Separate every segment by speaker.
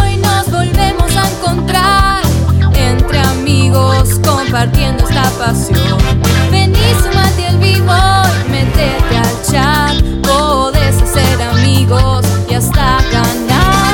Speaker 1: Hoy nos volvemos a encontrar entre amigos compartiendo esta pasión. Vení, sumate al vivo y métete al chat. Podés hacer amigos y hasta ganar.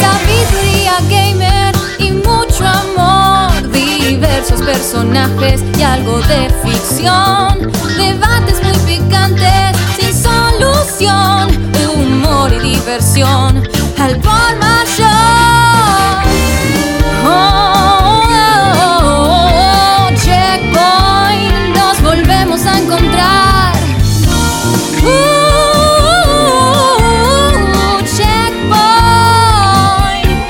Speaker 1: Sabiduría gamer y mucho amor, diversos personajes y algo de ficción, debates muy picantes sin solución, humor y diversión al por mayor. Oh, oh, oh, oh, checkpoint, nos volvemos a encontrar. Uh, checkpoint.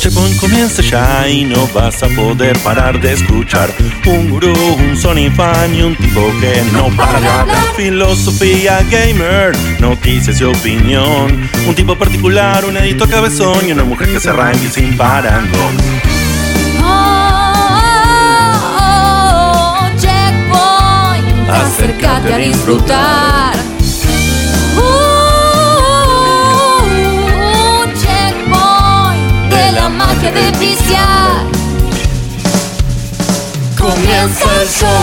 Speaker 2: Checkpoint comienza ya y no vas a poder parar de escuchar Un gurú, un Sony fan y un tipo que no para de hablar Filosofía gamer, noticias y opinión Un tipo particular, un edito cabezón y una mujer que se rangue sin parangón
Speaker 1: Oh, oh, oh, oh, checkpoint, acércate a disfrutar. Uh, checkpoint, de la magia de viciar. Comienza el show.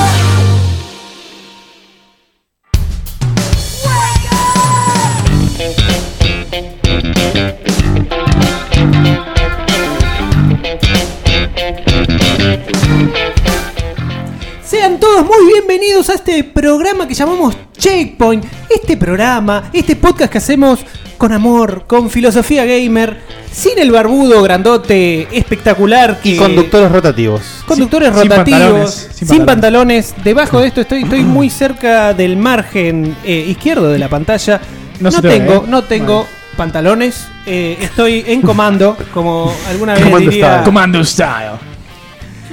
Speaker 3: Sean todos muy bienvenidos a este programa que llamamos Checkpoint. Este programa, este podcast que hacemos con amor, con filosofía gamer, sin el barbudo grandote espectacular que
Speaker 4: Y conductores rotativos.
Speaker 3: conductores
Speaker 5: Sin- sin
Speaker 3: rotativos,
Speaker 5: pantalones,
Speaker 3: sin,
Speaker 5: sin
Speaker 3: pantalones. Debajo de esto estoy, estoy muy cerca del margen eh, izquierdo de la pantalla. No,
Speaker 5: No se te ve,
Speaker 3: tengo,
Speaker 5: ¿eh?
Speaker 3: no tengo
Speaker 5: Vale.
Speaker 3: pantalones. eh, estoy en comando, como alguna vez
Speaker 4: Comando
Speaker 3: diría.
Speaker 4: style.
Speaker 5: Commando Style.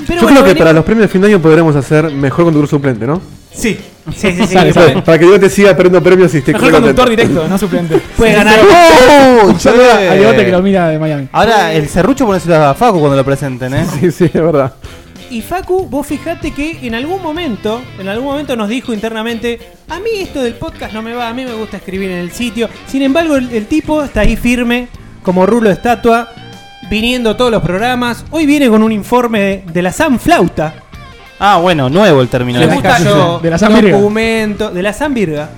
Speaker 3: Pero
Speaker 6: Yo
Speaker 3: bueno,
Speaker 6: creo que
Speaker 3: venimos-
Speaker 6: para los premios de fin de año podremos hacer mejor conductor suplente, ¿no?
Speaker 3: Sí, sí,
Speaker 5: Sale,
Speaker 3: sí, sí, me
Speaker 5: sale.
Speaker 3: parece.
Speaker 6: Para que yo te siga perdiendo premios y esté
Speaker 5: Mejor conductor directo, no suplente.
Speaker 3: Puede ganar.
Speaker 4: ¡Oh!
Speaker 5: Saluda a Diegote que lo mira de Miami.
Speaker 4: Ahora el serrucho ponéselo a Facu cuando lo presenten, ¿eh?
Speaker 6: Sí, sí, es verdad.
Speaker 3: Y Facu, vos fijate que en algún momento, en algún momento nos dijo internamente, a mí esto del podcast no me va, a mí me gusta escribir en el sitio. Sin embargo, el, el tipo está ahí firme, como rulo de estatua, viniendo a todos los programas. Hoy viene con un informe de, de la Sanflauta.
Speaker 4: Ah, bueno, nuevo el término.
Speaker 3: Le
Speaker 5: la
Speaker 3: gusta
Speaker 5: San-
Speaker 3: yo,
Speaker 5: de la San Virga.
Speaker 3: documento, de la San Virga.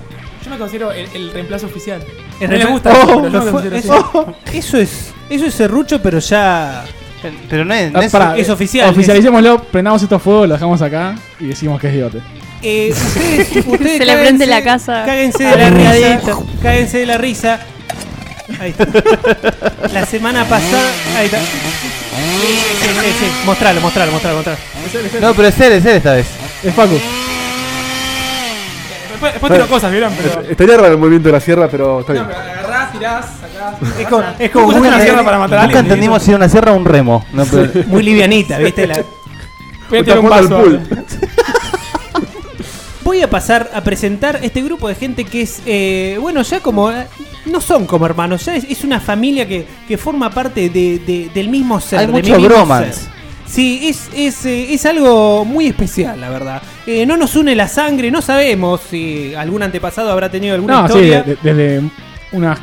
Speaker 5: Yo me considero el, el reemplazo oficial.
Speaker 3: En
Speaker 5: no
Speaker 3: realidad-
Speaker 5: me gusta,
Speaker 3: Oh,
Speaker 5: pero yo
Speaker 3: no
Speaker 5: me
Speaker 3: fue-
Speaker 5: considero así.
Speaker 3: eso, eso es, eso es serrucho, pero ya
Speaker 4: Pero no es. no
Speaker 5: Ah,
Speaker 4: es-
Speaker 5: pará,
Speaker 3: es
Speaker 5: eh,
Speaker 3: oficial,
Speaker 5: Oficialicémoslo, prendamos esto a fuego, lo dejamos acá y decimos que es Diegote.
Speaker 3: Eh, ustedes, ustedes
Speaker 7: Se le
Speaker 3: cáguense-
Speaker 7: prende la casa.
Speaker 3: Cáguense de la risa.
Speaker 7: Arrugadito.
Speaker 3: Cáguense de la risa. Ahí está. La semana pasada. Ahí está. Sí, sí, sí, sí. Mostralo, mostralo, mostralo, mostralo.
Speaker 4: No, pero es él, es él esta vez.
Speaker 5: Es Facu. Después, después tiro cosas, vieron, pero.
Speaker 6: Estaría raro el movimiento de la sierra, pero está bien.
Speaker 5: Agarrás, tirás, sacás.
Speaker 3: Es, con- es como
Speaker 5: ¿Cómo
Speaker 3: muy,
Speaker 5: una sierra para matar a
Speaker 4: Nunca
Speaker 5: alguien?
Speaker 4: entendimos si era una sierra o un remo. No, pero-
Speaker 3: muy livianita, ¿viste? La-
Speaker 5: Voy a
Speaker 6: Está
Speaker 5: tirar un
Speaker 6: jugando
Speaker 5: vaso.
Speaker 6: al pool.
Speaker 5: ahora.
Speaker 3: Voy a pasar a presentar este grupo de gente que es, eh, bueno, ya como. eh, No son como hermanos, ya es, es una familia que, que forma parte de- de- del mismo ser.
Speaker 4: Hay
Speaker 3: de
Speaker 4: mucho
Speaker 3: mi mismo
Speaker 4: bromance.
Speaker 3: ser. Sí, es, es, eh, es algo muy especial, la verdad. Eh, no nos une la sangre, no sabemos si algún antepasado habrá tenido alguna
Speaker 5: No, sí,
Speaker 3: historia.
Speaker 5: de- desde unas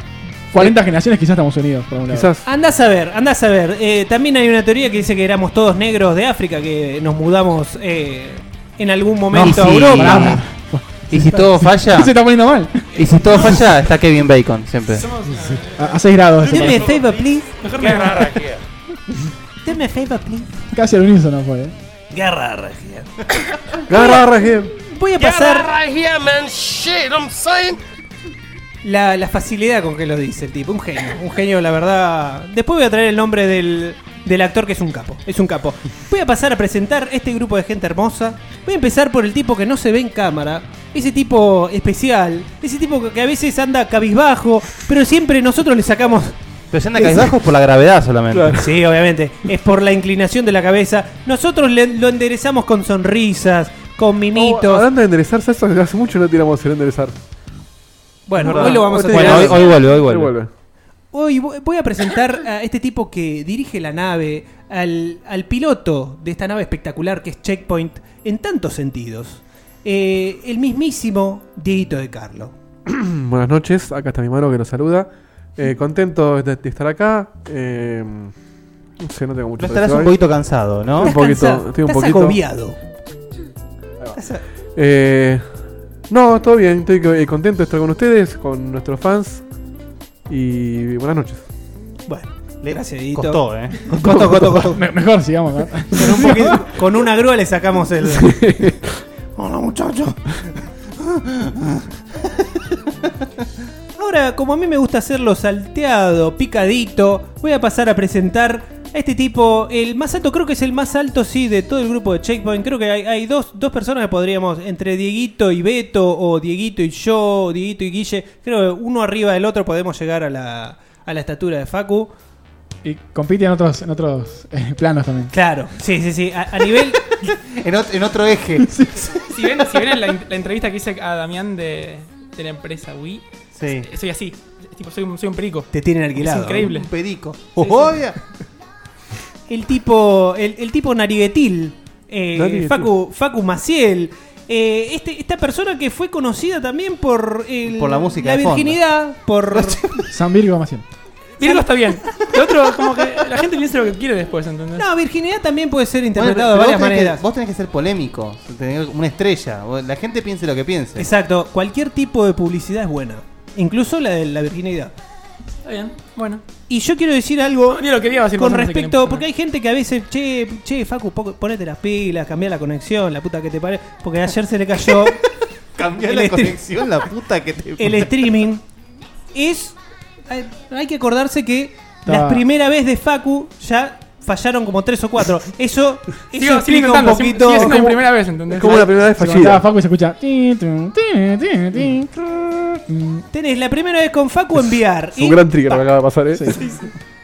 Speaker 5: 40 generaciones quizás estamos unidos. Por un lado.
Speaker 6: Quizás.
Speaker 3: Andá a saber, andá a saber. Eh, también hay una teoría que dice que éramos todos negros de África, que nos mudamos eh, en algún momento
Speaker 4: sí.
Speaker 3: a Europa.
Speaker 4: Pará. Y si todo falla.
Speaker 5: ¿Qué se está poniendo mal?
Speaker 4: Y si todo falla, está Kevin Bacon siempre.
Speaker 5: A, 6 grados.
Speaker 3: Do me a
Speaker 5: ese
Speaker 3: favor, please.
Speaker 5: Mejor me agarrar
Speaker 3: Do me a favor, please.
Speaker 5: Casi al unísono fue. ¿eh?
Speaker 3: Garra, Regia.
Speaker 6: Garra, garra, je.
Speaker 3: Voy a pasar la, la facilidad con que lo dice el tipo. Un genio, un genio, la verdad. Después voy a traer el nombre del, del actor que es un capo. Es un capo. Voy a pasar a presentar este grupo de gente hermosa. Voy a empezar por el tipo que no se ve en cámara. Ese tipo especial. Ese tipo que- que a veces anda cabizbajo. Pero siempre nosotros le sacamos.
Speaker 4: Pero si anda cabizbajo es por la gravedad solamente.
Speaker 6: Claro.
Speaker 3: Sí, obviamente. Es por la inclinación de la cabeza. Nosotros le- lo enderezamos con sonrisas, con
Speaker 6: Oh,
Speaker 3: mimitos.
Speaker 6: hablando de enderezarse, eso hace mucho no tiramos el enderezar.
Speaker 3: Bueno,
Speaker 6: Verdad.
Speaker 3: hoy lo vamos a
Speaker 6: Hoy te
Speaker 3: tener.
Speaker 4: Bueno, hoy, hoy vuelve, hoy vuelve.
Speaker 6: Ahí vuelve.
Speaker 3: Hoy vo- voy a presentar a este tipo que dirige la nave, al, al piloto de esta nave espectacular que es Checkpoint, en tantos sentidos. Eh, el mismísimo Dieguito de Carlo.
Speaker 6: Mm, Buenas noches, acá está mi mano que nos saluda. Eh, contento de, de estar acá. Eh, no sé, no tengo mucho
Speaker 4: Pero
Speaker 6: para
Speaker 4: estarás un
Speaker 6: decir hoy.
Speaker 4: poquito cansado, ¿no?
Speaker 6: Un
Speaker 3: Estás
Speaker 6: poquito,
Speaker 3: cansado,
Speaker 6: estoy un
Speaker 3: estás
Speaker 6: poquito.
Speaker 3: agobiado.
Speaker 6: Eh, no, todo bien, estoy co- eh, contento de estar con ustedes, con nuestros fans. Y buenas noches.
Speaker 3: Bueno, gracias, Dieguito.
Speaker 4: Costó, ¿eh?
Speaker 3: Costó, costó, costó.
Speaker 5: Me- mejor sigamos. ¿no?
Speaker 3: Con, un poquito- con una grúa le sacamos el. Hola, muchachos. Ahora, como a mí me gusta hacerlo salteado, picadito, voy a pasar a presentar a este tipo, el más alto, creo que es el más alto, sí, de todo el grupo de Checkpoint. Creo que hay, hay dos, dos personas que podríamos, entre Dieguito y Beto, o Dieguito y yo, o Dieguito y Guille, creo que uno arriba del otro podemos llegar a la, a la estatura de Facu.
Speaker 5: Y compite en otros, en otros eh, planos también.
Speaker 3: Claro, sí, sí, sí, a- a nivel...
Speaker 4: En, ot- en otro eje.
Speaker 7: Si ven, si ven la, la entrevista que hice a Damián de, de la empresa Wii,
Speaker 4: Sí.
Speaker 7: soy así. Tipo, soy, un- soy un perico.
Speaker 3: Te tienen alquilado. Oh.
Speaker 7: Es increíble.
Speaker 4: Perico.
Speaker 3: El tipo, el, el tipo nariguetil, eh,
Speaker 6: Nariguetil.
Speaker 3: Facu, Facu Maciel. eh, este, esta persona que fue conocida también por, el-
Speaker 4: Por la música de fondo.
Speaker 3: virginidad, por
Speaker 5: San Virgo más bien.
Speaker 7: Virgo está bien. Lo otro, como que la gente piensa lo que quiere después, ¿entendés?
Speaker 3: no virginidad también puede ser
Speaker 4: Bueno,
Speaker 3: interpretado de
Speaker 4: pero
Speaker 3: varias
Speaker 4: vos tenés que-
Speaker 3: maneras.
Speaker 4: vos tenés que ser polémico, tener una estrella. Vos- La gente piense lo que piense.
Speaker 3: Exacto, cualquier tipo de publicidad es buena, incluso la de la virginidad.
Speaker 7: Está bien, bueno.
Speaker 3: Y yo quiero decir algo
Speaker 7: No, ni lo quería decir
Speaker 3: con
Speaker 7: cosas, no sé qué
Speaker 3: respecto,
Speaker 7: le-
Speaker 3: porque hay gente que a veces, che, che, Facu, po- ponete las pilas, cambia la conexión, la puta que te pare, porque ayer se le cayó
Speaker 4: Cambió
Speaker 3: El
Speaker 4: la
Speaker 3: estri-
Speaker 4: conexión, la puta que te.
Speaker 3: el streaming es. hay- Hay que acordarse que la
Speaker 5: Está.
Speaker 3: primera vez de Facu ya fallaron como tres o cuatro.
Speaker 7: Sigo-
Speaker 3: Eso, eso
Speaker 7: sigo
Speaker 3: explica un
Speaker 7: intentando, sigue-
Speaker 3: poquito.
Speaker 7: sigue siendo mi
Speaker 6: como-
Speaker 7: primera vez, ¿entendés?
Speaker 6: Es como la primera vez
Speaker 5: Se levantaba
Speaker 6: fallida.
Speaker 5: Facu y se escucha. tin, tun, tin, tin, tin, trrr, tin.
Speaker 3: Tenés la primera vez con Facu enviar.
Speaker 6: Es
Speaker 3: Y
Speaker 6: un gran trigger
Speaker 3: pac,
Speaker 6: lo que acaba de pasar, ¿eh?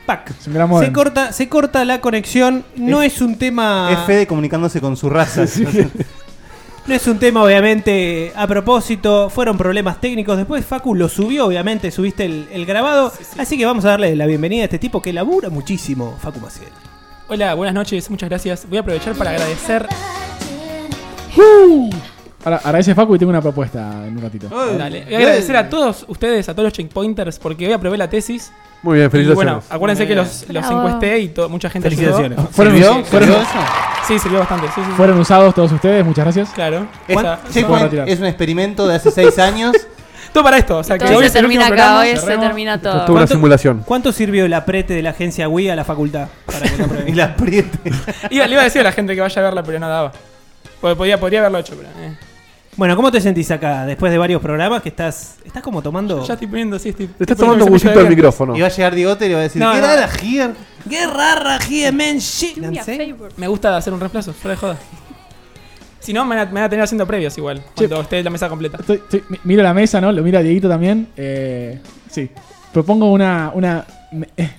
Speaker 3: pac.
Speaker 5: Es un gran
Speaker 3: Se
Speaker 5: modem.
Speaker 3: corta, se corta la conexión. No es, un
Speaker 4: Es
Speaker 3: tema.
Speaker 4: Fede comunicándose con su raza.
Speaker 3: No es un tema, obviamente, a propósito. Fueron problemas técnicos. Después Facu lo subió, obviamente, subiste el, el grabado. Así que vamos a darle la bienvenida a este tipo que labura muchísimo, Facu Maciel.
Speaker 7: Hola, buenas noches, muchas gracias. Voy a aprovechar para agradecer.
Speaker 5: Ahora, agradece Facu y tengo una propuesta en un ratito.
Speaker 7: Dale. Voy a agradecer a todos ustedes, a todos los checkpointers, porque hoy aprobé la tesis.
Speaker 6: Muy bien,
Speaker 7: Y
Speaker 6: felicitaciones.
Speaker 7: bueno, acuérdense que los, los
Speaker 1: Bravo.
Speaker 7: encuesté y to- mucha gente ayudó.
Speaker 3: Felicitaciones.
Speaker 5: ¿Fueron,
Speaker 4: ¿Sirvió?
Speaker 5: us-
Speaker 4: ¿Sirvió
Speaker 5: fueron,
Speaker 4: eso?
Speaker 7: Sí, sirvió bastante. Sí, sí, sí.
Speaker 5: fueron usados todos ustedes, muchas gracias.
Speaker 7: Claro.
Speaker 4: Es-
Speaker 7: Esa-
Speaker 4: Checkpoint
Speaker 5: retirar.
Speaker 4: es un experimento de hace 6 años.
Speaker 7: Todo para esto. O sea, que
Speaker 1: Todo
Speaker 7: hoy
Speaker 1: se
Speaker 7: es el último
Speaker 1: termina acá,
Speaker 7: programa.
Speaker 1: hoy se
Speaker 5: cerremos.
Speaker 1: termina
Speaker 6: Esto es
Speaker 1: todo.
Speaker 6: una
Speaker 3: ¿Cuánto-
Speaker 6: simulación.
Speaker 3: ¿Cuánto sirvió el aprete de la agencia WI a la facultad? Para que no apruebe?
Speaker 4: y la apriete.
Speaker 7: Iba- le iba a decir a la gente que vaya a verla, pero no daba. Porque podía, podría haberlo hecho, pero. eh.
Speaker 3: Bueno, ¿cómo te sentís acá después de varios programas que estás estás como tomando
Speaker 7: Ya estoy poniendo, sí, estoy.
Speaker 6: Te estás
Speaker 7: estoy poniendo
Speaker 6: tomando un
Speaker 7: mi cepillo
Speaker 6: bullito
Speaker 7: de
Speaker 6: del
Speaker 7: dientes.
Speaker 6: micrófono.
Speaker 4: Y va a llegar Digote y le va a decir:
Speaker 7: No,
Speaker 4: ¿Qué
Speaker 7: no.
Speaker 4: era Gier?
Speaker 3: Qué rara here, man, shit.
Speaker 1: Do me a
Speaker 3: ¿Sí?
Speaker 1: favor.
Speaker 7: Me gusta hacer un reemplazo, fuera de joda. Si no, me van a, me van a tener haciendo previos igual. Cuando esté la mesa completa.
Speaker 5: Estoy- estoy- mi- miro la mesa, ¿no? Lo mira Dieguito también. Eh, sí. Propongo una. una me- eh,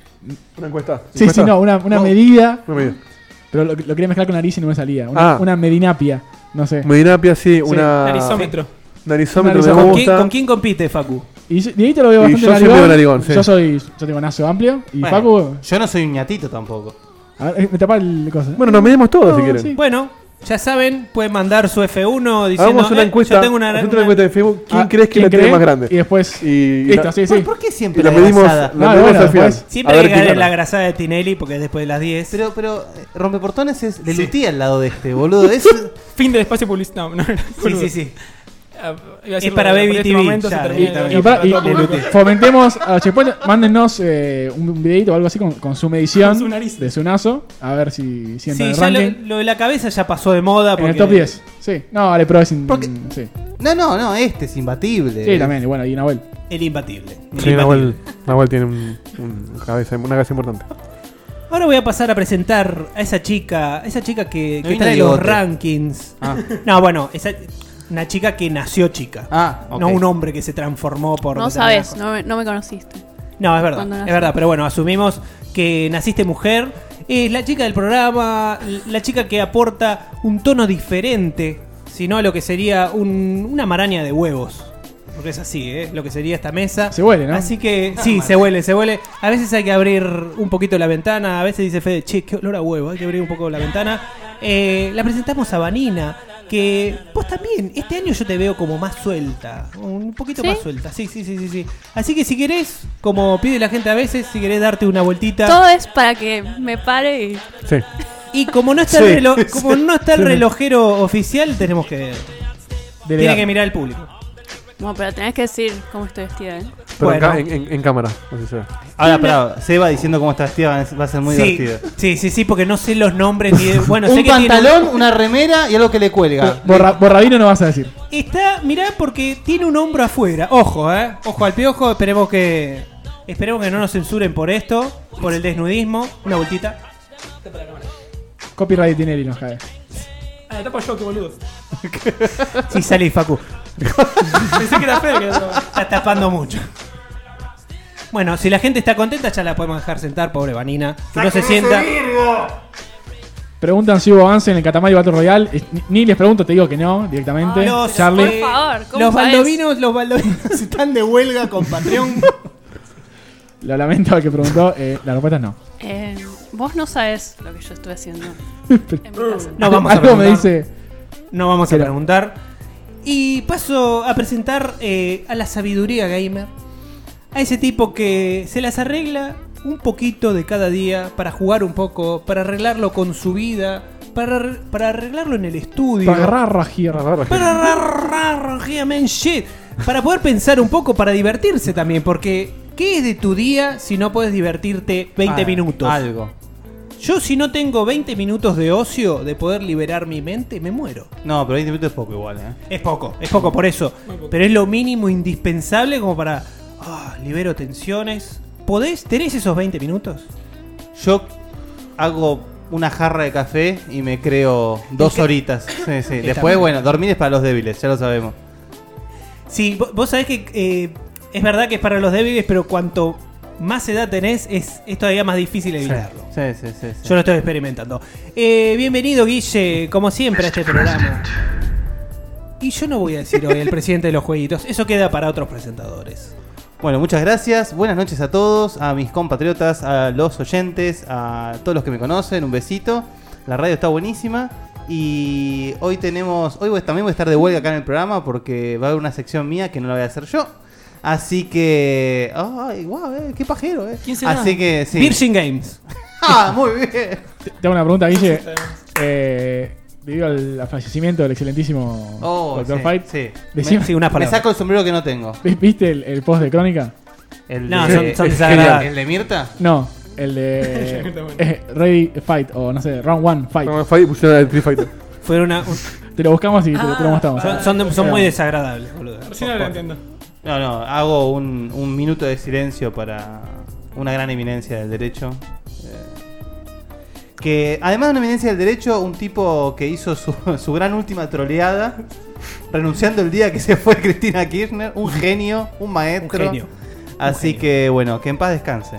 Speaker 6: Una encuesta.
Speaker 5: sí, sí, no, una, una medida.
Speaker 6: Muy bien.
Speaker 5: Pero lo, lo quería mezclar con nariz y no me salía. Una,
Speaker 6: Ah.
Speaker 5: una medinapia. No sé.
Speaker 6: Medinapia, sí, una.
Speaker 7: Narizómetro.
Speaker 6: Narizómetro
Speaker 5: Narizómetro.
Speaker 6: me
Speaker 3: ¿Con, quién,
Speaker 6: gusta.
Speaker 3: con quién compite, Facu?
Speaker 5: Y yo- Dieguito lo veo
Speaker 6: Y
Speaker 5: bastante
Speaker 6: yo siempre veo narigón, sí.
Speaker 5: Yo soy. Yo tengo nazo amplio. Y
Speaker 4: Bueno,
Speaker 5: Facu.
Speaker 4: Yo no soy un ñatito tampoco.
Speaker 5: A ver, eh, me tapa el cosa.
Speaker 6: Bueno, nos medimos todos si
Speaker 5: No,
Speaker 6: quieren.
Speaker 5: sí.
Speaker 3: Bueno, ya saben, pueden mandar su F1 diciendo
Speaker 6: Hagamos una
Speaker 3: "Eh,
Speaker 6: encuesta.
Speaker 3: yo tengo una,
Speaker 6: hacete una
Speaker 3: una-
Speaker 6: encuesta en Facebook. ¿Quién
Speaker 5: Ah,
Speaker 6: crees que la tiene más grande?
Speaker 5: Y después.
Speaker 6: Y-
Speaker 5: Listo, sí, sí.
Speaker 4: ¿Por, por qué siempre
Speaker 6: Y la
Speaker 4: la
Speaker 6: medimos, la
Speaker 4: grasada?
Speaker 5: No,
Speaker 6: medimos
Speaker 5: bueno,
Speaker 6: al final.
Speaker 5: pues,
Speaker 3: Siempre
Speaker 6: A
Speaker 3: hay
Speaker 6: ver
Speaker 3: que ganar
Speaker 6: quién
Speaker 3: la
Speaker 6: gana.
Speaker 3: grasada de Tinelli porque es después de las 10.
Speaker 4: Pero, pero, eh, rompeportones es de Lutía al lado de este, boludo. Es, es
Speaker 7: Fin del espacio publicitario. No, no, no.
Speaker 3: sí, sí, sí.
Speaker 7: Ah, iba a
Speaker 3: Es
Speaker 7: decirlo,
Speaker 3: para
Speaker 7: pero
Speaker 3: Baby
Speaker 7: por este
Speaker 3: TV,
Speaker 7: momento se
Speaker 3: ya,
Speaker 7: termina.
Speaker 3: directamente.
Speaker 5: Y para- y- fomentemos a los checkpoints, mándennos eh, un videito o algo así con, con su medición
Speaker 7: Con su nariz.
Speaker 5: de su nazo, a ver si, si entra en
Speaker 3: Sí,
Speaker 5: el
Speaker 3: ya lo,
Speaker 5: ranking.
Speaker 3: lo de la cabeza ya pasó de moda
Speaker 5: en
Speaker 3: porque
Speaker 5: el top 10. Sí, no, vale, pero es in-
Speaker 4: Porque-
Speaker 5: sí.
Speaker 4: no, no, no, este es imbatible.
Speaker 5: sí, también, y bueno, y Nahuel.
Speaker 3: el imbatible. El
Speaker 6: Sí,
Speaker 3: imbatible.
Speaker 6: Nahuel, Nahuel tiene un, un cabeza, una cabeza importante.
Speaker 3: Ahora voy a pasar a presentar a esa chica, a esa chica que,
Speaker 4: No
Speaker 3: que
Speaker 4: vino
Speaker 3: trae los
Speaker 4: Diegote.
Speaker 3: rankings.
Speaker 4: Ah.
Speaker 3: No, bueno, esa, una chica que nació chica.
Speaker 4: Ah, ok.
Speaker 3: No un hombre que se transformó por...
Speaker 1: No
Speaker 3: determinadas
Speaker 1: sabes, no me, no me conociste.
Speaker 3: cosas. No, es
Speaker 1: cuando
Speaker 3: verdad. Es
Speaker 1: nació.
Speaker 3: verdad, pero bueno, asumimos que naciste mujer. Es la chica del programa, la chica que aporta un tono diferente, sino a lo que sería un- una maraña de huevos. Porque es así, ¿eh? Lo que sería esta mesa.
Speaker 5: Se huele, ¿no?
Speaker 3: Así que, sí,
Speaker 1: Ah,
Speaker 3: se huele, se huele. A veces hay que abrir un poquito la ventana. A veces dice Fede, che, qué olor a huevo. Hay que abrir un poco la ventana. Eh, la presentamos a Vanina. Que vos también, este año yo te veo como más suelta. Un poquito
Speaker 1: ¿Sí?
Speaker 3: más suelta. Sí, sí, sí, sí, sí. Así que si querés, como pide la gente a veces, si querés darte una vueltita.
Speaker 1: Todo es para que me pare y.
Speaker 6: Sí.
Speaker 3: Y como no está el,
Speaker 4: Sí.
Speaker 3: reloj, como no está el relojero oficial, tenemos que. Tiene
Speaker 5: Delegar.
Speaker 3: que mirar al público.
Speaker 1: Bueno, pero tenés que decir cómo estoy vestida, ¿eh?
Speaker 6: Pero
Speaker 3: Bueno.
Speaker 6: acá en, en- en cámara, así se ve.
Speaker 4: Ahora, pero Seba diciendo cómo está vestida va a- va a ser muy
Speaker 3: sí,
Speaker 4: divertido.
Speaker 3: sí, sí, sí, porque no sé los nombres. ni de- bueno, sé
Speaker 4: un
Speaker 3: que tiene-
Speaker 4: pantalón, una remera y algo que le cuelga.
Speaker 5: Borra- borradino no vas a decir.
Speaker 3: está, mirá, porque tiene un hombro afuera. Ojo, eh. Ojo al piojo. Esperemos que. Esperemos que no nos censuren por esto, por el desnudismo. Una vueltita.
Speaker 5: Copyright tiene el jade.
Speaker 7: Ah, la tapo yo, qué boludo.
Speaker 3: Si salís, Facu.
Speaker 7: Pensé que era Fede que la tapaba.
Speaker 3: Está tapando mucho. Bueno, si la gente está contenta, ya la podemos dejar sentar, pobre Vanina. Que no se sienta.
Speaker 5: Preguntan si hubo avance en el Katamari Battle Royale. Eh, ni- Ni les pregunto, te digo que no, directamente.
Speaker 3: Los-
Speaker 5: Charlie.
Speaker 1: Por favor, ¿cómo
Speaker 3: los
Speaker 1: sabés?
Speaker 3: baldovinos, los baldovinos están de huelga con Patreon.
Speaker 5: Lo lamento al que preguntó. eh, la respuesta es no.
Speaker 1: Eh, vos no sabés lo que yo estuve haciendo en mi casa.
Speaker 3: No vamos a
Speaker 5: Algo me
Speaker 3: preguntar.
Speaker 5: dice.
Speaker 3: No vamos a
Speaker 5: Pero-
Speaker 3: preguntar. Y paso a presentar eh, a la sabiduría gamer. A ese tipo que se las arregla un poquito de cada día para jugar un poco, para arreglarlo con su vida, para, arre- para arreglarlo en el estudio.
Speaker 5: Agarrar
Speaker 6: Raro,
Speaker 3: Para arreglar, yeah, man, shit. Para poder pensar un poco, para divertirse también. Porque, ¿qué es de tu día si no puedes divertirte 20
Speaker 4: Ah,
Speaker 3: minutos?
Speaker 4: Algo.
Speaker 3: Yo si no tengo 20 minutos de ocio, de poder liberar mi mente, me muero.
Speaker 4: No, pero 20 minutos es poco igual, ¿eh?
Speaker 3: Es poco, es poco por eso. Pero es lo mínimo indispensable como para... Ah, libero tensiones. ¿Podés? ¿Tenés esos 20 minutos?
Speaker 4: Yo hago una jarra de café y me creo dos horitas. Sí, sí. Después,
Speaker 3: bien.
Speaker 4: bueno, dormir es para los débiles, ya lo sabemos.
Speaker 3: Sí, vo- vos sabés que eh, es verdad que es para los débiles, pero cuanto más edad tenés, es, es todavía más difícil evitarlo.
Speaker 4: Sí, sí, sí. sí.
Speaker 3: Yo lo estoy experimentando. Eh, bienvenido, Guille, como siempre, a este programa. Y yo no voy a decir hoy el presidente de los jueguitos, eso queda para otros presentadores.
Speaker 4: Bueno, muchas gracias. Buenas noches a todos, a mis compatriotas, a los oyentes, a todos los que me conocen. Un besito. La radio está buenísima. Y hoy tenemos. Hoy voy- también voy a estar de huelga acá en el programa porque va a haber una sección mía que no la voy a hacer yo. Así que. ¡Ay, guau! eh, ¡Qué pajero! Eh.
Speaker 7: ¿Quién será?
Speaker 4: Así que sí.
Speaker 3: Virgin Games.
Speaker 4: ¡Ah, muy bien!
Speaker 5: Te hago una pregunta, Guille. Eh, debido al, al fallecimiento del excelentísimo
Speaker 4: Oh,
Speaker 5: Dr.
Speaker 4: sí,
Speaker 5: Fight.
Speaker 4: sí.
Speaker 5: decime-
Speaker 3: Sí, unas
Speaker 4: Me
Speaker 3: palabras.
Speaker 4: saco el sombrero que no tengo.
Speaker 5: ¿vi- ¿Viste el, el post de Crónica?
Speaker 4: El
Speaker 3: No,
Speaker 4: de,
Speaker 3: son, son
Speaker 4: el-
Speaker 3: desagradables.
Speaker 4: ¿El de Mirta?
Speaker 5: No, el de eh, Ready Fight o no sé, Round One Fight.
Speaker 6: No, Fight pusieron el Street Fighter.
Speaker 3: Fueron una- un-
Speaker 5: Te lo buscamos y te,
Speaker 4: Ah.
Speaker 5: lo- te lo mostramos. Eh,
Speaker 3: son, son- son muy desagradables, boludo.
Speaker 7: Recién ahora lo entiendo.
Speaker 4: No, no, hago un, un minuto de silencio para una gran eminencia del derecho. Eh, Que además de una eminencia del derecho, un tipo que hizo su, su gran última troleada, renunciando el día que se fue Cristina Kirchner, un genio, un maestro.
Speaker 3: Un genio.
Speaker 4: Así
Speaker 3: genio.
Speaker 4: que bueno, que en paz descanse.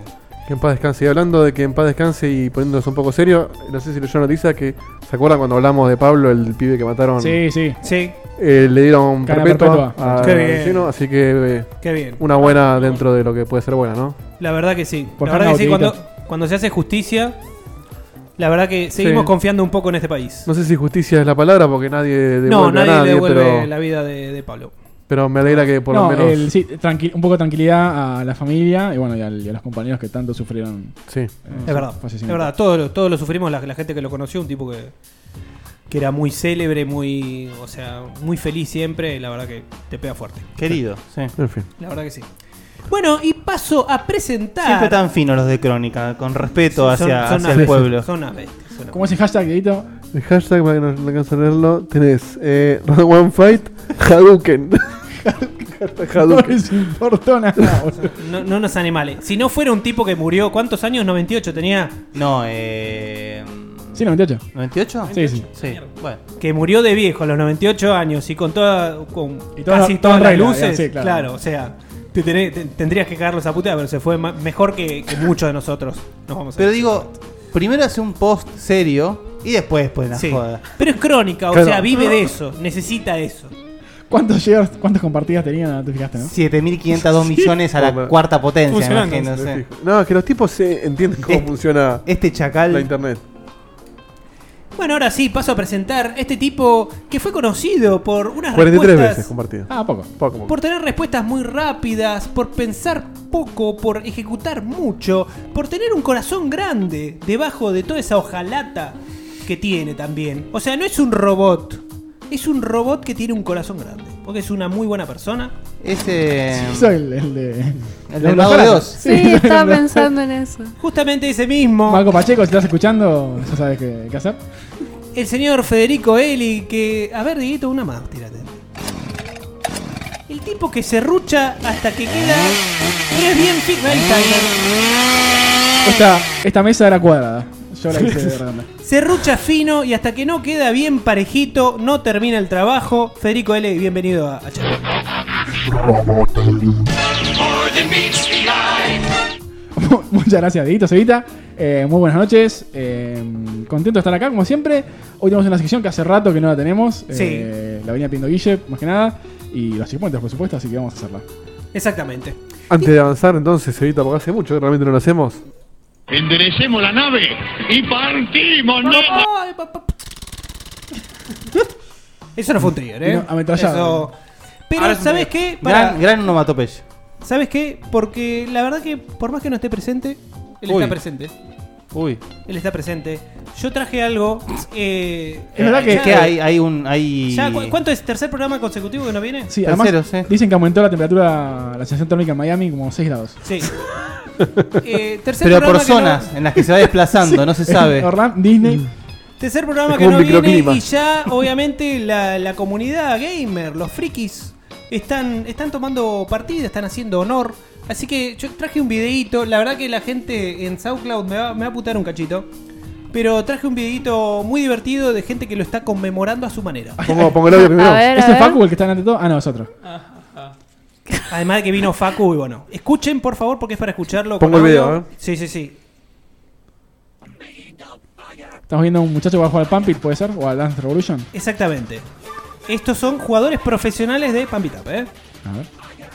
Speaker 6: Que en paz descanse. Y hablando de que en paz descanse y poniéndonos un poco serio, no sé si leyó noticia que. ¿Se acuerdan cuando hablamos de Pablo, el pibe que mataron?
Speaker 5: Sí, sí.
Speaker 3: Sí,
Speaker 6: Eh, le dieron
Speaker 5: Cadena
Speaker 6: perpetua,
Speaker 5: perpetua.
Speaker 6: al
Speaker 3: Qué bien.
Speaker 6: vecino, así que eh,
Speaker 3: qué bien.
Speaker 6: una buena dentro de lo que puede ser buena, ¿no?
Speaker 3: La verdad que sí.
Speaker 5: Por
Speaker 3: la verdad que
Speaker 5: favor,
Speaker 3: sí,
Speaker 5: Dieguito.
Speaker 3: cuando, cuando se hace justicia, la verdad que seguimos
Speaker 6: Sí.
Speaker 3: confiando un poco en este país.
Speaker 6: No sé si justicia es la palabra porque nadie devuelve
Speaker 3: No,
Speaker 6: a
Speaker 3: nadie,
Speaker 6: nadie,
Speaker 3: le devuelve
Speaker 6: pero,
Speaker 3: la vida de, de Pablo.
Speaker 6: pero me alegra que por
Speaker 5: no,
Speaker 6: lo menos.
Speaker 5: el- sí, tranqui- un poco de tranquilidad a la familia y bueno, y, al- y a los compañeros que tanto sufrieron.
Speaker 6: Sí.
Speaker 5: eh,
Speaker 3: Es verdad, es
Speaker 5: fallecimiento.
Speaker 3: verdad. Todos lo, todos lo sufrimos, la, la gente que lo conoció, un tipo que, que era muy célebre, muy, o sea, muy feliz siempre. La verdad que te pega fuerte.
Speaker 4: Querido, sí.
Speaker 6: En fin.
Speaker 3: La verdad que sí. Bueno, y paso a presentar.
Speaker 4: Siempre tan finos los de Crónica, con respeto
Speaker 3: Son-
Speaker 4: hacia,
Speaker 3: son
Speaker 4: hacia
Speaker 3: unas
Speaker 4: el
Speaker 3: bestias,
Speaker 4: pueblo.
Speaker 3: Son unas bestias, son unas
Speaker 5: ¿Cómo es el hashtag, Dieguito?
Speaker 6: El hashtag para que no no alcance a leerlo tenés eh, Round One Fight Hadouken. Hashtag
Speaker 5: No
Speaker 6: Hadouken.
Speaker 5: les importó nada, boludo.
Speaker 3: No, no nos animales. Si no fuera un tipo que murió, ¿cuántos años? 98 tenía.
Speaker 4: No, eh.
Speaker 5: Sí, 98.
Speaker 4: ¿98?
Speaker 5: Sí, sí.
Speaker 4: Sí, bueno.
Speaker 3: Que murió de viejo a los 98 años y con toda. Con
Speaker 5: Y todo-
Speaker 3: casi
Speaker 5: todo
Speaker 3: todas
Speaker 5: en
Speaker 3: las
Speaker 5: regla,
Speaker 3: luces.
Speaker 5: sí,
Speaker 3: claro.
Speaker 5: claro.
Speaker 3: o sea. te tenés- te- tendrías que cagarlos a puteada, pero se fue ma- mejor que, que muchos de nosotros. Nos vamos a
Speaker 4: Pero digo, primero hace un post serio y después pone la
Speaker 3: Sí.
Speaker 4: joda.
Speaker 3: Pero es crónica, o
Speaker 6: Claro.
Speaker 3: sea, vive de eso, necesita eso.
Speaker 5: ¿Cuántos shares, cuántas compartidas tenían? Te fijaste, ¿no?
Speaker 4: 7.502 millones a la
Speaker 6: Hombre.
Speaker 4: cuarta potencia,
Speaker 7: Funcionando,
Speaker 6: Me
Speaker 4: imagino, sí.
Speaker 6: fijo. No, es que los tipos se entienden cómo
Speaker 4: Este-
Speaker 6: funciona
Speaker 4: Este
Speaker 6: la
Speaker 4: chacal.
Speaker 6: internet.
Speaker 3: Bueno, ahora sí, paso a presentar este tipo que fue conocido por unas
Speaker 6: 43
Speaker 3: respuestas-
Speaker 6: veces compartido.
Speaker 5: Ah, poco.
Speaker 6: Poco, poco.
Speaker 3: Por tener respuestas muy rápidas, por pensar poco, por ejecutar mucho, por tener un corazón grande debajo de toda esa hojalata que tiene también. O sea, no es un robot, es un robot que tiene un corazón grande. Porque es una muy buena persona.
Speaker 4: Ese.
Speaker 5: Soy el, el de.
Speaker 4: El del Mago de
Speaker 5: Ojalá.
Speaker 4: Oz.
Speaker 5: Sí,
Speaker 8: Sí, estaba
Speaker 5: el de-
Speaker 8: pensando en eso.
Speaker 3: Justamente ese mismo,
Speaker 5: Marco Pacheco, si estás escuchando, ya sabes qué, qué hacer.
Speaker 3: el señor Federico Eli, que... A ver, Dieguito, una más, tírate. El tipo que se rucha hasta que queda... Pero es bien fit, ahí está, ahí está.
Speaker 5: Esta, esta mesa era cuadrada. Yo la hice de redonda.
Speaker 3: Se rucha fino y hasta que no queda bien parejito, no termina el trabajo. Federico L, bienvenido a, a Charlie.
Speaker 5: Mu- Muchas gracias, Dieguito Cevita. Eh, muy buenas noches. Eh, contento de estar acá, como siempre. Hoy tenemos una sección que hace rato que no la tenemos. Eh, la venía pidiendo Guille, más que nada. Y los 50, por supuesto, así que vamos a hacerla.
Speaker 3: Exactamente.
Speaker 6: Antes de avanzar, entonces, Evita, porque hace mucho que realmente no lo hacemos.
Speaker 9: Enderecemos la nave y partimos, nena.
Speaker 3: Ay, pa- pa- Eso no fue un trigger, ¿eh?
Speaker 5: No, ametrallado.
Speaker 3: Eso- Pero,
Speaker 7: Ahora es un
Speaker 3: ¿sabes qué? Pará.
Speaker 4: Gran, gran onomatopeya.
Speaker 3: ¿Sabes qué? Porque la verdad que, por más que no esté presente, él
Speaker 4: Uy.
Speaker 3: está presente.
Speaker 4: Uy.
Speaker 3: Él está presente. Yo traje algo. eh,
Speaker 5: Es verdad que-
Speaker 3: ya-
Speaker 4: Es que hay, hay un. Hay...
Speaker 3: ya, ¿cu- ¿Cuánto es? ¿Tercer programa consecutivo que no viene?
Speaker 5: Sí, además
Speaker 4: Terceros, eh.
Speaker 5: dicen que aumentó la temperatura, la sensación térmica en Miami como 6 grados.
Speaker 3: Sí. Eh, tercer
Speaker 4: Pero por
Speaker 3: programa que no-
Speaker 4: zonas en las que se va desplazando, no se sabe.
Speaker 5: Orlando, Disney.
Speaker 3: Tercer programa
Speaker 6: Es
Speaker 3: que
Speaker 6: como
Speaker 3: no
Speaker 6: un
Speaker 3: viene
Speaker 6: microclima.
Speaker 3: y ya obviamente la, la comunidad gamer, los frikis, están, están tomando partida, están haciendo honor. Así que yo traje un videíto, la verdad que la gente en SoundCloud me va, me va a putar un cachito. Pero traje un videíto muy divertido de gente que lo está conmemorando a su manera.
Speaker 6: Pongo, pongo el audio primero.
Speaker 8: A ver,
Speaker 5: ¿Este
Speaker 8: a
Speaker 5: es Facu
Speaker 8: ver.
Speaker 5: el que está delante de todo? Ah, no, es otro.
Speaker 3: Además de que vino Facu y bueno. Escuchen por favor porque es para escucharlo.
Speaker 6: Pongo el
Speaker 3: audio.
Speaker 6: video, ¿eh?
Speaker 3: Sí, sí, sí.
Speaker 5: Estamos viendo a un muchacho que va a jugar al Pumpit, ¿puede ser? O al Dance Revolution.
Speaker 3: Exactamente. Estos son jugadores profesionales de Pampitap, ¿eh?
Speaker 5: A ver.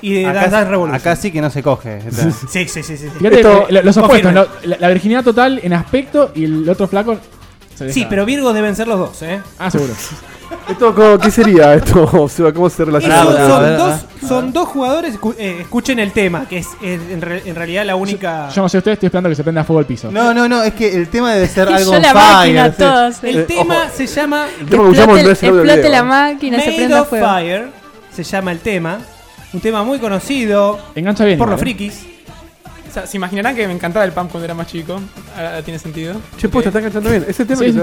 Speaker 3: Y de
Speaker 4: Acá,
Speaker 3: Dance Dance Revolution.
Speaker 4: acá sí que no se coge. Está.
Speaker 3: Sí, sí, sí, sí. sí.
Speaker 5: Fíjate,
Speaker 6: Esto-
Speaker 5: eh, lo- los opuestos,
Speaker 3: confirmen.
Speaker 5: ¿no? la, la virginidad total en aspecto y el otro flaco. se deja.
Speaker 3: Sí, pero Virgos deben ser los dos, ¿eh?
Speaker 5: Ah, seguro.
Speaker 6: Esto, ¿cómo- ¿Qué sería esto? Seba? ¿Cómo se relaciona?
Speaker 3: Esos
Speaker 4: bravo,
Speaker 3: son,
Speaker 4: bravo,
Speaker 3: dos,
Speaker 5: Ah,
Speaker 3: son dos jugadores. escu- eh, escuchen el tema, que es eh, en, re- en realidad la única.
Speaker 5: Yo no sé ustedes, estoy esperando que se prenda fuego el piso.
Speaker 4: No, no, no, es que el tema debe ser
Speaker 8: Y
Speaker 4: algo.
Speaker 8: yo la
Speaker 4: on
Speaker 8: máquina,
Speaker 4: fire, sí.
Speaker 8: todos.
Speaker 3: el
Speaker 8: eh.
Speaker 3: tema se llama
Speaker 6: El tema que usamos
Speaker 8: Explote,
Speaker 6: no es el audio
Speaker 8: explote
Speaker 6: video.
Speaker 8: la máquina, se
Speaker 3: Made
Speaker 8: prenda
Speaker 3: of
Speaker 8: fuego.
Speaker 3: Fire. Se llama el tema. Un tema muy conocido
Speaker 5: Engancha bien.
Speaker 3: por
Speaker 5: igual,
Speaker 3: los
Speaker 5: ¿eh?
Speaker 3: frikis.
Speaker 7: O sea, se imaginarán que me encantaba el pump cuando era más chico. Ahora tiene sentido.
Speaker 6: Che, pues, te está enganchando bien. Ese tema
Speaker 5: Sí,
Speaker 6: que
Speaker 5: sí.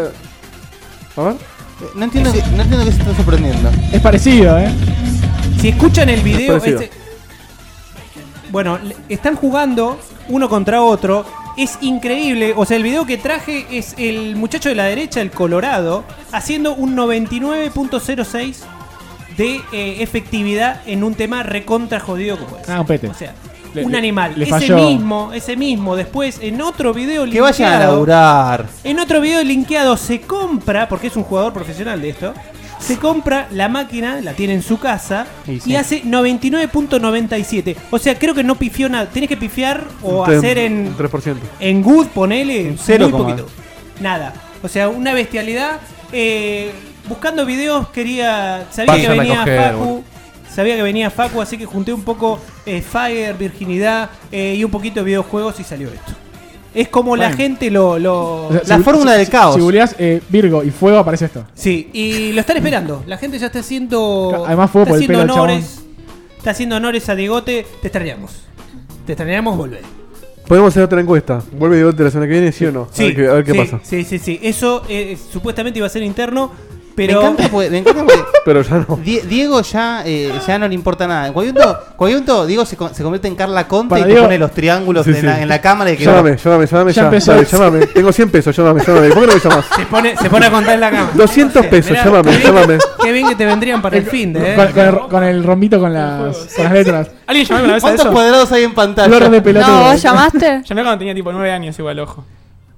Speaker 6: se- A ver.
Speaker 4: Eh, No entiendo, que- no entiendo que se está sorprendiendo.
Speaker 5: Es parecido, ¿eh?
Speaker 3: Si escuchan el video.
Speaker 6: Parecido.
Speaker 3: este- Bueno, le- están jugando uno contra otro. Es increíble. O sea, el video que traje es el muchacho de la derecha, el Colorado, haciendo un 99.06 de eh, efectividad en un tema recontra jodido como es.
Speaker 5: Ah, un pete.
Speaker 3: O sea,
Speaker 5: Le-
Speaker 3: un
Speaker 5: le-
Speaker 3: animal.
Speaker 5: le
Speaker 3: ese
Speaker 5: falló.
Speaker 3: mismo, ese mismo. Después, en otro video
Speaker 4: Que vayan a
Speaker 3: linkeado-
Speaker 4: laburar.
Speaker 3: en otro video linkeado se compra, porque es un jugador profesional de esto, se compra la máquina, la tiene en su casa
Speaker 4: Y sí.
Speaker 3: y hace 99.97. O sea, creo que no pifió nada. Tenés que pifiar o
Speaker 6: Un tre-
Speaker 3: hacer en,
Speaker 6: un 3%.
Speaker 3: en good, ponele,
Speaker 4: Un cero
Speaker 3: muy
Speaker 4: coma.
Speaker 3: poquito. Nada. O sea, una bestialidad. Eh, buscando videos quería... Sabía
Speaker 10: Vayan
Speaker 3: que
Speaker 10: a
Speaker 3: venía
Speaker 10: coger,
Speaker 3: Facu.
Speaker 10: boludo.
Speaker 3: Sabía que venía Facu, así que junté un poco eh, Fire, virginidad eh, y un poquito de videojuegos y salió esto. Es como la
Speaker 5: Bueno.
Speaker 3: gente lo- lo,
Speaker 5: O sea,
Speaker 4: La
Speaker 5: si-
Speaker 4: fórmula
Speaker 5: si-
Speaker 4: del
Speaker 5: si-
Speaker 4: caos.
Speaker 5: Si googleás, eh, Virgo y fuego, aparece esto.
Speaker 3: Sí, y lo están esperando. La gente ya está haciendo.
Speaker 5: Además fue
Speaker 3: está
Speaker 5: por el
Speaker 3: haciendo
Speaker 5: pelo al
Speaker 3: honores. Está haciendo honores a Diegote. Te extrañamos. Te extrañamos volver.
Speaker 6: Podemos hacer otra encuesta. Vuelve Diego la semana que viene, sí o no.
Speaker 3: Sí,
Speaker 6: a ver qué, a ver qué
Speaker 3: sí,
Speaker 6: pasa.
Speaker 3: Sí, sí, sí. Eso eh, supuestamente iba a ser interno, pero.
Speaker 4: Me encanta porque. Me encanta porque
Speaker 6: Pero ya no.
Speaker 4: Die- Diego ya, eh, ya no le importa nada. Coyunto, Coyunto Diego se, co- se convierte en Carla Conte
Speaker 5: Para
Speaker 4: y te
Speaker 5: Diego-
Speaker 4: pone los triángulos
Speaker 6: Sí,
Speaker 4: en, La,
Speaker 6: sí.
Speaker 4: en la cámara y que
Speaker 6: Llámame, llámame, llámame.
Speaker 5: Ya
Speaker 6: Ya
Speaker 5: empezó.
Speaker 6: Dale, llámame. Tengo 100 pesos, llámame, llámame. ¿Por qué no me llamas?
Speaker 3: Se pone, se pone a contar en la cama.
Speaker 6: 200 pesos,
Speaker 3: Mirá,
Speaker 6: llámame,
Speaker 3: qué bien-
Speaker 6: llámame.
Speaker 3: Qué bien que te vendrían para el fin de.
Speaker 5: Con, con
Speaker 3: Eh.
Speaker 5: el, ro- con el rombito con las, con las letras.
Speaker 7: ¿Alguien llamó alguna vez a
Speaker 4: ¿Cuántos
Speaker 7: eso?
Speaker 4: cuadrados hay en
Speaker 5: Flores de
Speaker 4: pantalla?
Speaker 5: pelotudo.
Speaker 8: No, ¿vos llamaste?
Speaker 7: Llamé cuando tenía tipo 9 años, igual, ojo.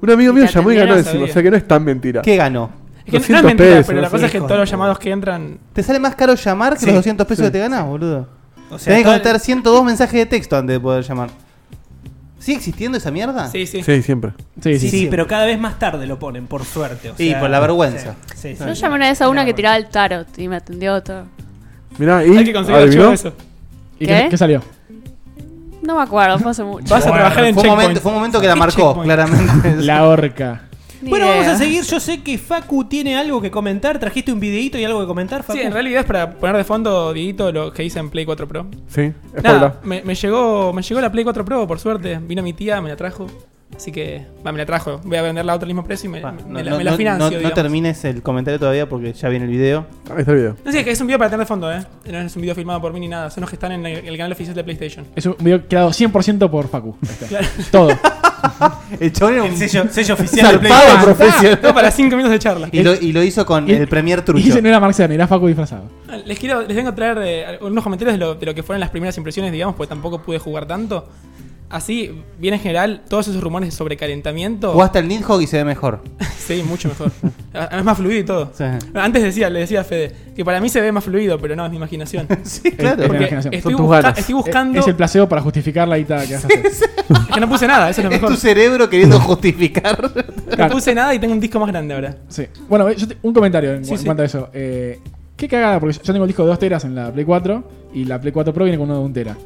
Speaker 6: Un amigo mío
Speaker 7: Ya
Speaker 6: llamó y
Speaker 7: tenía,
Speaker 6: ganó
Speaker 7: no
Speaker 6: encima.
Speaker 7: sabía.
Speaker 6: O sea que no es tan mentira.
Speaker 4: ¿Qué ganó?
Speaker 7: Es que no- no es
Speaker 6: 200
Speaker 7: mentira,
Speaker 6: pesos,
Speaker 7: pero la
Speaker 6: no sé,
Speaker 7: cosa es que
Speaker 4: hijo
Speaker 7: todos
Speaker 4: de
Speaker 7: los llamados que entran.
Speaker 4: Te sale más caro llamar que
Speaker 7: Sí,
Speaker 4: los 200 pesos
Speaker 6: sí.
Speaker 4: que te ganás, boludo.
Speaker 3: O sea,
Speaker 4: Tenés que
Speaker 3: todo el-
Speaker 4: contestar 102 mensajes de texto antes de poder llamar. ¿Sigue existiendo esa mierda?
Speaker 7: Sí, sí.
Speaker 6: Sí, siempre.
Speaker 5: Sí,
Speaker 3: Sí,
Speaker 5: sí.
Speaker 3: sí, pero cada vez más tarde lo ponen, por suerte. o
Speaker 4: Sí,
Speaker 3: sea,
Speaker 4: por la vergüenza.
Speaker 3: Sí, sí, sí.
Speaker 8: Yo llamé una vez a una que tiraba el tarot y me atendió todo.
Speaker 6: Mirá, y.
Speaker 7: Hay que conseguir archivo
Speaker 6: ¿adivinó?
Speaker 7: de eso.
Speaker 5: ¿Y qué,
Speaker 8: ¿Qué?
Speaker 5: qué salió?
Speaker 8: No me acuerdo, fue hace mucho.
Speaker 7: Vas a trabajar en
Speaker 4: Fue un,
Speaker 7: Checkpoint.
Speaker 4: momento, fue un momento que la
Speaker 7: ¿Qué
Speaker 4: marcó,
Speaker 7: checkpoint?
Speaker 4: claramente.
Speaker 5: La horca.
Speaker 8: Ni
Speaker 3: Bueno,
Speaker 8: idea.
Speaker 3: vamos a seguir. Yo sé que Facu tiene algo que comentar. ¿Trajiste un videito y algo que comentar, Facu?
Speaker 7: Sí, en realidad es para poner de fondo, Dieguito, lo que hice en Play 4 Pro.
Speaker 6: Sí, es
Speaker 7: Nada,
Speaker 6: Paula.
Speaker 7: me, me llegó, me llegó la Play 4 Pro, por suerte. Vino mi tía, me la trajo. Así que, va, me la trajo. Voy a venderla a otro mismo precio y me,
Speaker 4: Ah,
Speaker 7: me
Speaker 4: no,
Speaker 7: la,
Speaker 4: no-
Speaker 7: me la
Speaker 4: no-
Speaker 7: financio.
Speaker 4: no- no
Speaker 7: digamos.
Speaker 4: termines el comentario todavía porque ya viene el video.
Speaker 6: Ahí está el video.
Speaker 7: No sé, es que es un video para tener de fondo, ¿eh? No es un video filmado por mí ni nada. Son los que están en el, el canal oficial de PlayStation.
Speaker 5: Es un video creado 100% por Facu. Ahí está. Todo.
Speaker 4: El chabón era
Speaker 3: El
Speaker 4: un
Speaker 3: sello, sello oficial de Play.
Speaker 4: zarpado
Speaker 3: Pass.
Speaker 7: No,
Speaker 4: profesional.
Speaker 7: para 5 minutos de charla.
Speaker 4: Y lo, y lo hizo con
Speaker 5: Y-
Speaker 4: el Premier
Speaker 5: Y
Speaker 4: Trucho.
Speaker 5: ese no era Mark Cerny, era Facu disfrazado.
Speaker 7: Ah, Les quiero, les vengo a traer eh, unos comentarios de lo, de lo que fueron las primeras impresiones, digamos, porque tampoco pude jugar tanto. Así, bien en general, todos esos rumores sobre calentamiento.
Speaker 4: O hasta el Nidhogg y se ve mejor.
Speaker 7: Sí, mucho mejor. Además, más fluido y todo.
Speaker 4: Sí.
Speaker 7: Antes decía, le decía a Fede, que para mí se ve más fluido, pero no, es mi imaginación.
Speaker 4: Sí,
Speaker 5: claro.
Speaker 4: claro.
Speaker 5: Es mi
Speaker 7: Porque
Speaker 5: imaginación,
Speaker 7: estoy,
Speaker 6: son tus
Speaker 7: busca-
Speaker 6: ganas.
Speaker 7: estoy buscando.
Speaker 5: Es el placebo para justificar la guita que vas a hacer.
Speaker 7: es que no puse nada, eso es lo
Speaker 4: Es
Speaker 7: mejor.
Speaker 4: tu cerebro queriendo justificar.
Speaker 7: No
Speaker 5: Claro.
Speaker 7: puse nada y tengo un disco más grande ahora.
Speaker 5: Sí. Bueno, yo te- un comentario en,
Speaker 7: Sí,
Speaker 5: en
Speaker 7: sí.
Speaker 5: cuanto a eso. Eh, qué cagada, porque yo tengo el disco de 2 teras en la Play 4 y la Play 4 Pro viene con uno de 1 tera.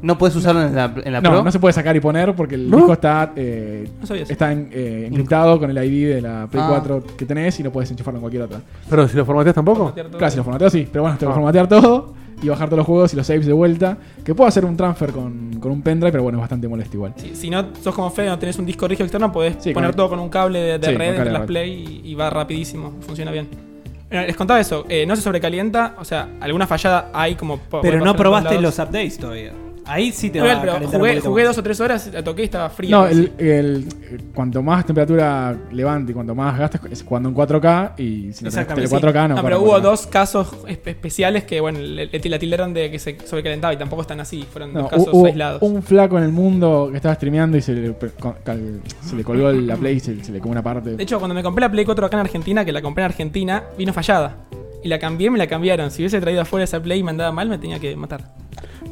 Speaker 4: No puedes usarlo en la, en la
Speaker 5: no,
Speaker 4: Pro.
Speaker 5: no se puede sacar y poner porque el
Speaker 6: ¿No?
Speaker 5: disco está, eh,
Speaker 7: No sabía eso.
Speaker 5: está en- eh, encriptado con el ID de la Play
Speaker 4: Ah.
Speaker 5: 4 que tenés y no puedes enchufarlo en cualquier otra.
Speaker 6: Pero si lo formateas tampoco.
Speaker 5: Claro, si lo formateo sí, pero bueno, tengo que
Speaker 6: Ah.
Speaker 5: formatear todo y bajar todos los juegos y los saves de vuelta. Que puedo hacer un transfer con, con un pendrive, pero bueno, es bastante molesto igual.
Speaker 7: Si, si no sos como Fede, no tenés un disco rígido externo, podés
Speaker 5: Sí,
Speaker 7: poner
Speaker 5: con-
Speaker 7: todo con un cable de, de
Speaker 5: Sí, con
Speaker 7: red
Speaker 5: cable
Speaker 7: entre
Speaker 5: de
Speaker 7: las
Speaker 5: red.
Speaker 7: play y, y va rapidísimo, funciona bien. Bueno, les contaba eso, eh, no se sobrecalienta, o sea, alguna fallada hay como... po- puede
Speaker 3: Pero
Speaker 7: pasar
Speaker 3: no
Speaker 7: en
Speaker 3: probaste
Speaker 7: todos
Speaker 3: los
Speaker 7: lados.
Speaker 3: updates todavía. Ahí sí te
Speaker 7: No,
Speaker 3: va
Speaker 7: real,
Speaker 3: a
Speaker 7: pero
Speaker 3: calentar un
Speaker 7: jugué,
Speaker 3: poquito
Speaker 7: jugué
Speaker 3: más.
Speaker 7: dos o tres horas, la toqué y estaba fría.
Speaker 5: No,
Speaker 7: así.
Speaker 5: el, el- cuanto más temperatura levante y cuanto más gastas es cuando en 4K y si no tenés tele
Speaker 3: Exactamente, sí.
Speaker 5: 4K no.
Speaker 7: Ah,
Speaker 5: corre
Speaker 7: pero
Speaker 5: en
Speaker 7: hubo
Speaker 5: 4K.
Speaker 7: dos casos espe- especiales que, bueno, le, le- la tildaron de que se sobrecalentaba y tampoco están así, fueron
Speaker 5: No,
Speaker 7: dos casos
Speaker 5: hubo
Speaker 7: aislados.
Speaker 5: un flaco en el mundo que estaba streameando y se le, pe- con- cal- se le colgó la play y se, se le comió una parte.
Speaker 7: De hecho, cuando me compré la Play 4 acá en Argentina, que la compré en Argentina, vino fallada. Y la cambié, me la cambiaron. Si hubiese traído afuera esa Play y me andaba mal, me tenía que matar.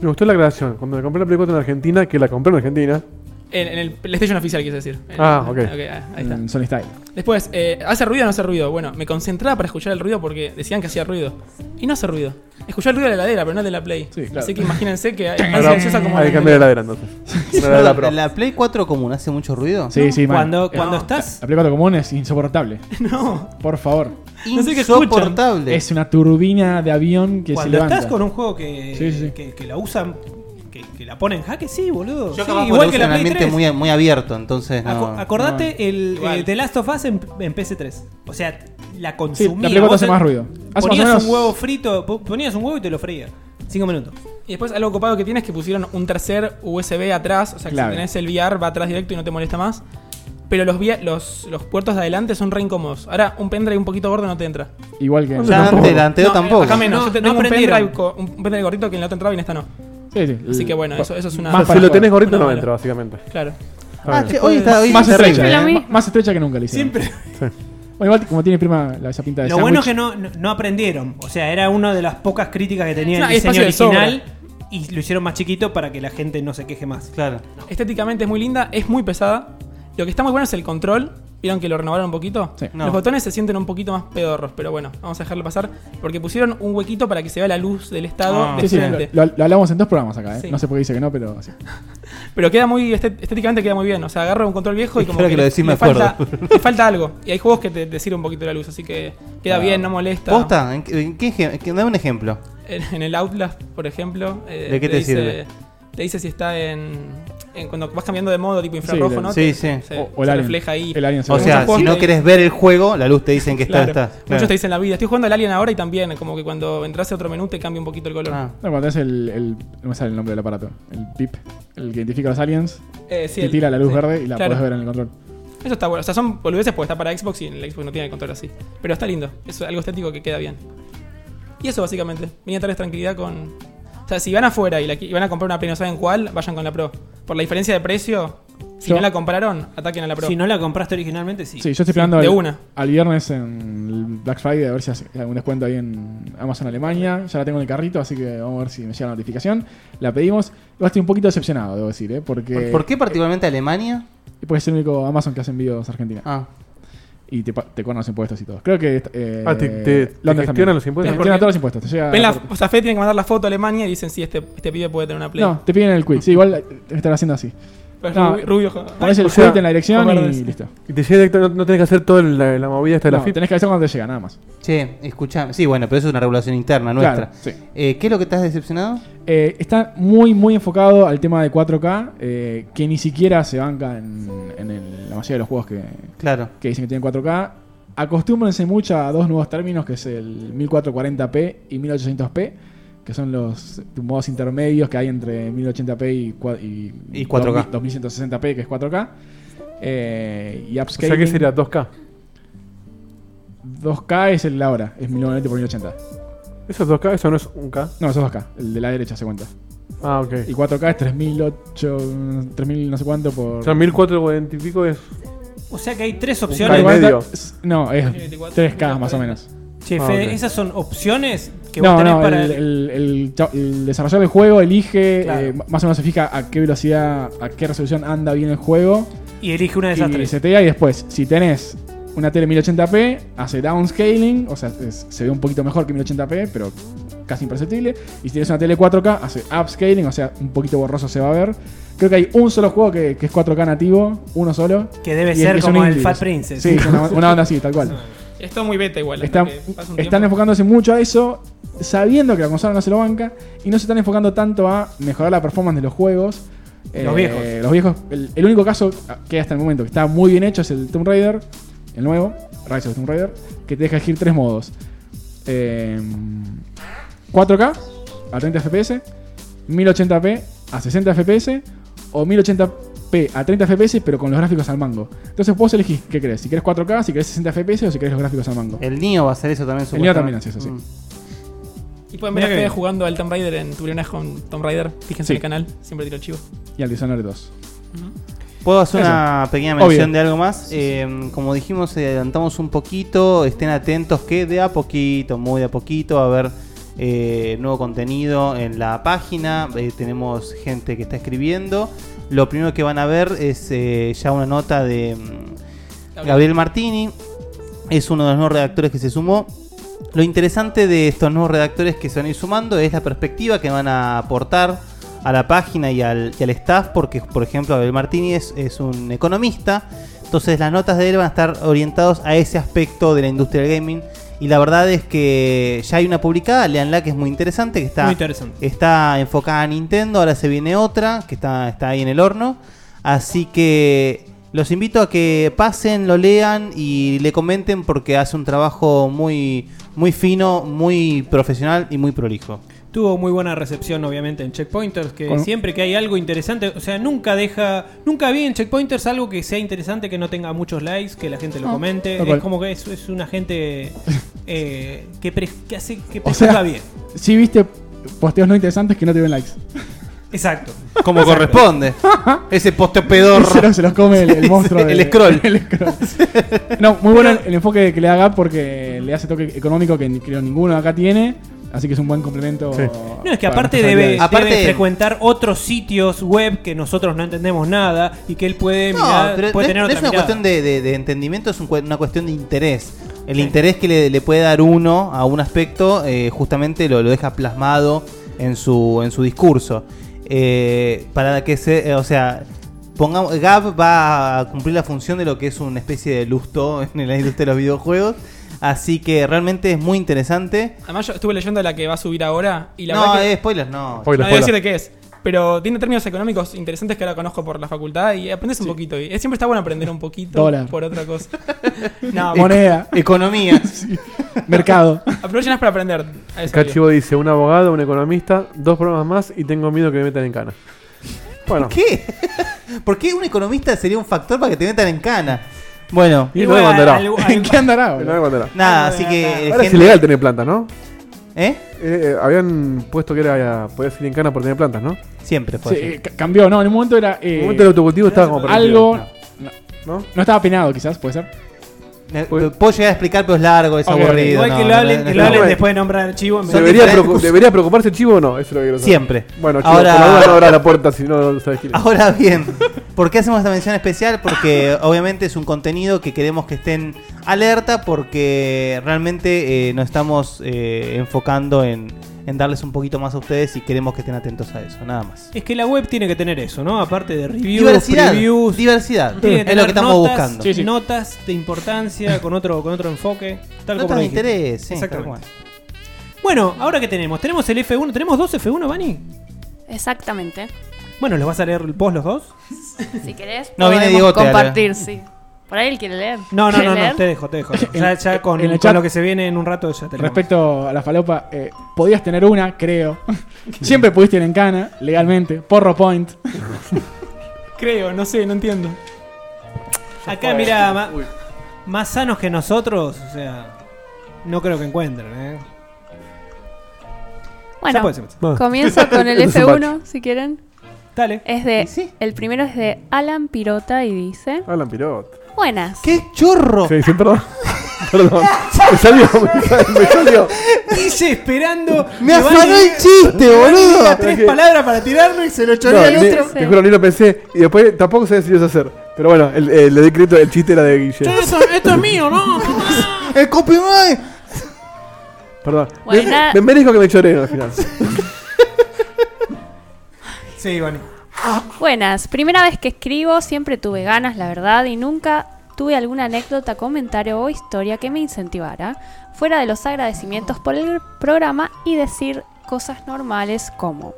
Speaker 6: Me gustó la grabación. Cuando me compré la Play 4 en Argentina, que la compré en Argentina.
Speaker 7: En, en el PlayStation oficial, quise decir. En-
Speaker 6: Ah, ok.
Speaker 7: Eh,
Speaker 6: Mm.
Speaker 7: ahí está.
Speaker 5: en Sony Style.
Speaker 7: Después, eh, ¿hace ruido o no hace ruido? Bueno, me concentraba para escuchar el ruido porque decían que hacía ruido. Y no hace ruido. Escuché el ruido de la heladera, pero no el de la Play.
Speaker 5: Sí, claro.
Speaker 7: Así que imagínense que es tan
Speaker 6: Ahora
Speaker 7: silenciosa como
Speaker 6: hay
Speaker 7: la
Speaker 6: que cambiar de
Speaker 7: anterior.
Speaker 6: heladera entonces. Una heladera pro.
Speaker 4: ¿La Play 4 común hace mucho ruido?
Speaker 5: Sí, sí, mal.
Speaker 3: Cuando,
Speaker 5: Eh,
Speaker 3: cuando
Speaker 5: la-
Speaker 3: estás.
Speaker 5: La Play 4 común es insoportable.
Speaker 7: No.
Speaker 5: Por favor.
Speaker 7: No sé qué
Speaker 4: Insoportable.
Speaker 5: Es una turbina de avión que se
Speaker 3: Cuando
Speaker 5: levanta.
Speaker 3: estás con un juego que,
Speaker 5: Sí, sí, sí.
Speaker 3: que, que la usan. Que, que la ponen en jaque, sí, boludo.
Speaker 4: Yo
Speaker 3: Sí,
Speaker 4: capaz
Speaker 3: igual
Speaker 4: lo uso
Speaker 3: que
Speaker 4: en
Speaker 3: la
Speaker 4: un
Speaker 3: Play
Speaker 4: ambiente
Speaker 3: 3.
Speaker 4: muy, muy abierto, entonces no.
Speaker 3: Aco- acordate el
Speaker 7: Igual.
Speaker 3: eh, The Last of Us en, en PS3. O sea, la
Speaker 5: Sí, la
Speaker 3: consumía.
Speaker 5: Play 4
Speaker 3: Vos
Speaker 5: hace
Speaker 3: te-
Speaker 5: más ruido. Hace más o
Speaker 3: Ponías
Speaker 5: menos-
Speaker 3: un huevo frito, po- ponías un huevo y te lo freía. Cinco minutos.
Speaker 7: Y después algo copado que tiene es que pusieron un tercer USB atrás, o sea que
Speaker 5: Clave.
Speaker 7: si tenés el VR va atrás directo y no te molesta más. Pero los, via- los, los puertos de adelante son re incómodos. Ahora un pendrive un poquito gordo no te entra.
Speaker 5: Igual que.
Speaker 4: Ya
Speaker 6: tampoco.
Speaker 4: ante- la anterior
Speaker 7: No,
Speaker 4: tampoco.
Speaker 7: Acá menos.
Speaker 3: No,
Speaker 7: Yo te-
Speaker 3: no
Speaker 7: tengo un
Speaker 3: aprendieron.
Speaker 7: pendrive, co- un pendrive gordito que en la otra entraba y en esta no.
Speaker 5: Sí, sí.
Speaker 7: Así que bueno, eso, eso es una.
Speaker 5: Más
Speaker 6: O sea, si lo tenés gorrito
Speaker 7: Una
Speaker 6: no
Speaker 7: mala.
Speaker 6: entra, básicamente.
Speaker 7: Claro.
Speaker 4: Ah, che, hoy está hoy
Speaker 5: Más
Speaker 4: es
Speaker 5: estrecha,
Speaker 4: terrible,
Speaker 8: la
Speaker 5: eh.
Speaker 4: ¿eh?
Speaker 8: misma.
Speaker 5: Más estrecha que nunca le hicieron.
Speaker 3: Siempre.
Speaker 5: Bueno, igual como tiene prima la- esa pinta de
Speaker 3: Lo bueno es que
Speaker 5: sándwich,
Speaker 3: no, no- no aprendieron. O sea, era una de las pocas críticas que tenía
Speaker 7: No,
Speaker 3: el
Speaker 7: Ah, hay
Speaker 3: diseño
Speaker 7: espacio de
Speaker 3: original. Y lo hicieron más chiquito para que la gente no se queje más.
Speaker 4: Claro.
Speaker 7: Estéticamente es muy linda, es muy pesada. Lo que está muy bueno es el control. ¿Vieron que lo renovaron un poquito?
Speaker 5: Sí.
Speaker 4: No.
Speaker 7: Los botones se sienten un poquito más pedorros, pero bueno, vamos a dejarlo pasar. Porque pusieron un huequito para que se vea la luz del estado
Speaker 4: Ah.
Speaker 7: de
Speaker 5: Sí, sí,
Speaker 7: frente.
Speaker 5: lo, lo hablamos en dos programas acá, ¿eh?
Speaker 7: Sí.
Speaker 5: No sé por qué dice que no, pero sí.
Speaker 7: Pero queda muy estet- estéticamente queda muy bien. O sea, agarra un control viejo y como
Speaker 4: Espero que lo
Speaker 7: le-
Speaker 4: decís,
Speaker 7: le
Speaker 4: me
Speaker 7: falta,
Speaker 4: acuerdo.
Speaker 7: le falta algo. Y hay juegos que te, te sirve un poquito la luz, así que queda
Speaker 5: Ah.
Speaker 7: bien, no molesta.
Speaker 4: ¿Posta? ¿En qué- en qué ejem- que- Dame un ejemplo.
Speaker 7: En, en el Outlast, por ejemplo, eh,
Speaker 4: ¿De qué te
Speaker 7: dice-
Speaker 4: sirve?
Speaker 7: Te dice si está en, en- cuando vas cambiando de modo tipo infrarrojo,
Speaker 5: Sí,
Speaker 7: ¿no?
Speaker 4: sí,
Speaker 7: Te-
Speaker 4: sí.
Speaker 7: Se,
Speaker 5: O- o
Speaker 7: se
Speaker 5: el Alien.
Speaker 7: refleja ahí.
Speaker 5: El Alien se
Speaker 4: O
Speaker 5: ve.
Speaker 4: sea,
Speaker 7: Muchos
Speaker 4: si no
Speaker 7: juegos-
Speaker 4: querés ver el juego, la luz te dicen que está.
Speaker 7: Claro.
Speaker 4: está.
Speaker 7: Muchos
Speaker 4: Claro.
Speaker 7: te dicen la vida. Estoy jugando al Alien ahora y también, como que cuando entras a otro menú te cambia un poquito el color.
Speaker 4: Ah.
Speaker 5: No, cuando es el, el- No me sale el nombre del aparato. El PIP, el que identifica a los aliens,
Speaker 7: Eh, sí,
Speaker 5: que
Speaker 7: el-
Speaker 5: tira la luz
Speaker 7: sí.
Speaker 5: verde y la
Speaker 7: Claro.
Speaker 5: podés ver en el control.
Speaker 7: Eso está bueno. O sea, son boludeces porque está para Xbox y en el Xbox no tiene el control así. Pero está lindo. Es algo estético que queda bien. Y eso básicamente. Vine a traerles tranquilidad con. O sea, si van afuera y, la qui- y van a comprar una Play no saben cuál, vayan con la Pro. Por la diferencia de precio, Si no la compraron, ataquen a la Pro.
Speaker 3: Si no la compraste originalmente, sí.
Speaker 5: Sí, yo estoy esperando
Speaker 7: de
Speaker 5: al,
Speaker 7: una.
Speaker 5: al viernes en el Black Friday a ver si hace algún descuento ahí en Amazon Alemania. Ya la tengo en el carrito, así que vamos a ver si me llega la notificación. La pedimos. Igual estoy un poquito decepcionado, debo decir, ¿eh? Porque,
Speaker 4: ¿Por, por qué particularmente Alemania?
Speaker 5: porque es el único Amazon que hace envíos a Argentina.
Speaker 4: Ah,
Speaker 5: Y te, pa- te cobran los impuestos y todo. Creo que. Eh,
Speaker 6: Ah, te- te- te
Speaker 5: Londres
Speaker 6: gestionan
Speaker 5: también.
Speaker 6: los impuestos.
Speaker 5: Te gestionan todos los impuestos. Te llega
Speaker 7: Ven la,
Speaker 5: por-
Speaker 7: o sea, Fede tiene que mandar la foto a Alemania y dicen, sí, este, este pibe puede tener una Play.
Speaker 5: No, te piden el quit. Sí, igual eh, estará haciendo así.
Speaker 7: Pero es
Speaker 5: no.
Speaker 7: rubi- rubio. jo-
Speaker 5: Pones el
Speaker 6: o sea,
Speaker 5: quit en la dirección
Speaker 7: con
Speaker 5: y
Speaker 7: verdes.
Speaker 5: listo.
Speaker 6: Y te llega directo, no, no tenés que hacer toda la, la movida esta de
Speaker 5: No,
Speaker 6: la FIP.
Speaker 5: tenés que avisar cuando te llega, nada más.
Speaker 4: che, escuchame. Ah, Sí, bueno, pero eso es una regulación interna nuestra.
Speaker 5: Claro, sí.
Speaker 4: Eh, ¿Qué es lo que estás decepcionado?
Speaker 5: Eh, está muy, muy enfocado al tema de 4K, eh, que ni siquiera se banca en, en el- la mayoría de los juegos que,
Speaker 4: Claro.
Speaker 5: que dicen que tienen 4K. Acostúmbrense mucho a dos nuevos términos, que es el 1440p y 1800p, que son los modos intermedios que hay entre 1080p y, cua- y,
Speaker 4: Y 4K.
Speaker 5: 2160p, que es 4K. Eh, y
Speaker 6: O sea
Speaker 5: upscaling.
Speaker 6: que sería 2K.
Speaker 5: 2K es el de ahora, es 1990 por 1080.
Speaker 6: ¿Eso es 2K? ¿Eso no es 1K?
Speaker 5: No, eso es 2K, el de la derecha se cuenta.
Speaker 6: Ah, ok.
Speaker 5: Y 4K es 3008, 3000 no sé cuánto por...
Speaker 6: O sea, 1440 y pico es.
Speaker 3: O sea que hay tres
Speaker 6: K y
Speaker 3: opciones.
Speaker 5: Igual está-
Speaker 6: medio.
Speaker 5: es- No, es 3K más o menos.
Speaker 3: Che,
Speaker 6: Ah,
Speaker 3: Fede,
Speaker 6: ok.
Speaker 3: esas son opciones que
Speaker 5: no,
Speaker 3: vos tenés
Speaker 5: no,
Speaker 3: para.
Speaker 5: el, el- el cha- el desarrollador del juego elige,
Speaker 3: Claro.
Speaker 5: eh, más o menos se fija a qué velocidad, a qué resolución anda bien el juego.
Speaker 3: Y elige una de esas
Speaker 5: Y
Speaker 3: tres.
Speaker 5: setea y después, si tenés una tele 1080p, hace downscaling, o sea, es- se ve un poquito mejor que 1080p, pero casi imperceptible. Y si tienes una tele 4K, hace upscaling, o sea, un poquito borroso se va a ver. Creo que hay un solo juego que, que es 4K nativo, uno solo.
Speaker 3: Que debe
Speaker 5: y es-
Speaker 3: ser
Speaker 5: es un
Speaker 3: como el
Speaker 5: indie.
Speaker 3: Fat Princess.
Speaker 5: Sí, una, una onda así, tal cual.
Speaker 7: Esto es muy beta igual. hasta
Speaker 5: Están,
Speaker 7: que pase un
Speaker 5: están
Speaker 7: tiempo.
Speaker 5: enfocándose mucho a eso, sabiendo que la consola no se lo banca, y no se están enfocando tanto a mejorar la performance de los juegos.
Speaker 3: Los viejos.
Speaker 5: Eh, Los viejos. El, el único caso que hasta el momento que está muy bien hecho es el Tomb Raider, el nuevo, Rise of Tomb Raider, que te deja elegir tres modos. Eh, 4K a 30 FPS, 1080p a 60 FPS o 1080p a 30 FPS pero con los gráficos al mango. Entonces vos elegís qué querés, si querés 4K, si querés 60 FPS o si querés los gráficos al mango.
Speaker 4: El niño va a hacer eso también,
Speaker 5: El Nioh
Speaker 4: supuestamente.
Speaker 5: también hace eso, sí.
Speaker 4: Mm.
Speaker 7: Y pueden ver a
Speaker 3: Mirá que
Speaker 7: Fede
Speaker 3: bien.
Speaker 7: jugando al Tomb Raider en Tubriones con Tomb Raider. Fíjense
Speaker 5: Sí.
Speaker 7: en el canal, siempre tiro chivo.
Speaker 5: Y al Dishonored 2.
Speaker 4: ¿Puedo hacer
Speaker 5: Eso.
Speaker 4: una pequeña mención
Speaker 5: Obvio.
Speaker 4: de algo más? Eh, como dijimos, eh, adelantamos un poquito. Estén atentos que de a poquito, muy de a poquito, va a haber eh, nuevo contenido en la página. Eh, tenemos gente que está escribiendo. Lo primero que van a ver es eh, ya una nota de mm, Gabriel Martini. Es uno de los nuevos redactores que se sumó. Lo interesante de estos nuevos redactores que se van a ir sumando es la perspectiva que van a aportar a la página y al, y al staff, porque por ejemplo Abel Martini es, es un economista, entonces las notas de él van a estar orientados a ese aspecto de la industria del gaming. Y la verdad es que ya hay una publicada, leanla que es muy interesante, que está,
Speaker 3: Muy interesante.
Speaker 4: está enfocada a Nintendo, ahora se viene otra, que está, está ahí en el horno. Así que los invito a que pasen, lo lean y le comenten porque hace un trabajo muy, muy fino, muy profesional y muy prolijo.
Speaker 3: Tuvo muy buena recepción, obviamente, en Checkpointers, que
Speaker 5: Con-
Speaker 3: siempre que hay algo interesante, o sea, nunca deja, nunca vi en Checkpointers algo que sea interesante, que no tenga muchos likes, que la gente lo
Speaker 5: No,
Speaker 3: comente.
Speaker 5: tal cual.
Speaker 3: Es como que es, es una gente eh, que, pres- que hace que
Speaker 5: O
Speaker 3: presenta
Speaker 5: sea-
Speaker 3: bien.
Speaker 5: Si viste posteos no interesantes que no te ven likes.
Speaker 3: Exacto.
Speaker 4: Como corresponde. Ese posteo pedorro.
Speaker 5: Se los, se los come el, el
Speaker 4: Sí,
Speaker 5: monstruo.
Speaker 4: el
Speaker 5: de-
Speaker 4: scroll.
Speaker 5: el scroll. No, muy bueno el enfoque que le da Gap porque le hace toque económico que ni- creo ninguno acá tiene. Así que es un buen complemento.
Speaker 6: Sí.
Speaker 3: No, es que
Speaker 5: para
Speaker 3: aparte
Speaker 5: nuestras
Speaker 3: debe,
Speaker 5: habilidades.
Speaker 4: Aparte-
Speaker 3: debe frecuentar otros sitios web que nosotros no entendemos nada y que él puede
Speaker 4: No,
Speaker 3: mirar,
Speaker 4: pero
Speaker 3: puede
Speaker 4: no es-
Speaker 3: tener
Speaker 4: no
Speaker 3: otra
Speaker 4: es una
Speaker 3: mirada.
Speaker 4: cuestión de, de- de entendimiento, es un cu- una cuestión de interés. El interés que le, le puede dar uno a un aspecto, eh, justamente lo, lo deja plasmado en su, en su discurso. Eh, para que se, eh, o sea, pongamos, Gab va a cumplir la función de lo que es una especie de lustro en la industria de los videojuegos. Así que realmente es muy interesante.
Speaker 7: Además, yo estuve leyendo la que va a subir ahora y la
Speaker 4: no,
Speaker 7: verdad que...
Speaker 4: eh, spoilers, no.
Speaker 6: Spoiler,
Speaker 7: no voy a decir de
Speaker 6: spoiler.
Speaker 7: qué es. Pero tiene términos económicos interesantes que ahora conozco por la facultad y aprendes un poquito. Y es- siempre está bueno aprender un poquito
Speaker 5: Dólar.
Speaker 7: por otra cosa. no, bueno,
Speaker 5: Moneda,
Speaker 4: Economía.
Speaker 5: mercado.
Speaker 7: aprovechalas para aprender. A eso digo.
Speaker 6: Cachivo dice: un abogado, un economista, dos programas más y tengo miedo que me metan en cana. Bueno,
Speaker 4: ¿Qué? ¿Por qué un economista sería un factor para que te metan en cana? Bueno,
Speaker 6: y luego andará.
Speaker 3: algo-
Speaker 5: ¿En qué andará? boludo?
Speaker 6: Luego andará.
Speaker 4: Nada,
Speaker 3: Algo
Speaker 4: así
Speaker 3: de
Speaker 4: que.
Speaker 3: acá.
Speaker 4: eh,
Speaker 6: Ahora es
Speaker 4: gente-
Speaker 6: ilegal tener planta, ¿no?
Speaker 4: ¿Eh?
Speaker 6: Eh, eh, habían puesto que era podías ir en cana por tener plantas, ¿no?
Speaker 4: Siempre
Speaker 5: Sí,
Speaker 4: fue así.
Speaker 5: eh, ca- cambió, no, en un momento era. eh,
Speaker 6: En el momento del autocultivo estaba como
Speaker 5: algo.
Speaker 6: permitido,
Speaker 5: No,
Speaker 6: ¿no?
Speaker 5: no estaba penado, quizás, puede ser.
Speaker 4: Eh, Puedo llegar a explicar, pero es largo, es
Speaker 5: Ok, ok.
Speaker 4: aburrido.
Speaker 3: Igual
Speaker 4: no,
Speaker 3: que
Speaker 4: no,
Speaker 3: lo hablen,
Speaker 4: no,
Speaker 3: que
Speaker 4: no,
Speaker 3: lo
Speaker 4: no.
Speaker 3: hablen
Speaker 6: bueno.
Speaker 3: después de nombrar el chivo. en vez de-
Speaker 6: ¿Debería,
Speaker 4: diferentes
Speaker 6: preocu-
Speaker 4: cosas.
Speaker 6: debería preocuparse el chivo o no? Eso es lo que quiero saber.
Speaker 4: Siempre.
Speaker 6: Bueno, chivo,
Speaker 4: Ahora-
Speaker 6: por la duda no abra la puerta si no no sabes quién es.
Speaker 4: Ahora bien, ¿por qué hacemos esta mención especial? Porque obviamente es un contenido que queremos que estén alerta porque realmente eh, nos estamos eh, enfocando en, en darles un poquito más a ustedes y queremos que estén atentos a eso, nada más.
Speaker 3: Es que la web tiene que tener eso, ¿no? Aparte de reviews,
Speaker 4: Diversidad,
Speaker 3: previews.
Speaker 4: diversidad,
Speaker 3: tiene
Speaker 4: es lo
Speaker 3: tener
Speaker 4: que estamos
Speaker 3: notas,
Speaker 4: buscando.
Speaker 5: Sí, sí.
Speaker 3: Notas de importancia con otro, con otro enfoque. Tal como
Speaker 4: Notas
Speaker 3: lo
Speaker 4: de
Speaker 3: dijiste.
Speaker 4: interés, sí,
Speaker 3: Exactamente.
Speaker 4: tal cual.
Speaker 3: Bueno, ahora que tenemos, tenemos el F1, tenemos dos F1, Vani.
Speaker 8: Exactamente.
Speaker 3: Bueno, ¿los vas a leer vos los dos?
Speaker 8: Si querés,
Speaker 4: No, viene
Speaker 8: podemos
Speaker 4: Diegote, Ale.
Speaker 8: compartir, sí. Por ahí él quiere leer.
Speaker 3: No, no,
Speaker 8: ¿Quiere
Speaker 3: no, no,
Speaker 8: leer?
Speaker 3: te dejo, te dejo. Ya, ya con,
Speaker 5: Eh, en el
Speaker 3: con
Speaker 5: chat-
Speaker 3: lo que se viene en un rato ya te
Speaker 5: Respecto a la falopa, eh, podías tener una, creo. Siempre pudiste ir en cana, legalmente. Porro Point.
Speaker 7: Creo, no sé, no entiendo.
Speaker 3: Acá, mira, ma- más sanos que nosotros, o sea, no creo que encuentren, ¿eh? Ya puede
Speaker 8: Bueno,
Speaker 3: ser.
Speaker 8: comienzo con el
Speaker 6: Es un
Speaker 8: F1, si quieren.
Speaker 3: Dale.
Speaker 8: Es de.
Speaker 4: Sí.
Speaker 8: El primero es de Alan Pirota y dice.
Speaker 6: Alan Pirot.
Speaker 8: Buenas.
Speaker 4: ¡Qué chorro!
Speaker 6: Se dice, perdón. perdón. Me salió, me salió. Me salió.
Speaker 3: Dice esperando.
Speaker 4: ¡Me
Speaker 3: que Vani
Speaker 4: afanó
Speaker 6: Eh,
Speaker 4: el chiste, boludo!
Speaker 3: diga tres palabras para tirarlo y se lo
Speaker 6: No,
Speaker 3: chorrea al
Speaker 6: ni-
Speaker 3: otro.
Speaker 8: otro.
Speaker 6: te juro, ni lo pensé. Y después tampoco sabía si lo iba a hacer. Pero bueno, el, eh, el, el decreto, el chiste era de Guille.
Speaker 3: Esto, esto es mío, ¿no?
Speaker 4: ¡El copyright!
Speaker 6: Perdón.
Speaker 8: Bueno,
Speaker 6: Me, me merezco que me choreen al final.
Speaker 3: Sí, Vani.
Speaker 8: Buenas, primera vez que escribo, siempre tuve ganas, la verdad, y nunca tuve alguna anécdota, comentario o historia que me incentivara, fuera de los agradecimientos por el programa y decir cosas normales como...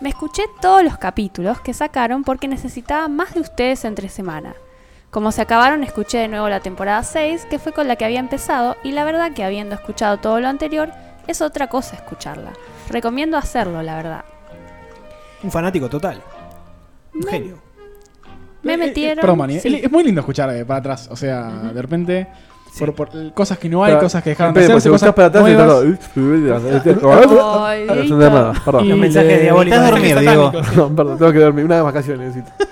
Speaker 8: Me escuché todos los capítulos que sacaron porque necesitaba más de ustedes entre semana. Como se acabaron, escuché de nuevo la temporada 6, que fue con la que había empezado, y la verdad que habiendo escuchado todo lo anterior, es otra cosa escucharla. Recomiendo hacerlo, la verdad.
Speaker 3: Un fanático total. Un genio.
Speaker 8: Me
Speaker 5: Eh, eh,
Speaker 8: metieron...
Speaker 5: Perdón, Mani,
Speaker 8: sí.
Speaker 5: él- Es muy lindo escuchar eh, para atrás. O sea, de repente. Por, por cosas que no hay,
Speaker 6: Pero-
Speaker 5: cosas que dejaron de
Speaker 6: Espera,
Speaker 5: hacer.
Speaker 6: pues, si buscas para atrás y
Speaker 5: nuevas.
Speaker 6: Este, estás- No
Speaker 8: Ay,
Speaker 6: entender
Speaker 5: Y-
Speaker 3: Un
Speaker 6: nada, este, perdón. Eh,
Speaker 3: mensaje
Speaker 5: Estás
Speaker 3: diabólico.
Speaker 4: dormido,
Speaker 3: mensaje
Speaker 4: Diego.
Speaker 3: satánico.
Speaker 6: Perdón, perdón, tengo que dormir. Una vacaciones necesito.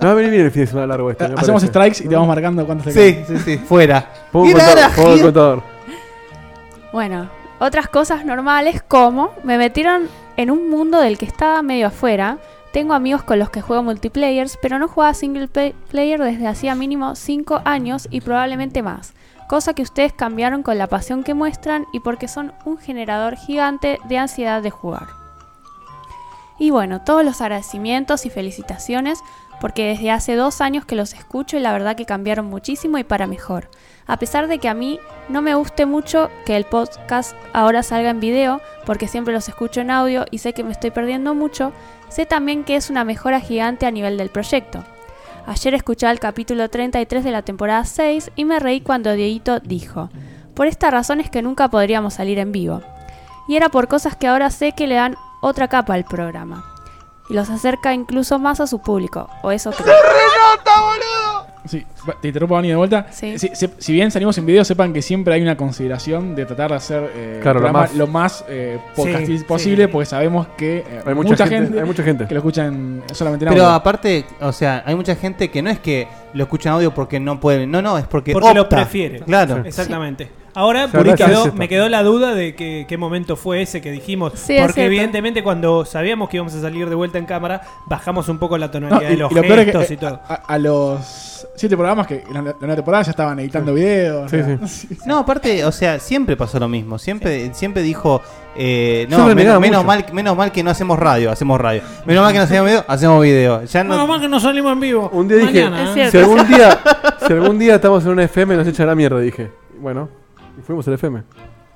Speaker 6: No, vení, viene el fin de semana largo este. me
Speaker 5: Hacemos
Speaker 6: parece.
Speaker 5: strikes y te vamos marcando cuántas te
Speaker 4: Sí, sí, sí, fuera.
Speaker 6: Pongo el
Speaker 4: Mirá
Speaker 6: contador,
Speaker 4: la
Speaker 6: pongo el
Speaker 4: gil-
Speaker 6: contador.
Speaker 8: Bueno, otras cosas normales como me metieron en un mundo del que estaba medio afuera. Tengo amigos con los que juego multiplayers, pero no jugaba single play- player desde hacía mínimo 5 años y probablemente más. Cosa que ustedes cambiaron con la pasión que muestran y porque son un generador gigante de ansiedad de jugar. Y bueno, todos los agradecimientos y felicitaciones porque desde hace dos años que los escucho y la verdad que cambiaron muchísimo y para mejor. A pesar de que a mí no me guste mucho que el podcast ahora salga en video, porque siempre los escucho en audio y sé que me estoy perdiendo mucho, sé también que es una mejora gigante a nivel del proyecto. Ayer escuchaba el capítulo 33 de la temporada 6 y me reí cuando Dieguito dijo, por esta razón es que nunca podríamos salir en vivo. Y era por cosas que ahora sé que le dan otra capa al programa. Y los acerca incluso más a su público, o eso creo.
Speaker 5: Sí, va- te interrumpo, Dani, de vuelta.
Speaker 8: Sí.
Speaker 5: Si, se- si bien salimos en video, sepan que siempre hay una consideración de tratar de hacer eh, el
Speaker 6: Claro, lo
Speaker 5: programa
Speaker 6: más-
Speaker 5: lo más eh, podcast
Speaker 3: Sí, sí.
Speaker 5: posible, porque sabemos que eh,
Speaker 6: Hay mucha, gente, Hay mucha gente.
Speaker 5: que lo escuchan solamente en
Speaker 4: Pero
Speaker 5: audio.
Speaker 4: aparte, o sea, hay mucha gente que no es que lo escuchan audio porque no pueden, no, no, es porque
Speaker 3: Porque lo
Speaker 4: opta.
Speaker 3: prefiere.
Speaker 4: Claro.
Speaker 3: Exactamente. Ahora
Speaker 6: sea,
Speaker 3: me
Speaker 6: la
Speaker 3: quedó,
Speaker 6: ciencia
Speaker 3: me
Speaker 6: está.
Speaker 3: quedó la duda de que, qué momento fue ese que dijimos.
Speaker 8: Sí, es
Speaker 3: Porque
Speaker 8: cierto.
Speaker 3: evidentemente cuando sabíamos que íbamos a salir de vuelta en cámara, bajamos un poco la
Speaker 5: No,
Speaker 3: tonalidad
Speaker 5: y-
Speaker 3: de los
Speaker 5: y lo peor es que,
Speaker 3: gestos y
Speaker 5: eh,
Speaker 3: todo.
Speaker 5: A, a los siete programas que en la, en la temporada ya estaban editando videos.
Speaker 6: Sí,
Speaker 5: o sea,
Speaker 4: No, aparte, o sea, siempre pasó lo mismo. Siempre, siempre dijo, eh, no,
Speaker 6: Siempre negaba
Speaker 4: menos, menos
Speaker 6: mucho.
Speaker 4: mal, menos mal que no hacemos radio, hacemos radio. Menos mal que no hacemos video, hacemos video. Ya no,
Speaker 3: que no salimos en vivo.
Speaker 6: Un día dije,
Speaker 8: Es
Speaker 3: ¿eh?
Speaker 8: cierto.
Speaker 6: Si algún día, si algún día estamos en una FM nos echan la mierda, dije. Bueno, y fuimos al FM.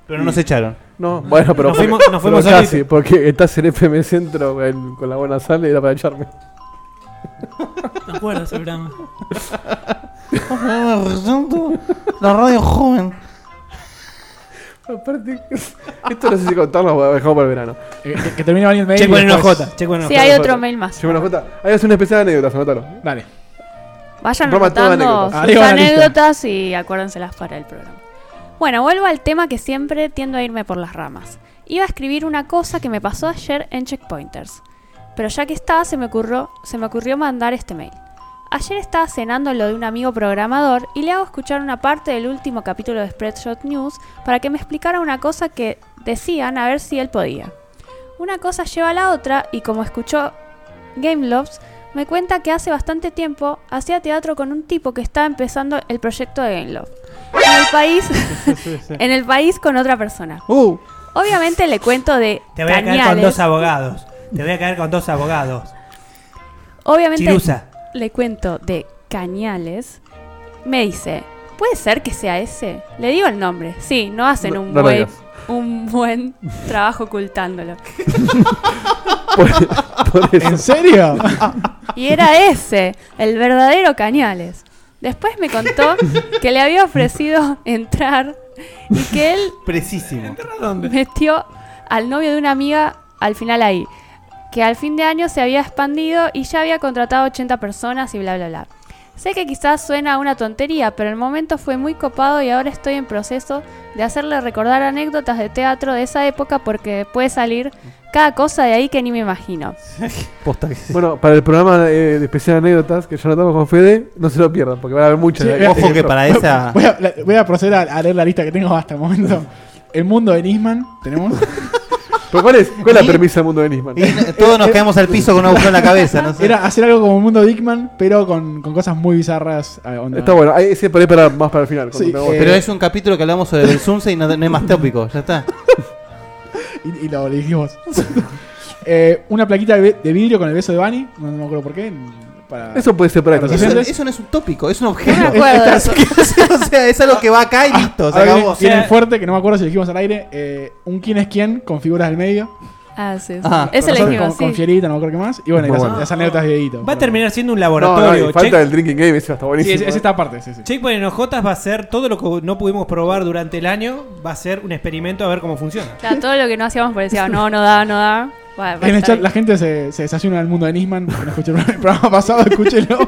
Speaker 4: pero no nos echaron.
Speaker 6: No, bueno, pero
Speaker 3: Nos
Speaker 6: porque-
Speaker 3: fuimos- nos fuimos
Speaker 6: pero
Speaker 3: al
Speaker 6: casi,
Speaker 3: Ite.
Speaker 6: porque estás en FM Centro en- con la buena sal y era para echarme.
Speaker 7: Me acuerdo ese programa.
Speaker 4: La radio joven.
Speaker 6: Aparte, esto no sé si contarlo o dejamos para el verano.
Speaker 5: eh, que, que termine Dani el mail. y
Speaker 3: Checo en una
Speaker 5: después-
Speaker 3: J. Checo en una
Speaker 8: Sí,
Speaker 3: J.
Speaker 8: hay otro mail más.
Speaker 6: Llevo una jota. Ahí hace una especial de anécdotas, anótalo.
Speaker 5: Dale.
Speaker 8: Vayan
Speaker 6: Roma, toda
Speaker 8: anotando
Speaker 6: anécdota.
Speaker 8: sus
Speaker 5: Arriba la lista.
Speaker 8: anécdotas y acuérdenselas para el programa. Bueno, vuelvo al tema que siempre tiendo a irme por las ramas. Iba a escribir una cosa que me pasó ayer en Checkpointers. Pero ya que está, se me ocurrió, se me ocurrió mandar este mail. Ayer estaba cenando en lo de un amigo programador y le hago escuchar una parte del último capítulo de Spreadshot News para que me explicara una cosa que decían a ver si él podía. Una cosa lleva a la otra y como escuchó Gameloves, me cuenta que hace bastante tiempo hacía teatro con un tipo que estaba empezando el proyecto de Gameloft. En el país, en el país con otra persona.
Speaker 5: Uh,
Speaker 8: Obviamente le cuento de
Speaker 3: Te voy a caer con
Speaker 8: Cañales.
Speaker 3: dos abogados. Te voy a caer con dos abogados.
Speaker 8: Obviamente
Speaker 3: Chirusa.
Speaker 8: le cuento de Cañales. Me dice, ¿puede ser que sea ese? Le digo el nombre. Sí, no hacen
Speaker 6: No-
Speaker 8: un,
Speaker 6: no lo
Speaker 8: buen,
Speaker 6: digas.
Speaker 8: un buen trabajo ocultándolo.
Speaker 6: Por, por
Speaker 5: ¿En
Speaker 6: eso.
Speaker 5: serio?
Speaker 8: Y era ese, el verdadero Cañales. Después me contó que le había ofrecido entrar y que él
Speaker 4: Precisísimo.
Speaker 8: metió al novio de una amiga al final ahí, que al fin de año se había expandido y ya había contratado 80 personas y bla, bla, bla. Sé que quizás suena una tontería, pero el momento fue muy copado y ahora estoy en proceso de hacerle recordar anécdotas de teatro de esa época porque puede salir cada cosa de ahí que ni me imagino.
Speaker 4: Posta que sí.
Speaker 6: Bueno, para el programa eh, de especial anécdotas que ya lo con Fede, no se lo pierdan, porque van a haber muchas.
Speaker 5: Sí,
Speaker 6: Eh,
Speaker 4: Ojo que para esa.
Speaker 5: Voy a, la- voy a proceder a, a leer la lista que tengo hasta el momento. El mundo de Nisman, tenemos.
Speaker 6: ¿Pero ¿Cuál es, cuál es
Speaker 4: Y-
Speaker 6: la permisa del mundo de Nisman?
Speaker 4: Y todos nos caemos al piso con un agujero en la cabeza, ¿no? sé.
Speaker 5: Eh, Era hacer algo como el mundo Dickman, pero con, con cosas muy bizarras. eh, onda.
Speaker 6: Está bueno, ahí sí, por ahí para, más para el final.
Speaker 5: Sí,
Speaker 6: cuando-
Speaker 5: eh,
Speaker 4: Pero es un capítulo que hablamos sobre el Sunset y no, no hay más tópico, ya está.
Speaker 5: Y, y lo dijimos. Eh, una plaquita de, vi- de vidrio con el beso de Bunny, no, no me acuerdo por qué. para-
Speaker 6: Eso puede ser para
Speaker 5: Para
Speaker 6: el
Speaker 5: los
Speaker 4: Eso,
Speaker 6: final.
Speaker 5: oyentes.
Speaker 4: eso no es un tópico, es un
Speaker 8: No
Speaker 4: objeto.
Speaker 8: me acuerdo de eso.
Speaker 4: o sea, es algo que va acá Ah, y listo, se
Speaker 5: Ahora viene,
Speaker 4: acabó.
Speaker 3: sea-
Speaker 5: viene el fuerte, que no me acuerdo si lo dijimos al aire. eh, un quién es quién con figuras del medio.
Speaker 8: Ah, sí. sí.
Speaker 4: Ah,
Speaker 8: Ese le
Speaker 5: Con-
Speaker 8: dijimos,
Speaker 5: con, con
Speaker 8: sí.
Speaker 5: Fierita, no me acuerdo qué más. Y bueno, y
Speaker 6: Muy
Speaker 5: las,
Speaker 6: bueno.
Speaker 5: las anécdotas de Dieguito.
Speaker 3: Va a terminar siendo un
Speaker 6: No, no, y
Speaker 3: laboratorio.
Speaker 6: falta
Speaker 3: Check-
Speaker 6: el drinking game, ese está
Speaker 5: Sí,
Speaker 6: buenísimo.
Speaker 4: ¿eh?
Speaker 5: ese- ese está aparte, sí, sí.
Speaker 3: Checkpoint en OJ va a ser todo lo que no pudimos probar durante el año. Va a ser un experimento a ver cómo funciona.
Speaker 8: Claro, todo lo que no hacíamos por decía, no, no da, no da. Va- va a
Speaker 5: En el
Speaker 8: estar
Speaker 5: chat
Speaker 8: ahí.
Speaker 5: la gente se, se desayuna del mundo de Nisman. que No escuché el programa- el programa pasado, escúchelo.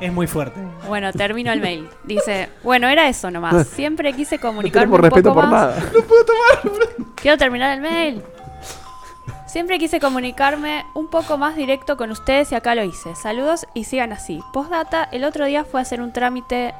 Speaker 3: Es muy fuerte.
Speaker 8: Bueno, termino el mail. Dice, bueno, era eso nomás. Siempre quise
Speaker 6: Ah. No
Speaker 8: comunicarme
Speaker 6: tenemos
Speaker 8: un
Speaker 6: respeto
Speaker 8: poco
Speaker 6: por
Speaker 8: más.
Speaker 6: nada.
Speaker 8: Quiero terminar el mail. Siempre quise comunicarme un poco más directo con ustedes y acá lo hice. Saludos y sigan así. Postdata, el otro día fui a hacer un trámite,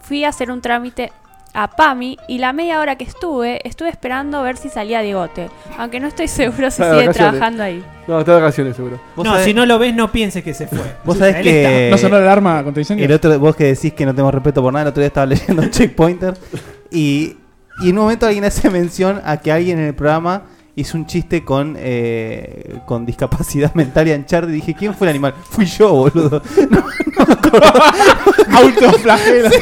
Speaker 8: fui a hacer un trámite a PAMI y la media hora que estuve, estuve esperando ver si salía Diegote, aunque no estoy seguro si
Speaker 6: Está de
Speaker 8: sigue
Speaker 6: vacaciones.
Speaker 8: trabajando ahí.
Speaker 6: No, está de vacaciones seguro.
Speaker 4: Vos
Speaker 3: no,
Speaker 4: sabés-
Speaker 3: si no lo ves, no pienses que se fue.
Speaker 4: Vos sabés
Speaker 3: Él
Speaker 4: que-
Speaker 3: está.
Speaker 5: ¿No sonó la alarma contra incendio?
Speaker 4: El otro, vos que decís que no tenemos respeto por nada, el otro día estaba leyendo Checkpointer y, y en un momento alguien hace mención a que alguien en el programa hizo un chiste con, eh, con discapacidad mental y Uncharted y dije, ¿quién fue el animal? Fui yo, boludo.
Speaker 5: Autoflagelo.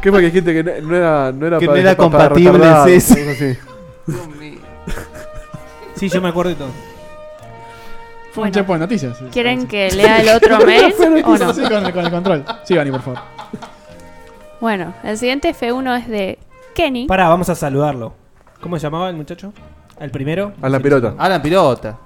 Speaker 6: ¿Qué fue que dijiste que no- no era, no era,
Speaker 4: Que
Speaker 6: para-
Speaker 4: no era
Speaker 6: para- para
Speaker 4: compatible,
Speaker 6: retardados,
Speaker 4: sí, sí.
Speaker 6: algo así.
Speaker 3: Sí, yo me acuerdo de todo.
Speaker 5: Fue un
Speaker 8: Bueno.
Speaker 5: checkpoint noticias. sí, sí.
Speaker 8: ¿Quieren que lea el otro mail o no?
Speaker 5: Sí, con, el- con el control. Sí, Vani, por favor.
Speaker 8: Bueno, el siguiente F1 es de Kenny.
Speaker 3: Pará, vamos a saludarlo. ¿Cómo se llamaba el muchacho? Al primero.
Speaker 6: A la pelota.
Speaker 4: Alan Pirota.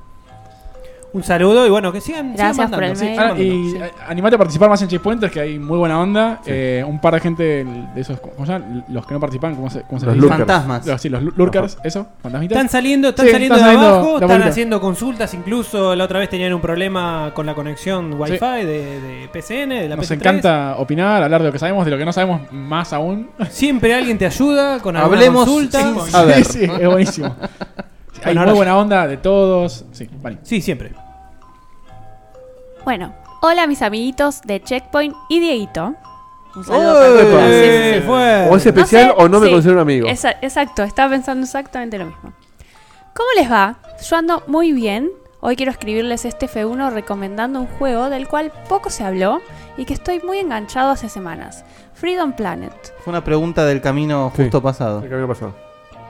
Speaker 3: Un saludo y bueno, que sigan, sigan
Speaker 8: Gracias por
Speaker 3: mandando,
Speaker 8: el mail.
Speaker 3: sí, sigan
Speaker 5: Ah, y
Speaker 8: Sí.
Speaker 5: eh, animate a participar más en Checkpointers, que hay muy buena onda. Eh, un par de gente de esos, ¿cómo se llaman? Los que no participan, ¿cómo se, cómo se
Speaker 6: Los
Speaker 5: le dice?
Speaker 6: lurkers.
Speaker 4: Fantasmas.
Speaker 5: Los- sí, los lu- lurkers, eso, fantasmitas.
Speaker 3: Están saliendo, están
Speaker 5: Sí,
Speaker 3: saliendo
Speaker 5: están
Speaker 3: de
Speaker 5: saliendo
Speaker 3: abajo,
Speaker 5: la
Speaker 3: están
Speaker 5: bolita.
Speaker 3: haciendo consultas, incluso la otra vez tenían un problema con la conexión Wi-Fi de, de PCN, de la
Speaker 5: Nos
Speaker 3: PS3.
Speaker 5: encanta opinar, hablar de lo que sabemos, de lo que no sabemos más aún.
Speaker 3: Siempre alguien te ayuda con alguna
Speaker 4: Hablemos
Speaker 3: consulta.
Speaker 4: sin-
Speaker 3: con-
Speaker 4: A ver.
Speaker 5: Sí, sí, es buenísimo. Sí, Hay
Speaker 3: Bueno,
Speaker 5: muy
Speaker 3: ahora-
Speaker 5: buena onda de todos. Sí, Vani.
Speaker 3: Sí, siempre.
Speaker 8: Bueno, hola mis amiguitos de Checkpoint y Dieguito. Un saludo
Speaker 6: ¡Uy!
Speaker 8: para todos. Sí, sí, sí.
Speaker 3: Eh, fue.
Speaker 6: O es especial
Speaker 8: sé,
Speaker 6: Oh, o no me
Speaker 8: sí.
Speaker 6: considero un amigo.
Speaker 8: Esa- exacto, estaba pensando exactamente lo mismo. ¿Cómo les va? Yo ando muy bien. Hoy quiero escribirles este F1 recomendando un juego del cual poco se habló y que estoy muy enganchado hace semanas. Freedom Planet.
Speaker 4: Fue una pregunta del camino
Speaker 6: Sí.
Speaker 4: justo pasado.
Speaker 6: El camino pasado.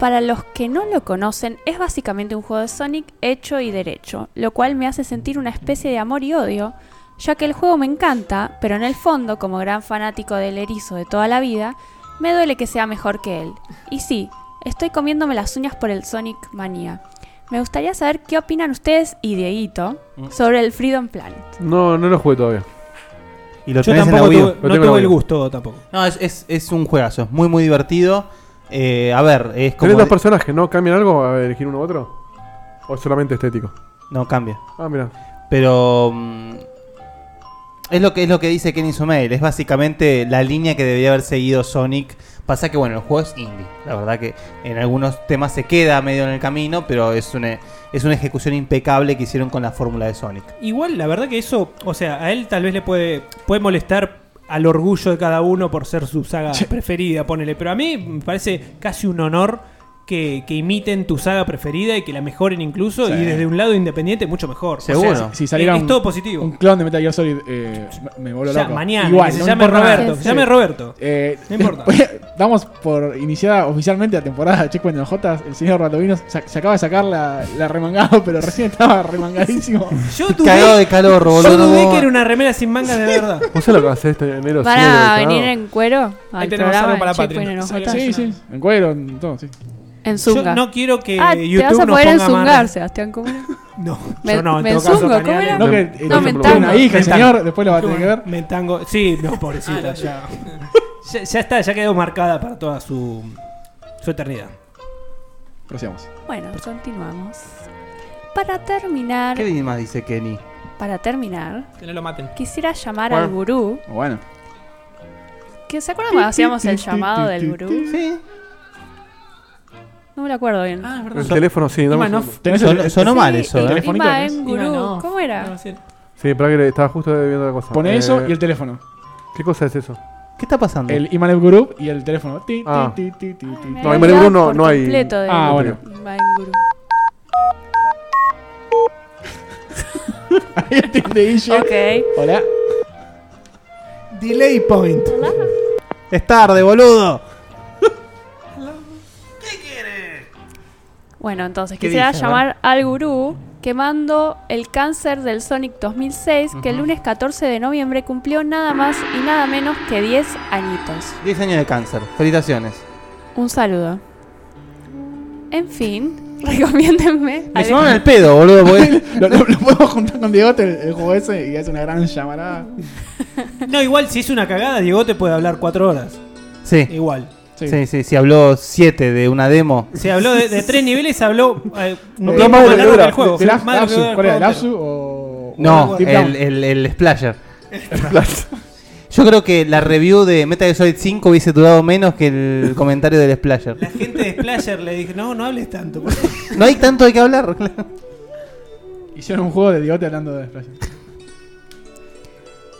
Speaker 8: Para los que no lo conocen, es básicamente un juego de Sonic hecho y derecho, lo cual me hace sentir una especie de amor y odio, ya que el juego me encanta, pero en el fondo, como gran fanático del erizo de toda la vida, me duele que sea mejor que él. Y sí, estoy comiéndome las uñas por el Sonic Manía. Me gustaría saber qué
Speaker 7: Mm.
Speaker 8: opinan ustedes y Dieguito sobre el Freedom Planet.
Speaker 6: No, no lo jugué todavía.
Speaker 4: y lo
Speaker 3: Yo
Speaker 4: tenés en la
Speaker 3: tampoco
Speaker 4: Wii U.
Speaker 3: tuve- no
Speaker 6: tengo en la
Speaker 3: tuve
Speaker 6: Wii
Speaker 3: el
Speaker 6: U.
Speaker 3: gusto tampoco.
Speaker 4: No, es, es, es un juegazo, es muy muy divertido. Eh, a ver, es como...
Speaker 6: Tenés dos
Speaker 4: de-
Speaker 6: personajes, ¿no? ¿Cambian algo a elegir uno u otro? ¿O es solamente estético?
Speaker 4: No, cambia.
Speaker 6: Ah, mira.
Speaker 4: Pero... mm, es lo que es lo que dice Kenny Sumail, es básicamente la línea que debería haber seguido Sonic. Pasa que bueno, el juego es indie. La verdad que en algunos temas se queda medio en el camino, pero es una, es una ejecución impecable que hicieron con la fórmula de Sonic.
Speaker 3: Igual, la verdad que eso, o sea, a él tal vez le puede, puede molestar al orgullo de cada uno por ser su saga preferida, ponele. Pero a mí me parece casi un honor que, que imiten tu saga preferida y que la mejoren incluso.
Speaker 5: Sí.
Speaker 3: Y desde un lado independiente, mucho mejor.
Speaker 4: Seguro.
Speaker 5: si- si saliera
Speaker 3: Eh, Es
Speaker 5: un-
Speaker 3: todo positivo.
Speaker 5: Un clon de Metal Gear Solid eh, me
Speaker 3: O
Speaker 5: vuelvo
Speaker 3: sea,
Speaker 5: loco.
Speaker 3: mañana, que se
Speaker 5: no
Speaker 3: llame
Speaker 5: importa nada.
Speaker 3: Roberto. que
Speaker 5: Sí.
Speaker 3: Se llame Roberto.
Speaker 5: Eh,
Speaker 3: No importa.
Speaker 5: damos por iniciada oficialmente la temporada de Checkpoint de Jotas. El señor Ratovinos sa- se acaba de sacar la, la remangado, pero recién estaba remangadísimo.
Speaker 3: Yo
Speaker 4: Cagado de
Speaker 3: dudé,
Speaker 4: calor,
Speaker 3: yo
Speaker 4: boludo.
Speaker 3: dudé
Speaker 4: vos.
Speaker 3: que era una remera sin mangas de verdad.
Speaker 6: ¿Vos sabés lo que va a hacer este enero?
Speaker 8: ¿Van
Speaker 6: cielo,
Speaker 8: a
Speaker 6: cagado?
Speaker 8: venir en cuero al
Speaker 7: Ahí tenemos
Speaker 8: programa
Speaker 7: algo para
Speaker 8: de Checkpoint en
Speaker 7: Patreon.
Speaker 8: Ojotas?
Speaker 5: sí, sí. En cuero, en todo, sí.
Speaker 8: En
Speaker 3: Yo
Speaker 8: Zunga.
Speaker 3: no quiero que
Speaker 8: ah,
Speaker 3: YouTube
Speaker 8: te vas a
Speaker 3: nos
Speaker 8: poder
Speaker 3: ponga
Speaker 8: enzungar,
Speaker 3: manos.
Speaker 8: Sebastián. ¿Cómo era?
Speaker 3: No,
Speaker 8: Me-
Speaker 3: yo no, en
Speaker 8: me
Speaker 3: todo caso,
Speaker 8: zungo, ¿cómo
Speaker 3: Cañales,
Speaker 8: era?
Speaker 5: No,
Speaker 3: no.
Speaker 5: que eh,
Speaker 8: No,
Speaker 5: tiene
Speaker 8: mental.
Speaker 5: una hija, el
Speaker 3: Mental.
Speaker 5: señor. Después lo va a tener que ver.
Speaker 3: Me tango. Sí, no, pobrecita, ya. ya. ya está, ya quedó marcada para toda su, su eternidad.
Speaker 5: Prosigamos.
Speaker 8: Bueno, continuamos. Para terminar,
Speaker 4: ¿Qué más dice Kenny?
Speaker 8: para terminar,
Speaker 7: Que no lo maten.
Speaker 8: quisiera llamar
Speaker 4: Bueno.
Speaker 8: al gurú.
Speaker 5: Bueno.
Speaker 8: ¿Que se acuerdan cuando hacíamos el llamado del gurú?
Speaker 4: Sí.
Speaker 8: No me lo acuerdo bien.
Speaker 7: Ah, es verdad.
Speaker 6: El teléfono, sí. dame un segundo.
Speaker 5: ¿Tenés
Speaker 4: Sonó,
Speaker 5: el,
Speaker 4: sonó
Speaker 8: Sí,
Speaker 4: mal eso,
Speaker 5: el
Speaker 4: ¿eh?
Speaker 5: telefonito
Speaker 8: Ima
Speaker 5: tenés.
Speaker 8: en gurú.
Speaker 7: Ivanov.
Speaker 8: ¿Cómo
Speaker 7: No,
Speaker 8: era?
Speaker 7: sí.
Speaker 6: Sí, para que le- estaba justo viendo la cosa.
Speaker 5: Poné eso
Speaker 6: Eh,
Speaker 5: y el teléfono.
Speaker 6: ¿Qué cosa es eso?
Speaker 4: ¿Qué está pasando?
Speaker 5: El Imanev Group y el teléfono. Ti, ti,
Speaker 6: Ah.
Speaker 5: ti, ti, ti, ti.
Speaker 8: Me
Speaker 6: No,
Speaker 8: había
Speaker 6: Ima en
Speaker 8: olvidado
Speaker 6: gurú no-
Speaker 8: por
Speaker 6: no hay-
Speaker 8: completo de
Speaker 5: Ah, bueno.
Speaker 8: Ima en gurú.
Speaker 5: Ahí el tic de Guille.
Speaker 8: Ok.
Speaker 5: Hola.
Speaker 3: Delay point.
Speaker 4: Es tarde, boludo.
Speaker 8: Bueno, entonces
Speaker 4: ¿Qué
Speaker 8: quisiera
Speaker 4: dice? A
Speaker 8: llamar al gurú quemando el cáncer del Sonic 2006 que el lunes 14 de noviembre cumplió nada más y nada menos que 10 añitos.
Speaker 4: 10 años de cáncer. Felicitaciones.
Speaker 8: Un saludo. En fin, recomiéndenme.
Speaker 4: Me
Speaker 8: al-
Speaker 4: llamaron al pedo, boludo. porque-
Speaker 5: lo, lo- lo podemos juntar con Diegote, el, el juego ese, y hace una gran llamarada.
Speaker 3: No, igual si es una cagada, Diego te puede hablar cuatro horas.
Speaker 4: Sí.
Speaker 3: Igual.
Speaker 5: Sí.
Speaker 4: Sí, sí, sí, habló 7 de una demo.
Speaker 3: Se habló de, de tres niveles, se habló. eh, un
Speaker 5: Eh,
Speaker 3: tiempo
Speaker 5: más de lo
Speaker 3: más
Speaker 5: que
Speaker 3: largo que
Speaker 5: dura.
Speaker 3: el juego.
Speaker 5: De la-
Speaker 3: Más de lo que
Speaker 5: Lapsu,
Speaker 3: dura el
Speaker 5: ¿Cuál era?
Speaker 3: juego
Speaker 5: ¿Lapsu o.?
Speaker 4: No,
Speaker 5: o Deep Down?
Speaker 4: el, el, el Splasher. Yo creo que la review de Metal Gear Solid 5 hubiese durado menos que el comentario del Splasher.
Speaker 3: La gente de Splasher le dijo, no, no hables tanto. por favor".
Speaker 4: No hay tanto de qué hablar.
Speaker 5: Hicieron un juego de Diegote hablando de Splash.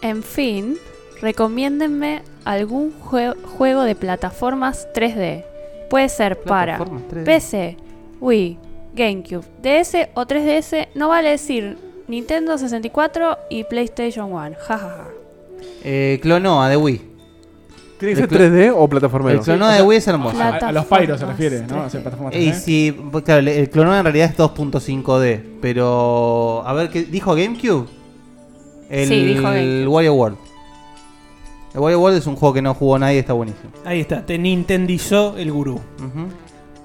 Speaker 8: En fin, recomiéndenme algún jue- juego de plataformas 3D. Puede ser para
Speaker 4: Plataformas 3D.
Speaker 8: PC, Wii, GameCube, DS o 3DS. No vale decir Nintendo 64 y PlayStation 1. Jajaja.
Speaker 4: Eh, Clonoa de Wii.
Speaker 6: ¿Tiene que ser
Speaker 4: El cl-
Speaker 6: 3D o
Speaker 4: El
Speaker 6: plataformero?
Speaker 4: Clonoa de Wii es hermoso.
Speaker 5: A, a los Pyro se
Speaker 8: Plataformas
Speaker 5: refiere, ¿no? O sea,
Speaker 8: 3D.
Speaker 5: plataformas
Speaker 4: Y
Speaker 5: 3D.
Speaker 4: si, pues, claro, el Clonoa en realidad es 2.5D. Pero, a ver, ¿qué dijo GameCube? El,
Speaker 8: Sí, dijo GameCube.
Speaker 4: Wario World. El Wario World es un juego que no jugó nadie, está buenísimo.
Speaker 3: Ahí está, te nintendizó el gurú.
Speaker 4: Ujú.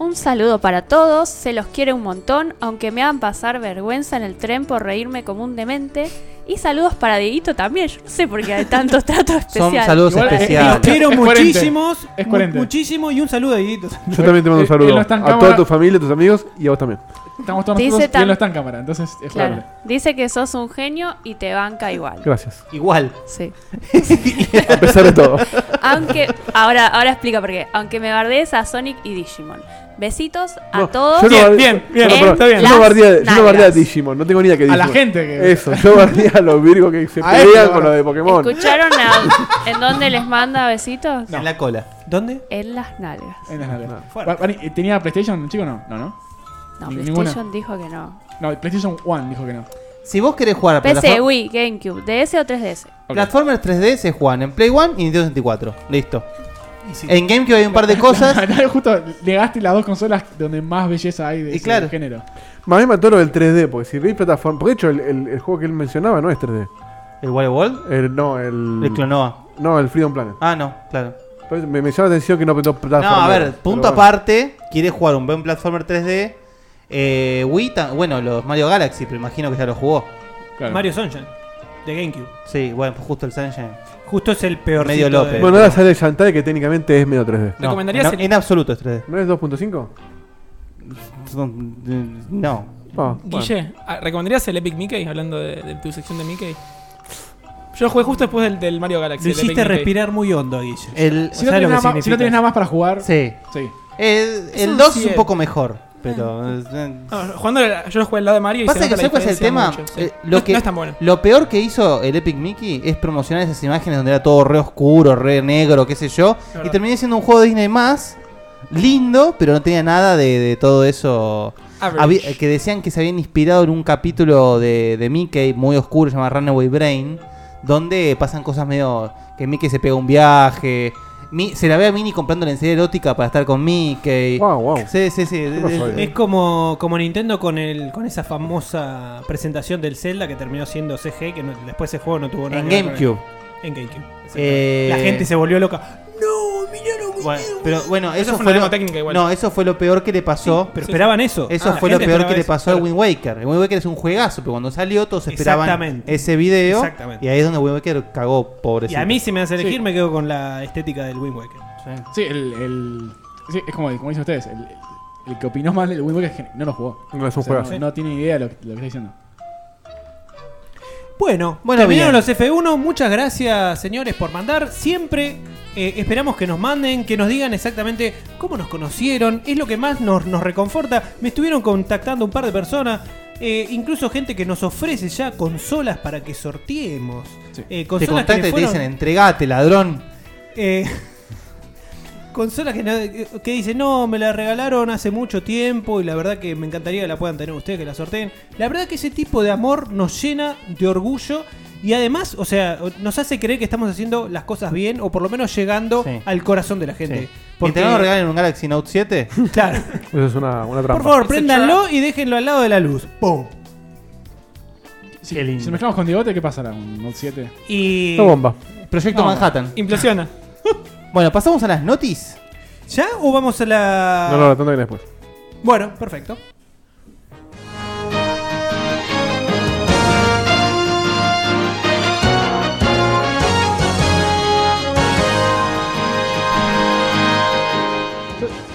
Speaker 8: Un saludo para todos, se los quiere un montón, aunque me hagan pasar vergüenza en el tren por reírme como un demente. Y saludos para Dieguito también, yo no sé por qué hay tanto trato especial.
Speaker 4: Son saludos
Speaker 5: Igual, eh,
Speaker 4: especiales.
Speaker 5: eh,
Speaker 3: Te quiero
Speaker 5: Es coherente.
Speaker 3: muchísimos.
Speaker 5: Es coherente.
Speaker 3: mu- Muchísimo y un saludo a Dieguito.
Speaker 6: Yo también te mando
Speaker 5: Eh,
Speaker 6: un saludo.
Speaker 5: él no está en
Speaker 6: a toda
Speaker 5: cámara.
Speaker 6: tu familia, tus amigos y a vos también.
Speaker 5: Estamos todos
Speaker 8: Dice
Speaker 5: nosotros y
Speaker 8: tam-
Speaker 5: él no está en cámara, entonces es
Speaker 8: Claro.
Speaker 5: jugable.
Speaker 8: Dice que sos un genio y te banca igual.
Speaker 6: Gracias.
Speaker 4: Igual.
Speaker 8: Sí.
Speaker 6: A pesar de todo.
Speaker 8: Aunque, ahora, ahora explica por qué. Aunque me bardees a Sonic y Digimon. Besitos a
Speaker 6: No,
Speaker 8: todos.
Speaker 6: yo no barde-
Speaker 3: bien, bien,
Speaker 6: yo no,
Speaker 8: está bien.
Speaker 6: Yo no bardeé yo
Speaker 8: Las
Speaker 6: no bardeé a
Speaker 8: nalgas.
Speaker 6: Digimon, no tengo ni idea que
Speaker 5: A
Speaker 6: Digimon.
Speaker 5: la gente que.
Speaker 6: Eso, yo bardeé a los Virgos que se
Speaker 5: A
Speaker 6: pelean
Speaker 5: eso,
Speaker 6: con los de Pokémon.
Speaker 8: ¿Escucharon a- en dónde les manda besitos?
Speaker 4: En la cola.
Speaker 3: ¿Dónde?
Speaker 8: En las nalgas.
Speaker 5: En las nalgas.
Speaker 6: No.
Speaker 5: Ba- Bani, eh, ¿Tenía PlayStation, chico? No, no, no.
Speaker 8: No,
Speaker 5: Ni-
Speaker 8: PlayStation dijo que no.
Speaker 5: No, PlayStation 1 dijo que no.
Speaker 4: Si vos querés jugar a
Speaker 8: PC,
Speaker 4: plataform-
Speaker 8: Wii, GameCube, DS o 3DS.
Speaker 4: Platformers 3D se juegan en Play One y Nintendo 64. Listo.
Speaker 3: Y si-
Speaker 4: En GameCube hay un par de cosas.
Speaker 5: Acá Justo negaste las dos consolas donde más belleza hay de
Speaker 4: Y
Speaker 5: ese
Speaker 4: claro.
Speaker 5: género.
Speaker 6: Más bien mató lo del 3D, porque si veis plataforma. Porque de hecho, el, el- el juego que él mencionaba no es 3D.
Speaker 4: ¿El Wario World?
Speaker 6: El- no, el.
Speaker 4: El Clonoa.
Speaker 6: No, el Freedom Planet.
Speaker 4: Ah, no, claro.
Speaker 6: Pero Me, me llama la atención que no apretó
Speaker 4: No,
Speaker 6: plataforma.
Speaker 4: a ver,
Speaker 6: Pero
Speaker 4: punto
Speaker 6: bueno.
Speaker 4: aparte. Quieres jugar un buen platformer 3D. Eh, Wii, ta- bueno, los Mario Galaxy, pero imagino que ya lo jugó.
Speaker 5: Claro.
Speaker 3: Mario Sunshine. de GameCube.
Speaker 4: Sí, bueno, pues justo el Sunshine.
Speaker 3: Justo es el peor.
Speaker 4: Medio López.
Speaker 3: de-
Speaker 6: Bueno, ahora sale el Shantae que técnicamente es medio 3D.
Speaker 4: No,
Speaker 7: ¿Recomendarías
Speaker 4: no,
Speaker 7: el-
Speaker 4: en absoluto es 3D.
Speaker 6: ¿No es 2.5?
Speaker 4: Son- eh, No.
Speaker 6: Ah,
Speaker 7: Guille, ah, ¿recomendarías el Epic Mickey? Hablando de, de tu sección de Mickey. Yo jugué justo después del, del Mario Galaxy.
Speaker 3: Lo
Speaker 7: el Epic
Speaker 3: hiciste
Speaker 7: Mickey.
Speaker 3: respirar muy hondo, Guille.
Speaker 4: El,
Speaker 5: Si
Speaker 3: ¿Sabes
Speaker 5: no, tenés
Speaker 3: lo que
Speaker 5: nada más, si no
Speaker 3: significa?
Speaker 5: tenés nada más para jugar.
Speaker 4: sí.
Speaker 5: sí.
Speaker 4: El,
Speaker 7: Es un
Speaker 4: 2 es un
Speaker 7: siete.
Speaker 4: poco mejor,
Speaker 3: Ah.
Speaker 4: pero... eh,
Speaker 7: No, jugando, al- yo lo jugué al lado de Mario y
Speaker 4: Pasa
Speaker 7: se
Speaker 4: que
Speaker 7: nota la
Speaker 4: ¿sabes cuál es el
Speaker 7: diferencia
Speaker 4: tema?
Speaker 7: mucho, sí.
Speaker 4: Eh,
Speaker 7: no,
Speaker 4: lo, que,
Speaker 7: no es tan bueno.
Speaker 4: lo peor que hizo el Epic Mickey es promocionar esas imágenes donde era todo re oscuro, re negro, qué sé yo.
Speaker 7: verdad.
Speaker 4: Y terminé siendo un juego de Disney más lindo, pero no tenía nada de, de todo eso.
Speaker 7: Average.
Speaker 4: Habí- eh, que decían que se habían inspirado en un capítulo de, de Mickey muy oscuro llamado Runaway Brain, donde pasan cosas medio que Mickey se pega un viaje. Mi- se la ve a Minnie comprando la enseñanza erótica para estar con Mickey.
Speaker 6: Wow, wow.
Speaker 4: Sí, sí, sí.
Speaker 6: pasó ahí?
Speaker 4: Eh,
Speaker 3: Es como, como Nintendo con el con esa famosa presentación del Zelda que terminó siendo CG, que no- después ese juego no tuvo nada
Speaker 4: En
Speaker 3: que ver con el-
Speaker 4: GameCube.
Speaker 3: En GameCube.
Speaker 4: Eh,
Speaker 3: La gente se volvió loca. No, mirá lo que
Speaker 4: Bueno,
Speaker 3: hicieron".
Speaker 4: pero bueno, eso,
Speaker 7: fue
Speaker 4: fue,
Speaker 7: una demo
Speaker 4: lo,
Speaker 7: técnica igual.
Speaker 4: No, eso fue lo peor que le pasó.
Speaker 3: Pero esperaban eso.
Speaker 4: eso
Speaker 3: Ah, la
Speaker 4: fue lo
Speaker 3: gente
Speaker 4: peor
Speaker 3: esperaba
Speaker 4: que le
Speaker 3: eso,
Speaker 4: pasó
Speaker 3: claro.
Speaker 4: a Wind Waker. El Wind Waker es un juegazo, pero cuando salió todos esperaban
Speaker 3: Exactamente.
Speaker 4: ese video.
Speaker 3: Exactamente.
Speaker 4: Y ahí es donde Wind Waker cagó,
Speaker 3: Y
Speaker 4: pobrecito.
Speaker 3: a mí, si me hace elegir,
Speaker 5: Sí.
Speaker 3: me quedo con la estética del Wind Waker.
Speaker 5: Sí, el. el- sí, es como, como dicen ustedes. El, el que opinó mal del Wind Waker es que no lo jugó.
Speaker 6: No es un
Speaker 5: O sea,
Speaker 6: juegazo.
Speaker 5: no, no tiene idea de lo, que- lo que está diciendo.
Speaker 3: Bueno,
Speaker 4: Bueno,
Speaker 3: terminaron
Speaker 4: bien.
Speaker 3: los F1. Muchas gracias, señores, por mandar. Siempre eh, esperamos que nos manden, que nos digan exactamente cómo nos conocieron. Es lo que más nos, nos reconforta. Me estuvieron contactando un par de personas. eh, incluso gente que nos ofrece ya consolas para que sorteemos.
Speaker 5: Sí.
Speaker 3: Eh,
Speaker 4: te
Speaker 3: consolas que
Speaker 4: contactan
Speaker 3: le
Speaker 4: y te dicen,
Speaker 3: fueron-
Speaker 4: entregate, ladrón.
Speaker 3: eh, consolas que, no- que dicen, no, me la regalaron hace mucho tiempo y la verdad que me encantaría que la puedan tener ustedes, que la sorteen. La verdad que ese tipo de amor nos llena de orgullo y además, o sea, nos hace creer que estamos haciendo las cosas bien o por lo menos llegando
Speaker 4: Sí.
Speaker 3: al corazón de la gente.
Speaker 4: Sí.
Speaker 3: Porque,
Speaker 4: Mientras no nos regalen un Galaxy Note 7,
Speaker 3: claro,
Speaker 6: Eso es una, una trampa.
Speaker 3: por favor,
Speaker 7: It's a
Speaker 3: préndanlo y déjenlo al lado de la luz. ¡Pum!
Speaker 5: Si, si mezclamos con Diegote, ¿qué pasará? ¿Un Note 7?
Speaker 3: Y...
Speaker 6: Una bomba.
Speaker 4: Proyecto
Speaker 7: No.
Speaker 4: Manhattan.
Speaker 7: Implosiona.
Speaker 4: Bueno, pasamos a las notis.
Speaker 3: ¿Ya o vamos a la...?
Speaker 6: No, no, la tanda viene después.
Speaker 3: Bueno, perfecto.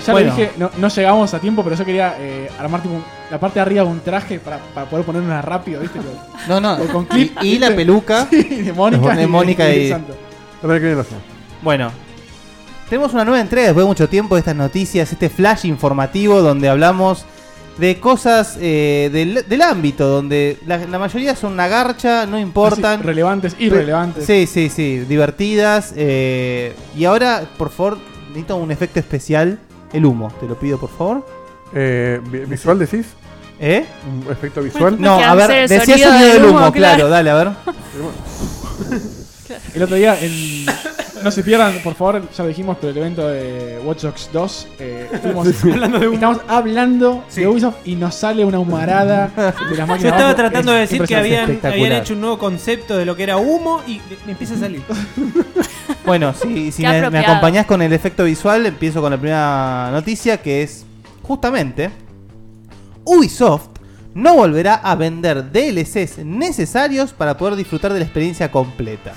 Speaker 5: Ya
Speaker 4: Bueno.
Speaker 5: le dije, no, no llegamos a tiempo, pero yo quería eh, armar tipo, un- la parte de arriba de un traje para, para poder poner una rápido, ¿viste? Tipo,
Speaker 4: No, no.
Speaker 5: O con
Speaker 4: y,
Speaker 5: clip,
Speaker 4: y la peluca.
Speaker 5: de Mónica.
Speaker 4: De
Speaker 5: y
Speaker 4: Mónica
Speaker 5: del
Speaker 4: y-
Speaker 5: Santo.
Speaker 6: La verdad que viene la semana.
Speaker 4: Bueno, tenemos una nueva entrega después de mucho tiempo de estas noticias, este flash informativo donde hablamos de cosas eh, del, del ámbito, donde la, la mayoría son una garcha, no importan.
Speaker 5: Sí, relevantes, irrelevantes.
Speaker 4: Sí, sí, sí, divertidas. eh, y ahora, por favor, necesito un efecto especial, el humo, te lo pido por favor.
Speaker 6: Eh, vi- ¿Visual decís?
Speaker 4: ¿Eh?
Speaker 6: ¿Un efecto visual?
Speaker 8: No
Speaker 4: No, a
Speaker 8: quieran
Speaker 4: ver,
Speaker 8: hacer el
Speaker 4: decía
Speaker 8: sonido
Speaker 4: sonido
Speaker 8: del
Speaker 4: del humo,
Speaker 8: humo,
Speaker 4: claro,
Speaker 8: claro.
Speaker 4: dale, a ver.
Speaker 5: El otro día, en- no se pierdan, por favor, ya lo dijimos, pero el evento de Watch Dogs 2, eh, estuvimos- estamos hablando de Ubisoft y nos sale una humarada de las máquinas.
Speaker 3: Yo estaba
Speaker 5: abajo.
Speaker 3: tratando de
Speaker 5: Es
Speaker 3: decir que
Speaker 5: impresionante.
Speaker 3: habían,
Speaker 4: espectacular.
Speaker 3: habían hecho un nuevo concepto de lo que era humo y me empieza a salir.
Speaker 4: Bueno, si, si
Speaker 8: Qué
Speaker 4: me, me
Speaker 8: apropiado.
Speaker 4: acompañás con el efecto visual, empiezo con la primera noticia que es justamente Ubisoft no volverá a vender DLCs necesarios para poder disfrutar de la experiencia completa.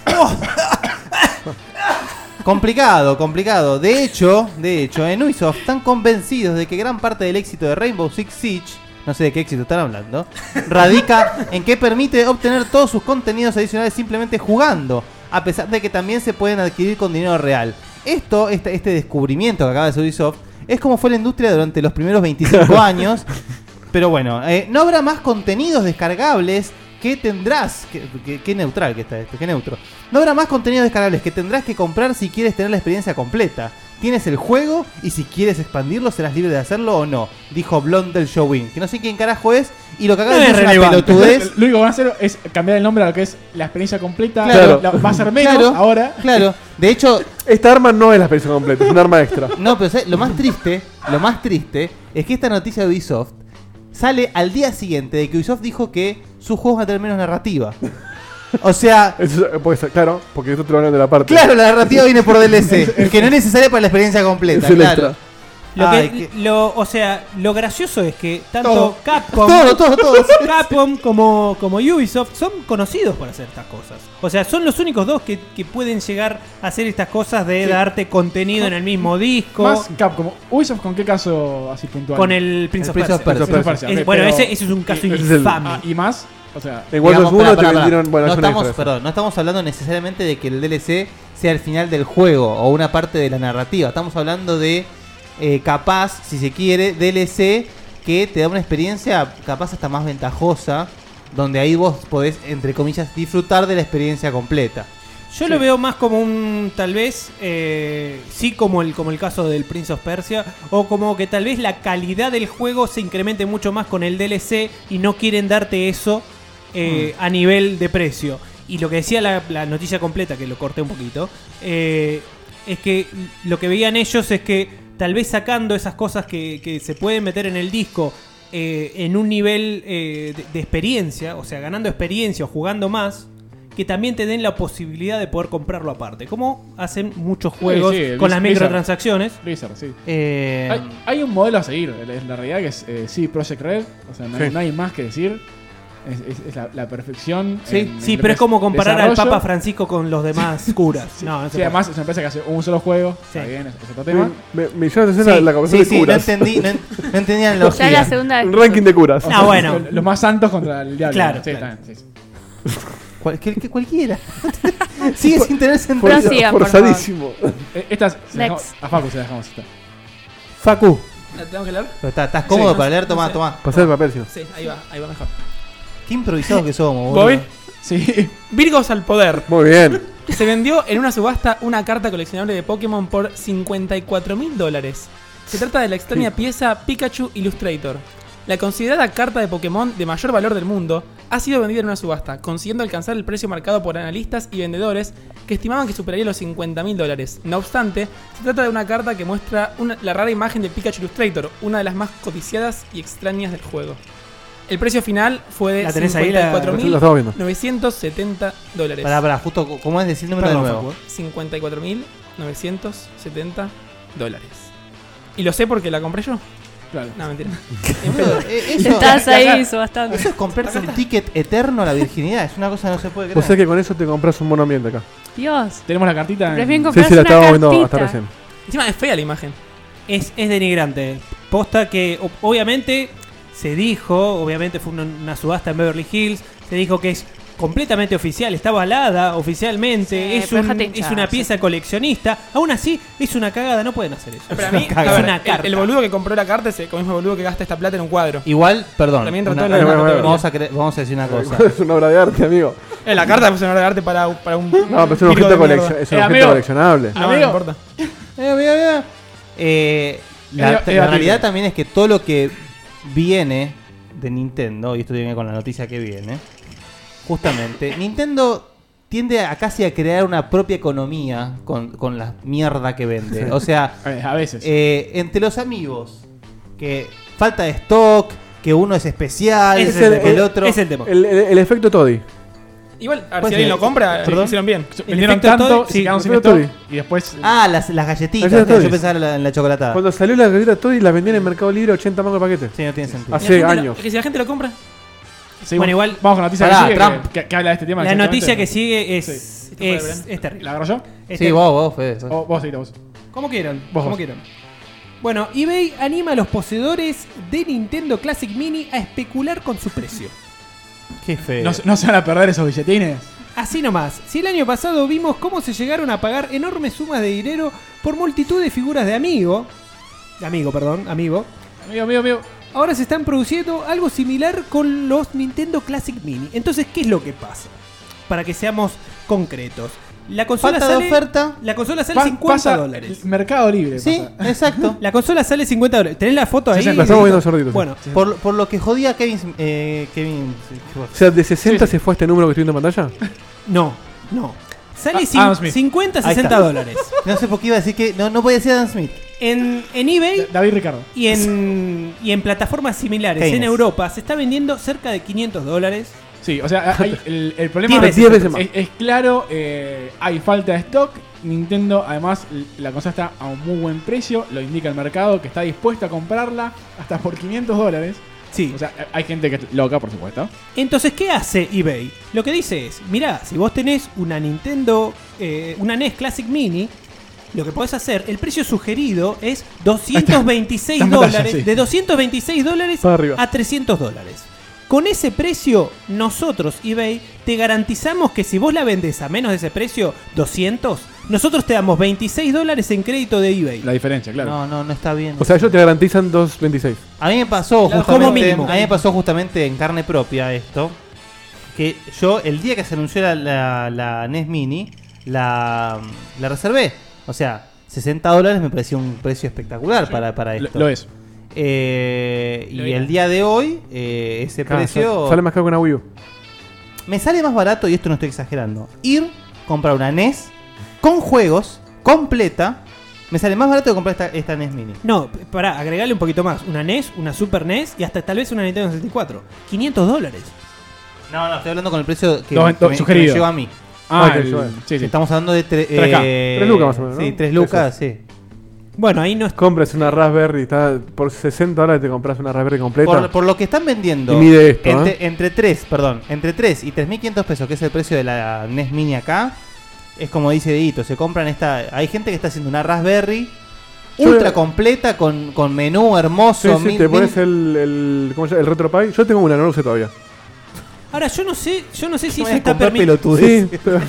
Speaker 4: complicado, complicado. De hecho, de hecho, en Ubisoft están convencidos de que gran parte del éxito de Rainbow Six Siege no sé de qué éxito están hablando. Radica en que permite obtener todos sus contenidos adicionales simplemente jugando, a pesar de que también se pueden adquirir con dinero real. Esto, este, este descubrimiento que acaba de hacer Ubisoft, es como fue la industria durante los primeros 25 años. Pero bueno, eh, no habrá más contenidos descargables que tendrás. que- que- Qué neutral que está esto, qué neutro. No habrá más contenidos descargables que tendrás que comprar si quieres tener la experiencia completa. Tienes el juego y si quieres expandirlo serás libre de hacerlo o no, dijo Blondel del Showin, que no sé quién carajo es y lo que acaba
Speaker 3: No
Speaker 4: de
Speaker 3: es
Speaker 4: decir es una
Speaker 3: relevante.
Speaker 4: pelotudez.
Speaker 5: Lo único que van a hacer es cambiar el nombre a lo que es la experiencia completa.
Speaker 4: Claro.
Speaker 5: La- va a ser menos
Speaker 4: Claro.
Speaker 5: ahora.
Speaker 4: Claro, de hecho,
Speaker 6: Esta arma no es la experiencia completa, es un arma extra.
Speaker 4: No, pero ¿sabes? lo más triste, lo más triste es que esta noticia de Ubisoft sale al día siguiente de que Ubisoft dijo que sus juegos van a tener menos narrativa. O sea,
Speaker 6: Eso es- porque, claro, porque esto te lo hablan de la parte.
Speaker 4: claro, la narrativa viene por DLC, que no es necesaria para la experiencia completa,
Speaker 6: Es el
Speaker 4: claro.
Speaker 6: extra.
Speaker 3: Lo
Speaker 4: Ay,
Speaker 3: que-
Speaker 4: qué-
Speaker 3: lo- o sea, lo gracioso es que tanto
Speaker 4: Todo.
Speaker 3: Capcom,
Speaker 4: Todo, todo, todo, sí,
Speaker 3: Capcom como, como Ubisoft son conocidos por hacer estas cosas. O sea, son los únicos dos que, que pueden llegar a hacer estas cosas de darte contenido en el mismo disco.
Speaker 5: Más Capcom. Ubisoft, ¿con qué caso así puntual?
Speaker 3: con el Prince of
Speaker 4: Prince of
Speaker 3: Persia.
Speaker 4: Persia.
Speaker 5: Prince of Persia,
Speaker 3: Es-
Speaker 5: ok,
Speaker 3: bueno,
Speaker 5: pero-
Speaker 3: ese,
Speaker 4: Este
Speaker 3: ese es un caso
Speaker 6: Ese es el-
Speaker 3: infame.
Speaker 5: Ah, y más, o sea,
Speaker 6: En World Wars
Speaker 4: Digamos,
Speaker 6: 1
Speaker 4: pará,
Speaker 6: te
Speaker 4: pará,
Speaker 6: vendieron.
Speaker 4: pará.
Speaker 6: Bueno,
Speaker 4: no,
Speaker 6: es una
Speaker 4: estamos,
Speaker 6: diferencia.
Speaker 4: perdón, no estamos hablando necesariamente de que el DLC sea el final del juego o una parte de la narrativa. Estamos hablando de, eh, capaz, si se quiere, DLC que te da una experiencia capaz hasta más ventajosa, donde ahí vos podés, entre comillas, disfrutar de la experiencia completa.
Speaker 3: Yo lo veo más como un, tal vez, eh, sí como el, como el caso del Prince of Persia, o como que tal vez la calidad del juego se incremente mucho más con el DLC y no quieren darte eso eh, a nivel de precio. Y lo que decía la, la noticia completa, que lo corté un poquito, eh, es que lo que veían ellos es que tal vez sacando esas cosas que, que se pueden meter en el disco eh, en un nivel eh, de- de experiencia, o sea, ganando experiencia o jugando más, que también te den la posibilidad de poder comprarlo aparte. Como hacen muchos juegos
Speaker 5: Sí, sí, el
Speaker 3: con las
Speaker 5: Blizzard.
Speaker 3: microtransacciones.
Speaker 5: Blizzard, sí.
Speaker 4: Eh,
Speaker 5: Hay, hay un modelo a seguir, es la realidad que es, eh, sí, Project Red, o sea, no, hay,
Speaker 6: Sí.
Speaker 5: no hay más que decir. Es, es- es la, la perfección.
Speaker 4: Sí,
Speaker 5: en-
Speaker 3: Sí,
Speaker 5: en
Speaker 3: pero es como comparar al
Speaker 5: desarrollo.
Speaker 3: Papa Francisco con los demás curas. No, no
Speaker 5: Sí,
Speaker 3: se puede.
Speaker 5: además es una empresa que hace un solo juego,
Speaker 3: Sí.
Speaker 5: está bien, es es otro tema.
Speaker 6: Me, me, me llama la atención la, la
Speaker 4: sí,
Speaker 6: conversación
Speaker 4: sí,
Speaker 6: de
Speaker 4: no
Speaker 6: curas.
Speaker 4: entendí, no, en- no entendí la
Speaker 8: Ya la
Speaker 4: analogía.
Speaker 8: segunda vez.
Speaker 6: Un ranking de curas.
Speaker 5: O
Speaker 3: Ah, bueno.
Speaker 5: lo- Los más santos contra el diablo.
Speaker 3: Claro,
Speaker 5: Sí,
Speaker 3: claro.
Speaker 5: está bien, sí, sí.
Speaker 4: Cual- que- que cualquiera. Sigue sin tener sentido.
Speaker 8: Por- Prosigan,
Speaker 6: forzadísimo.
Speaker 5: Eh, Estas, se las
Speaker 8: Next.
Speaker 5: dejamos- a Facu se las dejamos esta.
Speaker 3: Facu.
Speaker 7: Ah, ¿La tengo que leer?
Speaker 4: Pero está- ¿Estás cómodo
Speaker 7: Sí, no
Speaker 4: para
Speaker 7: sé,
Speaker 4: leer? Tomá,
Speaker 7: no sé.
Speaker 4: tomá.
Speaker 6: Pasar el papel, si no.
Speaker 7: Sí, ahí va, ahí va mejor.
Speaker 4: Qué improvisados que somos, boludo.
Speaker 7: Voy.
Speaker 5: Sí.
Speaker 7: Virgos al poder.
Speaker 6: Muy bien.
Speaker 7: Se vendió en una subasta una carta coleccionable de Pokémon por 54 mil dólares. Se trata de la extraña pieza Pikachu Illustrator. La considerada carta de Pokémon de mayor valor del mundo ha sido vendida en una subasta, consiguiendo alcanzar el precio marcado por analistas y vendedores que estimaban que superaría los 50 mil dólares. No obstante, se trata de una carta que muestra una- la rara imagen de Pikachu Illustrator, una de las más codiciadas y extrañas del juego. El precio final fue de
Speaker 3: ¿La tenés ahí, la-
Speaker 7: 54
Speaker 6: Lo estamos viendo.
Speaker 7: 970 dólares.
Speaker 4: Pará, pará, justo, ¿cómo es decir el número
Speaker 3: Perdón,
Speaker 4: de nuevo?
Speaker 3: Facu. ¿eh?
Speaker 7: 54.970 dólares. Y lo sé porque la compré yo.
Speaker 5: Claro.
Speaker 7: No, mentira.
Speaker 4: Boludo, eh, eso-
Speaker 8: Estás ahí,
Speaker 4: acá-
Speaker 8: hizo bastante.
Speaker 4: Eso es comprarse un ticket eterno a la virginidad. Es una cosa que no se puede
Speaker 6: O
Speaker 4: creer.
Speaker 6: sea que con eso te compras un mono ambiente acá.
Speaker 8: Dios.
Speaker 5: Tenemos la cartita.
Speaker 8: Pero es
Speaker 5: en-
Speaker 8: bien
Speaker 6: Sí,
Speaker 8: comprarse
Speaker 6: sí, la
Speaker 8: una
Speaker 6: estaba viendo
Speaker 8: cartita.
Speaker 6: hasta recién.
Speaker 7: Encima es fea la imagen.
Speaker 3: Es, es denigrante. Posta que o- obviamente se dijo, obviamente fue una, una subasta en Beverly Hills, se dijo que es completamente oficial, está avalada oficialmente,
Speaker 8: Sí,
Speaker 3: es,
Speaker 8: pero
Speaker 3: un-
Speaker 8: déjate
Speaker 3: es
Speaker 8: hinchar,
Speaker 3: una
Speaker 8: sí.
Speaker 3: pieza coleccionista, aún así es una cagada, no pueden hacer eso.
Speaker 7: Pero a mí,
Speaker 3: Es una
Speaker 7: a ver,
Speaker 3: una
Speaker 7: el-
Speaker 3: carta.
Speaker 7: el, boludo que compró la carta es el mismo boludo que gasta esta plata en un cuadro.
Speaker 4: Igual, perdón.
Speaker 7: También
Speaker 4: una-
Speaker 7: rotó
Speaker 4: una-
Speaker 7: la-
Speaker 4: una-
Speaker 6: la- la-
Speaker 4: vamos, a cre- vamos a decir una cosa.
Speaker 6: es una obra de arte, amigo.
Speaker 7: Eh, la carta es una obra de arte para, para un.
Speaker 6: No, pero es un
Speaker 7: virgo
Speaker 6: objeto,
Speaker 7: de mierda.
Speaker 6: coleccion- es
Speaker 5: Eh,
Speaker 6: un objeto
Speaker 5: amigo.
Speaker 6: coleccionable.
Speaker 7: No, no
Speaker 5: Amigo.
Speaker 7: importa.
Speaker 4: Eh, mira, mira. Eh, la,
Speaker 5: Era-
Speaker 4: la
Speaker 5: era
Speaker 4: realidad
Speaker 5: libre.
Speaker 4: también es que todo lo que viene de Nintendo, y esto viene con la noticia que viene, justamente, Nintendo tiende a casi a crear una propia economía con, con la mierda que vende. O sea,
Speaker 5: Eh, A veces.
Speaker 4: eh, entre los amigos, que falta de stock, que uno es especial,
Speaker 3: Ese
Speaker 4: que
Speaker 3: es
Speaker 4: el,
Speaker 3: el-
Speaker 4: otro...
Speaker 3: es el tema.
Speaker 6: El, el- el efecto Toddy.
Speaker 7: Igual,
Speaker 5: ah,
Speaker 7: a ver,
Speaker 4: Pues
Speaker 7: si alguien
Speaker 4: sí.
Speaker 7: lo compra, eh,
Speaker 4: Perdón.
Speaker 7: hicieron bien.
Speaker 5: Vendieron
Speaker 3: efecto
Speaker 5: tanto,
Speaker 3: Toy-
Speaker 5: se
Speaker 3: sí,
Speaker 5: quedaron sin
Speaker 6: efecto
Speaker 5: stock
Speaker 6: Toy.
Speaker 5: y después.
Speaker 4: Ah, las, las galletitas.
Speaker 6: Las galletitas.
Speaker 4: Yo pensaba en la, en la chocolatada.
Speaker 6: Cuando salió la galleta Toddy, la vendían en Mercado Libre 80 mangos el paquete.
Speaker 4: Sí, no tiene sentido.
Speaker 7: Y la
Speaker 6: Hace
Speaker 7: gente lo-
Speaker 6: años.
Speaker 7: es que si la gente lo compra,
Speaker 5: Sí,
Speaker 3: Bueno, igual-
Speaker 5: Vamos con la noticia
Speaker 4: Pará,
Speaker 5: que sigue,
Speaker 4: Trump.
Speaker 5: que, que- que habla de este tema.
Speaker 3: La
Speaker 5: exactamente.
Speaker 3: noticia que sigue es,
Speaker 5: Sí.
Speaker 3: es,
Speaker 7: ¿eh?
Speaker 3: es terrible.
Speaker 5: ¿La agarro yo?
Speaker 3: Es
Speaker 4: Sí,
Speaker 3: terrible.
Speaker 4: vos, vos, Fede. sos-
Speaker 5: O Oh, vos seguite vos.
Speaker 3: Como quieran,
Speaker 5: Vos,
Speaker 3: como
Speaker 5: vos.
Speaker 3: quieran. Bueno, eBay anima a los poseedores de Nintendo Classic Mini a especular con su precio.
Speaker 4: Qué feo.
Speaker 5: No, se- no se van a perder esos billetines.
Speaker 3: Así nomás, si el año pasado vimos cómo se llegaron a pagar enormes sumas de dinero por multitud de figuras de amigo, de amigo, perdón, amigo,
Speaker 5: Amigo, amigo, amigo.
Speaker 3: ahora se están produciendo algo similar con los Nintendo Classic Mini. Entonces, ¿qué es lo que pasa? Para que seamos concretos. La consola
Speaker 4: Falta de
Speaker 3: sale-
Speaker 4: oferta.
Speaker 3: La consola sale
Speaker 5: Pa-
Speaker 3: 50
Speaker 5: pasa
Speaker 3: dólares.
Speaker 5: el Mercado Libre.
Speaker 4: Sí,
Speaker 5: pasa.
Speaker 4: exacto.
Speaker 3: La consola sale 50 dólares. ¿Tenés la foto
Speaker 5: Sí,
Speaker 3: ahí?
Speaker 5: sí, la
Speaker 6: estamos viendo sordito, sí.
Speaker 3: Bueno,
Speaker 4: Por, por lo que jodía a Kevin. Eh, Kevin sí, qué bueno.
Speaker 6: O sea, de 60
Speaker 5: Sí, sí.
Speaker 6: se fue a este número que estoy viendo en pantalla.
Speaker 3: no, no. Sale
Speaker 5: Ah,
Speaker 3: cin-
Speaker 5: Adam Smith.
Speaker 3: 50,
Speaker 4: Ahí
Speaker 3: 60
Speaker 4: está.
Speaker 3: dólares.
Speaker 4: no sé por qué iba a decir que. No, no podía decir Adam Smith.
Speaker 3: En, en eBay
Speaker 5: Da- David Ricardo.
Speaker 3: y en, y en plataformas similares
Speaker 4: Keynes.
Speaker 3: en Europa se está vendiendo cerca de 500 dólares.
Speaker 5: Sí, o sea, hay- el, el problema
Speaker 3: Diez
Speaker 5: es-
Speaker 6: veces, diez veces más.
Speaker 5: es, es claro, eh, hay falta de stock Nintendo, además, l- la consola está a un muy buen precio, lo indica el mercado, que está dispuesto a comprarla hasta por 500 dólares.
Speaker 3: Sí.
Speaker 5: O sea, eh, hay gente que es loca, por supuesto.
Speaker 3: Entonces, ¿qué hace eBay? Lo que dice es, mirá, si vos tenés una Nintendo, eh, una NES Classic Mini, lo que podés hacer, el precio sugerido es 226
Speaker 5: Está en
Speaker 3: dólares,
Speaker 5: pantalla, sí.
Speaker 3: de 226 dólares
Speaker 6: Para arriba.
Speaker 3: a 300 dólares. Con ese precio, nosotros, eBay, te garantizamos que si vos la vendés a menos de ese precio, 200, nosotros te damos 26 dólares en crédito de eBay.
Speaker 5: La diferencia, claro.
Speaker 4: No, no, no está bien.
Speaker 6: O sea, ellos te garantizan 2.26.
Speaker 4: a mí me pasó
Speaker 3: Claro, como
Speaker 4: justamente,
Speaker 3: mínimo.
Speaker 4: a mí me pasó justamente en carne propia esto, que yo el día que se anunció la, la- la NES Mini, la, la reservé. O sea, 60 dólares me parecía un precio espectacular para, para
Speaker 5: Lo,
Speaker 4: esto.
Speaker 5: lo es.
Speaker 4: Eh,
Speaker 7: Lo
Speaker 4: y
Speaker 7: era.
Speaker 4: el día de hoy, eh, ese
Speaker 6: Claro,
Speaker 4: precio...
Speaker 6: Ah, sale- Sale más caro que una Wii U.
Speaker 4: Me sale más barato, y esto no estoy exagerando, ir, comprar una NES con juegos, completa. Me sale más barato que comprar esta, esta NES Mini.
Speaker 3: No, p- pará, agregale un poquito más. Una NES, una Super NES y hasta tal vez una Nintendo 64. 500 dólares.
Speaker 4: No, no, estoy hablando con el precio que,
Speaker 5: Dos- dos
Speaker 4: que me, que me
Speaker 5: sugerido.
Speaker 4: llegó a mí.
Speaker 5: Ah,
Speaker 6: que
Speaker 5: el-
Speaker 6: yo-
Speaker 5: sí, sí.
Speaker 4: Estamos hablando de 3
Speaker 5: 3K.
Speaker 6: Tres lucas más o menos, ¿no?
Speaker 4: Sí, 3 lucas, sí.
Speaker 3: Bueno, ahí no es
Speaker 6: Compras una Raspberry, está por 60 dólares te compras una Raspberry completa.
Speaker 4: Por, por lo que están vendiendo.
Speaker 6: Y mide esto,
Speaker 4: entre,
Speaker 6: ¿eh?
Speaker 4: entre 3, perdón, entre 3 y 3.500 pesos, que es el precio de la NES Mini acá. Es como dice Dito, se compran esta. Hay gente que está haciendo una Raspberry
Speaker 6: Yo-
Speaker 4: ultra completa con, con menú
Speaker 6: Sí,
Speaker 4: hermoso.
Speaker 6: sí,
Speaker 4: mil-
Speaker 6: te
Speaker 4: mil-
Speaker 6: pones el, el, ¿cómo se llama? el RetroPie. Yo tengo una, no lo usé todavía.
Speaker 3: Ahora yo no sé, yo no sé si
Speaker 4: Yo
Speaker 3: eso
Speaker 4: voy a
Speaker 3: está
Speaker 4: comprar eh.
Speaker 3: permitido.
Speaker 4: pelotudes.
Speaker 6: Sí, pero-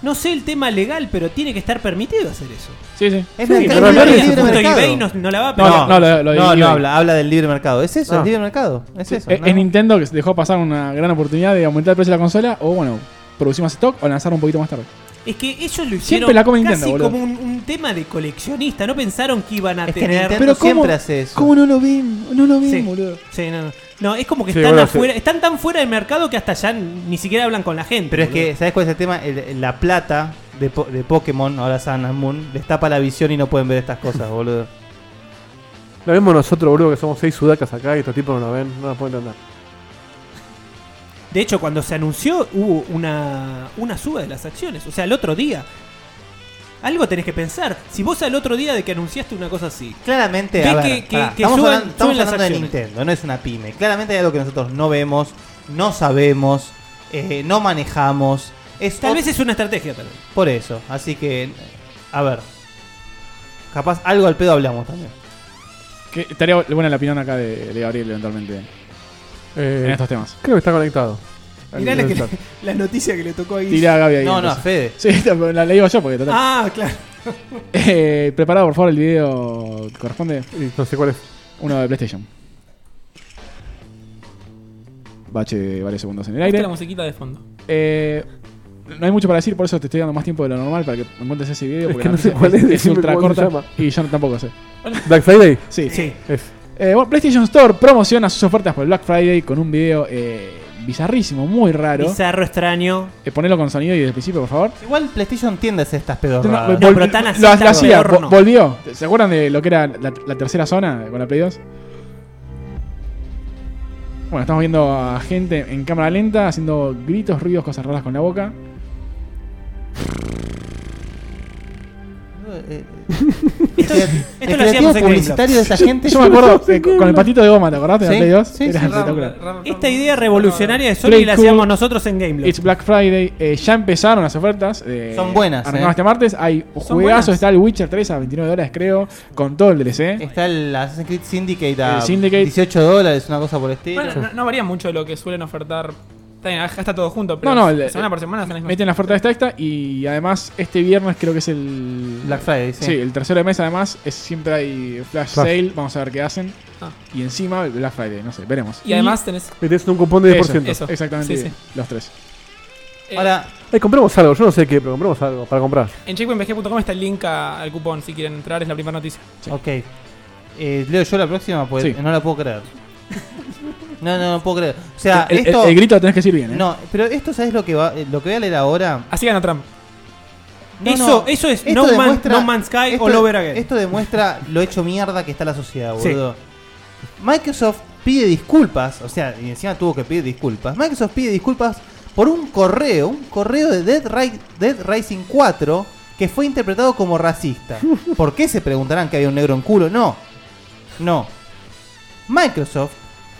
Speaker 3: No sé el tema legal, pero tiene que estar permitido hacer eso.
Speaker 5: Sí, sí.
Speaker 4: Es
Speaker 6: Sí,
Speaker 4: mercado-
Speaker 6: pero
Speaker 4: es
Speaker 6: no
Speaker 4: libre
Speaker 6: es
Speaker 4: mercado.
Speaker 3: Justo eBay no, Ah, no la va a
Speaker 5: No,
Speaker 3: pelear.
Speaker 5: no, lo- lo de eBay.
Speaker 4: habla, habla del libre mercado. Es eso,
Speaker 6: Ah.
Speaker 4: el libre mercado. Es eso.
Speaker 5: Es,
Speaker 4: ¿no?
Speaker 5: es Nintendo que dejó pasar una gran oportunidad de aumentar el precio de la consola o, bueno, producir más stock o lanzar un poquito más tarde.
Speaker 3: Es que ellos lo hicieron
Speaker 5: la come
Speaker 3: casi
Speaker 5: Nintendo, boludo.
Speaker 3: como un, un tema de coleccionista. No pensaron que iban a
Speaker 4: Es que
Speaker 3: tener.
Speaker 4: Nintendo Pero ¿cómo- siempre hace eso. cómo
Speaker 5: no lo ven? No lo
Speaker 3: ven, Sí. boludo. Sí, no, no. No, es como que
Speaker 6: Sí,
Speaker 3: están
Speaker 6: bueno,
Speaker 3: afuera, están tan fuera del mercado que hasta ya ni siquiera hablan con la gente.
Speaker 4: Pero es
Speaker 3: boludo.
Speaker 4: que, ¿sabes cuál es el tema? El- la plata de, po- de Pokémon, ahora Sun and Moon, les tapa la visión y no pueden ver estas cosas, boludo.
Speaker 6: Lo vemos nosotros, boludo, que somos seis sudacas acá y estos tipos no nos ven, no nos pueden entender.
Speaker 3: De hecho, cuando se anunció hubo una, una suba de las acciones. O sea, el otro día. Algo tenés que pensar. Si vos al otro día de que anunciaste una cosa así.
Speaker 4: Claramente,
Speaker 3: Ve
Speaker 4: a ver,
Speaker 3: que- que-
Speaker 4: pará,
Speaker 3: que
Speaker 4: estamos
Speaker 3: suban-
Speaker 4: hablando, estamos
Speaker 3: suben las
Speaker 4: hablando de
Speaker 3: acciones.
Speaker 4: Nintendo, no es una pyme. Claramente hay algo que nosotros no vemos, no sabemos, eh, no manejamos. Es
Speaker 3: Tal
Speaker 4: ot-
Speaker 3: vez es una estrategia, tal vez.
Speaker 4: por eso. Así que, a ver. Capaz algo al pedo hablamos también.
Speaker 5: Que estaría buena la opinión acá de, de Gabriel eventualmente
Speaker 6: Eh,
Speaker 5: en estos temas.
Speaker 6: Creo que está conectado.
Speaker 3: Mirá
Speaker 6: Al-
Speaker 3: la,
Speaker 6: al
Speaker 3: que
Speaker 6: chat.
Speaker 3: le- la noticia que le tocó a Guille.
Speaker 5: Tira a Gaby ahí.
Speaker 4: No, no, a
Speaker 5: entonces.
Speaker 4: Fede.
Speaker 5: Sí, la, la digo yo porque total.
Speaker 3: Ah, claro.
Speaker 5: Eh, preparado por favor el video que corresponde.
Speaker 6: Y no sé cuál es.
Speaker 5: Uno de PlayStation. Bache de varios segundos en el
Speaker 7: Justo
Speaker 5: aire.
Speaker 7: la musiquita de fondo.
Speaker 5: Eh, no hay mucho para decir, por eso te estoy dando más tiempo de lo normal para que encuentres ese video.
Speaker 6: Es
Speaker 5: Porque
Speaker 6: que
Speaker 5: la
Speaker 6: no sé
Speaker 5: noticia
Speaker 6: cuál es, decime
Speaker 5: ultra
Speaker 6: cómo se
Speaker 5: corta.
Speaker 6: llama.
Speaker 5: Y yo tampoco sé.
Speaker 6: Black Friday
Speaker 5: Sí,
Speaker 3: Sí.
Speaker 6: es.
Speaker 5: Eh, bueno, PlayStation Store promociona sus ofertas por el Black Friday con un video eh, bizarrísimo, muy raro.
Speaker 3: Bizarro, extraño.
Speaker 5: Eh, ponelo con sonido y desde el principio, por favor.
Speaker 4: Igual PlayStation tiende a hacer estas pedos
Speaker 5: No,
Speaker 4: raras. Eh,
Speaker 5: vol-
Speaker 3: No, pero tan así,
Speaker 5: lo, lo
Speaker 3: tan
Speaker 5: hacía,
Speaker 3: peor
Speaker 5: vo-
Speaker 3: no.
Speaker 5: volvió. ¿Se acuerdan de lo que era la, la tercera zona con la Play 2? Bueno, estamos viendo a gente en cámara lenta haciendo gritos, ruidos, cosas raras con la boca.
Speaker 4: Eh,
Speaker 3: Esto,
Speaker 4: el
Speaker 3: esto lo
Speaker 4: creativo
Speaker 3: hacíamos en GameStop.
Speaker 4: publicitario de esa gente.
Speaker 5: Yo me acuerdo eh, con el patito de goma, ¿te acordás de la
Speaker 4: Sí,
Speaker 5: Play 2?
Speaker 4: sí,
Speaker 5: era
Speaker 4: sí,
Speaker 5: espectacular.
Speaker 3: Esta idea revolucionaria de Sony
Speaker 5: Play
Speaker 3: la
Speaker 5: cool.
Speaker 3: hacíamos nosotros en GameLock.
Speaker 5: It's Black Friday. eh, ya empezaron las ofertas. eh,
Speaker 4: Son buenas,
Speaker 5: Arrancaron
Speaker 4: eh.
Speaker 5: este martes. Hay
Speaker 3: buenas.
Speaker 5: juegazos. Está el Witcher 3 a 29 dólares, creo. Con todo el DLC.
Speaker 4: Está el Assassin's Creed Syndicate a
Speaker 5: El Syndicate.
Speaker 4: 18 Ah, dólares, una cosa por el estilo.
Speaker 7: Bueno, no, no varía mucho de lo que suelen ofertar. Está bien, acá está todo junto, pero
Speaker 5: No, no, el-
Speaker 7: semana por semana son las mismas.
Speaker 5: Meten la oferta esta esta. Y además, este viernes creo que es el.
Speaker 4: Black Friday, sí.
Speaker 5: Sí, el tercero de mes además. Es, siempre hay flash,
Speaker 6: Flash.
Speaker 5: sale. Vamos a ver qué hacen.
Speaker 7: Ah.
Speaker 5: Y encima el Black Friday. No sé, veremos.
Speaker 7: Y además tenés.
Speaker 6: Metes un cupón de 10%.
Speaker 5: Eso,
Speaker 7: eso.
Speaker 5: Exactamente.
Speaker 7: Sí, sí.
Speaker 5: Los tres.
Speaker 7: eh,
Speaker 4: Ahora,
Speaker 6: Ay, compremos algo, yo no sé qué, pero compremos algo para comprar.
Speaker 7: en checkpointbg.com está el link a- al cupón si quieren entrar, es la primera noticia.
Speaker 4: ok. Eh, leo yo la próxima, pues
Speaker 5: Sí.
Speaker 4: no la puedo creer. No, no, no puedo creer. O sea,
Speaker 5: El, el-
Speaker 4: esto.
Speaker 5: el grito lo tenés que decir bien, ¿eh?
Speaker 4: no, pero esto, ¿sabes lo que va, eh, lo que voy a leer ahora?
Speaker 7: Así gana Trump.
Speaker 4: No,
Speaker 3: eso,
Speaker 4: no,
Speaker 3: eso es
Speaker 4: esto
Speaker 3: no, Man-
Speaker 4: demuestra-
Speaker 3: No Man's Sky
Speaker 4: esto-
Speaker 3: All Over Again.
Speaker 4: Esto demuestra lo hecho mierda que está la sociedad,
Speaker 3: Sí.
Speaker 4: boludo. Microsoft pide disculpas, o sea, y encima tuvo que pedir disculpas. Microsoft pide disculpas por un correo, un correo de Dead, Ri- Dead Rising 4 que fue interpretado como racista. ¿Por qué se preguntarán que había un negro en culo? No, no. Microsoft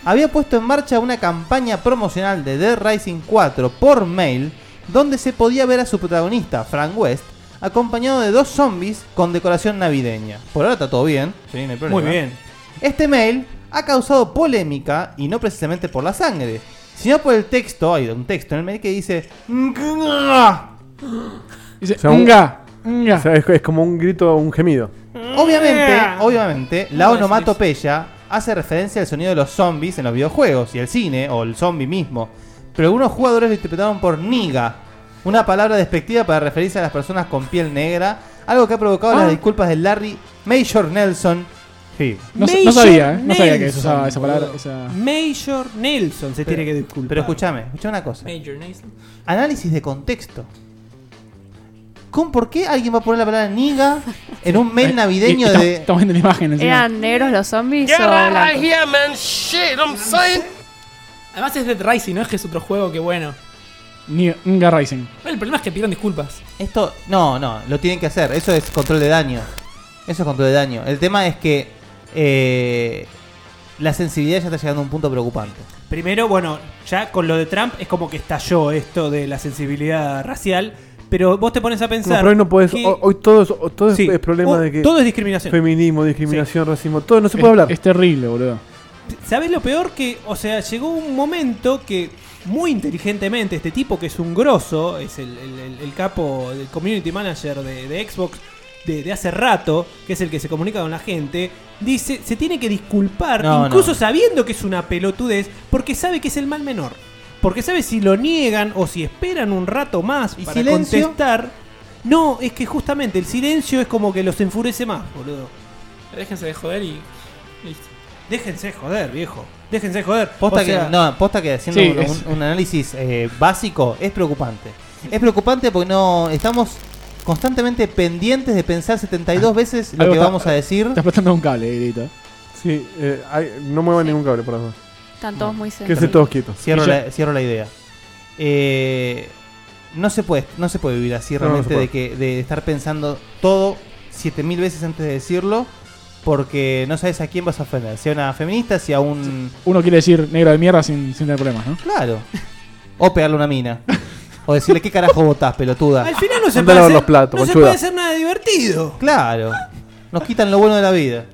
Speaker 4: había puesto en marcha una campaña promocional de Dead Rising 4 por mail donde se podía ver a su protagonista, Frank West, acompañado de dos zombies con decoración navideña. Por ahora está todo bien. sí, no hay problema.
Speaker 3: Muy bien.
Speaker 4: Este mail ha causado polémica y no precisamente por la sangre, sino por el texto, hay un texto en el mail que dice...
Speaker 5: Dice,
Speaker 6: sea, un-
Speaker 5: "Nga, nga".
Speaker 6: O sea, es, es como un grito, un gemido.
Speaker 3: Mm.
Speaker 4: Obviamente,
Speaker 3: Ah.
Speaker 4: obviamente, la
Speaker 7: No, es-
Speaker 4: onomatopeya hace referencia al sonido de los zombies en los videojuegos y el cine o el zombie mismo. Pero algunos jugadores lo interpretaron por niga, una palabra despectiva para referirse a las personas con piel negra, algo que ha provocado
Speaker 3: Ah.
Speaker 4: las disculpas de Larry Major Nelson. Sí.
Speaker 5: No, sa- no sabía, ¿eh? No sabía que se usaba esa palabra. Esa...
Speaker 3: Major Nelson se tiene que disculpar.
Speaker 4: Pero escúchame, escuchame una cosa.
Speaker 7: Major Nelson.
Speaker 4: Análisis de contexto. ¿Con por qué alguien va a poner la palabra niga en un mail
Speaker 5: Y-
Speaker 4: navideño
Speaker 5: y-
Speaker 4: de
Speaker 5: Estamos viendo la imagen encima.
Speaker 8: ¿Eran negros los zombies o blancos?
Speaker 7: Además es Dead Rising, no es que es otro juego que bueno.
Speaker 5: Ni- Nga Rising.
Speaker 7: Bueno, el problema es que pidieron disculpas.
Speaker 4: Esto, no, no, lo tienen que hacer. Eso es control de daño. Eso es control de daño. El tema es que eh, la sensibilidad ya está llegando a un punto preocupante.
Speaker 3: Primero, bueno, ya con lo de Trump es como que estalló esto de la sensibilidad racial. Pero vos te pones a
Speaker 6: No,
Speaker 3: pensar.
Speaker 6: pero hoy no podés.
Speaker 3: que-
Speaker 6: ho- Hoy todo es, ho- todo es-
Speaker 3: sí,
Speaker 6: es problema
Speaker 3: o-
Speaker 6: de que.
Speaker 3: Todo es discriminación.
Speaker 6: Feminismo, discriminación, racismo, todo no se puede
Speaker 5: Es-
Speaker 6: hablar.
Speaker 5: Es terrible, boludo.
Speaker 3: ¿Sabés lo peor que, o sea, llegó un momento que muy inteligentemente este tipo que es un grosso, es el, el- el- el capo, el community manager de, de Xbox de, de hace rato, que es el que se comunica con la gente, dice, se tiene que disculpar,
Speaker 4: No,
Speaker 3: incluso
Speaker 4: no.
Speaker 3: sabiendo que es una pelotudez, porque sabe que es el mal menor. Porque sabe si lo niegan o si esperan un rato más
Speaker 4: ¿Y
Speaker 3: para
Speaker 4: silencio?
Speaker 3: contestar. No, es que justamente el silencio es como que los enfurece más, boludo.
Speaker 7: Déjense de joder y. Listo.
Speaker 3: Déjense joder, viejo. Déjense joder.
Speaker 4: Posta,
Speaker 3: O sea-
Speaker 4: que, no, posta que haciendo
Speaker 5: Sí,
Speaker 4: un,
Speaker 5: es-
Speaker 4: un- un análisis eh, básico es
Speaker 3: Este.
Speaker 4: preocupante. Es preocupante porque no estamos constantemente pendientes de pensar 72 veces
Speaker 5: Ah,
Speaker 4: lo
Speaker 5: Algo
Speaker 4: que
Speaker 5: está-
Speaker 4: vamos a decir.
Speaker 5: Está explotando un cable, eh, grito.
Speaker 6: Sí, eh, hay- no muevan ningún cable, por favor.
Speaker 8: Están todos muy
Speaker 6: Quédense
Speaker 8: sensibles.
Speaker 6: todos quietos.
Speaker 4: Cierro,
Speaker 5: Y yo-
Speaker 4: la, cierro la idea. Eh, no se puede, no se puede vivir así
Speaker 6: No, no se
Speaker 4: realmente de que de estar pensando todo 7000 veces antes de decirlo porque no sabes a quién vas a ofender, si a una feminista, si a un
Speaker 5: Uno quiere decir negro de mierda sin, sin tener problemas, ¿no?
Speaker 4: claro, o pegarle una mina o decirle qué carajo votás, pelotuda.
Speaker 3: Al final no se
Speaker 6: Anda
Speaker 3: puede
Speaker 6: a lavar
Speaker 3: hacer,
Speaker 6: los platos,
Speaker 3: no se
Speaker 6: conchuda.
Speaker 3: puede hacer nada divertido.
Speaker 4: Claro. Nos quitan lo bueno de la vida.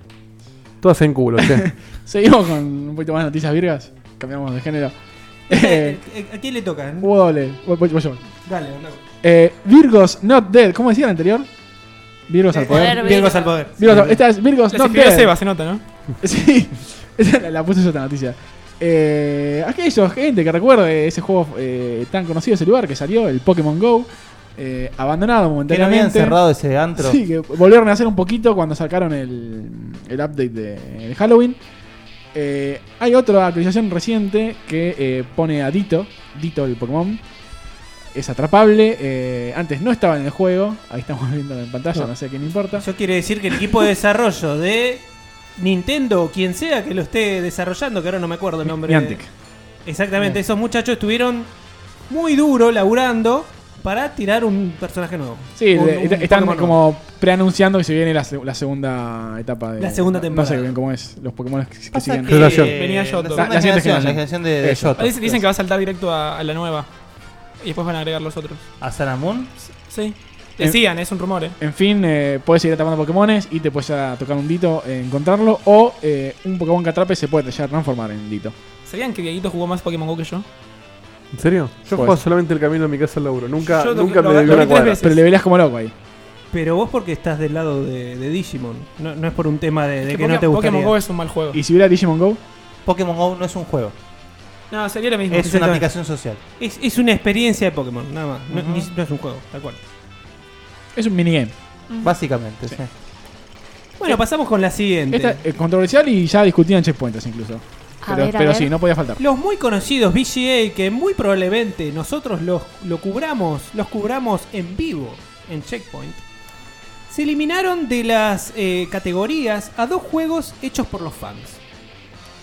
Speaker 6: Todas en culo, che.
Speaker 5: Seguimos con un poquito más de noticias virgas. Cambiamos de género. Eh,
Speaker 3: Eh, ¿A quién le toca?
Speaker 5: voy, doble. voy, voy- voy yo.
Speaker 3: Dale, andá.
Speaker 5: Eh, Virgos Not Dead. ¿Cómo decía el anterior? Virgos al poder.
Speaker 8: Poder
Speaker 3: Virgos
Speaker 8: virgo.
Speaker 3: al poder.
Speaker 5: Virgos al- esta es Virgos
Speaker 7: Las
Speaker 5: Not
Speaker 7: escribió
Speaker 5: Dead.
Speaker 7: Seba, se nota, ¿no?
Speaker 5: Sí, esa la, la puse yo esta noticia. Eh, aquellos gente que recuerde ese juego eh, tan conocido, ese lugar que salió, el Pokémon Go, eh, abandonado
Speaker 4: Que no habían
Speaker 5: momentáneamente.
Speaker 4: cerrado ese antro.
Speaker 5: sí, que volvieron a hacer un poquito cuando sacaron el, el update de, de Halloween. Eh, hay otra actualización reciente que eh, pone a Dito, Dito el Pokémon. Es atrapable, eh, antes no estaba en el juego, ahí estamos viendo en pantalla, no, sé qué me importa.
Speaker 3: Eso quiere decir que el equipo de desarrollo de Nintendo o quien sea que lo esté desarrollando, que ahora no me acuerdo el nombre.
Speaker 5: Niantic.
Speaker 3: Exactamente, esos muchachos estuvieron muy duro laburando para tirar un personaje nuevo.
Speaker 5: Sí,
Speaker 3: Un-
Speaker 5: de-
Speaker 3: un
Speaker 5: est- están
Speaker 3: Pokémon nuevo.
Speaker 5: como preanunciando que se viene la, se- la segunda etapa de
Speaker 3: La segunda temporada.
Speaker 5: No sé bien cómo es, los Pokémon que, que
Speaker 4: Pasa
Speaker 5: siguen.
Speaker 4: que-
Speaker 6: Generación.
Speaker 7: Venía Yoto.
Speaker 4: La,
Speaker 5: La- la
Speaker 4: segunda
Speaker 5: siguiente
Speaker 4: generación, la
Speaker 5: generación. Eh,
Speaker 4: generación de, de
Speaker 5: Eso.
Speaker 4: Yoto.
Speaker 7: Ah, Dicen, dicen que va a saltar directo a, a la nueva. Y después van a agregar los otros.
Speaker 4: ¿A Sanamun?
Speaker 7: Sí. Decían, es un rumor, ¿eh?
Speaker 5: En fin, eh, puedes seguir atrapando Pokémones y te puedes ya tocar un Dito, eh, encontrarlo, o eh, un Pokémon que atrape se puede ya transformar en Dito.
Speaker 7: ¿Sabían que Dieguito jugó más Pokémon Go que yo?
Speaker 6: ¿En serio? Yo
Speaker 5: Pues.
Speaker 6: jugaba solamente el camino de mi casa al laburo. Nunca,
Speaker 7: Yo lo-
Speaker 6: nunca
Speaker 7: lo-
Speaker 6: me
Speaker 7: lo
Speaker 6: debió
Speaker 7: vi
Speaker 6: una
Speaker 7: tres
Speaker 6: cuadra.
Speaker 7: veces.
Speaker 5: Pero le veías como loco ahí.
Speaker 3: Pero vos porque estás del lado de, de Digimon. No, no es por un tema de, de que
Speaker 7: Poké-
Speaker 3: no te gustaría.
Speaker 7: Pokémon Go es un mal juego.
Speaker 5: Y si hubiera Digimon Go,
Speaker 4: Pokémon GO no es un juego,
Speaker 7: No, sería lo mismo.
Speaker 4: es una
Speaker 3: exactamente.
Speaker 4: aplicación social.
Speaker 3: Es, es una experiencia de Pokémon, nada más. No,
Speaker 4: Ujú.
Speaker 3: ni- no es un juego, tal cual.
Speaker 5: es un minigame.
Speaker 4: Básicamente, sí.
Speaker 3: Bueno, pasamos con la siguiente.
Speaker 5: Eh, Esta es controversial y ya discutían checkpoints incluso.
Speaker 8: A
Speaker 5: Pero,
Speaker 8: ver, a
Speaker 5: pero
Speaker 8: ver.
Speaker 5: sí, no podía faltar.
Speaker 3: Los muy conocidos VGA que muy probablemente nosotros los lo cubramos, los cubramos en vivo en Checkpoint, se eliminaron de las eh, categorías a dos juegos hechos por los fans.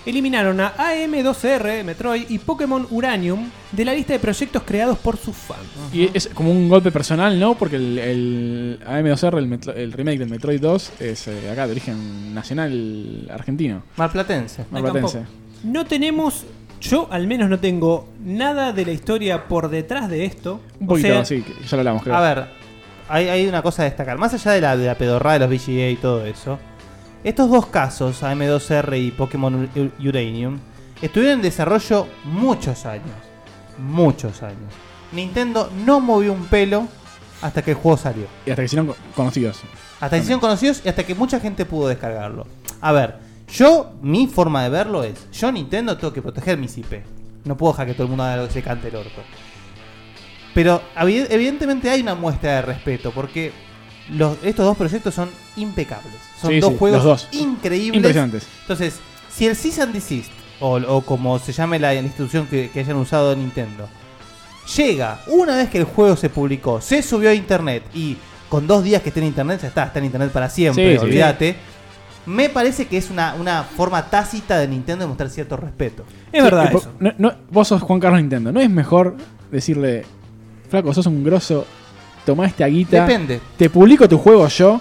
Speaker 3: eliminaron a AM2R, Metroid y Pokémon Uranium de la lista de proyectos creados por sus fans.
Speaker 5: Y es como un golpe personal, ¿no? Porque el, el AM2R, el, Metro- el remake del Metroid 2, es eh, acá de origen nacional argentino.
Speaker 4: Malplatense.
Speaker 5: Marplatense.
Speaker 3: No tenemos, yo al menos no tengo nada de la historia por detrás de esto.
Speaker 5: Un
Speaker 3: O
Speaker 5: poquito,
Speaker 3: sea,
Speaker 5: sí, que ya lo hablamos, creo.
Speaker 4: A ver, hay, hay una cosa a destacar. Más allá de la, de la pedorrada de los VGA y todo eso, estos dos casos, AM2R y Pokémon U- U- Uranium, estuvieron en desarrollo muchos años. Muchos años. Nintendo no movió un pelo hasta que el juego salió.
Speaker 5: Y hasta que hicieron co- conocidos.
Speaker 4: Hasta que hicieron conocidos y hasta que mucha gente pudo descargarlo. A ver, yo, mi forma de verlo es: yo, Nintendo, tengo que proteger mis IP. No puedo dejar que todo el mundo haga lo que se cante el orto. Pero evi- evidentemente hay una muestra de respeto porque los- estos dos proyectos son impecables. Son
Speaker 5: Sí,
Speaker 4: dos
Speaker 5: sí,
Speaker 4: juegos
Speaker 5: los dos.
Speaker 4: increíbles.
Speaker 5: Impresionantes.
Speaker 4: Entonces, si el Cease and Desist, o, o como se llame la, la institución que, que hayan usado Nintendo, llega una vez que el juego se publicó, se subió a internet y con dos días que esté en internet, ya está, está en internet para siempre,
Speaker 5: Sí, sí.
Speaker 4: olvídate. Me parece que es una, una forma tácita de Nintendo de mostrar cierto respeto.
Speaker 3: Es verdad
Speaker 5: Sí, po-
Speaker 3: eso.
Speaker 5: no- no- vos sos Juan Carlos Nintendo. ¿No es mejor decirle, flaco, sos un grosso, tomá esta guita,
Speaker 4: Depende,
Speaker 5: te publico tu juego yo?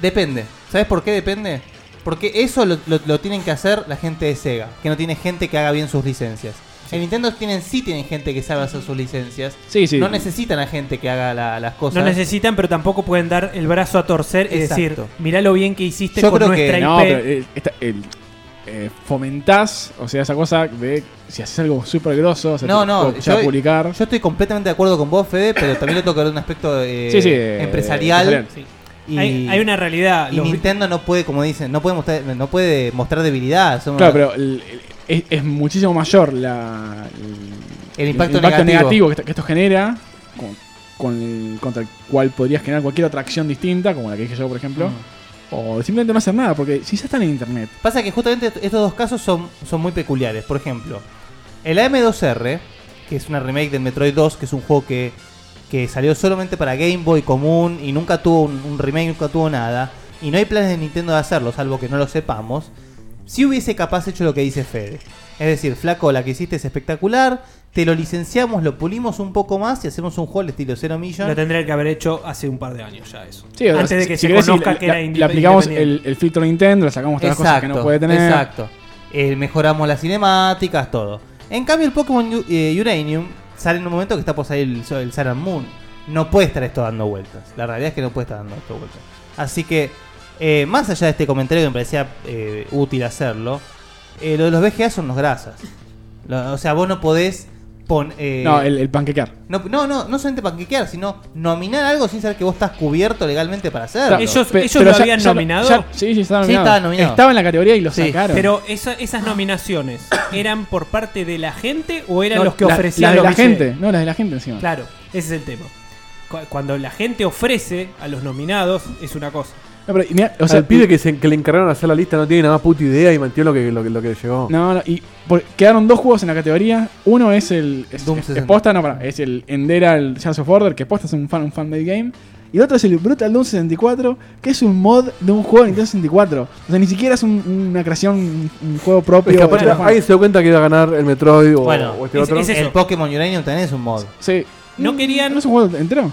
Speaker 4: depende. ¿Sabes por qué depende? Porque eso lo, lo- lo tienen que hacer la gente de Sega, que no tiene gente que haga bien sus licencias. En Nintendo tienen, sí tienen gente que sabe hacer sus licencias.
Speaker 5: Sí, sí.
Speaker 4: No necesitan a gente que haga la- las cosas.
Speaker 3: No necesitan, pero tampoco pueden dar el brazo a torcer y decir,
Speaker 4: Exacto.
Speaker 3: mirá lo bien que hiciste
Speaker 4: Yo
Speaker 3: con
Speaker 4: creo que-
Speaker 3: nuestra IP.
Speaker 5: No, pero eh, esta- el- eh, fomentás, o sea, esa cosa de si haces algo súper grosso, se,
Speaker 4: No, no,
Speaker 5: se va a publicar.
Speaker 4: Yo estoy completamente de acuerdo con vos, Fede, pero también le toca ver un aspecto eh,
Speaker 5: Sí, sí, eh,
Speaker 4: empresarial.
Speaker 5: empresarial.
Speaker 4: Y,
Speaker 3: hay, hay una realidad.
Speaker 4: y
Speaker 3: Los-
Speaker 4: Nintendo no puede, como dicen, no puede mostrar, no puede mostrar debilidad. Somos-
Speaker 5: Claro, pero el- el- es, es muchísimo mayor la, el,
Speaker 4: El impacto negativo.
Speaker 5: que, esto- que esto genera con, con el- contra el cual podrías generar cualquier otra acción distinta, como la que dije yo, por ejemplo. O simplemente no hacer nada, porque si ya están en internet.
Speaker 4: Pasa que justamente estos dos casos son, son muy peculiares. Por ejemplo, el AM2R, que es una remake del Metroid 2, que es un juego que, que salió solamente para Game Boy común y nunca tuvo un, un remake, nunca tuvo nada. Y no hay planes de Nintendo de hacerlo, salvo que no lo sepamos. Si hubiese capaz hecho lo que dice Fede. Es decir, flaco, la que hiciste es espectacular. Te lo licenciamos, lo pulimos un poco más y hacemos un juego al estilo Zero
Speaker 3: Lo
Speaker 4: Million.
Speaker 3: tendría que haber hecho hace un par de años ya eso.
Speaker 5: Sí, o
Speaker 3: Antes
Speaker 5: sea,
Speaker 3: de que
Speaker 5: si
Speaker 3: se
Speaker 5: querés,
Speaker 3: conozca
Speaker 5: le-
Speaker 3: que
Speaker 5: le-
Speaker 3: era
Speaker 5: Le aplicamos el,
Speaker 3: independiente.
Speaker 5: el filtro Nintendo, le sacamos todas las cosas que no puede tener.
Speaker 4: Exacto. Eh, mejoramos las cinemáticas, todo. En cambio, el Pokémon U- eh, Uranium sale en un momento que está por salir el, Sol- el Sun and Moon. No puede estar esto dando vueltas. La realidad es que no puede estar dando esto vueltas. Así que, eh, más allá de este comentario que me parecía eh, útil hacerlo, eh, lo de los VGA son los grasas. Lo- o sea, vos no podés poner.
Speaker 5: No, el, el panquequear.
Speaker 4: no, no, no, no solamente panquequear, sino nominar algo sin saber que vos estás cubierto legalmente para hacerlo.
Speaker 3: Ellos-
Speaker 5: Pe-
Speaker 3: ellos
Speaker 5: pero
Speaker 3: lo habían nominado.
Speaker 5: ya- sí, sí, estaba
Speaker 4: Sí,
Speaker 5: nominado.
Speaker 4: estaba nominado.
Speaker 5: Estaba en la categoría y lo
Speaker 4: Sí,
Speaker 5: sacaron.
Speaker 3: Pero esa- esas nominaciones, ¿eran por parte de la gente o eran
Speaker 5: No,
Speaker 3: los que
Speaker 5: la- la
Speaker 3: ofrecían
Speaker 5: de
Speaker 3: los
Speaker 5: la
Speaker 3: billetes?
Speaker 5: gente. No, las de la gente encima.
Speaker 3: Claro, ese es el tema. Cu- Cuando la gente ofrece a los nominados, es una cosa.
Speaker 5: No, pero, y mirá, o
Speaker 6: O
Speaker 5: sea,
Speaker 6: sea, el pibe que, se- que le encargaron de hacer la lista no tiene nada más puta idea y mantiene lo que, lo, que- lo que llegó.
Speaker 5: No, no, y por- quedaron dos juegos en la categoría. Uno es el. Es,
Speaker 4: Doom
Speaker 5: es-
Speaker 4: 60.
Speaker 5: es posta, no, pará, es el Endera, el Shadows of Order, que posta es un fan, un fan del game. Y el otro es el Brutal Doom 64, que es un mod de un juego de Nintendo 64. O sea, ni siquiera es un- una creación, un, un juego propio.
Speaker 6: Es que
Speaker 5: de
Speaker 6: aparte,
Speaker 5: los fans.
Speaker 6: ahí se dio cuenta que iba a ganar el Metroid o,
Speaker 4: Bueno,
Speaker 6: o este
Speaker 3: ese-
Speaker 6: otro.
Speaker 3: ese-
Speaker 4: el Pokémon Uranium también es un mod.
Speaker 5: Sí. Mm,
Speaker 3: No querían-
Speaker 5: ¿No es un juego entero?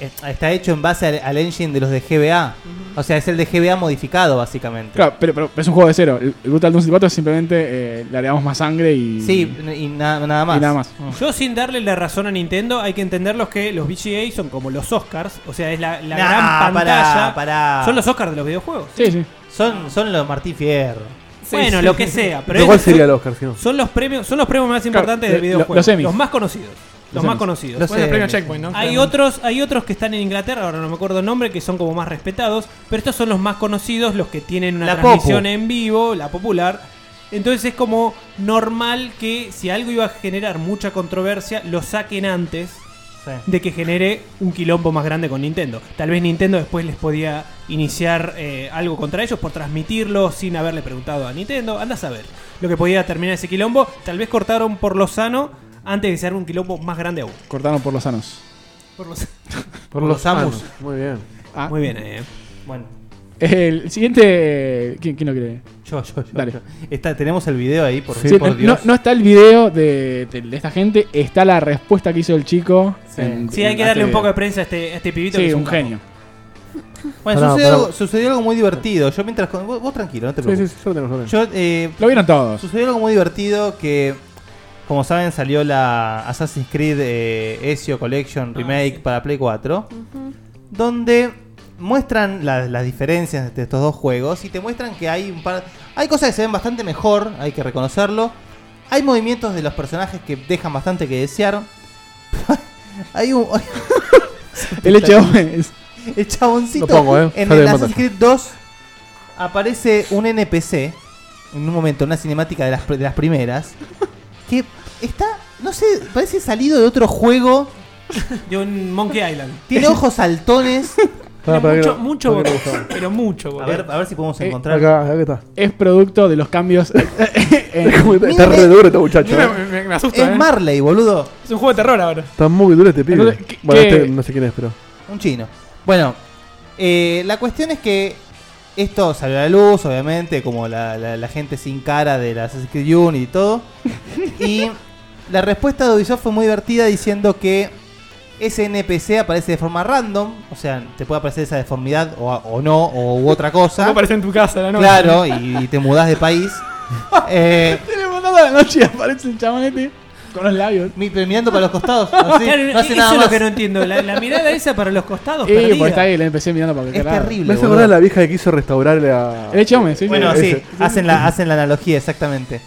Speaker 4: Eh, Está hecho en base al, al engine de los de GBA. O sea, es el de GBA modificado, básicamente.
Speaker 5: Claro, pero, pero es un juego de cero. El, el Brutal Doom 64 es simplemente eh, le agregamos más sangre y.
Speaker 4: Sí, y na- nada más.
Speaker 5: Y nada más.
Speaker 3: Yo sin darle la razón a Nintendo, hay que entenderlos que los VGA son como los Oscars, o sea, es la, la
Speaker 4: Nah,
Speaker 3: gran pantalla.
Speaker 4: Ah, pará, pará.
Speaker 3: Son los Oscars de los videojuegos.
Speaker 5: Sí, sí.
Speaker 4: Son, son los Martín Fierro.
Speaker 3: bueno, lo que sea, pero
Speaker 6: Pero ¿Cuál
Speaker 3: es-
Speaker 6: sería el Oscar si no?
Speaker 3: son los premios, son los premios más importantes
Speaker 5: eh, lo-
Speaker 3: del videojuego.
Speaker 5: los Emmys.
Speaker 3: los más conocidos. Los,
Speaker 5: Los
Speaker 3: más
Speaker 5: Emmys.
Speaker 3: conocidos.
Speaker 4: Los
Speaker 7: Fue el premio
Speaker 4: Emmys.
Speaker 7: Checkpoint, ¿no?
Speaker 3: Hay
Speaker 7: Claramente.
Speaker 3: otros, hay otros que están en Inglaterra, ahora no me acuerdo el nombre, que son como más respetados, pero estos son los más conocidos, los que tienen una
Speaker 4: La
Speaker 3: transmisión
Speaker 4: Popu.
Speaker 3: en vivo, la popular. Entonces es como normal que si algo iba a generar mucha controversia, lo saquen antes de que genere un quilombo más grande con Nintendo. Tal vez Nintendo después les podía iniciar eh, algo contra ellos por transmitirlo sin haberle preguntado a Nintendo. Anda a saber lo que podía terminar ese quilombo. Tal vez cortaron por lo sano antes de que se haga un quilombo más grande aún.
Speaker 5: Cortaron por los sanos.
Speaker 3: Por lo sano.
Speaker 6: Por
Speaker 4: los Samus.
Speaker 6: Muy bien.
Speaker 5: Ah,
Speaker 3: Muy bien, eh.
Speaker 4: Bueno.
Speaker 5: El siguiente. ¿Quién, quién lo quiere?
Speaker 4: Yo, yo, yo.
Speaker 5: Dale.
Speaker 4: yo. Está, tenemos el video ahí, por,
Speaker 5: Sí, Eh,
Speaker 4: por
Speaker 5: no-
Speaker 4: Dios.
Speaker 5: No, no está el video de, de- de esta gente, está la respuesta que hizo el chico. en-
Speaker 3: Sí, hay que
Speaker 5: en-
Speaker 3: darle un
Speaker 5: hace-
Speaker 3: poco de prensa a este, a este pibito
Speaker 5: Sí,
Speaker 3: que es
Speaker 5: un
Speaker 3: capo.
Speaker 5: genio.
Speaker 4: Bueno,
Speaker 6: Pará,
Speaker 4: sucedió,
Speaker 6: pará.
Speaker 4: Algo, sucedió algo muy divertido. Yo mientras... con- Vos, vos tranquilo, no te
Speaker 6: Sí, sí,
Speaker 4: preocupes.
Speaker 6: sí, ya lo tenemos, lo tenemos.
Speaker 4: Yo, eh,
Speaker 5: Lo vieron todos.
Speaker 4: sucedió algo muy divertido que... Como saben, salió la Assassin's Creed eh, Ezio Collection Remake para Play 4. donde muestran la- las diferencias entre estos dos juegos y te muestran que hay un par hay cosas que se ven bastante mejor, hay que reconocerlo. Hay movimientos de los personajes que dejan bastante que desear. hay un
Speaker 5: El hecho es.
Speaker 4: el chaboncito
Speaker 6: Lo pongo, eh.
Speaker 4: en
Speaker 6: Ya te
Speaker 4: el
Speaker 6: mato.
Speaker 4: Assassin's Creed 2 aparece un NPC en un momento, una cinemática de las, de las primeras que está no sé, parece salido de otro juego,
Speaker 3: De un Monkey Island.
Speaker 4: tiene ojos saltones.
Speaker 6: Pará, pará, que
Speaker 7: mucho, mucho
Speaker 6: no- pará que no
Speaker 7: botón,
Speaker 6: gustaba.
Speaker 7: pero mucho
Speaker 4: A
Speaker 7: botón.
Speaker 4: ver, a ver si podemos
Speaker 5: Eh,
Speaker 4: encontrar
Speaker 6: Acá, acá está.
Speaker 5: Es producto de los cambios. en-
Speaker 6: Está- Está re duro este muchacho.
Speaker 7: Mira,
Speaker 6: eh.
Speaker 7: me, me- me asusta.
Speaker 4: Es
Speaker 7: eh.
Speaker 4: Marley, boludo.
Speaker 7: Es un juego de terror ahora.
Speaker 6: Está muy duro este pibe.
Speaker 5: Entonces, ¿qué-
Speaker 6: Bueno,
Speaker 5: qué-
Speaker 6: este no sé quién es, pero.
Speaker 4: Un chino. Bueno, eh, la cuestión es que esto salió a la luz, obviamente, como la, la- la gente sin cara de la Assassin's Creed Unity y todo. y la respuesta de Ubisoft fue muy divertida diciendo que ese NPC aparece de forma random, o sea, te puede aparecer esa deformidad o, o no, o u otra
Speaker 7: No
Speaker 4: cosa.
Speaker 7: aparece en tu casa la noche.
Speaker 4: Claro, y, y te mudás de país. Eh,
Speaker 5: Tenemos toda la noche y aparece el chabón este con los labios.
Speaker 4: mi- pero mirando para los costados, así,
Speaker 3: Claro,
Speaker 4: no hace
Speaker 3: eso
Speaker 4: nada
Speaker 3: es
Speaker 4: más.
Speaker 3: lo que no entiendo. La, la mirada esa para los costados.
Speaker 5: Y
Speaker 3: perdida.
Speaker 5: Eh, porque está ahí el NPC mirando para
Speaker 4: Es
Speaker 5: cualquier lado.
Speaker 4: terrible.
Speaker 6: Me hace
Speaker 4: boludo.
Speaker 6: acordar a la vieja que quiso restaurar la.
Speaker 5: El hecho hombre, Eh, sí. sí.
Speaker 4: Bueno,
Speaker 5: Ese.
Speaker 4: sí, hacen la, hacen la analogía, exactamente.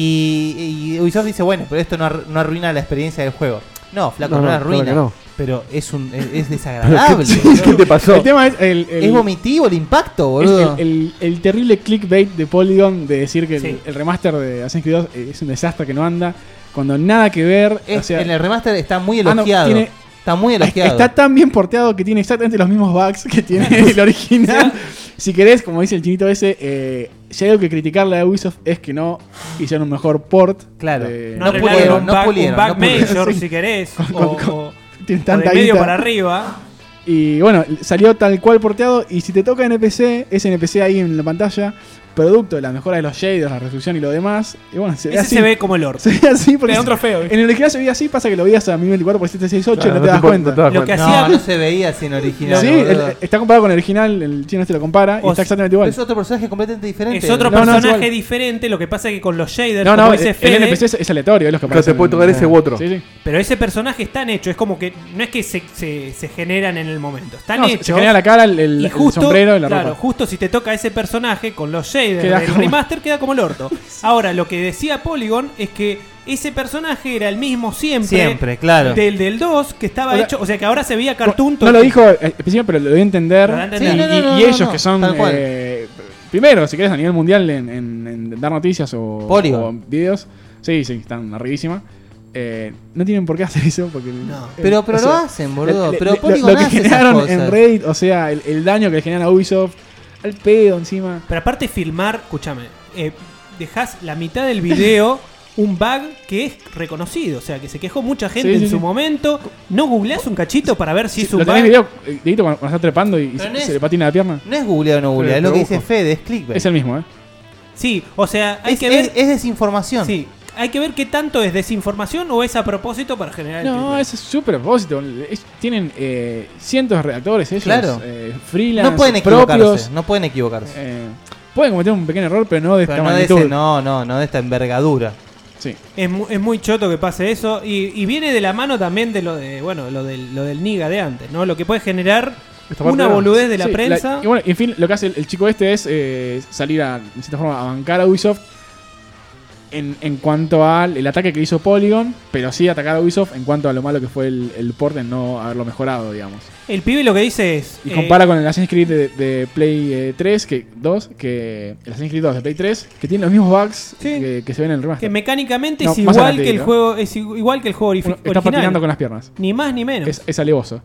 Speaker 4: Y, y Ubisoft dice, bueno, pero esto no, arru- no arruina la experiencia del juego. No, flaco,
Speaker 6: No,
Speaker 4: no,
Speaker 6: no,
Speaker 4: la
Speaker 6: claro que
Speaker 4: arruina.
Speaker 6: no.
Speaker 4: Pero es un es, es
Speaker 6: ¿Qué,
Speaker 4: desagradable.
Speaker 6: ¿Qué te pasó?
Speaker 5: El tema es el. el-
Speaker 4: es vomitivo el impacto,
Speaker 5: es
Speaker 4: boludo.
Speaker 5: el, el- el terrible clickbait de Polygon de decir que el-
Speaker 3: Sí.
Speaker 5: el, remaster de Assassin's Creed 2 es un desastre que no anda, cuando nada que ver.
Speaker 4: Es-
Speaker 5: o sea,
Speaker 4: en el remaster está muy
Speaker 5: Ah, no,
Speaker 4: elogiado.
Speaker 5: tiene-
Speaker 4: está muy elogiado.
Speaker 5: Está tan bien porteado que tiene exactamente los mismos bugs que tiene el original. si querés, como dice el chinito ese, eh, si hay algo que criticarle a Ubisoft es que no hicieron un mejor port.
Speaker 4: Claro.
Speaker 5: de-
Speaker 3: No,
Speaker 4: No
Speaker 3: arreglaron
Speaker 4: pulieron,
Speaker 3: un
Speaker 4: no
Speaker 3: back-
Speaker 4: pulieron,
Speaker 3: Un back
Speaker 4: no pulieron.
Speaker 3: major,
Speaker 5: Sí.
Speaker 3: si querés.
Speaker 5: con-
Speaker 3: o-
Speaker 5: con-
Speaker 3: o
Speaker 5: tienen
Speaker 3: de
Speaker 5: tanta
Speaker 3: medio
Speaker 5: guita.
Speaker 3: para arriba.
Speaker 5: Y bueno, salió tal cual porteado. Y si te toca NPC, ese NPC ahí en la pantalla, producto de la mejora de los shaders, la resolución y lo demás. Y bueno, se ve
Speaker 3: Ese
Speaker 5: así.
Speaker 3: se ve como el orto.
Speaker 5: Se ve así porque.
Speaker 7: Te da un trofeo.
Speaker 5: En el original se veía así, pasa que lo veías a 1024 por 768
Speaker 6: Claro,
Speaker 5: y no te das
Speaker 6: puedes-
Speaker 5: cuenta.
Speaker 6: no te das
Speaker 3: Lo que
Speaker 6: cuenta.
Speaker 4: No,
Speaker 3: Hacía-
Speaker 4: no se veía sin original.
Speaker 5: sí,
Speaker 4: boludo.
Speaker 5: el- está comparado con el original, el chino este lo compara y
Speaker 3: O
Speaker 5: está
Speaker 3: sea,
Speaker 5: exactamente igual.
Speaker 4: Es otro personaje completamente diferente.
Speaker 3: Es otro
Speaker 5: No, no, es
Speaker 3: personaje
Speaker 5: igual.
Speaker 3: diferente, lo que pasa es que con los shaders,
Speaker 5: No, no,
Speaker 3: como
Speaker 5: el,
Speaker 3: ese
Speaker 5: el
Speaker 3: Fede,
Speaker 5: NPC es, es aleatorio, es los que
Speaker 6: Claro, te
Speaker 5: aparecen.
Speaker 6: puede tocar ese u otro.
Speaker 5: Sí, sí.
Speaker 3: pero ese personaje es tan hecho, es como que no es que se, se- se generan en el momento, están
Speaker 5: No, se-
Speaker 3: hechos.
Speaker 5: se genera la cara, el, el-
Speaker 3: y
Speaker 5: el
Speaker 3: justo,
Speaker 5: sombrero y la
Speaker 3: claro,
Speaker 5: ropa.
Speaker 3: justo si te toca ese personaje con los shaders
Speaker 5: Queda
Speaker 3: del
Speaker 5: como-
Speaker 3: remaster queda como el orto. Ahora, lo que decía Polygon es que ese personaje era el mismo siempre,
Speaker 4: Siempre, claro.
Speaker 3: del del 2 que estaba
Speaker 5: Ahora-
Speaker 3: hecho, o sea que ahora se veía cartoon
Speaker 5: No lo dijo eh, específicamente, pero lo dio a entender.
Speaker 3: Lo dio a
Speaker 5: Y, y-
Speaker 3: entender.
Speaker 4: Sí, no, no, no,
Speaker 5: y
Speaker 4: no,
Speaker 5: ellos
Speaker 4: no,
Speaker 5: que son.
Speaker 4: tal cual.
Speaker 5: eh, primero, si querés, a nivel mundial en, en- en dar noticias o,
Speaker 4: Polygon.
Speaker 5: o videos. Sí, sí, están arribísima. Eh, no tienen por qué hacer eso porque. eh,
Speaker 4: Pero, pero
Speaker 5: o
Speaker 4: lo
Speaker 5: sea,
Speaker 4: hacen, boludo.
Speaker 5: le- le-
Speaker 4: pero
Speaker 5: le-
Speaker 4: Polygon
Speaker 5: lo que
Speaker 4: hace esas
Speaker 5: generaron en
Speaker 4: cosas.
Speaker 5: Reddit, o sea, el, el daño que le generan a Ubisoft, al pedo encima.
Speaker 3: Pero aparte filmar, escúchame, eh, dejás la mitad del video un bug que es reconocido, o sea, que se quejó mucha gente
Speaker 5: Sí,
Speaker 3: en
Speaker 5: sí,
Speaker 3: su
Speaker 5: sí.
Speaker 3: momento. ¿No googleás un cachito para ver si es un
Speaker 5: ¿Lo
Speaker 3: bug?
Speaker 5: tenés video, eh, Dieguito, cuando, cuando está trepando y
Speaker 4: Pero
Speaker 5: se,
Speaker 4: no es-
Speaker 5: se le patina la pierna?
Speaker 4: No es googlear o no googlear, es
Speaker 6: Pero
Speaker 4: lo que
Speaker 6: busco.
Speaker 4: dice Fede, es clickbait.
Speaker 5: Es el mismo, ¿eh?
Speaker 3: Sí, o sea, hay
Speaker 4: Es-
Speaker 3: que ver...
Speaker 4: es- es desinformación.
Speaker 3: sí, hay que ver qué tanto es desinformación o es a propósito para generar... el
Speaker 5: No,
Speaker 3: clickbait.
Speaker 5: ese es súper a propósito. Es- tienen eh, cientos de redactores ellos,
Speaker 4: Claro.
Speaker 5: eh, freelance,
Speaker 4: No pueden equivocarse,
Speaker 5: propios.
Speaker 4: no pueden equivocarse.
Speaker 5: eh, pueden cometer un pequeño error, pero no de
Speaker 4: Pero
Speaker 5: esta
Speaker 4: no, de
Speaker 5: magnitud.
Speaker 4: ese- no, no, no de esta envergadura.
Speaker 5: Sí.
Speaker 3: Es, mu- es muy choto que pase eso y, y viene de la mano también de lo de bueno lo del, lo del niga de antes, ¿no? Lo que puede generar
Speaker 6: Esta parte
Speaker 3: una
Speaker 6: era-
Speaker 3: boludez de la
Speaker 5: Sí,
Speaker 3: prensa.
Speaker 5: y bueno, en fin, lo que hace el, el chico este es eh, salir a, de cierta forma, a bancar a Ubisoft en, en cuanto al el ataque que hizo Polygon, pero sí atacar a Ubisoft en cuanto a lo malo que fue el, el port en no haberlo mejorado, digamos.
Speaker 3: El pibe lo que dice es...
Speaker 5: Y
Speaker 3: eh,
Speaker 5: compara con el Assassin's Creed de, de Play eh, 3, que 2, que el Assassin's Creed 2 de Play 3, que tiene los mismos bugs
Speaker 3: Sí.
Speaker 5: que, que se ven en el
Speaker 3: Que
Speaker 5: remaster.
Speaker 3: mecánicamente
Speaker 5: No, más
Speaker 3: es igual
Speaker 5: adelante,
Speaker 3: que el
Speaker 5: ¿no?
Speaker 3: juego es i- igual que el juego orif-
Speaker 5: Uno
Speaker 3: original.
Speaker 5: está patinando con las piernas.
Speaker 3: Ni más ni menos.
Speaker 5: Es,
Speaker 3: Es,
Speaker 5: es alevoso.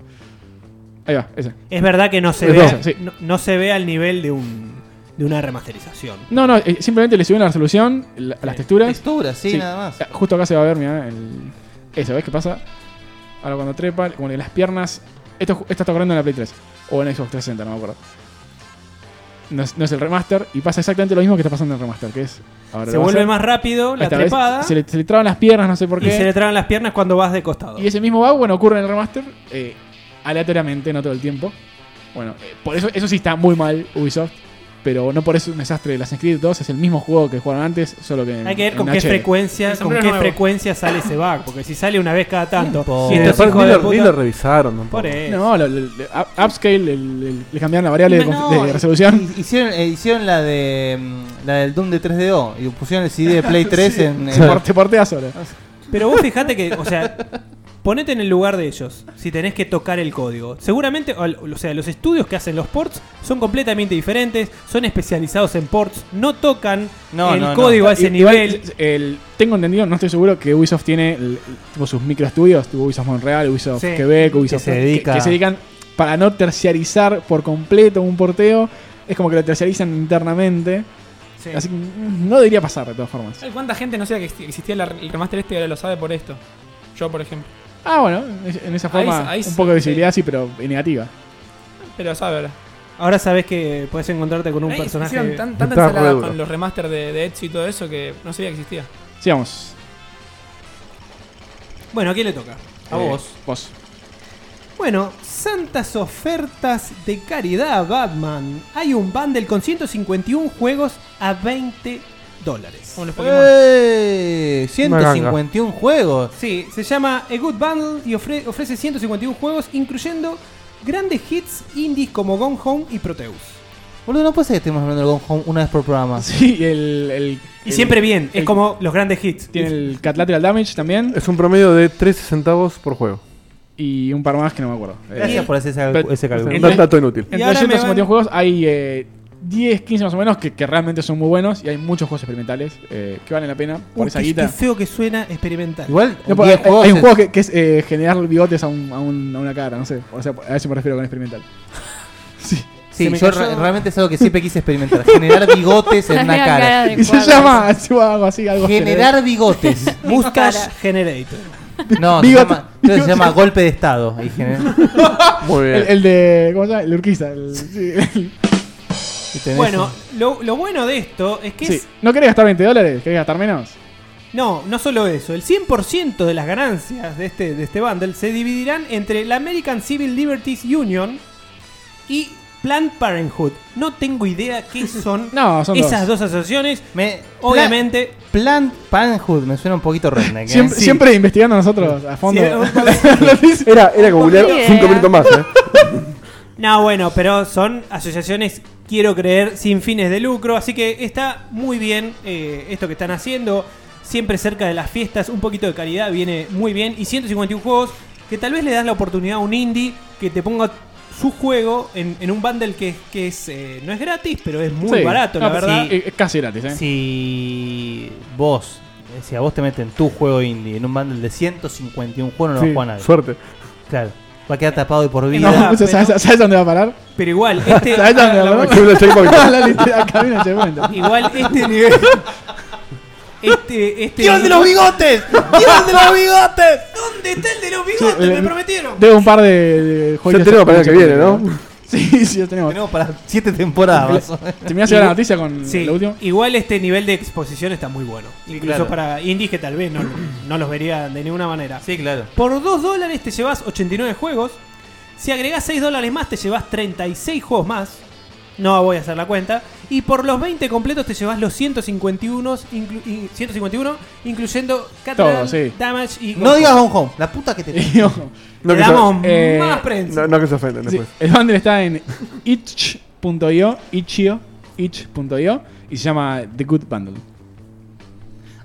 Speaker 5: Ahí va, ese.
Speaker 3: verdad que no se
Speaker 5: Es
Speaker 3: ve
Speaker 5: rosa, sí.
Speaker 3: no, no se ve al nivel de un de una remasterización.
Speaker 5: No, no, eh, simplemente le suben la resolución, la- las texturas.
Speaker 4: Textura, sí,
Speaker 5: Sí.
Speaker 4: nada más.
Speaker 5: Eh, Justo acá se va a ver, mira, el... eso, ¿ves qué pasa? Ahora cuando trepa, como que las piernas. Esto, esto está corriendo en la Play 3. O en Xbox 360, no me acuerdo. no es, no es el remaster. Y pasa exactamente lo mismo que está pasando en el remaster, que es. ahora
Speaker 3: Se
Speaker 5: lo va a
Speaker 3: vuelve
Speaker 5: hacer.
Speaker 3: más rápido la
Speaker 5: Esta vez
Speaker 3: trepada
Speaker 5: Se le, se le traban las piernas, no sé por
Speaker 3: y se
Speaker 5: qué.
Speaker 3: le traban las piernas cuando vas de costado.
Speaker 5: Y ese mismo bug, bueno, ocurre en el remaster eh, aleatoriamente, no todo el tiempo. Bueno, eh, por eso, eso sí está muy mal Ubisoft. Pero no por eso es un desastre. Las Creed 2 es el mismo juego que jugaron antes, solo que. en-
Speaker 3: Hay que ver
Speaker 5: en
Speaker 3: con qué
Speaker 5: HD.
Speaker 3: frecuencia,
Speaker 7: El
Speaker 3: con qué
Speaker 7: sombrero nuevo.
Speaker 3: frecuencia sale ese bug, porque si sale una vez cada tanto, y
Speaker 6: Oh. Sí,
Speaker 3: estos
Speaker 6: aparte
Speaker 3: hijos
Speaker 6: ni
Speaker 3: de
Speaker 6: lo, ni
Speaker 3: puta-
Speaker 6: lo revisaron tampoco.
Speaker 3: por eso.
Speaker 5: No, lo- lo- lo- up- upscale, el- el- le cambiaron la variable de,
Speaker 4: No,
Speaker 5: conf- de resolución.
Speaker 4: hi- Hicieron, eh, hicieron la de mm, la del Doom de 3DO y pusieron el CD de Play 3 en, Ah, en-
Speaker 5: Te por- Te porteas solo.
Speaker 3: Pero vos fijate que, o sea, ponete en el lugar de ellos, si tenés que tocar el código. Seguramente, o al- o sea, los estudios que hacen los ports son completamente diferentes, son especializados en ports, no tocan
Speaker 4: No,
Speaker 3: el
Speaker 4: no, no.
Speaker 3: código a ese
Speaker 5: Igual,
Speaker 3: nivel.
Speaker 5: el- tengo entendido, no estoy seguro, que Ubisoft tiene el- tipo sus microestudios, tipo Ubisoft Montreal, Ubisoft
Speaker 3: Sí.
Speaker 5: Quebec, Ubisoft
Speaker 4: se dedica-
Speaker 5: que se dedican para no terciarizar por completo un porteo. Es como que lo terciarizan internamente.
Speaker 3: Sí.
Speaker 5: Así que mm, no debería pasar de todas formas.
Speaker 7: Ay, ¿Cuánta gente no sabía que existía- existía la- el remaster este y ahora lo sabe por esto? Yo, por ejemplo.
Speaker 5: Ah, bueno, en esa
Speaker 7: Ahí-
Speaker 5: forma
Speaker 7: ahí
Speaker 5: un
Speaker 7: sí,
Speaker 5: poco de
Speaker 7: sí.
Speaker 5: visibilidad, sí, pero negativa.
Speaker 7: Pero lo sabe ahora.
Speaker 3: Ahora sabés que puedes encontrarte con un
Speaker 7: Ay,
Speaker 3: personaje.
Speaker 7: Hicieron tan- tanta
Speaker 6: Está
Speaker 7: ensalada
Speaker 6: re duro.
Speaker 7: con los remaster de, de Ezio y todo eso que no sabía que existía.
Speaker 5: Sigamos.
Speaker 3: Bueno, ¿a quién le toca?
Speaker 4: a vos.
Speaker 5: Vos.
Speaker 3: Bueno, santas ofertas de caridad, Batman. Hay un bundle con 151 juegos a 20 dólares.
Speaker 7: Como los Pokémon.
Speaker 4: ¡Eh! 151 juegos.
Speaker 3: Sí, se llama A Good Bundle y ofre- ofrece 151 juegos, incluyendo grandes hits indies como Gone Home y Proteus.
Speaker 4: Boludo, no puede ser que estemos hablando del Gone Home una vez por programa.
Speaker 5: Sí, el. el-
Speaker 3: Y
Speaker 5: el-
Speaker 3: siempre bien, es
Speaker 5: el-
Speaker 3: como los grandes hits.
Speaker 5: Tiene el Cat Lateral Damage también.
Speaker 6: Es un promedio de 13 centavos por juego.
Speaker 5: Y un par más que no me acuerdo. Eh,
Speaker 4: Gracias por hacer esa-
Speaker 5: Pero-
Speaker 4: ese cálculo.
Speaker 6: Un
Speaker 5: Entonces-
Speaker 6: dato inútil.
Speaker 5: Entre
Speaker 3: ahora me
Speaker 5: 151
Speaker 3: van-
Speaker 5: juegos hay eh, 10, 15 más o menos que, que realmente son muy buenos y hay muchos juegos experimentales eh, que valen la pena por
Speaker 3: Uy,
Speaker 5: esa
Speaker 3: qué-
Speaker 5: guita.
Speaker 3: qué feo que suena experimental.
Speaker 4: Igual,
Speaker 5: No, pero
Speaker 4: 10
Speaker 5: hay,
Speaker 4: juegos
Speaker 5: hay un
Speaker 4: es-
Speaker 5: juego que, que es eh, generar bigotes a, un- a un- a una cara, no sé. O sea, a eso me refiero con experimental. Sí.
Speaker 4: Sí,
Speaker 3: se me
Speaker 4: yo
Speaker 3: cayó.
Speaker 4: re- realmente es algo que siempre quise experimentar. Generar bigotes en una cara.
Speaker 5: Y se llama así, o algo así, algo
Speaker 4: Generar bigotes.
Speaker 3: Mustache
Speaker 8: cara.
Speaker 3: Generator.
Speaker 4: No,
Speaker 5: Bigote-
Speaker 4: se llama, creo que se llama golpe de estado. Y genera-
Speaker 6: Muy bien.
Speaker 5: El, el de. ¿Cómo se llama? El de Urquiza. el- sí, el-
Speaker 4: y tenés
Speaker 3: Bueno,
Speaker 4: un-
Speaker 3: lo, lo bueno de esto es que
Speaker 5: sí.
Speaker 3: es-
Speaker 5: ¿No querés gastar 20 dólares? ¿Querés gastar menos?
Speaker 3: No, no solo eso. El 1% de las ganancias de este, de este bundle se dividirán entre la American Civil Liberties Union y Planned Parenthood. No tengo idea qué son,
Speaker 5: No, son
Speaker 3: esas
Speaker 5: dos.
Speaker 3: dos asociaciones.
Speaker 4: me-
Speaker 3: Obviamente,
Speaker 4: Plan Parenthood me suena un poquito redneck. ¿eh?
Speaker 5: Siempre,
Speaker 4: Sí.
Speaker 5: siempre investigando nosotros a fondo.
Speaker 3: Sí,
Speaker 5: Lo dice.
Speaker 6: Era, era como
Speaker 8: Ni
Speaker 6: googlear
Speaker 8: idea.
Speaker 6: 5 minutos más, ¿eh?
Speaker 3: no, bueno, pero son asociaciones, quiero creer, sin fines de lucro. Así que está muy bien eh, esto que están haciendo. Siempre cerca de las fiestas, un poquito de calidad viene muy bien. Y 151 juegos que tal vez le das la oportunidad a un indie que te ponga su juego en, en un bundle que, que es eh, no es gratis, pero es muy
Speaker 5: Sí.
Speaker 3: barato,
Speaker 5: No,
Speaker 3: la
Speaker 5: pero
Speaker 3: verdad.
Speaker 5: sí, es- es casi gratis, ¿eh?
Speaker 4: Si vos, eh, si a vos te meten tu juego indie en un bundle de 151 juegos, no lo
Speaker 6: Sí,
Speaker 4: juega nadie.
Speaker 6: suerte.
Speaker 4: Claro. Va a quedar tapado de por
Speaker 5: No, pues
Speaker 4: vida.
Speaker 3: Mira,
Speaker 5: ¿sabes,
Speaker 3: pero-
Speaker 5: sabes dónde va a parar?
Speaker 3: Pero igual, este,
Speaker 5: ¿Sabes dónde va a
Speaker 6: Aquí
Speaker 5: parar?
Speaker 6: una checkpoint.
Speaker 5: La lista- acá viene el segundo.
Speaker 3: igual este nivel. Este, este
Speaker 4: ¡Dios de los bigotes! ¡Dios de los bigotes!
Speaker 3: ¿Dónde está el de los bigotes?
Speaker 5: Sí,
Speaker 3: me
Speaker 5: eh,
Speaker 3: prometieron.
Speaker 5: Debo un par de, de joyas.
Speaker 6: Ya tenemos para el que viene, ¿no?
Speaker 5: Sí, sí, ya tenemos.
Speaker 4: Tenemos para 7 temporadas más o menos.
Speaker 5: Terminás de ver la noticia con
Speaker 3: Sí,
Speaker 5: lo último.
Speaker 3: igual este nivel de exposición está muy bueno. Incluso
Speaker 4: claro.
Speaker 3: para indies que tal vez no, no los verían de ninguna manera.
Speaker 4: Sí, claro.
Speaker 3: Por 2 dólares te llevas 89 juegos. Si agregás 6 dólares más, te llevas 36 juegos más. No voy a hacer la cuenta. Y por los 20 completos te llevas los 151, inclu- y- 151 incluyendo
Speaker 5: Todo,
Speaker 3: Catedral,
Speaker 5: sí.
Speaker 3: Damage y...
Speaker 4: No digas Gone Home, la puta que te.
Speaker 5: Y ojo,
Speaker 6: No
Speaker 3: Le
Speaker 6: que, se,
Speaker 3: damos
Speaker 5: eh,
Speaker 3: más prensa.
Speaker 6: no, no que se ofenden
Speaker 5: sí,
Speaker 6: después.
Speaker 5: el bundle está en itch.io, itch.io, itch.io y se llama The Good Bundle.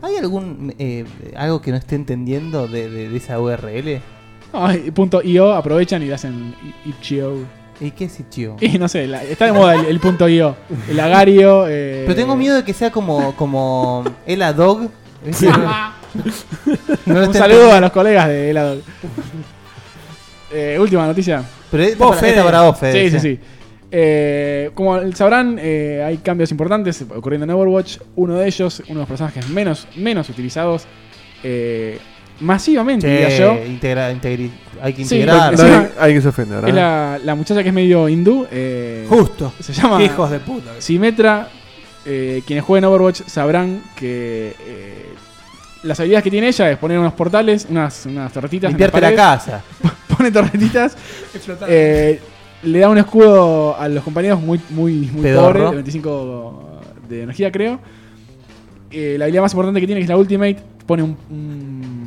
Speaker 4: ¿Hay algún. eh, algo que no esté entendiendo de, de- de esa URL?
Speaker 5: Ay, punto .io aprovechan y le hacen i- itch.io.
Speaker 4: ¿Y qué es itch.io?
Speaker 5: Y no sé, la- está de moda el, el punto .io, el agario. eh,
Speaker 4: Pero tengo miedo de que sea como. como. El Dog. ¿viste? No
Speaker 5: Un
Speaker 4: lo esté
Speaker 5: saludo a
Speaker 4: entendiendo.
Speaker 5: los colegas de Helado. eh, última noticia.
Speaker 4: Pero esta,
Speaker 3: Vos,
Speaker 4: para, esta
Speaker 3: Fede.
Speaker 4: para vos, Fede.
Speaker 5: Sí, sí, sí. Eh, como sabrán, eh, hay cambios importantes ocurriendo en Overwatch. Uno de ellos, uno de los personajes menos, menos utilizados, eh, masivamente, diría
Speaker 4: Che,
Speaker 5: yo.
Speaker 4: integra- integri- hay que
Speaker 5: Sí,
Speaker 4: integrar.
Speaker 5: porque-
Speaker 6: Hay, hay que se ofende,
Speaker 5: Es
Speaker 6: ¿verdad?
Speaker 5: la, la muchacha que es medio hindú. eh,
Speaker 3: Justo.
Speaker 5: Se llama
Speaker 3: Qué hijos de puta.
Speaker 5: Simetra. eh, quienes jueguen Overwatch sabrán que eh, las habilidades que tiene ella es poner unos portales, unas, unas torretitas. en
Speaker 4: Limpiarte la
Speaker 5: las paredes,
Speaker 4: casa.
Speaker 5: Pone torretitas. eh, le da un escudo a los compañeros muy, muy, muy
Speaker 4: Pedorro.
Speaker 5: pobre, de 25 de energía, creo. Eh, la habilidad más importante que tiene, que es la Ultimate, pone un, un-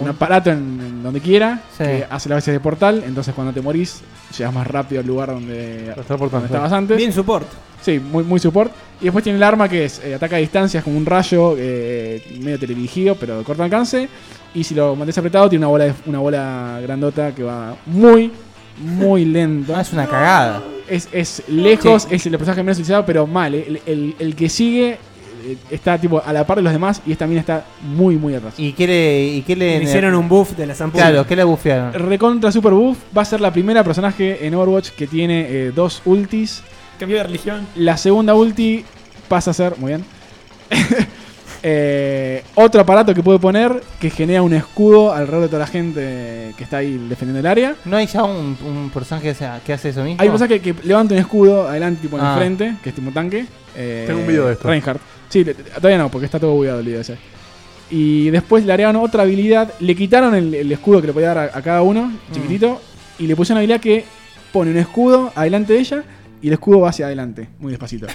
Speaker 5: un aparato en, en donde quiera,
Speaker 4: Sí.
Speaker 5: que hace las veces de portal, entonces cuando te morís, llegas más rápido al lugar donde,
Speaker 6: Lo está aportando.
Speaker 5: donde estabas antes.
Speaker 3: Bien support.
Speaker 5: Sí, muy, muy support. Y después tiene el arma que es eh, ataca a distancia, es como un rayo eh, medio teledirigido, pero de corto alcance. Y si lo mantienes apretado, tiene una bola, de- una bola grandota que va muy, muy lento.
Speaker 4: No, Ah, es una cagada.
Speaker 5: Es, es lejos, es el personaje menos utilizado, pero mal. eh. El, el- el que sigue eh, está tipo a la par de los demás y esta mina está muy, muy atrás.
Speaker 4: ¿Y qué le, y qué le,
Speaker 3: Le hicieron un buff de la zampulla.
Speaker 4: Claro, ¿qué le bufearon?
Speaker 5: Recontra Super Buff va a ser la primera personaje en Overwatch que tiene eh, dos ultis.
Speaker 7: Cambió de religión.
Speaker 5: La segunda ulti pasa a ser. Muy bien. Eh, otro aparato que puede poner que genera un escudo alrededor de toda la gente que está ahí defendiendo el área.
Speaker 4: ¿No hay ya un, un personaje que, sea- que hace eso mismo?
Speaker 5: Hay personas que, que levanta un escudo adelante, tipo en
Speaker 4: Ah.
Speaker 5: el frente, que es tipo un tanque. Eh,
Speaker 6: Tengo un video de esto.
Speaker 5: Reinhardt. Sí, te- te- todavía no, porque está todo bugueado el video ese. Y después le agregaron otra habilidad. Le quitaron el, el escudo que le podía dar a, a cada uno,
Speaker 4: Mm.
Speaker 5: chiquitito. Y le pusieron una habilidad que pone un escudo adelante de ella. Y el escudo va hacia adelante, muy despacito.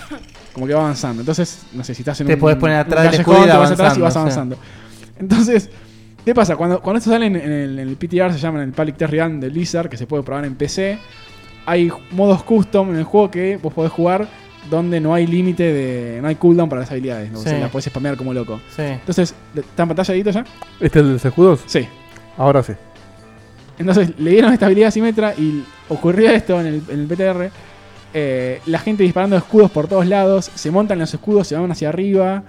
Speaker 5: Como que va avanzando. Entonces, no sé, si estás en
Speaker 4: Te
Speaker 5: un.
Speaker 4: podés poner
Speaker 5: un
Speaker 4: atrás del
Speaker 5: callejón,
Speaker 4: escudo y
Speaker 5: te
Speaker 4: ir
Speaker 5: vas atrás y vas
Speaker 4: avanzando,
Speaker 5: avanzando. Entonces, ¿qué pasa? Cuando, cuando esto sale en, en el, en el PTR, se llama en el Palic Test Run de Blizzard, que se puede probar en PC hay modos custom en el juego que vos podés jugar donde no hay límite de. no hay cooldown para las habilidades. ¿no? O sea,
Speaker 4: Sí.
Speaker 5: las podés spamear como loco.
Speaker 4: Sí.
Speaker 5: Entonces, ¿está en pantalla Edito, ya?
Speaker 6: ¿Este es el de los escudos?
Speaker 5: Sí.
Speaker 6: Ahora sí.
Speaker 5: Entonces le dieron esta habilidad a Simetra y ocurría esto en el, en el PTR. Eh, la gente disparando escudos por todos lados, se montan los escudos, se van hacia arriba,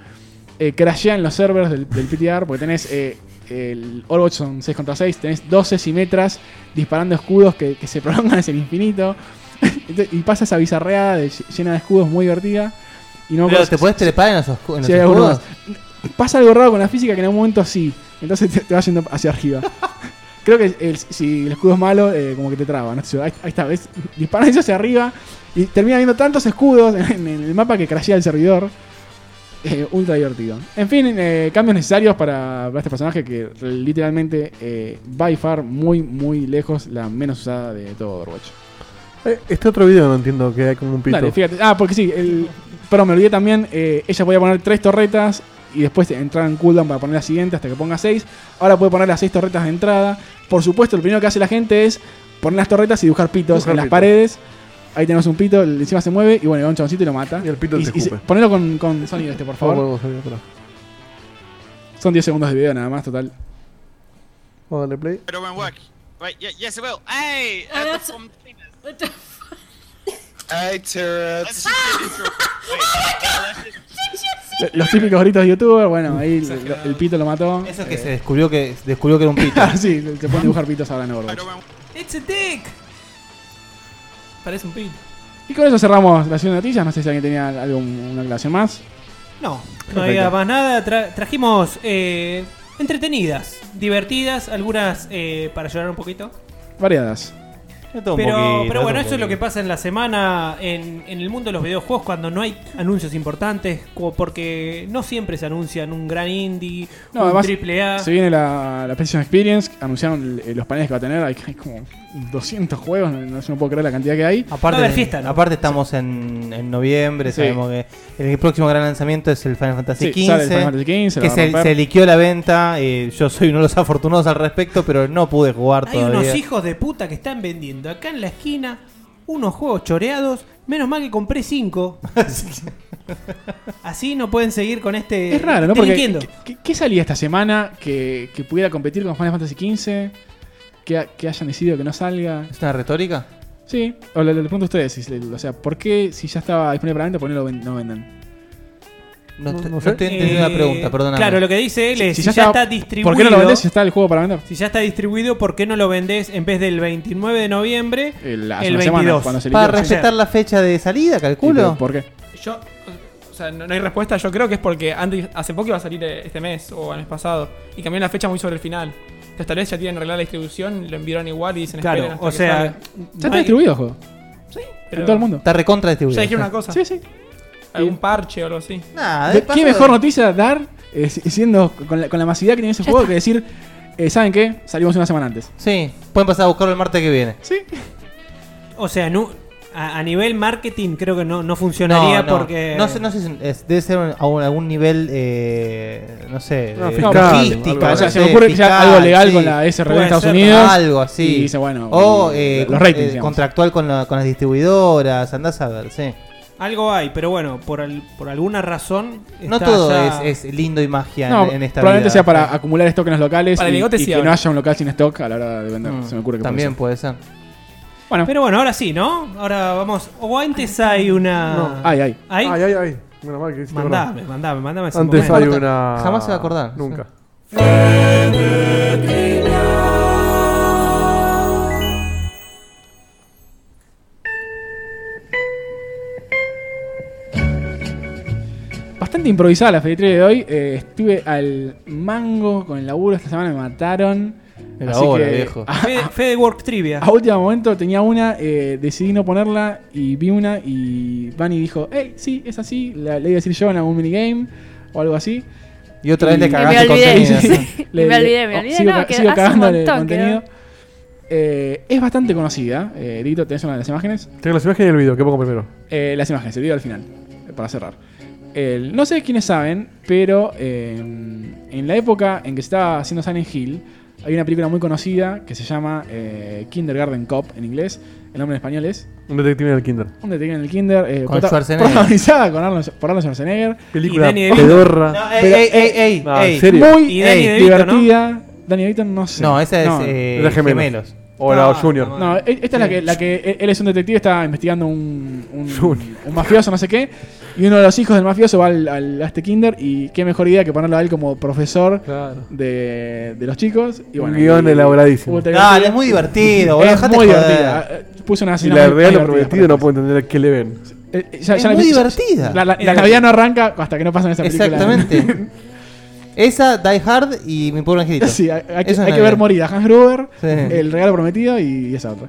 Speaker 5: eh, crashean los servers del, del PTR porque tenés eh, el Overwatch son 6 contra 6, tenés 12 Simetras disparando escudos que, que se prolongan hacia el infinito. Entonces, y pasa esa bizarreada de ll- llena de escudos muy divertida. Y no me
Speaker 4: Pero
Speaker 5: acuerdo
Speaker 4: te
Speaker 5: si-
Speaker 4: puedes trepar en los, oscu- en los
Speaker 5: Sí, hay
Speaker 4: escudos.
Speaker 5: algunos. Pasa algo raro con la física que en algún momento sí. Entonces te, te va yendo hacia arriba. Creo que el- si el escudo es malo, eh, como que te traba. ¿no? Ahí, ahí está, ¿ves? Disparan ellos hacia arriba y termina habiendo tantos escudos en, en el mapa que crashea el servidor. Eh, ultra divertido. En fin, eh, cambios necesarios para, para este personaje que literalmente eh, by far muy, muy lejos la menos usada de todo Overwatch.
Speaker 6: Eh, Este otro video no entiendo que hay como un pito.
Speaker 5: Dale, fíjate. Ah, porque sí, el, pero me olvidé también, eh, ella podía poner tres torretas y después entrar en cooldown para poner la siguiente hasta que ponga seis. Ahora puede poner las seis torretas de entrada. Por supuesto, lo primero que hace la gente es poner las torretas y dibujar pitos
Speaker 6: Dibujar
Speaker 5: en las
Speaker 6: pitos.
Speaker 5: paredes. Ahí tenemos un pito, el- encima se mueve y bueno, va un chaboncito y lo mata.
Speaker 6: Y el pito te
Speaker 5: se-
Speaker 6: escupe.
Speaker 5: Ponelo con, con sonido este, por
Speaker 6: Vamos,
Speaker 5: favor.
Speaker 6: Oh, vamos, vamos, vamos.
Speaker 5: Son 10 segundos de video nada más, total.
Speaker 6: Vamos a darle play.
Speaker 10: But it won't work. Right, y- yes, it will. Hey!
Speaker 1: Oh,
Speaker 10: uh,
Speaker 1: that's-
Speaker 10: the form-
Speaker 9: Ay,
Speaker 8: Ah!
Speaker 10: Let's just do this real
Speaker 8: Oh
Speaker 10: quick. Wait, let's just-
Speaker 5: Lo- Los típicos gritos de youtuber, bueno, ahí lo- lo- el pito lo mató.
Speaker 4: Eso que se descubrió que descubrió que era un pito.
Speaker 5: Ah, sí, se pueden dibujar pitos ahora en Overwatch.
Speaker 10: I don't want-
Speaker 7: It's a dick. Parece un pit.
Speaker 5: Y con eso cerramos la sesión de noticias. No sé si alguien tenía algo, una aclaración más.
Speaker 3: No, no había más nada. Tra- trajimos eh, entretenidas, divertidas, algunas eh, para llorar un poquito.
Speaker 5: Variadas.
Speaker 4: Esto un
Speaker 3: Pero,
Speaker 4: poquito,
Speaker 3: pero bueno,
Speaker 4: esto
Speaker 3: eso es
Speaker 4: un
Speaker 3: lo que
Speaker 4: poquito.
Speaker 3: pasa en la semana en, en el mundo de los videojuegos cuando no hay anuncios importantes, como porque no siempre se anuncian un gran indie,
Speaker 5: No,
Speaker 3: un
Speaker 5: además,
Speaker 3: triple A.
Speaker 5: Se viene la, la PlayStation Experience. Anunciaron eh, los paneles que va a tener. Hay, hay como 200 juegos. No, no se me puedo creer la cantidad que hay.
Speaker 4: Aparte,
Speaker 3: Va a haber fiesta, ¿no?
Speaker 4: aparte estamos en, en noviembre,
Speaker 5: Sí.
Speaker 4: sabemos que el próximo gran lanzamiento es el Final
Speaker 5: Sí,
Speaker 4: Fantasy XV.
Speaker 5: sale el Final Fantasy XV, la
Speaker 4: que
Speaker 5: va a
Speaker 4: se,
Speaker 5: romper.
Speaker 4: se liqueó la venta. eh, yo soy uno de los afortunados al respecto, pero no pude jugar
Speaker 3: Hay
Speaker 4: todavía.
Speaker 3: unos hijos de puta que están vendiendo acá en la esquina unos juegos choreados. Menos mal que compré cinco. Así no pueden seguir con este.
Speaker 5: Es raro, ¿no? Porque,
Speaker 3: delinquiendo.
Speaker 5: ¿qué, qué salía esta semana que, que pudiera competir con Final Fantasy XV? Que, ha- que hayan decidido que no salga.
Speaker 4: ¿Es una retórica?
Speaker 5: Sí, o le, le pregunto a ustedes. si se- o sea, ¿por qué si ya estaba disponible para venta, por qué no lo ven- no vendan?
Speaker 4: No,
Speaker 6: No,
Speaker 4: estoy-
Speaker 6: no
Speaker 4: no
Speaker 6: sé.
Speaker 4: estoy entendiendo
Speaker 3: Eh,
Speaker 4: la pregunta, perdóname.
Speaker 3: Claro, lo que dice él es: si, ya, está distribuido.
Speaker 5: ¿Por qué no lo vendés si está el juego para vender?
Speaker 3: Si ya está distribuido, ¿por qué no lo vendés en vez del 29 de noviembre?
Speaker 5: El, hace
Speaker 3: El
Speaker 5: una semana,
Speaker 3: 22.
Speaker 5: cuando se
Speaker 4: Para
Speaker 5: liquidó, sí.
Speaker 4: respetar la fecha de salida,
Speaker 5: Sí, pero
Speaker 4: calculo.
Speaker 5: ¿Por qué?
Speaker 7: Yo. O sea, no, no hay respuesta. Yo creo que es porque antes, hace poco iba a salir eh, este mes o el mes pasado. Y cambiaron la fecha muy sobre el final. Entonces tal vez ya tienen arreglada la distribución, lo enviaron igual y dicen
Speaker 3: Claro,
Speaker 7: esperen hasta
Speaker 3: o
Speaker 7: que
Speaker 3: sea,
Speaker 7: salga.
Speaker 5: Ya está distribuido el juego.
Speaker 7: pero-
Speaker 5: En todo el mundo.
Speaker 4: Está recontra distribuido.
Speaker 7: Ya dijeron una cosa.
Speaker 5: Sí, sí.
Speaker 7: Algún parche o algo así.
Speaker 4: Nada,
Speaker 5: ¿Qué
Speaker 4: de paso-
Speaker 5: mejor noticia dar eh, si- siendo con la, con la masividad que tiene ese juego que decir, eh, ¿saben qué? Salimos una semana antes.
Speaker 4: Sí, pueden pasar a buscarlo el martes que viene.
Speaker 5: Sí.
Speaker 3: O sea, no- a, a nivel marketing creo que no, no funcionaría porque.
Speaker 4: No sé, no sé si es- debe ser un- a un- algún nivel, eh, no sé,
Speaker 6: No,
Speaker 4: de
Speaker 6: fiscal, algo
Speaker 4: logística.
Speaker 5: o sea, se
Speaker 4: no
Speaker 5: me
Speaker 4: sé,
Speaker 5: ocurre que sea
Speaker 4: fiscal,
Speaker 5: algo legal
Speaker 4: sí.
Speaker 5: con la SRB
Speaker 3: Puede
Speaker 5: de Estados
Speaker 3: ser,
Speaker 5: Unidos.
Speaker 4: Algo así.
Speaker 5: Y dice, bueno,
Speaker 4: o
Speaker 5: el-
Speaker 4: eh,
Speaker 5: los ratings,
Speaker 4: eh,
Speaker 5: digamos.
Speaker 4: contractual con, la- con las distribuidoras, andás a ver, sí.
Speaker 3: Algo hay, pero bueno, por, al- por alguna razón.
Speaker 4: No
Speaker 3: está
Speaker 4: todo
Speaker 3: ya-
Speaker 4: es, es lindo y magia en-
Speaker 5: No,
Speaker 4: en, esta
Speaker 5: probablemente
Speaker 4: vida.
Speaker 5: sea
Speaker 4: ¿eh?
Speaker 5: para acumular stock en los locales
Speaker 7: Para el
Speaker 5: y,
Speaker 7: bigote
Speaker 5: y
Speaker 7: sí Mm.
Speaker 5: que
Speaker 7: habla.
Speaker 5: no haya un local sin stock a la hora de vender. Se me ocurre que puede
Speaker 4: También
Speaker 5: ser.
Speaker 4: puede ser.
Speaker 5: Bueno,
Speaker 3: Pero bueno, ahora sí, ¿no? Ahora vamos. O antes hay una.
Speaker 6: No.
Speaker 5: ay, ay.
Speaker 3: ¿Hay?
Speaker 6: Ay, ay, ay. Menos mal que hiciste
Speaker 3: mandame, mandame, mandame. ese
Speaker 6: Antes
Speaker 3: momento.
Speaker 6: hay
Speaker 4: Corta.
Speaker 6: una.
Speaker 4: Jamás se va a acordar.
Speaker 6: Nunca.
Speaker 5: Bastante improvisada la Feria de hoy. eh, estuve al mango con el laburo. Esta semana me mataron.
Speaker 4: Era
Speaker 5: Así
Speaker 4: hora,
Speaker 5: que
Speaker 4: viejo.
Speaker 5: A,
Speaker 3: Fede, Fede Work Trivia.
Speaker 5: a último momento tenía una, eh, decidí no ponerla y vi una y Bunny dijo, hey, sí, es así. La, le iba a decir yo en algún minigame o algo así.
Speaker 4: Y otra vez
Speaker 5: Y-
Speaker 4: le
Speaker 5: me
Speaker 4: cagaste con
Speaker 8: olvidé.
Speaker 4: contenido.
Speaker 5: Sí,
Speaker 8: sí. Me olvidé, me
Speaker 5: oh,
Speaker 8: olvidé,
Speaker 5: Sigo,
Speaker 8: no,
Speaker 5: ca-
Speaker 8: que
Speaker 5: sigo
Speaker 8: hace un
Speaker 5: cagándole el
Speaker 8: montón que
Speaker 5: contenido. Eh, es bastante conocida. Eh, Dieguito, ¿tenés una de las imágenes?
Speaker 6: Tengo las imágenes y el video, que pongo primero.
Speaker 5: Eh, las imágenes, el video al final, eh, para cerrar. El- no sé quiénes saben, pero eh, en la época en que se estaba haciendo Silent Hill, hay una película muy conocida que se llama eh, Kindergarten Cop en inglés. El nombre en español es
Speaker 6: Un detective en el Kinder.
Speaker 5: Un detective en el Kinder. eh,
Speaker 4: Con
Speaker 5: prota-
Speaker 4: Schwarzenegger.
Speaker 5: Protagonizada con Arnold- por Arnold Schwarzenegger.
Speaker 3: Y
Speaker 6: Película
Speaker 3: Danny DeVito.
Speaker 6: pedorra.
Speaker 4: No, ey,
Speaker 5: Pero- eh,
Speaker 4: ey, ey, ey,
Speaker 6: No, en
Speaker 4: ey.
Speaker 6: serio.
Speaker 5: Muy
Speaker 3: Y Danny
Speaker 5: eh,
Speaker 3: DeVito, ¿no?
Speaker 5: divertida. Danny DeVito no sé.
Speaker 4: No, esa es
Speaker 5: No,
Speaker 4: eh,
Speaker 6: Era gemelos.
Speaker 4: gemelos.
Speaker 6: O
Speaker 3: No,
Speaker 6: la Junior.
Speaker 3: no,
Speaker 5: No, e- esta es la que, la que e- él es un detective, está investigando un, un, un mafioso, no sé qué. Y uno de los hijos del mafioso va al, al- a este kinder y qué mejor idea que ponerlo a él como profesor
Speaker 6: Claro.
Speaker 5: de, de los chicos. Y bueno,
Speaker 6: Un guión
Speaker 5: y-
Speaker 6: elaboradísimo.
Speaker 5: ultra
Speaker 4: Dale,
Speaker 5: divertido.
Speaker 4: es muy divertido, boludo.
Speaker 5: Es
Speaker 4: dejate
Speaker 5: muy
Speaker 4: joder.
Speaker 5: divertida. Eh, Puse una
Speaker 6: Si
Speaker 5: escena
Speaker 6: la
Speaker 5: muy-
Speaker 6: real
Speaker 5: muy
Speaker 6: lo
Speaker 5: divertida
Speaker 6: prometido no
Speaker 5: para
Speaker 6: puedo entender a qué le ven.
Speaker 5: mí. Eh, ya-
Speaker 4: Es
Speaker 5: ya la
Speaker 4: muy
Speaker 5: empecé-
Speaker 4: divertida. Eh,
Speaker 5: La, la- la Navidad no arranca hasta que no pasan esa película.
Speaker 4: Exactamente. Esa, Die Hard y Mi Pobre Angelito.
Speaker 5: Sí, hay, hay que,
Speaker 4: Eso es
Speaker 5: hay que
Speaker 4: Navidad.
Speaker 5: ver morir a Hans Gruber,
Speaker 4: Sí.
Speaker 5: el regalo prometido y esa otra.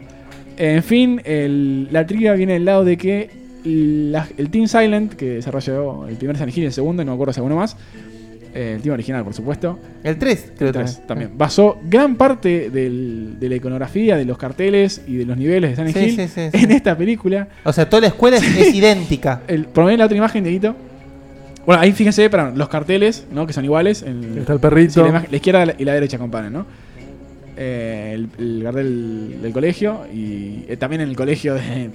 Speaker 5: En fin, el- la trivia viene del lado de que la- el Team Silent, que desarrolló el primer San Hill y el segundo, no me acuerdo si alguno más, eh, el team original, por supuesto,
Speaker 4: El 3, creo que
Speaker 5: tres
Speaker 4: era.
Speaker 5: también, basó gran parte del- de la iconografía, de los carteles y de los niveles de San
Speaker 4: Sí,
Speaker 5: Hill
Speaker 4: sí, sí, sí.
Speaker 5: en esta película.
Speaker 4: O sea, toda la escuela es, es idéntica.
Speaker 5: El, ponme la otra imagen, Dieguito. Bueno, ahí fíjense, perdón, los carteles, ¿no? Que son iguales. en-
Speaker 6: Está el perrito.
Speaker 5: Sí, la, imagen- la izquierda y la derecha comparan, ¿no? Eh, el, el cartel del colegio y eh, también en el colegio de,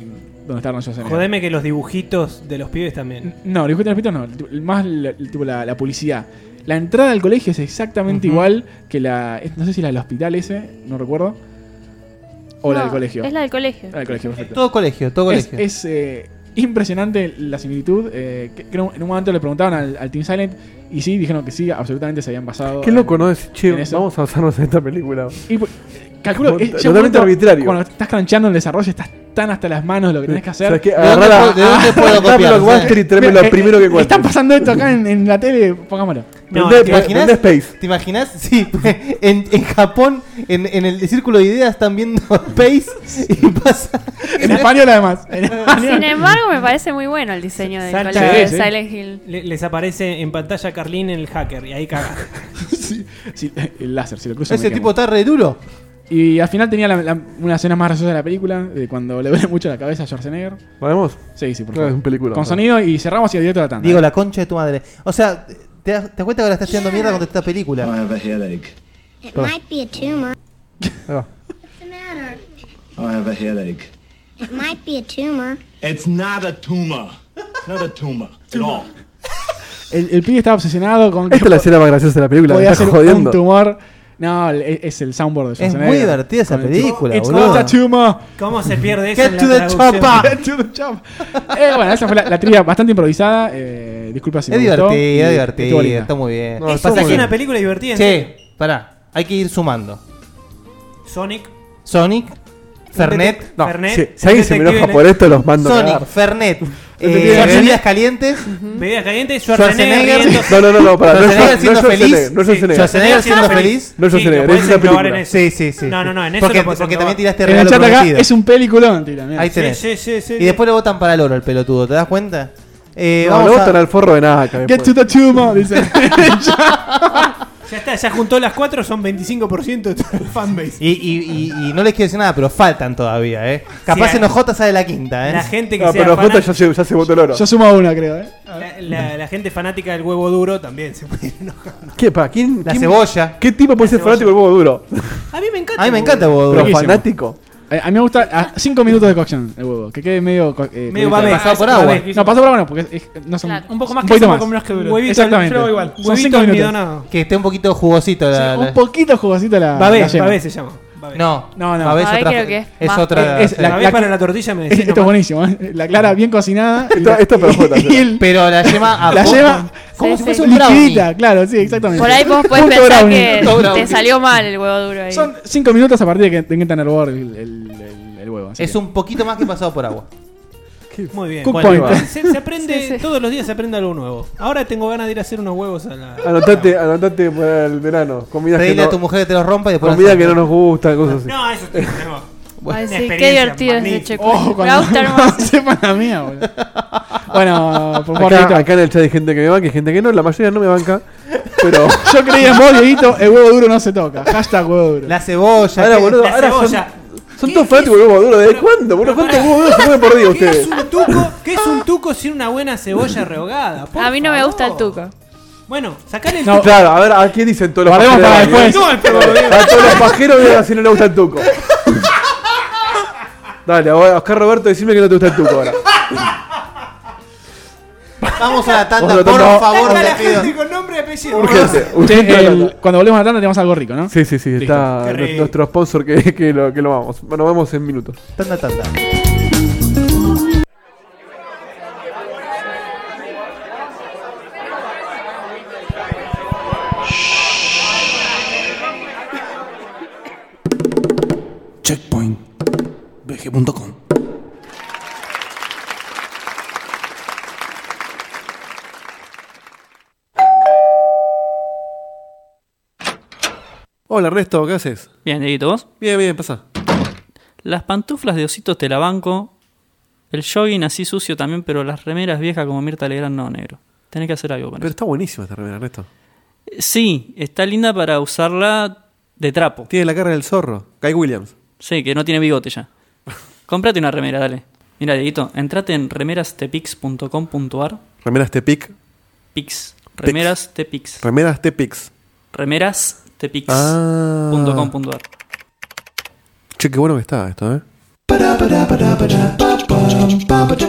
Speaker 5: donde está Arnold Schwarzenegger.
Speaker 3: Jodeme que los dibujitos de los pibes también.
Speaker 5: No, dibujitos de los pitos no, el tipo- el más la, el tipo la, la publicidad. La entrada al colegio es exactamente igual que la. es- No sé si la del hospital ese, no recuerdo. O la
Speaker 8: No,
Speaker 5: del colegio.
Speaker 8: Es la del colegio.
Speaker 5: La del colegio, perfecto.
Speaker 4: Eh, Todo colegio, todo
Speaker 5: Es,
Speaker 4: colegio.
Speaker 5: es, eh, impresionante la similitud. eh, que- que en un- en un momento le preguntaban al, al Team Silent y sí, dijeron que sí, absolutamente se habían basado.
Speaker 6: Qué loco, ¿no? Decir, che,
Speaker 5: en eso.
Speaker 6: vamos a basarnos en esta película.
Speaker 5: Y, pues, calculo que
Speaker 6: Mont-
Speaker 5: llega un
Speaker 6: totalmente
Speaker 5: momento
Speaker 6: arbitrario.
Speaker 5: Cuando estás cancheando el desarrollo, estás tan hasta las manos de lo que tenés que hacer.
Speaker 6: ¿Sabes qué?
Speaker 4: ¿De dónde, puedo-
Speaker 6: Agarrá
Speaker 4: de dónde puedo
Speaker 6: la.
Speaker 4: copiar?
Speaker 6: Dámelo a Walter y tráemelo
Speaker 5: Mira, eh,
Speaker 6: primero que
Speaker 5: eh, Están
Speaker 6: cuente.
Speaker 5: pasando esto acá en, en la tele, pongámoslo.
Speaker 3: No,
Speaker 6: Prende-
Speaker 4: ¿Te
Speaker 3: es que-
Speaker 4: imaginas?
Speaker 6: prende Space.
Speaker 4: ¿Te imaginas? Sí, en, en Japón, en, en el círculo de ideas están viendo Space y pasa.
Speaker 5: En español, además. En español.
Speaker 8: Sin embargo, me parece muy bueno el diseño del
Speaker 3: Salta-
Speaker 8: colegio de
Speaker 5: Sí, sí.
Speaker 8: Silent Hill.
Speaker 3: le- les aparece en pantalla Carlín el hacker y ahí caga.
Speaker 5: Sí, sí, el láser, si lo cruzo.
Speaker 4: Ese
Speaker 5: me
Speaker 4: tipo
Speaker 5: quemo.
Speaker 4: está re duro.
Speaker 5: Y al final tenía la- la- una escena más graciosa de la película, de cuando le duele mucho la cabeza a Schwarzenegger.
Speaker 6: ¿Vamos?
Speaker 5: Sí, sí, por
Speaker 6: Claro,
Speaker 5: favor.
Speaker 6: es un película.
Speaker 5: Con sonido y cerramos y directo a la tanda.
Speaker 4: Digo, la concha de tu madre. O sea, ¿te das, te das cuenta que ahora estás haciendo mierda con esta película?
Speaker 9: have a headache.
Speaker 11: It might be a tumor.
Speaker 6: Ahí va.
Speaker 11: What's the matter?
Speaker 9: I have a headache.
Speaker 11: It might be a tumor.
Speaker 9: It's not a tumor. Not a tumor at all.
Speaker 5: el, el pibe estaba obsesionado con que
Speaker 6: Esta es la escena más graciosa de la película. Me
Speaker 5: podía
Speaker 6: está
Speaker 5: hacer un
Speaker 6: jodiendo.
Speaker 5: tumor. No, es, es el soundboard de
Speaker 4: Es
Speaker 5: Schwarzenegger.
Speaker 4: muy divertida esa
Speaker 5: Con el tipo,
Speaker 4: película,
Speaker 5: It's
Speaker 4: boludo.
Speaker 5: not a tumor.
Speaker 3: ¿Cómo se pierde eso?
Speaker 4: Get
Speaker 3: en
Speaker 4: to the
Speaker 3: la traducción?
Speaker 4: chopper.
Speaker 5: Eh, bueno, esa fue la, la trivia bastante improvisada. Eh, disculpa si
Speaker 4: Es
Speaker 5: me gustó. Y-
Speaker 4: divertida, es
Speaker 5: estuvo linda.
Speaker 4: divertida, está muy bien.
Speaker 6: No,
Speaker 4: Pasa
Speaker 6: está muy
Speaker 3: Es
Speaker 4: que-
Speaker 6: bien.
Speaker 3: una película divertida. en serio.
Speaker 4: Che, pará, hay que ir sumando.
Speaker 3: Sonic.
Speaker 4: Sonic, Fernet,
Speaker 6: No,
Speaker 3: Fernet,
Speaker 6: si, si alguien se me
Speaker 3: detective
Speaker 6: enoja
Speaker 3: en-
Speaker 6: por esto, los mando a
Speaker 4: Sonic,
Speaker 6: cagar.
Speaker 4: Fernet, Eh,
Speaker 3: Schwarzenegger.
Speaker 4: bebidas calientes.
Speaker 3: Bebidas calientes, Schwarzenegger. riéndose.
Speaker 6: No, no, no, no, para, no es-
Speaker 4: Schwarzenegger
Speaker 6: no es
Speaker 4: siendo feliz.
Speaker 6: Schwarzenegger, no es
Speaker 4: Sí. Schwarzenegger
Speaker 6: Schwarzenegger.
Speaker 4: siendo
Speaker 3: Schwarzenegger
Speaker 4: feliz.
Speaker 6: No es
Speaker 3: Sí,
Speaker 6: Schwarzenegger,
Speaker 3: lo
Speaker 6: es esa
Speaker 3: puedes englobar en
Speaker 6: película.
Speaker 3: eso.
Speaker 4: Sí, sí, sí.
Speaker 3: No, no, no, en eso
Speaker 4: Porque,
Speaker 3: lo podés
Speaker 4: porque
Speaker 3: englobar.
Speaker 4: también tiraste
Speaker 5: En el
Speaker 4: regalo
Speaker 5: chat acá
Speaker 4: prometido.
Speaker 5: es un peliculón, tira. mirá.
Speaker 4: Ahí tenés.
Speaker 3: sí, sí, sí,
Speaker 4: y
Speaker 3: sí.
Speaker 4: después lo botan para el oro el pelotudo, ¿te das cuenta? Eh,
Speaker 6: No,
Speaker 4: vamos
Speaker 6: no
Speaker 4: a-
Speaker 6: botan al forro de nada. que
Speaker 5: Get to the tumor, dice.
Speaker 3: Ya está, ya juntó las cuatro, son 25% de todo el fanbase.
Speaker 4: y, y- y- y no les quiero decir nada, pero faltan todavía, ¿eh? Capaz
Speaker 3: Sí,
Speaker 4: en OJ sale la quinta, ¿eh?
Speaker 3: La gente que
Speaker 6: No,
Speaker 3: sea
Speaker 6: pero Jota
Speaker 3: fanática-
Speaker 6: ya se, ya se botó el oro.
Speaker 5: Yo sumo una, creo, eh.
Speaker 3: la, la- la gente fanática del huevo duro también se puede enojar.
Speaker 6: ¿Qué, pa? ¿Quién,
Speaker 4: la
Speaker 6: quién-
Speaker 4: cebolla.
Speaker 6: ¿Qué tipo puede ser
Speaker 3: cebolla.
Speaker 6: fanático del huevo duro?
Speaker 3: A mí me encanta.
Speaker 4: A mí me
Speaker 3: el huevo
Speaker 4: encanta,
Speaker 3: duro.
Speaker 4: huevo
Speaker 6: Pero
Speaker 4: duro.
Speaker 5: Buenísimo.
Speaker 6: fanático.
Speaker 5: Eh, A mí me gusta 5 minutos de cocción el huevo, que quede medio. co- eh, cubierto.
Speaker 3: Medio babé.
Speaker 4: Pasado por
Speaker 7: Ah,
Speaker 4: agua.
Speaker 7: es-
Speaker 5: No, pasa por ahora no, porque es- es- no son.
Speaker 8: Claro.
Speaker 7: Un poco más
Speaker 5: Un
Speaker 7: que
Speaker 5: poquito
Speaker 7: eso,
Speaker 5: más.
Speaker 7: con menos que duro.
Speaker 3: Huevito,
Speaker 5: Exactamente.
Speaker 7: Yo lo hago igual.
Speaker 5: Son cinco
Speaker 3: Huevito
Speaker 5: minutos.
Speaker 3: almidonado.
Speaker 4: Que esté un poquito jugosito la.
Speaker 5: Sí,
Speaker 4: la-
Speaker 5: un poquito jugosita la. la
Speaker 3: Babé,
Speaker 5: yema.
Speaker 3: babé se llama. Babé.
Speaker 4: No,
Speaker 5: No, no.
Speaker 4: A veces
Speaker 8: Babé
Speaker 4: otra,
Speaker 8: creo que es
Speaker 4: es
Speaker 8: más-
Speaker 4: otra.
Speaker 5: Es- es la-
Speaker 3: Babé para la tortilla me decís
Speaker 5: Esto es
Speaker 3: nomás.
Speaker 5: buenísimo, ¿eh? La clara bien cocinada. y
Speaker 6: Esto-
Speaker 5: la-
Speaker 6: esto es para Jota,
Speaker 5: y el-
Speaker 4: Pero la yema. a
Speaker 5: La
Speaker 4: poco-
Speaker 5: yema-
Speaker 4: Como
Speaker 8: Sí,
Speaker 4: si fuese
Speaker 8: sí.
Speaker 4: un brownie.
Speaker 5: Liquidita, claro, sí, exactamente.
Speaker 8: Por ahí vos podés
Speaker 5: Punto
Speaker 8: pensar
Speaker 5: brownie.
Speaker 8: que
Speaker 4: Punto brownie.
Speaker 8: te salió mal el huevo duro ahí.
Speaker 5: Son 5 minutos a partir de que te intentan hervor el, el, el- el huevo. así
Speaker 4: Es
Speaker 5: que-
Speaker 4: un poquito más que pasado por agua.
Speaker 3: Muy bien.
Speaker 5: Cook
Speaker 3: Bueno,
Speaker 5: point.
Speaker 3: igual, se, se aprende,
Speaker 8: Sí, sí.
Speaker 3: todos los días se aprende algo nuevo. Ahora tengo ganas de ir a hacer unos huevos a la.
Speaker 6: Anotate, anotate para el verano. Comidas que
Speaker 4: Pedile a tu
Speaker 6: no,
Speaker 4: mujer que te los rompa y después.
Speaker 6: comida
Speaker 4: haces-
Speaker 6: que no nos gusta, cosas así.
Speaker 3: No, eso es nuevo.
Speaker 8: Ay, sí, qué
Speaker 3: experiencia
Speaker 8: divertido ese
Speaker 3: magnífica.
Speaker 8: checo.
Speaker 5: Oh,
Speaker 8: Me
Speaker 5: cuando
Speaker 8: gusta hermoso.
Speaker 5: sepan la mía, boludo. Bueno, por favor,
Speaker 6: Acá,
Speaker 5: Dieguito.
Speaker 6: acá en el chat hay gente que me banca y gente que no. La mayoría no me banca. Pero.
Speaker 5: Yo creía en vos, Dieguito, el huevo duro no se toca. Hashtag huevo duro.
Speaker 4: La cebolla.
Speaker 6: Ahora,
Speaker 4: que-
Speaker 6: boludo,
Speaker 3: La
Speaker 6: ahora son,
Speaker 3: cebolla.
Speaker 6: son
Speaker 3: ¿Qué-
Speaker 6: todos
Speaker 3: qué
Speaker 6: fanáticos del huevo duro. ¿Desde
Speaker 3: Pero-
Speaker 6: cuándo, boludo?
Speaker 3: pero
Speaker 6: ¿Cuántos
Speaker 3: pará.
Speaker 6: huevos duros se mueven por día
Speaker 3: ¿Qué es
Speaker 6: ustedes?
Speaker 3: un tuco? ¿Qué es un tuco sin una buena cebolla rehogada? Por
Speaker 8: A mí no me
Speaker 3: favor.
Speaker 8: gusta el tuco.
Speaker 3: Bueno, sacale el
Speaker 5: No,
Speaker 3: tuco.
Speaker 6: Claro, a ver, ¿a quién dicen todos los
Speaker 5: Guardemos
Speaker 6: pajeros?
Speaker 5: para
Speaker 6: de Dani,
Speaker 5: después.
Speaker 3: No, pero-
Speaker 6: eh? A todos los pajeros de Dani, si no le gusta el tuco. Dale, ahora, Oscar Roberto, decime que no te gusta el tuco ahora.
Speaker 4: Vamos a la
Speaker 6: Vamos a
Speaker 4: tanda,
Speaker 6: la
Speaker 4: por
Speaker 6: tanda.
Speaker 4: favor,
Speaker 3: Saca a
Speaker 4: te
Speaker 3: la
Speaker 4: pido.
Speaker 3: gente con nombre y apellido.
Speaker 6: Urgente,
Speaker 5: Che,
Speaker 6: urgente. la
Speaker 5: el-
Speaker 6: tanda.
Speaker 5: cuando volvemos a la tanda tenemos algo rico, ¿no?
Speaker 6: Sí, sí, sí, está
Speaker 3: Qué
Speaker 6: nu-
Speaker 3: rico.
Speaker 6: nuestro sponsor que, que lo, que lo vamos. Bueno, nos vemos en minutos.
Speaker 4: Tanda, tanda.
Speaker 12: Checkpoint. VG.com.
Speaker 13: Hola Ernesto, ¿qué haces?
Speaker 12: Bien, Dieguito, ¿vos?
Speaker 13: Bien, bien, pasa.
Speaker 12: Las pantuflas de ositos te la banco. El jogging así sucio también, pero las remeras viejas como Mirta Legrand no, negro. Tenés que hacer algo con
Speaker 13: Pero
Speaker 12: eso.
Speaker 13: está buenísima esta remera, Ernesto.
Speaker 12: Sí, está linda para usarla de trapo.
Speaker 13: Tiene la cara del zorro. Guy Williams.
Speaker 12: Sí, que no tiene bigote ya. Cómprate una remera, dale. Mira, Dieguito, entrate en remerastepix.com.ar.
Speaker 13: Remeras Tepic.
Speaker 12: Pix. Remeras Tepix.
Speaker 13: Remeras Tepix.
Speaker 12: Remeras
Speaker 13: Ah. Che, qué bueno que está esto, ¿eh?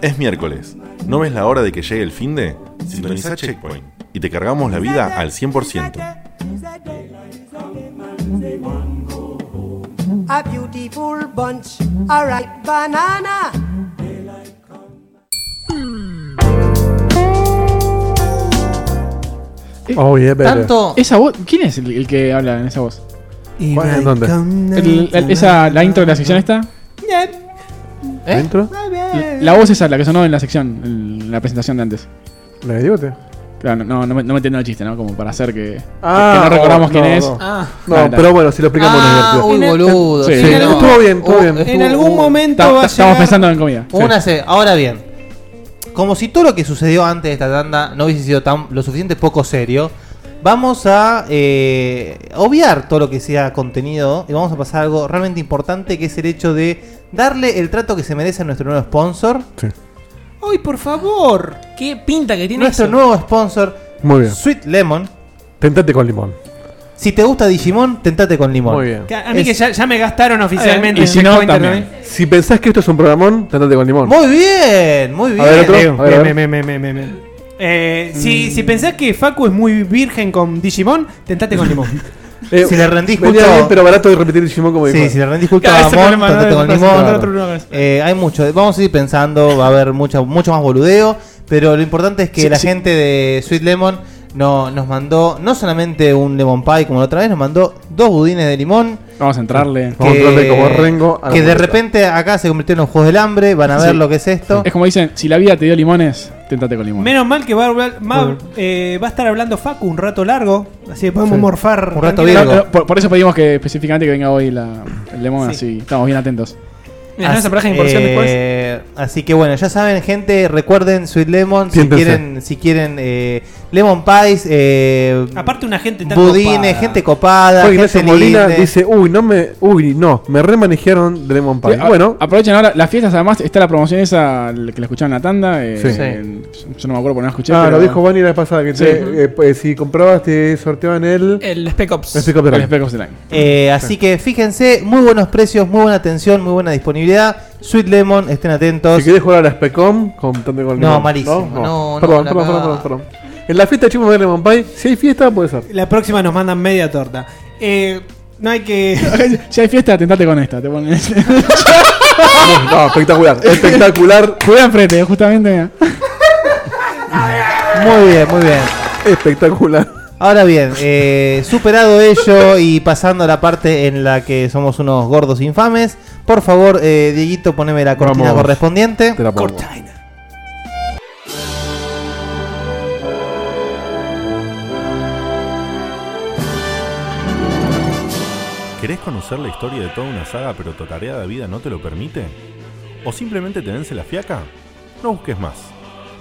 Speaker 14: Es miércoles. ¿No ves la hora de que llegue el fin de? Sintoniza Checkpoint y te cargamos la vida al 100%.
Speaker 15: A beautiful bunch, a ripe banana.
Speaker 6: Oh, yeah, baby.
Speaker 5: Tanto. Esa voz, ¿Quién es el, el que habla en esa voz?
Speaker 6: ¿Cuál? ¿En dónde?
Speaker 5: El- el- esa, la intro de la sección esta.
Speaker 6: ¿La intro?
Speaker 5: ¿Eh? La voz esa, la que sonó en la sección, en la presentación de antes.
Speaker 6: ¿La de Diegote?
Speaker 5: Claro, no, no, me- no me entiendo el chiste, ¿no? Como para hacer que,
Speaker 6: Ah,
Speaker 5: que no recordamos
Speaker 6: oh,
Speaker 5: quién
Speaker 6: no,
Speaker 5: es.
Speaker 6: no. Ah. No, pero bueno, si lo explicamos no es
Speaker 5: Ah,
Speaker 6: divertido.
Speaker 5: uy, boludo,
Speaker 6: Sí,
Speaker 5: sí,
Speaker 6: sí,
Speaker 5: no.
Speaker 6: estuvo bien, estuvo
Speaker 5: Uh,
Speaker 6: bien.
Speaker 5: en
Speaker 6: estuvo-
Speaker 5: algún
Speaker 6: uh,
Speaker 5: momento Ta- va a estamos llegar- pensando en comida.
Speaker 4: Una
Speaker 5: Sí.
Speaker 4: se- Ahora bien, como si todo lo que sucedió antes de esta tanda no hubiese sido tan lo suficiente poco serio, vamos a eh, obviar todo lo que sea contenido y vamos a pasar a algo realmente importante que es el hecho de darle el trato que se merece a nuestro nuevo sponsor.
Speaker 3: ¡Ay, por favor!
Speaker 7: ¿Qué pinta que tiene
Speaker 4: Nuestro
Speaker 7: eso?
Speaker 4: nuevo sponsor,
Speaker 6: Muy bien.
Speaker 4: Sweet Lemon.
Speaker 6: Tentate con limón.
Speaker 4: Si te gusta Digimon, tentate con limón.
Speaker 6: Muy bien.
Speaker 3: Que A mí que ya, ya me gastaron oficialmente.
Speaker 6: Y
Speaker 3: en
Speaker 6: si
Speaker 3: el
Speaker 6: no,
Speaker 3: Pointer,
Speaker 6: también. Si pensás que esto es un programón, tentate con limón.
Speaker 4: Muy bien, muy
Speaker 6: A ver, otro.
Speaker 3: Diego,
Speaker 6: a ver, a ver.
Speaker 3: bien, bien, bien, bien, bien, bien.
Speaker 6: Mm.
Speaker 3: Eh, si, si pensás que Facu es muy virgen con Digimon, tentate con limón.
Speaker 6: Eh,
Speaker 4: Si le rendís
Speaker 6: venía
Speaker 4: justo-
Speaker 6: bien, pero barato de repetir Digimon como
Speaker 4: Sí,
Speaker 6: Digimon.
Speaker 4: si le rendís culto
Speaker 6: Claro,
Speaker 4: a
Speaker 6: ese
Speaker 4: Amon,
Speaker 6: problema,
Speaker 4: tanto
Speaker 6: no,
Speaker 4: con
Speaker 6: no,
Speaker 4: limón.
Speaker 6: no, no, no, no.
Speaker 4: Eh, hay mucho, vamos a ir pensando, va a haber mucho, mucho más boludeo, pero lo importante es que
Speaker 6: Sí,
Speaker 4: la
Speaker 6: sí.
Speaker 4: gente de Sweet Lemon no, nos mandó no solamente un lemon pie como la otra vez, nos mandó dos budines de limón.
Speaker 5: Vamos a entrarle.
Speaker 4: Que,
Speaker 5: Vamos a entrarle como rengo a la
Speaker 4: Que de
Speaker 5: boleta.
Speaker 4: repente acá se convirtió en un juego del hambre, van a ver
Speaker 5: Sí.
Speaker 4: lo que es esto.
Speaker 5: Es como dicen, si la vida te dio limones, tentate con limón.
Speaker 3: Menos mal que va, a hablar- ma- eh, va a estar hablando Facu un rato largo, así que podemos morfar. tranquilo.
Speaker 5: No, no, por, por eso pedimos que específicamente que venga hoy la, el lemon, así estamos bien atentos.
Speaker 4: Así- eh, Así que bueno, ya saben, gente, recuerden Sweet Lemon si
Speaker 5: Siéntense.
Speaker 4: quieren, si quieren eh, Lemon Pies, eh,
Speaker 3: Aparte una gente tan
Speaker 4: budines,
Speaker 3: copada.
Speaker 4: gente copada,
Speaker 6: Juan
Speaker 4: gente
Speaker 6: Ignacio Molina
Speaker 4: linda.
Speaker 6: dice, uy, no me, uy, no, me remanejaron de Lemon Pie.
Speaker 5: Sí, ah, a-
Speaker 6: bueno,
Speaker 5: aprovechen ahora las fiestas. Además, está la promoción esa la que la escucharon en la tanda. eh,
Speaker 6: Sí.
Speaker 5: en- yo no me acuerdo porque no la escuché.
Speaker 6: ah,
Speaker 5: pero-
Speaker 6: lo dijo Vani la vez pasada, que
Speaker 5: Sí.
Speaker 6: te- eh, pues, si comprabas te sorteaban el...
Speaker 7: El Spec Ops.
Speaker 6: El Spec Ops de
Speaker 5: El Spec Ops Line.
Speaker 4: Eh, así que fíjense, muy buenos precios, muy buena atención, muy buena disponibilidad. Sweet Lemon, estén atentos.
Speaker 6: Si querés jugar a la Specom, contante con
Speaker 4: No,
Speaker 6: limón,
Speaker 4: malísimo. No, no,
Speaker 6: perdón,
Speaker 4: la
Speaker 6: perdón,
Speaker 4: verdad.
Speaker 6: perdón, perdón, perdón. En la fiesta de Chimo de Lemon Pie, si hay fiesta, puede ser.
Speaker 3: La próxima nos mandan media torta. Eh, no hay que.
Speaker 5: Si hay fiesta, tentate con esta. Te ponen.
Speaker 6: no, espectacular, espectacular.
Speaker 5: Juega enfrente, justamente. mira.
Speaker 4: Muy bien, muy bien.
Speaker 6: Espectacular.
Speaker 4: Ahora bien, eh, superado ello y pasando a la parte en la que somos unos gordos infames, por favor, eh, Dieguito, poneme la cortina
Speaker 6: Vamos.
Speaker 4: correspondiente.
Speaker 6: Te la pongo.
Speaker 14: ¿Querés conocer la historia de toda una saga pero tu tarea de vida no te lo permite? ¿O simplemente te vence la fiaca? No busques más.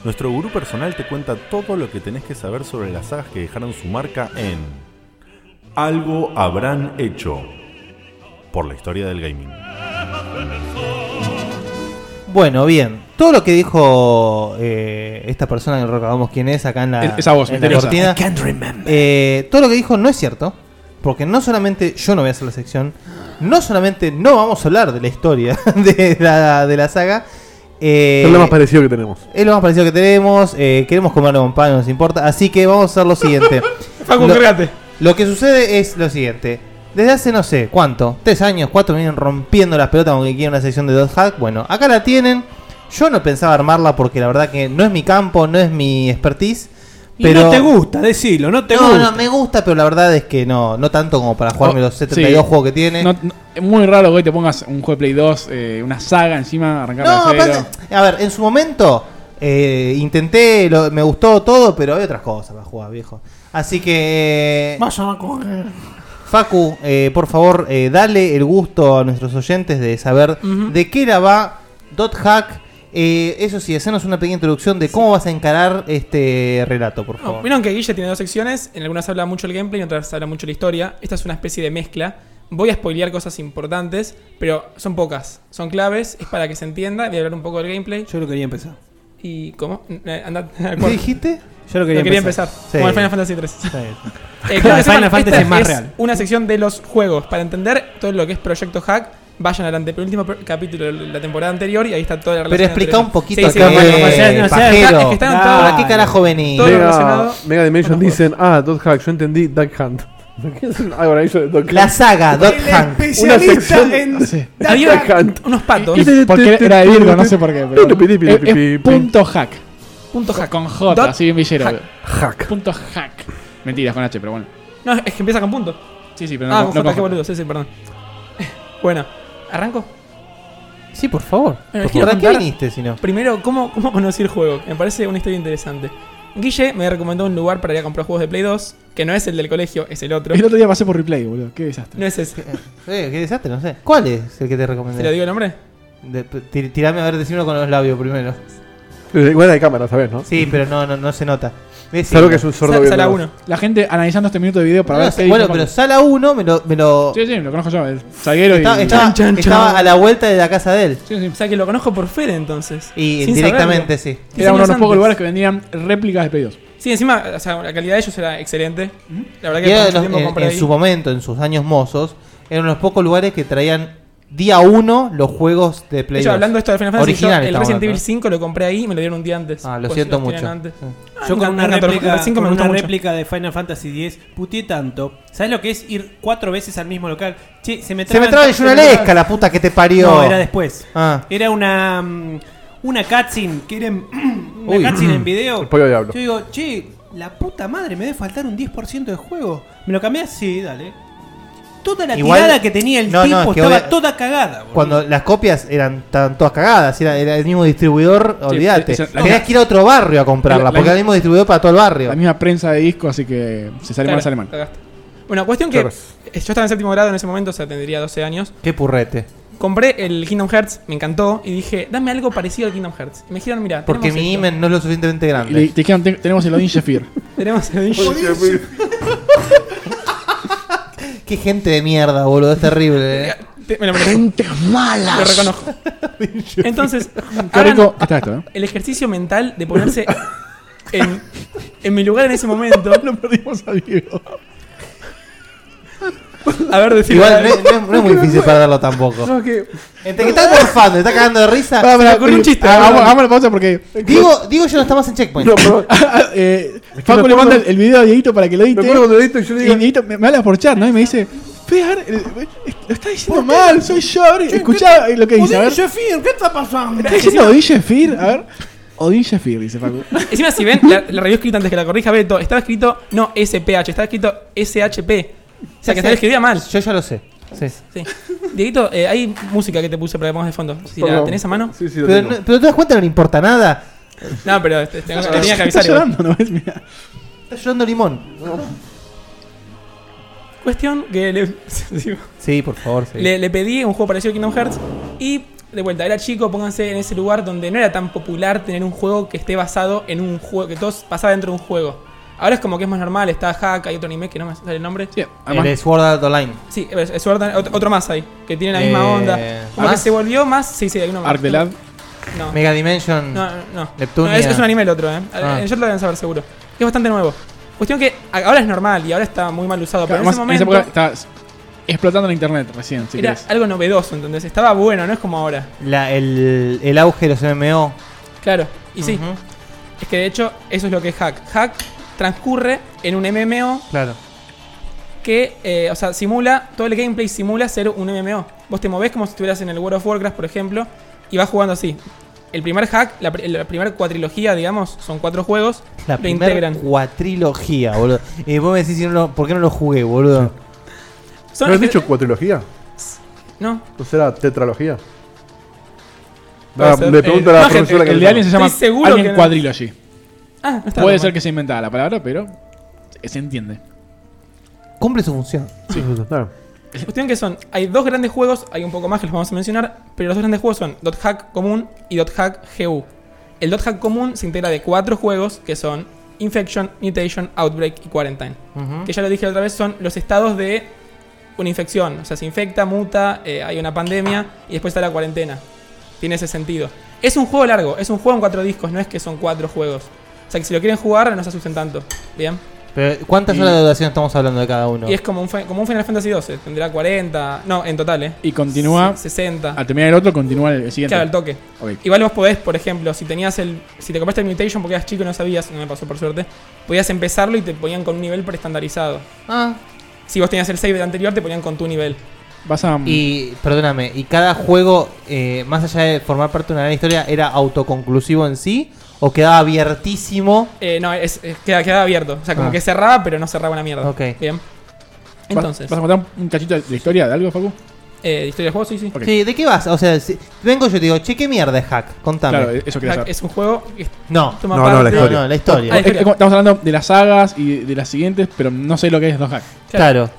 Speaker 14: Nuestro gurú personal te cuenta todo lo que tenés que saber sobre las sagas que dejaron su marca en Algo habrán hecho por la historia del gaming.
Speaker 4: Bueno, bien. Todo lo que dijo eh, esta persona, que no recordamos quién es, acá en la,
Speaker 5: Es- esa voz
Speaker 4: en la
Speaker 5: misteriosa.
Speaker 4: cortina,
Speaker 5: I can't remember.
Speaker 4: eh, todo lo que dijo no es cierto. Porque no solamente yo no voy a hacer la sección, no solamente no vamos a hablar de la historia de la, de la saga. eh,
Speaker 6: es lo más parecido que tenemos.
Speaker 4: es lo más parecido que tenemos. eh, queremos comer un pan, no nos importa. Así que vamos a hacer lo siguiente.
Speaker 3: Facu,
Speaker 4: lo,
Speaker 3: cagate.
Speaker 4: lo que sucede es lo siguiente. Desde hace no sé cuánto, tres años, cuatro, vienen rompiendo las pelotas con que quieren una sección de dos hack. Bueno, acá la tienen. Yo no pensaba armarla porque la verdad que no es mi campo, no es mi expertise.
Speaker 3: Y
Speaker 4: Pero
Speaker 3: no te gusta, decilo, no te
Speaker 4: no,
Speaker 3: gusta. Oh,
Speaker 4: no, me gusta, pero la verdad es que no, no tanto como para jugarme los 72
Speaker 5: Sí.
Speaker 4: juegos que tiene.
Speaker 5: No- no- es muy raro que hoy te pongas un juego de Play 2, eh, una saga encima, arrancar
Speaker 4: No,
Speaker 5: de cero.
Speaker 4: aparte, a ver, en su momento eh, intenté, lo- me gustó todo, pero hay otras cosas para jugar, viejo. Así que, eh,
Speaker 3: Vaya a correr.
Speaker 4: Facu, eh, por favor, eh, dale el gusto a nuestros oyentes de saber de qué era va Dot Hack. Eh, eso sí, hacernos una pequeña introducción de cómo vas a encarar este relato, por favor.
Speaker 7: Vieron que Guille tiene dos secciones, en algunas habla mucho el gameplay, en otras habla mucho la historia. Esta es una especie de mezcla. Voy a spoilear cosas importantes, pero son pocas. Son claves, es para que se entienda. Voy a hablar un poco del gameplay.
Speaker 3: Yo lo quería empezar.
Speaker 7: ¿Y cómo? Eh, andá-
Speaker 4: ¿Qué dijiste?
Speaker 3: Yo lo quería
Speaker 7: empezar.
Speaker 3: empezar. Sí.
Speaker 7: Como el Final Fantasy 3.
Speaker 3: Sí.
Speaker 7: claro,
Speaker 3: El Final
Speaker 7: sepan,
Speaker 3: Fantasy
Speaker 7: esta
Speaker 3: es más real.
Speaker 7: Una sección de los juegos. Para entender todo lo que es Proyecto Hack, vayan al antepenúltimo per- capítulo de la temporada anterior y ahí está toda la
Speaker 4: Pero
Speaker 7: relación.
Speaker 4: explica
Speaker 7: entre-
Speaker 4: un poquito
Speaker 7: Sí, sí,
Speaker 4: qué,
Speaker 7: bueno, pues, bueno,
Speaker 4: eh,
Speaker 7: bueno,
Speaker 4: pajero.
Speaker 7: es que están todos-
Speaker 4: ¿Para qué carajo venís?
Speaker 7: Todo lo
Speaker 6: Mega,
Speaker 7: relacionado-
Speaker 6: Mega Dimension dicen, ah, Dot Hack, yo entendí Duck Hunt. ¿Qué es un- ah, bueno, eso de Duck
Speaker 4: La
Speaker 6: Hunt.
Speaker 4: saga Dot Hack. Ah,
Speaker 6: Una sección
Speaker 7: Había unos patos.
Speaker 5: Y- Porque era de Virgo, no sé por qué. pero bueno.
Speaker 6: pi, pi,
Speaker 5: Es- es punto hack.
Speaker 7: Punto hack.
Speaker 5: Con J,
Speaker 7: Dot
Speaker 5: así bien villero.
Speaker 7: hack.
Speaker 5: Punto hack. Mentiras con H, pero bueno.
Speaker 7: No, es que empieza con punto.
Speaker 5: Sí, sí, pero no
Speaker 7: Ah,
Speaker 5: con- no
Speaker 7: con J,
Speaker 5: con
Speaker 7: qué
Speaker 5: J.
Speaker 7: boludo. Sí, sí, perdón. Bueno, ¿arranco?
Speaker 3: Sí, por favor.
Speaker 7: Bueno, les quiero contar Primero, ¿cómo, ¿cómo conocí el juego? Me parece una historia interesante. Guille me recomendó un lugar para ir a comprar juegos de Play 2, que no es el del colegio, es el otro.
Speaker 5: El otro día pasé por replay, boludo. Qué desastre.
Speaker 7: No es ese.
Speaker 4: Eh, qué desastre, no sé. ¿Cuál es el que te recomendé?
Speaker 7: ¿Te lo digo el nombre?
Speaker 4: De- tir- tirame a ver, decímelo con los labios primero.
Speaker 6: Eh, Igual hay cámara, ¿sabes? ¿no?
Speaker 4: Sí, pero no, no, no se nota.
Speaker 6: Salvo que es un sordo Sal- sala viendo. uno.
Speaker 5: La gente analizando este minuto de video para
Speaker 4: No,
Speaker 5: ver
Speaker 4: sí,
Speaker 5: qué
Speaker 4: bueno,
Speaker 5: dijo
Speaker 4: pero
Speaker 5: Marcos.
Speaker 4: sala 1 me lo, me lo-
Speaker 5: Sí, sí, lo conozco yo. El zaguero
Speaker 4: Estaba-
Speaker 5: y.
Speaker 4: estaba- Chan, chan, estaba chan. a la vuelta de la casa de él.
Speaker 7: O sea que lo conozco por Fer entonces.
Speaker 4: Y
Speaker 7: Sin
Speaker 4: directamente,
Speaker 7: saberlo.
Speaker 4: sí.
Speaker 7: Diez
Speaker 5: Era uno de
Speaker 7: años
Speaker 5: los pocos
Speaker 7: antes.
Speaker 5: lugares que vendían réplicas de Play 2.
Speaker 7: Sí, encima, o sea, la calidad de ellos era excelente. La verdad
Speaker 4: Y
Speaker 7: que
Speaker 4: era
Speaker 7: por mucho
Speaker 4: de los-
Speaker 7: tiempo
Speaker 4: en,
Speaker 7: compré
Speaker 4: en
Speaker 7: ahí.
Speaker 4: su momento, en sus años mozos, eran los pocos lugares que traían día 1 los juegos de
Speaker 7: De
Speaker 4: Play
Speaker 7: hecho,
Speaker 4: 2.
Speaker 7: hablando de esto de Final Fantasy, yo
Speaker 4: Original
Speaker 7: el
Speaker 4: estamos
Speaker 7: Resident Evil
Speaker 4: hablando,
Speaker 7: 5 lo compré ahí y me lo dieron un día antes.
Speaker 4: Ah, lo
Speaker 7: Pues,
Speaker 4: siento
Speaker 7: los tiran
Speaker 4: mucho.
Speaker 7: antes. Ah,
Speaker 4: Sí.
Speaker 3: Yo
Speaker 7: nunca-
Speaker 3: con una,
Speaker 7: nunca toqué
Speaker 3: réplica,
Speaker 7: el 5 me
Speaker 3: con
Speaker 7: gustó
Speaker 3: una
Speaker 7: mucho.
Speaker 3: réplica de Final Fantasy X puteé tanto. ¿Sabes lo que es ir cuatro veces al mismo local? Che, se me
Speaker 4: Se me traba
Speaker 3: traban-
Speaker 4: de
Speaker 3: se me traban-
Speaker 4: Yunalesca, la puta que te parió.
Speaker 3: No, era después.
Speaker 4: Ah.
Speaker 3: Era una mm, una cutscene que era en-
Speaker 4: Uy.
Speaker 3: una cutscene en video.
Speaker 4: El pollo diablo.
Speaker 3: Yo digo, che, la puta madre, me debe faltar un 10% de juego. Me lo cambié así, dale. Toda la
Speaker 4: Igual-
Speaker 3: tirada que tenía el
Speaker 4: No, no,
Speaker 3: tipo
Speaker 4: es que
Speaker 3: estaba
Speaker 4: obvia-
Speaker 3: toda cagada.
Speaker 4: Cuando las copias eran, estaban todas cagadas, era, era el mismo distribuidor, olvídate.
Speaker 5: esa- la-
Speaker 4: Tenías que ir a otro barrio a
Speaker 5: La-
Speaker 4: comprarla,
Speaker 5: la-
Speaker 4: porque era el mismo distribuidor para todo el barrio.
Speaker 5: La misma prensa de disco, así que se sale
Speaker 7: Claro,
Speaker 5: más alemán.
Speaker 7: cagaste. Bueno, cuestión que eh, yo estaba en séptimo grado en ese momento, o sea, tendría 12 años.
Speaker 4: Qué purrete.
Speaker 7: Compré el Kingdom Hearts, me encantó y dije, dame algo parecido al Kingdom Hearts. Y me dijeron, mira,
Speaker 4: Porque
Speaker 7: tenemos
Speaker 4: mi
Speaker 7: esto.
Speaker 4: imen no es lo suficientemente
Speaker 5: Y le-
Speaker 4: grande.
Speaker 5: te dijeron, "Ten- tenemos el Odin Shafir.
Speaker 7: Tenemos el Odin Shafir.
Speaker 4: Qué gente de mierda, boludo, es terrible. eh.
Speaker 7: Te- me lo merezco.
Speaker 4: Gente mala.
Speaker 7: Lo reconozco. Entonces,
Speaker 4: Qué
Speaker 7: hagan
Speaker 4: rico que está esto, ¿eh?
Speaker 7: el ejercicio mental de ponerse en, en mi lugar en ese momento. Lo perdimos a Diego. A ver, decir.
Speaker 4: Igual no es, no es- no es muy difícil perderlo tampoco.
Speaker 7: No,
Speaker 6: que...
Speaker 4: Entre que estás morfando y estás cagando de risa.
Speaker 5: Pará, pará, ah, Vamos vamos a la pausa porque.
Speaker 4: Digo, digo yo no está más en checkpoint.
Speaker 5: eh,
Speaker 4: que
Speaker 5: Facu
Speaker 4: me
Speaker 5: le
Speaker 4: acuerdo-
Speaker 5: manda el, el video a Dieguito para que lo edite.
Speaker 4: acuerdo cuando lo edito
Speaker 5: y Dieguito me, me habla por chat, ¿no? Y me dice, Fer, el- el- lo está diciendo mal, soy yo. abre- Escuchá lo que dice, a ver.
Speaker 3: ¿qué está pasando?
Speaker 5: ¿Está diciendo Odin Shafir? A ver. Odin Shafir, dice Facu.
Speaker 7: Encima, si ven, la, la review escrita antes que la corrija Beto, estaba escrito no SPH, estaba escrito SHP. O sea, que
Speaker 4: Sí.
Speaker 7: se lo escribía mal.
Speaker 4: Yo ya lo sé. Sí.
Speaker 7: Sí. Dieguito, eh, hay música que te puse para que pongas de fondo. Si la
Speaker 4: Perdón.
Speaker 7: tenés a mano.
Speaker 4: Pero, no- pero te das cuenta, no le importa nada.
Speaker 7: No, pero este, tengo- te tenía que
Speaker 4: Está
Speaker 7: avisar. igual.
Speaker 4: llorando,
Speaker 5: Ah, ¿no ves? Mirá.
Speaker 4: Está llorando limón.
Speaker 7: Cuestión que le, digo,
Speaker 4: Sí, por favor, sí.
Speaker 7: le, le pedí un juego parecido a Kingdom Hearts y de vuelta, era chico, pónganse en ese lugar donde no era tan popular tener un juego que esté basado en un juego, que todo pasaba dentro de un juego. Ahora es como que es más normal, está Hack, hay otro anime que no me sale el nombre. Sí,
Speaker 4: El Sword Art Online.
Speaker 7: Sí, es- es Sword Art- otro, otro más ahí, que tiene la misma
Speaker 4: Eh,
Speaker 7: onda. Como que
Speaker 4: ¿más?
Speaker 7: se volvió más. Sí, sí, hay uno más.
Speaker 4: Arc the Lab.
Speaker 7: No.
Speaker 4: Mega Dimension.
Speaker 7: No, no, no.
Speaker 4: Neptunia.
Speaker 7: No, es, es un anime el otro, ¿eh?
Speaker 4: Ah.
Speaker 7: Yo lo deben saber seguro. Es bastante nuevo. Cuestión que a- ahora es normal y ahora está muy mal usado. Pero
Speaker 5: Además,
Speaker 7: en ese
Speaker 5: época
Speaker 7: momento
Speaker 5: estaba explotando la internet recién, si
Speaker 7: era
Speaker 5: querés.
Speaker 7: algo novedoso, ¿entendés? Estaba bueno, no es como ahora.
Speaker 4: La- el, el auge de los MMO.
Speaker 7: Claro, y sí. Es que de hecho, eso es lo que es Hack. Hack transcurre en un MMO
Speaker 4: Claro.
Speaker 7: que, eh, o sea, simula, todo el gameplay simula ser un MMO. Vos te movés como si estuvieras en el World of Warcraft, por ejemplo, y vas jugando así. El primer hack, la, pr- la primera cuatrilogía, digamos, son cuatro juegos,
Speaker 4: La
Speaker 7: lo
Speaker 4: primera
Speaker 7: integran.
Speaker 4: cuatrilogía, boludo. Y vos me decís, si no lo- ¿por qué no lo jugué, boludo?
Speaker 7: Son- este-
Speaker 6: ¿No has dicho cuatrilogía?
Speaker 7: No.
Speaker 6: ¿No será tetralogía?
Speaker 5: Puede
Speaker 6: Ah,
Speaker 5: ser.
Speaker 6: le pregunto a
Speaker 5: Eh,
Speaker 6: la
Speaker 5: no,
Speaker 6: profesora
Speaker 5: el,
Speaker 6: que
Speaker 5: el
Speaker 6: me
Speaker 5: de Alien se
Speaker 6: dijo.
Speaker 5: llama
Speaker 7: Estoy seguro
Speaker 5: Alien
Speaker 7: que no.
Speaker 5: Quadrilogy.
Speaker 7: Ah, no está
Speaker 5: Puede
Speaker 7: mal.
Speaker 5: ser que se inventaba la palabra, pero se entiende.
Speaker 4: Cumple su función.
Speaker 5: Sí.
Speaker 7: Cuestión que son, hay dos grandes juegos, hay un poco más que los vamos a mencionar, pero los dos grandes juegos son Dot Hack común y Dot Hack GU. El Dot Hack común se integra de cuatro juegos que son Infection, Mutation, Outbreak y Quarantine.
Speaker 10: Ujú.
Speaker 7: Que ya lo dije la otra vez, son los estados de una infección. O sea, se infecta, muta, eh, hay una pandemia y después está la cuarentena. Tiene ese sentido. Es un juego largo, es un juego en cuatro discos, no es que son cuatro juegos. O sea, que si lo quieren jugar, no se asusten tanto. Bien.
Speaker 4: Pero, ¿Cuántas
Speaker 7: Y-
Speaker 4: horas de duración estamos hablando de cada uno?
Speaker 7: Y es como un, fi- como un Final Fantasy XII, tendrá 40, no, en total, ¿eh?
Speaker 5: Y continúa.
Speaker 7: Se- 60.
Speaker 5: Al terminar el otro, continúa el siguiente.
Speaker 7: Claro, al toque.
Speaker 5: Ok.
Speaker 7: Igual vos podés, por ejemplo, si tenías el. Si te compraste el Mutation porque eras chico y no sabías, no me pasó por suerte, podías empezarlo y te ponían con un nivel preestandarizado.
Speaker 4: Ah.
Speaker 7: Si vos tenías el save del anterior, te ponían con tu nivel.
Speaker 5: Vas a.
Speaker 4: Y, perdóname, ¿y cada juego, eh, más allá de formar parte de una gran historia, era autoconclusivo en sí? ¿O quedaba abiertísimo?
Speaker 7: Eh, no, es, es- queda, quedaba abierto. O sea, como
Speaker 4: Ah.
Speaker 7: que cerraba, pero no cerraba una mierda.
Speaker 4: Ok.
Speaker 7: Bien. Entonces,
Speaker 5: ¿Vas a contar un cachito de la historia de algo, Facu?
Speaker 7: eh, ¿de historia de juego, sí, sí.
Speaker 4: Sí, ¿de qué vas? O sea, si- vengo yo y te digo, che, ¿qué mierda es hack? Contame.
Speaker 5: Claro, eso quería
Speaker 7: Hack
Speaker 5: saber.
Speaker 7: Es un juego que
Speaker 4: No.
Speaker 7: toma
Speaker 4: No, no,
Speaker 7: parte-
Speaker 4: la historia. No, no, la historia.
Speaker 7: Ah,
Speaker 5: Es- es como- estamos hablando de las sagas y de las siguientes, pero no sé lo que es los hacks.
Speaker 4: Claro.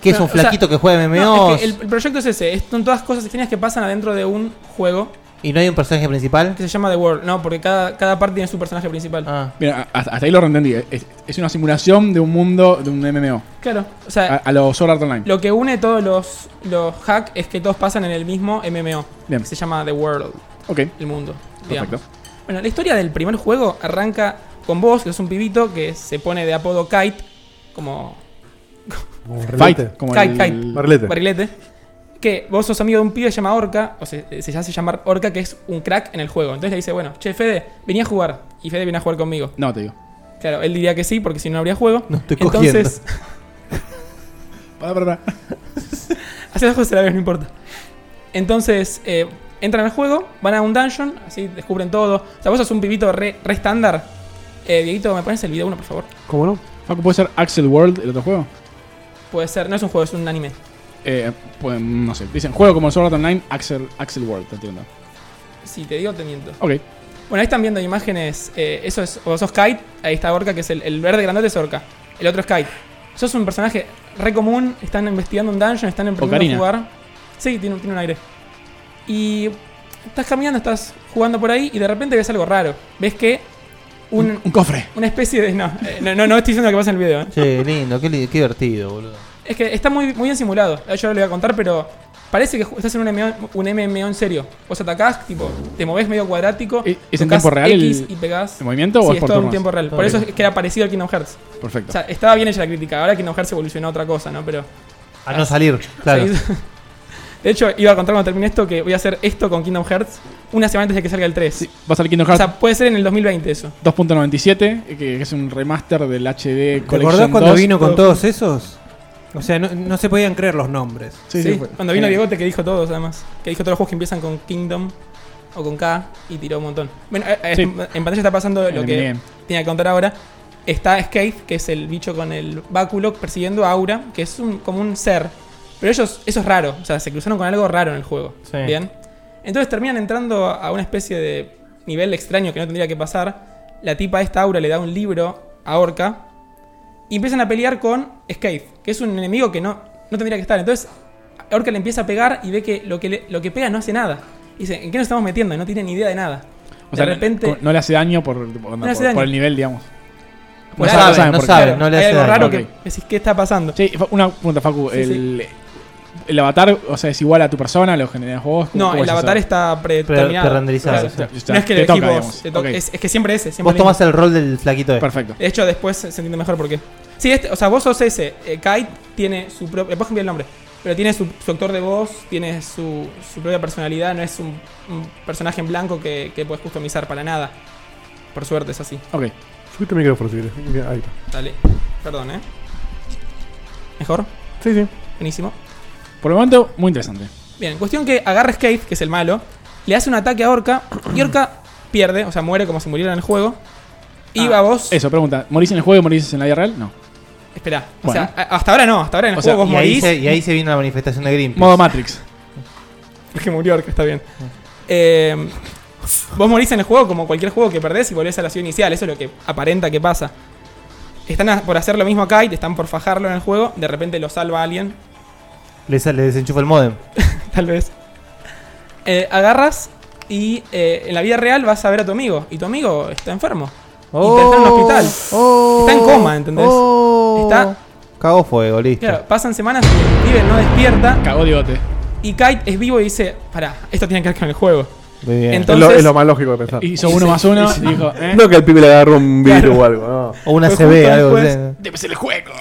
Speaker 4: Que es
Speaker 7: Claro,
Speaker 4: un
Speaker 7: o sea,
Speaker 4: flaquito que juega MMOs.
Speaker 7: no, es que el, el proyecto es ese. es- son todas cosas extrañas que pasan adentro de un juego
Speaker 4: ¿Y no hay un personaje principal?
Speaker 7: que se llama The World. No, porque cada, cada parte tiene su personaje principal.
Speaker 5: Mira, hasta, hasta ahí lo entendí. Es, es una simulación de un mundo, de un MMO.
Speaker 7: Claro. O sea,
Speaker 5: A, a los Sword Art Online.
Speaker 7: Lo que une todos los, los hacks es que todos pasan en el mismo MMO.
Speaker 5: Bien.
Speaker 7: Que se llama The World.
Speaker 5: Ok.
Speaker 7: El mundo.
Speaker 5: Perfecto.
Speaker 7: digamos. Bueno, la historia del primer juego arranca con vos, que es un pibito que se pone de apodo Kite, como.
Speaker 5: Fight, como
Speaker 7: Kite,
Speaker 5: el-
Speaker 7: Kite.
Speaker 5: Barrilete.
Speaker 7: Que vos sos amigo de un pibe llamado Orca, o se, se hace llamar Orca, que es un crack en el juego. Entonces le dice, bueno, che, Fede, vení a jugar. Y Fede viene a jugar conmigo.
Speaker 5: No, te digo.
Speaker 7: Claro, él diría que sí, porque si no, no habría juego. No
Speaker 5: estoy
Speaker 7: Entonces,
Speaker 5: Pará, pará, pará.
Speaker 7: Hacia abajo se la vez, no importa. Entonces, eh, entran al juego, van a un dungeon, así descubren todo. O sea, vos sos un pibito re re estándar. Eh, Dieguito, ¿me pones el video uno, por favor?
Speaker 5: ¿Cómo no? Facu, ¿puede ser Axel World el otro juego?
Speaker 7: Puede ser, no es un juego, es un anime.
Speaker 5: Eh, pues, no sé. Dicen, juego como el Sword Art Online, Axel, Axel World, te entiendo.
Speaker 7: Si te digo, te miento.
Speaker 5: Ok.
Speaker 7: Bueno, ahí están viendo imágenes. eh, eso es, o sos Kite, ahí está Orca, que es el, el verde grandote es Orca. El otro es Kite. Sos un personaje re común, están investigando un dungeon, están emprendiendo
Speaker 5: Ocarina.
Speaker 7: a jugar. Sí, tiene, tiene un aire. Y estás caminando, estás jugando por ahí y de repente ves algo raro. Ves que un,
Speaker 5: Un- un cofre.
Speaker 7: Una especie de. No, eh, no, no, no estoy diciendo lo que pasa en el video. ¿eh?
Speaker 4: Che, lindo, qué, li- qué divertido, boludo.
Speaker 7: Es que está muy, muy bien simulado. Ahora Yo lo voy a contar, pero parece que ju- estás en un MMO, un MMO en serio. Vos atacás, tipo, te movés medio cuadrático.
Speaker 5: ¿Es en
Speaker 7: tocás
Speaker 5: tiempo real
Speaker 7: X
Speaker 5: el,
Speaker 7: y pegás.
Speaker 5: el movimiento o
Speaker 7: sí,
Speaker 5: es por
Speaker 7: todo en
Speaker 5: turnos?
Speaker 7: tiempo real. Por eso es que era parecido al Kingdom Hearts.
Speaker 5: Perfecto.
Speaker 7: O sea, estaba bien hecha la crítica. Ahora Kingdom Hearts evolucionó a otra cosa, ¿no? Pero.
Speaker 4: A no salir, claro.
Speaker 7: Se hizo- De hecho, iba a contar cuando termine esto que voy a hacer esto con Kingdom Hearts una semana antes de que salga el 3.
Speaker 5: va a salir Kingdom Hearts
Speaker 7: O sea, puede ser en el 2020 eso.
Speaker 5: 2.97, que- que es un remaster del HD
Speaker 3: ¿Te
Speaker 5: Collection
Speaker 3: acordás cuando
Speaker 5: 2?
Speaker 3: vino con todos esos? O sea, no, no se podían creer los nombres.
Speaker 7: Sí, cuando vino Diegote que dijo todos, además. Que dijo todos los juegos que empiezan con Kingdom o con K y tiró un montón. Bueno, eh, eh,
Speaker 5: Sí.
Speaker 7: en pantalla está pasando lo
Speaker 5: Eh,
Speaker 7: que
Speaker 5: bien.
Speaker 7: tenía que contar ahora. Está Skate, que es el bicho con el báculo persiguiendo a Aura, que es un, como un ser. Pero ellos, eso es raro. O sea, se cruzaron con algo raro en el juego.
Speaker 4: Sí.
Speaker 7: Bien. Entonces terminan entrando a una especie de nivel extraño que no tendría que pasar. La tipa esta Aura le da un libro a Orca. Y empiezan a pelear con Skate, que es un enemigo que no, no tendría que estar. Entonces, Orca le empieza a pegar y ve que lo que, le- lo que pega no hace nada. Y Dice, ¿en qué nos estamos metiendo? Y No tiene ni idea de nada.
Speaker 5: O sea,
Speaker 7: de repente.
Speaker 5: no, no le hace daño por, por-
Speaker 7: le hace
Speaker 5: por-
Speaker 7: daño.
Speaker 5: por el nivel, digamos.
Speaker 7: Por ahí-
Speaker 5: por qué.
Speaker 7: Claro, hay algo raro que decís, ¿qué está pasando?
Speaker 5: Sí, fa- una pregunta, Facu.
Speaker 7: Sí, sí.
Speaker 5: el, el avatar, o sea, es igual a tu persona, lo generas vos. ¿Cómo-
Speaker 7: No,
Speaker 5: cómo
Speaker 7: el
Speaker 5: es eso?
Speaker 7: avatar está predeterminado.
Speaker 4: pre-renderizado,
Speaker 7: Claro,
Speaker 4: sí.
Speaker 7: claro.
Speaker 5: Está-
Speaker 7: No es que
Speaker 5: te
Speaker 7: el
Speaker 5: toca,
Speaker 7: equipo
Speaker 5: digamos.
Speaker 7: te toca,
Speaker 5: Ok.
Speaker 7: es, es que siempre ese. Siempre
Speaker 4: Vos
Speaker 7: el
Speaker 4: tomás
Speaker 7: mismo.
Speaker 4: el rol del flaquito este.
Speaker 5: Perfecto.
Speaker 7: De hecho, después se entiende mejor por qué. Sí, este, o sea, vos sos ese. Eh, Kite tiene su propio. Después cambié el nombre. Pero tiene su, su actor de voz, tiene su, su propia personalidad. No es un, un personaje en blanco que, que puedes customizar para nada. Por suerte es así.
Speaker 5: Ok.
Speaker 6: Subiste el micrófono si querés. Mira, Ahí está.
Speaker 7: Dale. Perdón, ¿eh? ¿Mejor?
Speaker 6: Sí, sí.
Speaker 7: Buenísimo.
Speaker 5: Por el momento, muy interesante.
Speaker 7: Bien, cuestión que agarra Skate, que es el malo, le hace un ataque a Orca y Orca pierde, o sea, muere como si muriera en el juego.
Speaker 5: Ah.
Speaker 7: Y va vos.
Speaker 5: Eso, pregunta. ¿Morís en el juego y morís en la vida real? No.
Speaker 7: Esperá. O
Speaker 5: Bueno.
Speaker 7: sea, a- hasta ahora no, hasta ahora en el
Speaker 5: O sea,
Speaker 7: juego vos
Speaker 4: y, ahí
Speaker 7: morís.
Speaker 4: se, y ahí se vino la manifestación de Greenpeace.
Speaker 5: Modo Matrix.
Speaker 7: Es que murió Orca, está bien. Eh, vos morís en el juego como cualquier juego que perdés y volvés a la ciudad inicial. Eso es lo que aparenta que pasa. Están a- por hacer lo mismo acá y te están por fajarlo en el juego. De repente lo salva alguien,
Speaker 4: Le, sa- le desenchufa el modem.
Speaker 7: tal vez. Eh, agarras y eh, en la vida real vas a ver a tu amigo. Y tu amigo está enfermo. Y está en un hospital. está en coma, ¿entendés? está.
Speaker 4: Oh. Cagó fuego, listo.
Speaker 7: Claro, pasan semanas y el pibe no despierta.
Speaker 5: Cagó Diote.
Speaker 7: Y Kite es vivo y dice: Pará, esto tiene que ver con el juego.
Speaker 4: Muy bien.
Speaker 7: Entonces-
Speaker 6: es, lo, es lo más lógico de pensar.
Speaker 5: Hizo uno más uno y dijo, ¿eh?
Speaker 6: No que al pibe le agarró un virus o algo, no.
Speaker 4: O una
Speaker 7: Fue
Speaker 4: CB,
Speaker 7: justo
Speaker 4: algo
Speaker 7: después.
Speaker 4: así.
Speaker 5: Debe ser el juego.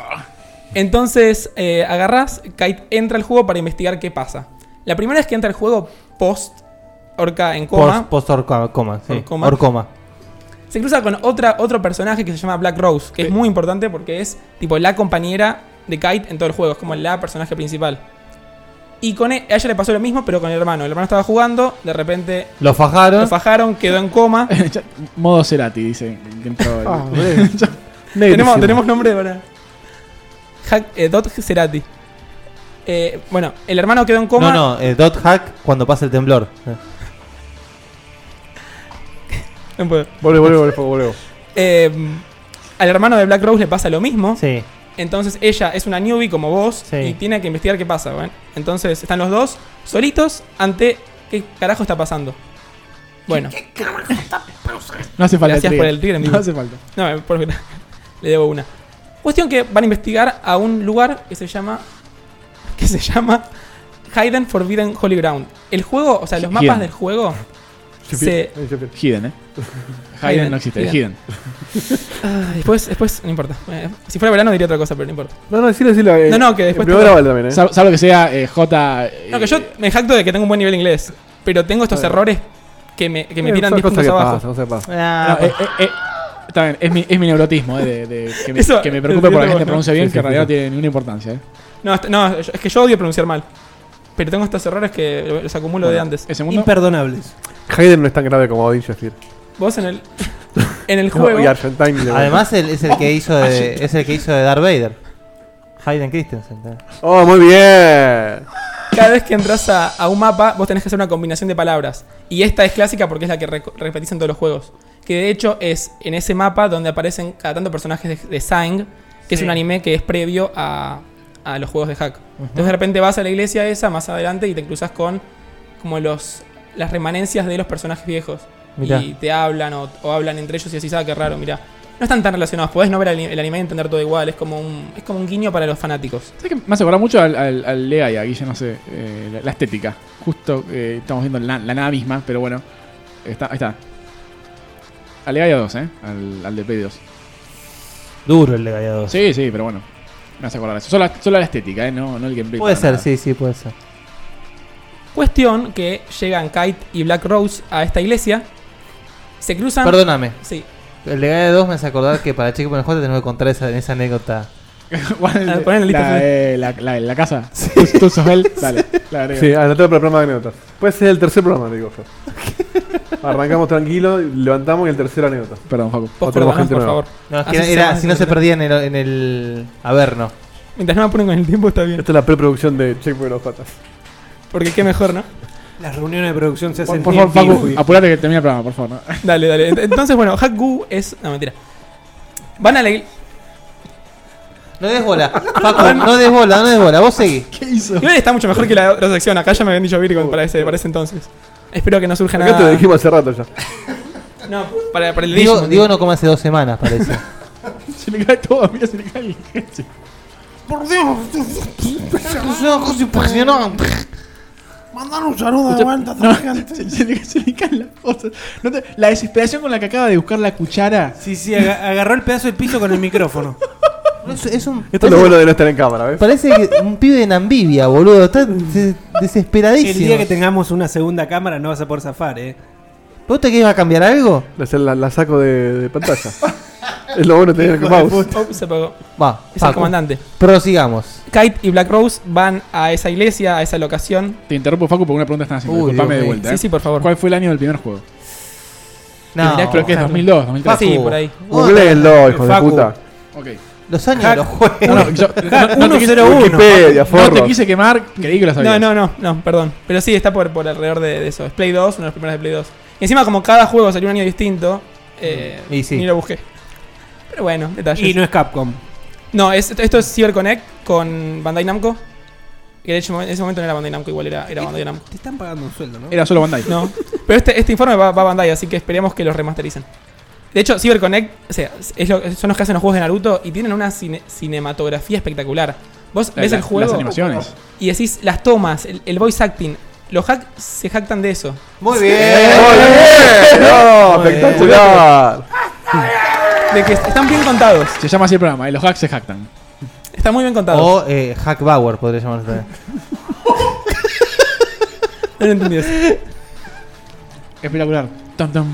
Speaker 7: Entonces eh, agarras, Kite entra al juego para investigar qué pasa. La primera vez que entra al juego post Orca en coma,
Speaker 4: Post, post orcoma, coma, sí.
Speaker 7: Orcoma.
Speaker 4: Orcoma.
Speaker 7: se cruza con otra, otro personaje que se llama Black Rose, que es muy importante porque es tipo la compañera de Kite en todo el juego, es como la personaje principal. Y con e- a ella le pasó lo mismo, pero con el hermano. El hermano estaba jugando, de repente
Speaker 5: Lo fajaron.
Speaker 7: lo fajaron, quedó en coma.
Speaker 5: Modo Cerati, dice. que entró el-
Speaker 7: Ah, breve. tenemos, tenemos nombre para. Hack, eh, Dot Cerati. Eh, bueno, el hermano quedó en coma.
Speaker 4: No, no, eh, Dot Hack cuando pasa el temblor. Eh.
Speaker 7: No puedo.
Speaker 6: Vuelve, vuelve, vuelve, vuelve.
Speaker 7: Eh, al hermano de Black Rose le pasa lo mismo.
Speaker 4: Sí.
Speaker 7: Entonces ella es una newbie como vos
Speaker 4: Sí.
Speaker 7: y tiene que investigar qué pasa. ¿ven? Entonces están los dos solitos ante qué carajo está pasando. Bueno.
Speaker 5: No hace falta el
Speaker 7: Gracias
Speaker 5: trigger.
Speaker 7: por el trigger, amigo.
Speaker 5: No hace falta.
Speaker 7: No, eh, por- le debo una. Cuestión que van a investigar a un lugar que se llama. que se llama Hidden Forbidden Holy Ground. El juego, o sea, los mapas
Speaker 5: Hidden.
Speaker 7: del juego. se-
Speaker 5: Hidden, eh. Hidden no existe, Hidden.
Speaker 7: Ah, después, después, no importa. Eh, si fuera verano diría otra cosa, pero no importa.
Speaker 6: No, no, decilo, decilo. eh,
Speaker 7: No, no, que después
Speaker 6: en primera
Speaker 7: todo-
Speaker 6: vale también, eh.
Speaker 5: Sal- Salvo que sea eh, J.
Speaker 7: No, que yo me jacto de que tengo un buen nivel de inglés, pero tengo estos errores que me, que me
Speaker 6: Eh,
Speaker 7: tiran
Speaker 6: son
Speaker 7: 10 puntos
Speaker 6: cosas que
Speaker 7: abajo. pues.
Speaker 6: pasan, cosas que pasan.
Speaker 5: Ah, eh, eh, eh, está bien, es mi, es mi neurotismo, eh, de, de- que, me,
Speaker 7: Eso, eh,
Speaker 5: que me preocupe por la
Speaker 7: entiendo
Speaker 5: gente
Speaker 7: vos, ¿no?
Speaker 5: pronuncia bien,
Speaker 7: Sí, sí,
Speaker 5: que en realidad
Speaker 7: sí, sí.
Speaker 5: no tiene ninguna importancia. Eh.
Speaker 7: No, est- no, es que yo odio pronunciar mal. Pero tengo estos errores que los acumulo de
Speaker 6: Bueno,
Speaker 7: antes.
Speaker 5: ¿ese mundo?
Speaker 3: Imperdonables.
Speaker 6: Hayden no es tan grave como Odin Shafir.
Speaker 7: Vos en el, en el
Speaker 6: No,
Speaker 7: juego.
Speaker 6: y Argentine, de-
Speaker 4: Además él es el que hizo de,
Speaker 6: Ah,
Speaker 4: es el que hizo de Darth Vader. Hayden Christensen.
Speaker 6: Oh, muy bien.
Speaker 7: Cada vez que entras a, a un mapa, vos tenés que hacer una combinación de palabras. Y esta es clásica porque es la que re- repetís en todos los juegos. Que de hecho es en ese mapa donde aparecen cada tanto personajes de, de Sang, que es
Speaker 3: Sí.
Speaker 7: un anime que es previo a, a los juegos de hack.
Speaker 3: Ujú.
Speaker 7: Entonces de repente vas a la iglesia esa más adelante y te cruzas con como los las remanencias de los personajes viejos.
Speaker 4: Mirá.
Speaker 7: Y te hablan o, o hablan entre ellos y así, ah, qué raro, mirá. No están tan relacionados, podés no ver el, el anime y entender todo igual, es como un, es como un guiño para los fanáticos.
Speaker 5: Me hace acordar mucho al, al, al Lea y a Guille, no sé, eh, la, la estética. Justo eh, estamos viendo la, la nada misma, pero bueno. Está, ahí está. Al Lea y a 2, ¿eh? Al, al de Play 2.
Speaker 4: Duro el de Gaia 2.
Speaker 5: Sí, sí, pero bueno. Me hace acordar eso. Solo, solo la estética, ¿eh? No, no el gameplay.
Speaker 4: Puede
Speaker 5: para
Speaker 4: ser,
Speaker 5: nada.
Speaker 4: sí, sí, puede ser.
Speaker 7: Cuestión que llegan Kite y Black Rose a esta iglesia. Se cruzan.
Speaker 4: Perdóname.
Speaker 7: Ah, Sí.
Speaker 4: El de Gaia 2 me hace acordar que para Checkpoint J tenemos que contar esa, esa anécdota.
Speaker 6: Ah,
Speaker 5: ¿Cuál?
Speaker 7: Ponen la lista
Speaker 5: La,
Speaker 7: final.
Speaker 5: eh, la, la, la casa. Tú, tú sos él. Dale, la agrego.
Speaker 6: Sí, adelantado para el programa de anécdotas. Puede ser el tercer programa, digo yo. Arrancamos tranquilo, levantamos y el tercero anécdota.
Speaker 5: Perdón, Facu.
Speaker 6: O tenemos gente nueva.
Speaker 4: No, es que era, era- si no se perdían en el, en el Averno.
Speaker 7: Mientras no me ponen con el tiempo, está bien. Ah.
Speaker 6: Esta es la preproducción de Checkpoint of Patas.
Speaker 7: Porque qué mejor, ¿no?
Speaker 3: Las reuniones de producción se hacen
Speaker 5: Por
Speaker 3: bien
Speaker 5: favor, Facu,
Speaker 3: pingüi.
Speaker 5: apurate que termina el programa, por favor. ¿no?
Speaker 7: Dale, dale. Ent- Entonces, bueno, Haku es. No, mentira. Van a la iglesia.
Speaker 4: No des bola. Paco, no des bola, no des bola. Vos seguís.
Speaker 5: ¿Qué hizo?
Speaker 7: está mucho mejor que la otra sección. Acá ya me habían dicho Virgo para ese, para ese entonces. Espero que no surja
Speaker 6: Acá te lo
Speaker 7: nada.
Speaker 6: dijimos hace rato ya.
Speaker 7: No, para, para el
Speaker 4: Digo,
Speaker 7: Digimon.
Speaker 4: digo no como hace dos semanas, parece.
Speaker 5: Se le cae todo, mira, se le cae el
Speaker 10: Por Dios,
Speaker 4: Es una cosa impresionante.
Speaker 10: mandar un saludo de
Speaker 5: Escucha-
Speaker 10: vuelta a
Speaker 5: no,
Speaker 10: toda la gente.
Speaker 5: se, se le, se le caen las cosas. No te- la desesperación con la que acaba de buscar la cuchara.
Speaker 3: Sí, sí, aga- agarró el pedazo del piso con el micrófono.
Speaker 4: Es, es un,
Speaker 6: Esto es lo
Speaker 4: parece-
Speaker 6: bueno de no estar en cámara, ¿ves?
Speaker 4: Parece que un pibe en Namibia, boludo. Está des-
Speaker 3: El
Speaker 4: desesperadísimo.
Speaker 3: día que tengamos una segunda cámara no vas a poder zafar, eh.
Speaker 4: ¿Vos te querés a cambiar algo?
Speaker 6: La, la- la saco de, de pantalla. es lo bueno de tener el mouse.
Speaker 7: Oh, se apagó.
Speaker 4: Va,
Speaker 7: Es el
Speaker 4: Facu.
Speaker 7: comandante.
Speaker 4: Prosigamos.
Speaker 7: Kite y Black Rose van a esa iglesia, a esa locación.
Speaker 5: Te interrumpo, Facu, porque una pregunta están haciendo.
Speaker 4: Uy,
Speaker 5: Disculpame
Speaker 4: Dios
Speaker 5: de
Speaker 4: mío.
Speaker 5: vuelta.
Speaker 7: Sí,
Speaker 5: eh.
Speaker 7: sí, por favor.
Speaker 5: ¿Cuál fue el año del primer juego?
Speaker 4: No,
Speaker 5: Creo que es 2002, 2003.
Speaker 7: Sí, por ahí.
Speaker 6: Googleenlo, hijo de
Speaker 3: Facu.
Speaker 6: puta.
Speaker 5: Ok.
Speaker 4: Los años
Speaker 3: Hack.
Speaker 4: de los juegos.
Speaker 5: No, no, yo- no, te quise,
Speaker 3: 101.
Speaker 6: Wikipedia,
Speaker 5: no te
Speaker 6: forro.
Speaker 5: quise quemar, creí que lo sabías.
Speaker 7: No, no, no, no, perdón. Pero sí, está por, por alrededor de, de eso. Es Play 2, uno de los primeros de Play 2. Y encima, como cada juego salió un año distinto, eh,
Speaker 4: Y sí.
Speaker 7: ni lo busqué. Pero bueno, detalles.
Speaker 3: Y no es Capcom.
Speaker 7: No, es- esto es CyberConnect con Bandai Namco. Que de hecho en ese momento no era Bandai Namco, igual era, era Bandai Namco.
Speaker 3: Te están pagando un sueldo, ¿no?
Speaker 5: Era solo Bandai.
Speaker 7: No. Pero este, este informe va, va a Bandai, así que esperemos que los remastericen. De hecho, CyberConnect o sea, es lo- son los que hacen los juegos de Naruto y tienen una cine- cinematografía espectacular. Vos
Speaker 5: La-
Speaker 7: ves
Speaker 5: la-
Speaker 7: el juego
Speaker 5: Las animaciones.
Speaker 7: y decís las tomas, el, el voice acting. Los hacks se jactan de eso.
Speaker 4: Muy bien.
Speaker 6: ¡No!
Speaker 4: Muy bien.
Speaker 6: ¡Espectacular!
Speaker 7: De que están bien contados.
Speaker 5: Se llama así el programa, y los hacks se jactan.
Speaker 7: Están muy bien contados.
Speaker 4: O eh, Hack Bauer podría llamarse también.
Speaker 7: No lo entendí eso.
Speaker 5: Espectacular. Tom, tom.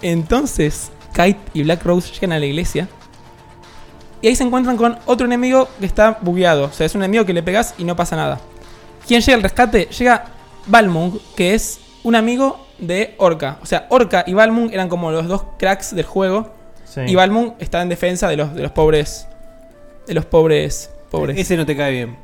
Speaker 7: Entonces, Kite y Black Rose llegan a la iglesia. Y ahí se encuentran con otro enemigo que está bugueado. O sea, es un enemigo que le pegas y no pasa nada. ¿Quién llega al rescate? Llega Balmung, que es un amigo de Orca. O sea, Orca y Balmung eran como los dos cracks del juego. Y Balmung está en defensa de los, de los pobres. De los pobres. pobres.
Speaker 3: Ese no te cae bien.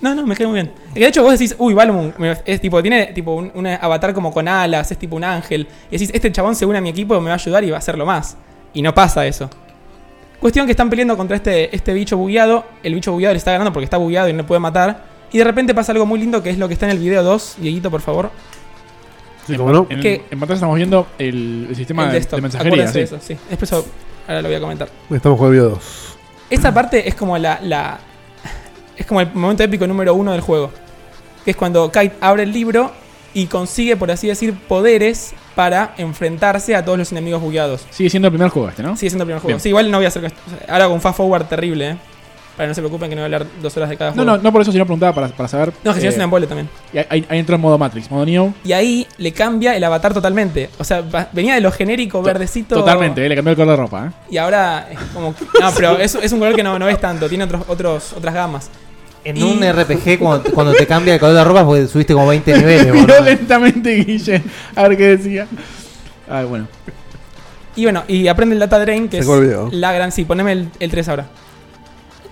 Speaker 7: No, no, me cae muy bien. Y De hecho, vos decís, uy, Balmung, me- es tipo, tiene tipo un, un avatar como con alas, es tipo un ángel. Y decís, este chabón se une a mi equipo, me va a ayudar y va a hacerlo más. Y no pasa eso. Cuestión que están peleando contra este, este bicho bugueado. El bicho bugueado le está ganando porque está bugueado y no le puede matar. Y de repente pasa algo muy lindo que es lo que está en el video 2. Dieguito, por favor.
Speaker 5: Sí, como no.
Speaker 7: que-
Speaker 5: En, en pantalla estamos viendo el, el sistema
Speaker 7: El
Speaker 5: de,
Speaker 7: desktop.
Speaker 5: de mensajería.
Speaker 7: Acuérdense de
Speaker 5: Sí.
Speaker 7: eso, sí. Después yo- ahora lo voy a comentar.
Speaker 6: Estamos con el video 2.
Speaker 7: Esta parte es como la, la- Es como el momento épico número uno del juego. Que es cuando Kite abre el libro y consigue, por así decir, poderes para enfrentarse a todos los enemigos bugueados.
Speaker 5: Sigue siendo el primer juego este, ¿no?
Speaker 7: Sigue siendo el primer juego.
Speaker 5: Bien.
Speaker 7: Sí, igual no voy a hacer. Ahora con fast forward terrible, ¿eh? Para que no se preocupen que no voy a hablar dos horas de cada
Speaker 5: No,
Speaker 7: juego.
Speaker 5: no, no por eso, sino preguntaba para, para saber. eh,
Speaker 7: No, que si no es un embole también.
Speaker 5: y ahí- ahí, ahí entró en modo Matrix, modo Neo.
Speaker 7: Y ahí le cambia el avatar totalmente. O sea, va- venía de lo genérico, verdecito.
Speaker 5: Totalmente, eh, le cambió el color de ropa. ¿eh?
Speaker 7: Y ahora es como. que- No, pero es, es un color que no, no ves tanto, tiene otros, otros, otras gamas.
Speaker 4: En un RPG, cuando, cuando te cambia el color de ropa, porque subiste como 20 niveles,
Speaker 5: Miró
Speaker 4: boludo.
Speaker 5: lentamente Guille. A ver qué decía. Ah, bueno.
Speaker 7: Y bueno, y aprende el Data Drain, que
Speaker 5: Se
Speaker 7: es
Speaker 5: me olvidó.
Speaker 7: la gran. Sí, poneme el, 3 ahora.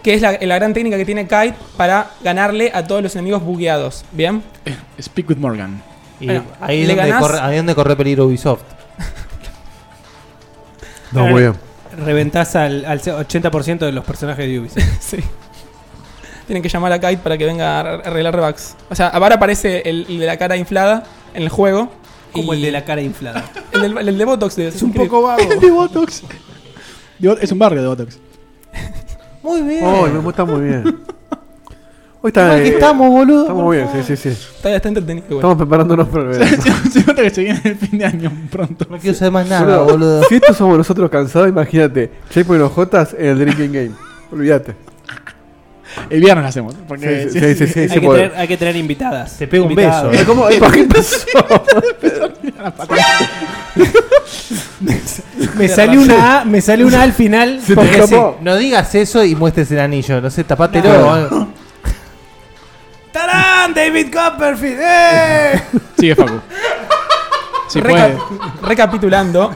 Speaker 7: Que es la, la gran técnica que tiene Kite para ganarle a todos los enemigos bugueados. ¿Bien?
Speaker 5: Speak with Morgan.
Speaker 4: Y
Speaker 7: Bueno,
Speaker 4: ahí, es
Speaker 7: le
Speaker 4: donde
Speaker 7: ganás-
Speaker 4: corre, ahí es donde corre peligro Ubisoft.
Speaker 6: No, muy bien.
Speaker 3: Reventás al, al 80% de los personajes de Ubisoft.
Speaker 7: sí. Tienen que llamar a Kite para que venga a ar- arreglar rebugs. O sea, ahora aparece el, el de la cara inflada en el juego. Como el de
Speaker 3: la cara inflada.
Speaker 7: El, del- el de Botox. De, es un
Speaker 5: poco vago. de Botox. De Bot- es un barrio de Botox.
Speaker 4: Muy
Speaker 7: Eh.
Speaker 4: bien.
Speaker 6: Hoy Oh, me está muy bien. Hoy está
Speaker 5: Igual que
Speaker 6: eh,
Speaker 5: estamos, boludo,
Speaker 6: Estamos
Speaker 5: por
Speaker 6: muy bien,
Speaker 5: favor.
Speaker 6: sí, sí, sí.
Speaker 7: Está, está entretenido. güey.
Speaker 6: Estamos preparándonos para el verano.
Speaker 5: Se nota que se viene el fin de año pronto.
Speaker 4: No quiero saber más
Speaker 6: Boludo, Si estos somos nosotros cansados, imagínate. Checkpoint y los Jotas en el Drinking Game. Olvídate.
Speaker 5: El viernes lo hacemos. porque-
Speaker 6: sí, sí, sí, sí,
Speaker 3: hay,
Speaker 6: sí,
Speaker 3: que
Speaker 6: porque-
Speaker 3: tener, hay que tener invitadas. Te
Speaker 4: pego un beso.
Speaker 6: ¿Cómo? ¿Para qué empezó?
Speaker 3: me salió una A, me salió una A al final. porque sí.
Speaker 4: No digas eso y muestres el anillo. No sé, tapátelo.
Speaker 3: No. ¡Tarán! Ah, David Copperfield. ¡Eh!
Speaker 5: Sigue Facu. Sí,
Speaker 7: Reca- Recapitulando,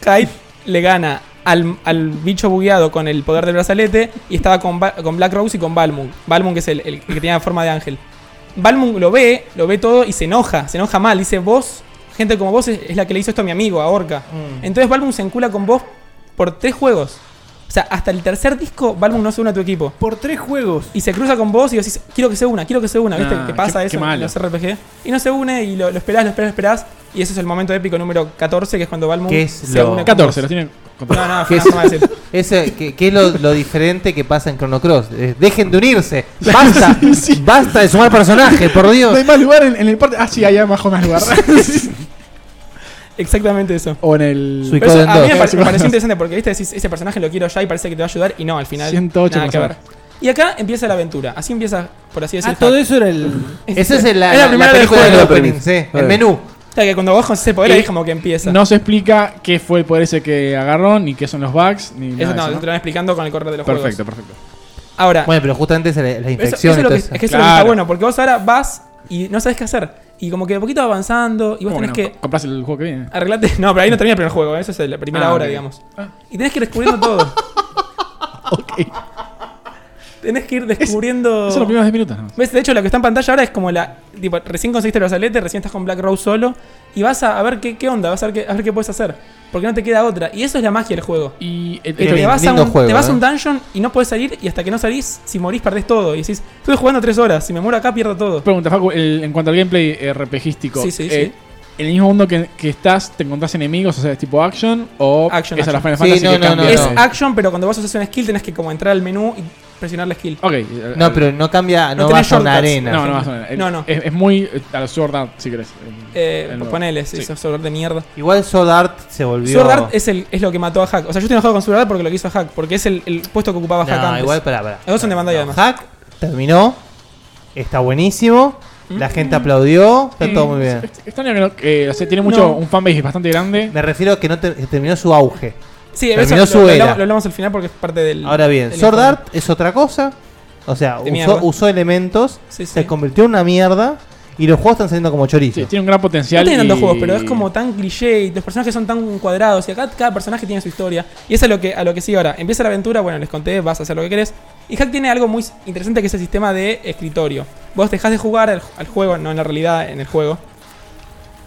Speaker 7: Kite le gana al, al bicho bugueado con el poder del brazalete y estaba con, Ba- con Black Rose y con Balmung. Balmung que es el, el- el que tenía forma de ángel. Balmung lo ve, lo ve todo y se enoja, se enoja mal. Dice, vos, gente como vos es, es la que le hizo esto a mi amigo, a Orca. Entonces Balmung se encula con vos por tres juegos. O sea, hasta el tercer disco, Balmung no se une a tu equipo.
Speaker 3: Por tres juegos.
Speaker 7: Y se cruza con vos y decís, quiero que se una, quiero que se una. ¿Viste
Speaker 5: Ah,
Speaker 7: que pasa
Speaker 5: qué-
Speaker 7: eso
Speaker 5: qué
Speaker 7: en
Speaker 5: malo.
Speaker 7: los RPG? Y no se une y lo, lo esperás, lo esperás, lo esperás. Y ese es el momento épico número 14, que es cuando Balmung
Speaker 4: ¿Qué es
Speaker 7: se
Speaker 4: lo-
Speaker 7: une con
Speaker 5: 14,
Speaker 7: vos.
Speaker 5: los tienen
Speaker 7: No, no,
Speaker 4: ¿Qué
Speaker 7: fue
Speaker 4: es,
Speaker 7: una forma de decir.
Speaker 4: ese- qué- qué es lo, lo diferente que pasa en Chrono Cross? Eh, Dejen de unirse. Basta. Basta de sumar personajes, por Dios.
Speaker 5: No hay más lugar en, en el parque. Ah, sí, allá abajo más lugar.
Speaker 7: Exactamente eso.
Speaker 5: O en el.
Speaker 7: Pero eso a mí me, pare- me pareció interesante porque, viste, decís, ese personaje lo quiero ya y parece que te va a ayudar. Y no, al final,
Speaker 5: 108
Speaker 7: nada que ver.
Speaker 5: personas.
Speaker 7: Y acá empieza la aventura. Así empieza, por así decirlo.
Speaker 3: Ah, todo eso era el...
Speaker 4: Ese es el- la-
Speaker 7: es
Speaker 4: la- la
Speaker 7: primera del
Speaker 4: película
Speaker 7: juego.
Speaker 4: del opening, sí, el menú.
Speaker 7: O sea, que cuando bajas ese poder,
Speaker 5: Y-
Speaker 7: ahí es como que empieza.
Speaker 5: No se explica qué fue el poder ese que agarró, ni qué son los bugs, ni
Speaker 7: Eso
Speaker 5: nada.
Speaker 7: no,
Speaker 5: de eso,
Speaker 7: te lo van explicando con el correr de los juegos.
Speaker 5: Perfecto, perfecto.
Speaker 7: Ahora.
Speaker 4: Bueno, pero justamente es la, la
Speaker 7: Eso-
Speaker 4: infección.
Speaker 7: eso es lo que-
Speaker 4: entonces.
Speaker 7: es que eso es lo que está bueno, porque vos ahora vas y no sabes qué hacer. Y como que de poquito va avanzando y vos
Speaker 5: ¿Cómo
Speaker 7: tenés
Speaker 5: que no?
Speaker 7: que
Speaker 5: Co- Comprás el juego que viene.
Speaker 7: arreglarte. No, pero ahí no termina el primer juego, ¿eh? eso es la primera
Speaker 5: Ah,
Speaker 7: hora,
Speaker 5: ok.
Speaker 7: digamos. Y tenés que ir descubriendo todo. Tenés que ir descubriendo.
Speaker 5: Son los primeros 10 minutos, ¿no?
Speaker 7: ¿Ves? De hecho, lo que está en pantalla ahora es como la. Tipo, recién conseguiste el brazalete, recién estás con Black Rose solo. Y vas a, a ver qué, qué onda, vas a ver qué, a ver qué puedes hacer. Porque no te queda otra. Y eso es la magia del juego.
Speaker 5: Y eh,
Speaker 7: te,
Speaker 5: esto-
Speaker 7: vas a
Speaker 5: lindo
Speaker 7: un,
Speaker 5: juego,
Speaker 7: te vas a
Speaker 5: ¿eh?
Speaker 7: un dungeon y no puedes salir. Y hasta que no salís, si morís, perdés todo. Y decís, estuve jugando tres horas. Si me muero acá, pierdo todo.
Speaker 5: Pregunta, Facu, el- en cuanto al gameplay eh, RPGístico.
Speaker 7: Sí, sí,
Speaker 5: eh, En el mismo mundo que, que estás, te encontrás enemigos, o sea, es tipo action o
Speaker 7: Action,
Speaker 5: es a la
Speaker 7: action.
Speaker 5: Final Fantasy que cambia.
Speaker 7: Es action, pero cuando vas a hacer una skill tenés que como entrar al menú y presionar la skill.
Speaker 5: Ok.
Speaker 4: No, pero no cambia, no,
Speaker 7: tenés
Speaker 4: vas a una
Speaker 7: shortcuts.
Speaker 4: arena.
Speaker 5: No, no vas a una
Speaker 7: No, no.
Speaker 5: Es, es muy eh, a los Sword Art, si querés.
Speaker 7: Eh,
Speaker 5: El nuevo.
Speaker 7: ponele, sí,
Speaker 5: Sí.
Speaker 7: esos Sword Art de mierda.
Speaker 4: Igual Sword Art se volvió.
Speaker 7: Sword Art eh, es, el, es lo que mató a Hack. O sea, yo estoy enojado con Sword Art porque lo que hizo Hack, porque es el, el puesto que ocupaba
Speaker 4: No,
Speaker 7: Hack antes.
Speaker 4: igual, pará, pará.
Speaker 7: Los dos son de Bandai además.
Speaker 4: Hack terminó. Está buenísimo.
Speaker 7: ¿Mm?
Speaker 4: La gente aplaudió. Está todo muy bien.
Speaker 5: Extraño que no- que, o sea, tiene mucho,
Speaker 4: No.
Speaker 5: un fanbase bastante grande.
Speaker 4: Me refiero a que no te- que terminó su auge.
Speaker 7: Sí, eso
Speaker 4: terminó
Speaker 7: lo,
Speaker 4: su
Speaker 7: lo
Speaker 4: era.
Speaker 7: hablamos, lo hablamos al final porque es parte del.
Speaker 4: Ahora bien,
Speaker 7: del
Speaker 4: Sword
Speaker 7: juego.
Speaker 4: Art es otra cosa. O sea,
Speaker 7: De
Speaker 4: usó,
Speaker 7: mierda.
Speaker 4: usó elementos,
Speaker 7: Sí,
Speaker 4: se convirtió en una mierda y los juegos están saliendo como chorizo.
Speaker 5: tiene un gran
Speaker 7: No
Speaker 5: potencial.
Speaker 7: tiene tantos juegos, pero es como tan cliché y los personajes son tan cuadrados y acá cada personaje tiene su historia. Y eso es lo que, a lo que sigue ahora. Empieza la aventura, bueno, les conté, vas a hacer lo que querés. Y Hack tiene algo muy interesante que es el sistema de escritorio. Vos dejás de jugar al, al juego, no en la realidad, en el juego.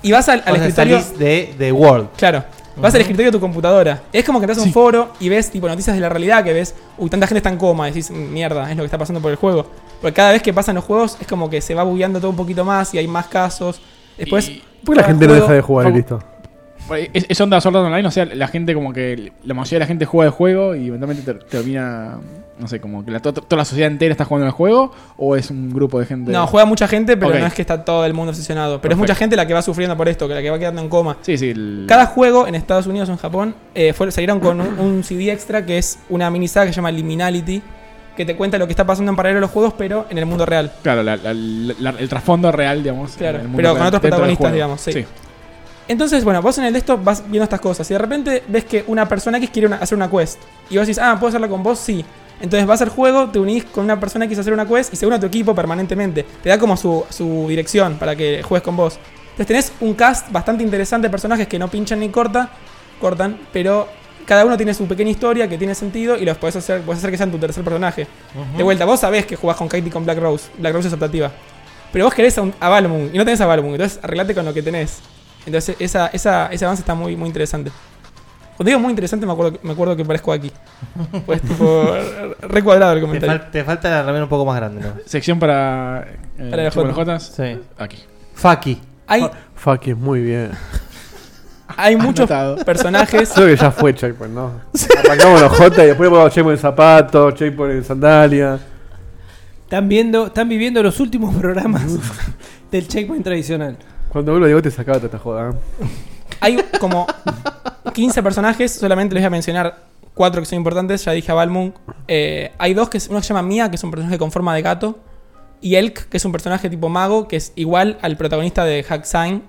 Speaker 7: Y vas al, al
Speaker 4: O sea,
Speaker 7: escritorio.
Speaker 4: salís de, de World.
Speaker 7: Claro. Vas
Speaker 4: Ujú.
Speaker 7: al escritorio de tu computadora. Es como que entras a un foro y ves tipo noticias de la realidad que ves, uy, tanta gente está en coma, decís, "Mm, mierda, es lo que está pasando por el juego. Porque cada vez que pasan los juegos es como que se va bugueando todo un poquito más y hay más casos. Después.
Speaker 6: ¿Por qué la
Speaker 7: cada
Speaker 6: gente no
Speaker 7: juego-
Speaker 6: deja de jugar,
Speaker 7: Facu-
Speaker 6: Cristo?
Speaker 5: Es, es onda Sword Art Online, o sea, la gente como que. La mayoría de la gente juega el juego y eventualmente ter- termina. No sé, como que la, to- toda la sociedad entera está jugando el juego o es un grupo de gente.
Speaker 7: No, juega mucha gente, pero
Speaker 5: Ok.
Speaker 7: no es que está todo el mundo obsesionado. Pero es
Speaker 5: Perfecto.
Speaker 7: mucha gente la que va sufriendo por esto, que la que va quedando en coma.
Speaker 5: Sí, sí.
Speaker 7: Cada juego en Estados Unidos o en Japón eh, fue- salieron con un, un CD extra que es una mini saga que se llama Liminality, que te cuenta lo que está pasando en paralelo a los juegos, pero en el mundo real.
Speaker 5: Claro, la- la- la- la- el trasfondo real, digamos.
Speaker 7: Claro,
Speaker 5: en el mundo
Speaker 7: pero con
Speaker 5: real,
Speaker 7: otros
Speaker 5: dentro del
Speaker 7: protagonistas,
Speaker 5: juego.
Speaker 7: digamos, sí. Entonces, bueno, vos en el de esto vas viendo estas cosas y de repente ves que una persona X quiere una- hacer una quest. Y vos decís, ah, ¿puedo hacerla con vos? Sí. Entonces vas al juego, te unís con una persona que quiso hacer una quest y se une a tu equipo permanentemente. Te da como su, su dirección para que juegues con vos. Entonces tenés un cast bastante interesante de personajes que no pinchan ni corta, cortan, pero cada uno tiene su pequeña historia que tiene sentido y los podés hacer, podés hacer que sean tu tercer personaje.
Speaker 10: Ujú.
Speaker 7: De vuelta, vos sabés que jugás con Katie y con Black Rose. Black Rose es optativa. Pero vos querés a, un, a Balmung y no tenés a Balmung, entonces arreglate con lo que tenés. Entonces esa, esa, ese avance está muy, muy interesante. Cuando digo muy interesante, me acuerdo, que- me acuerdo que parezco aquí. Pues tipo, recuadrado el
Speaker 4: Te,
Speaker 7: comentario.
Speaker 4: fal- te falta la remera un poco más grande, ¿no?
Speaker 5: Sección para. eh,
Speaker 7: Para la
Speaker 5: Chupa
Speaker 7: J.
Speaker 5: las Jotas.
Speaker 4: Sí.
Speaker 5: Aquí.
Speaker 4: Faki.
Speaker 7: Hay,
Speaker 6: Fucky, muy bien.
Speaker 7: hay muchos personajes.
Speaker 6: Creo que ya fue Checkpoint, ¿no? Arrancamos los J y después vamos a Checkpoint en zapatos, Checkpoint en sandalias.
Speaker 3: Están viendo, están viviendo los últimos programas del checkpoint tradicional.
Speaker 6: Cuando vos lo digo, te sacaba toda esta joda. ¿eh?
Speaker 7: Hay como 15 personajes, solamente les voy a mencionar cuatro que son importantes, ya dije a Balmung. Eh, hay dos que es- uno que se llama Mia, que es un personaje con forma de gato, y Elk, que es un personaje tipo mago, que es igual al protagonista de Hack Sign.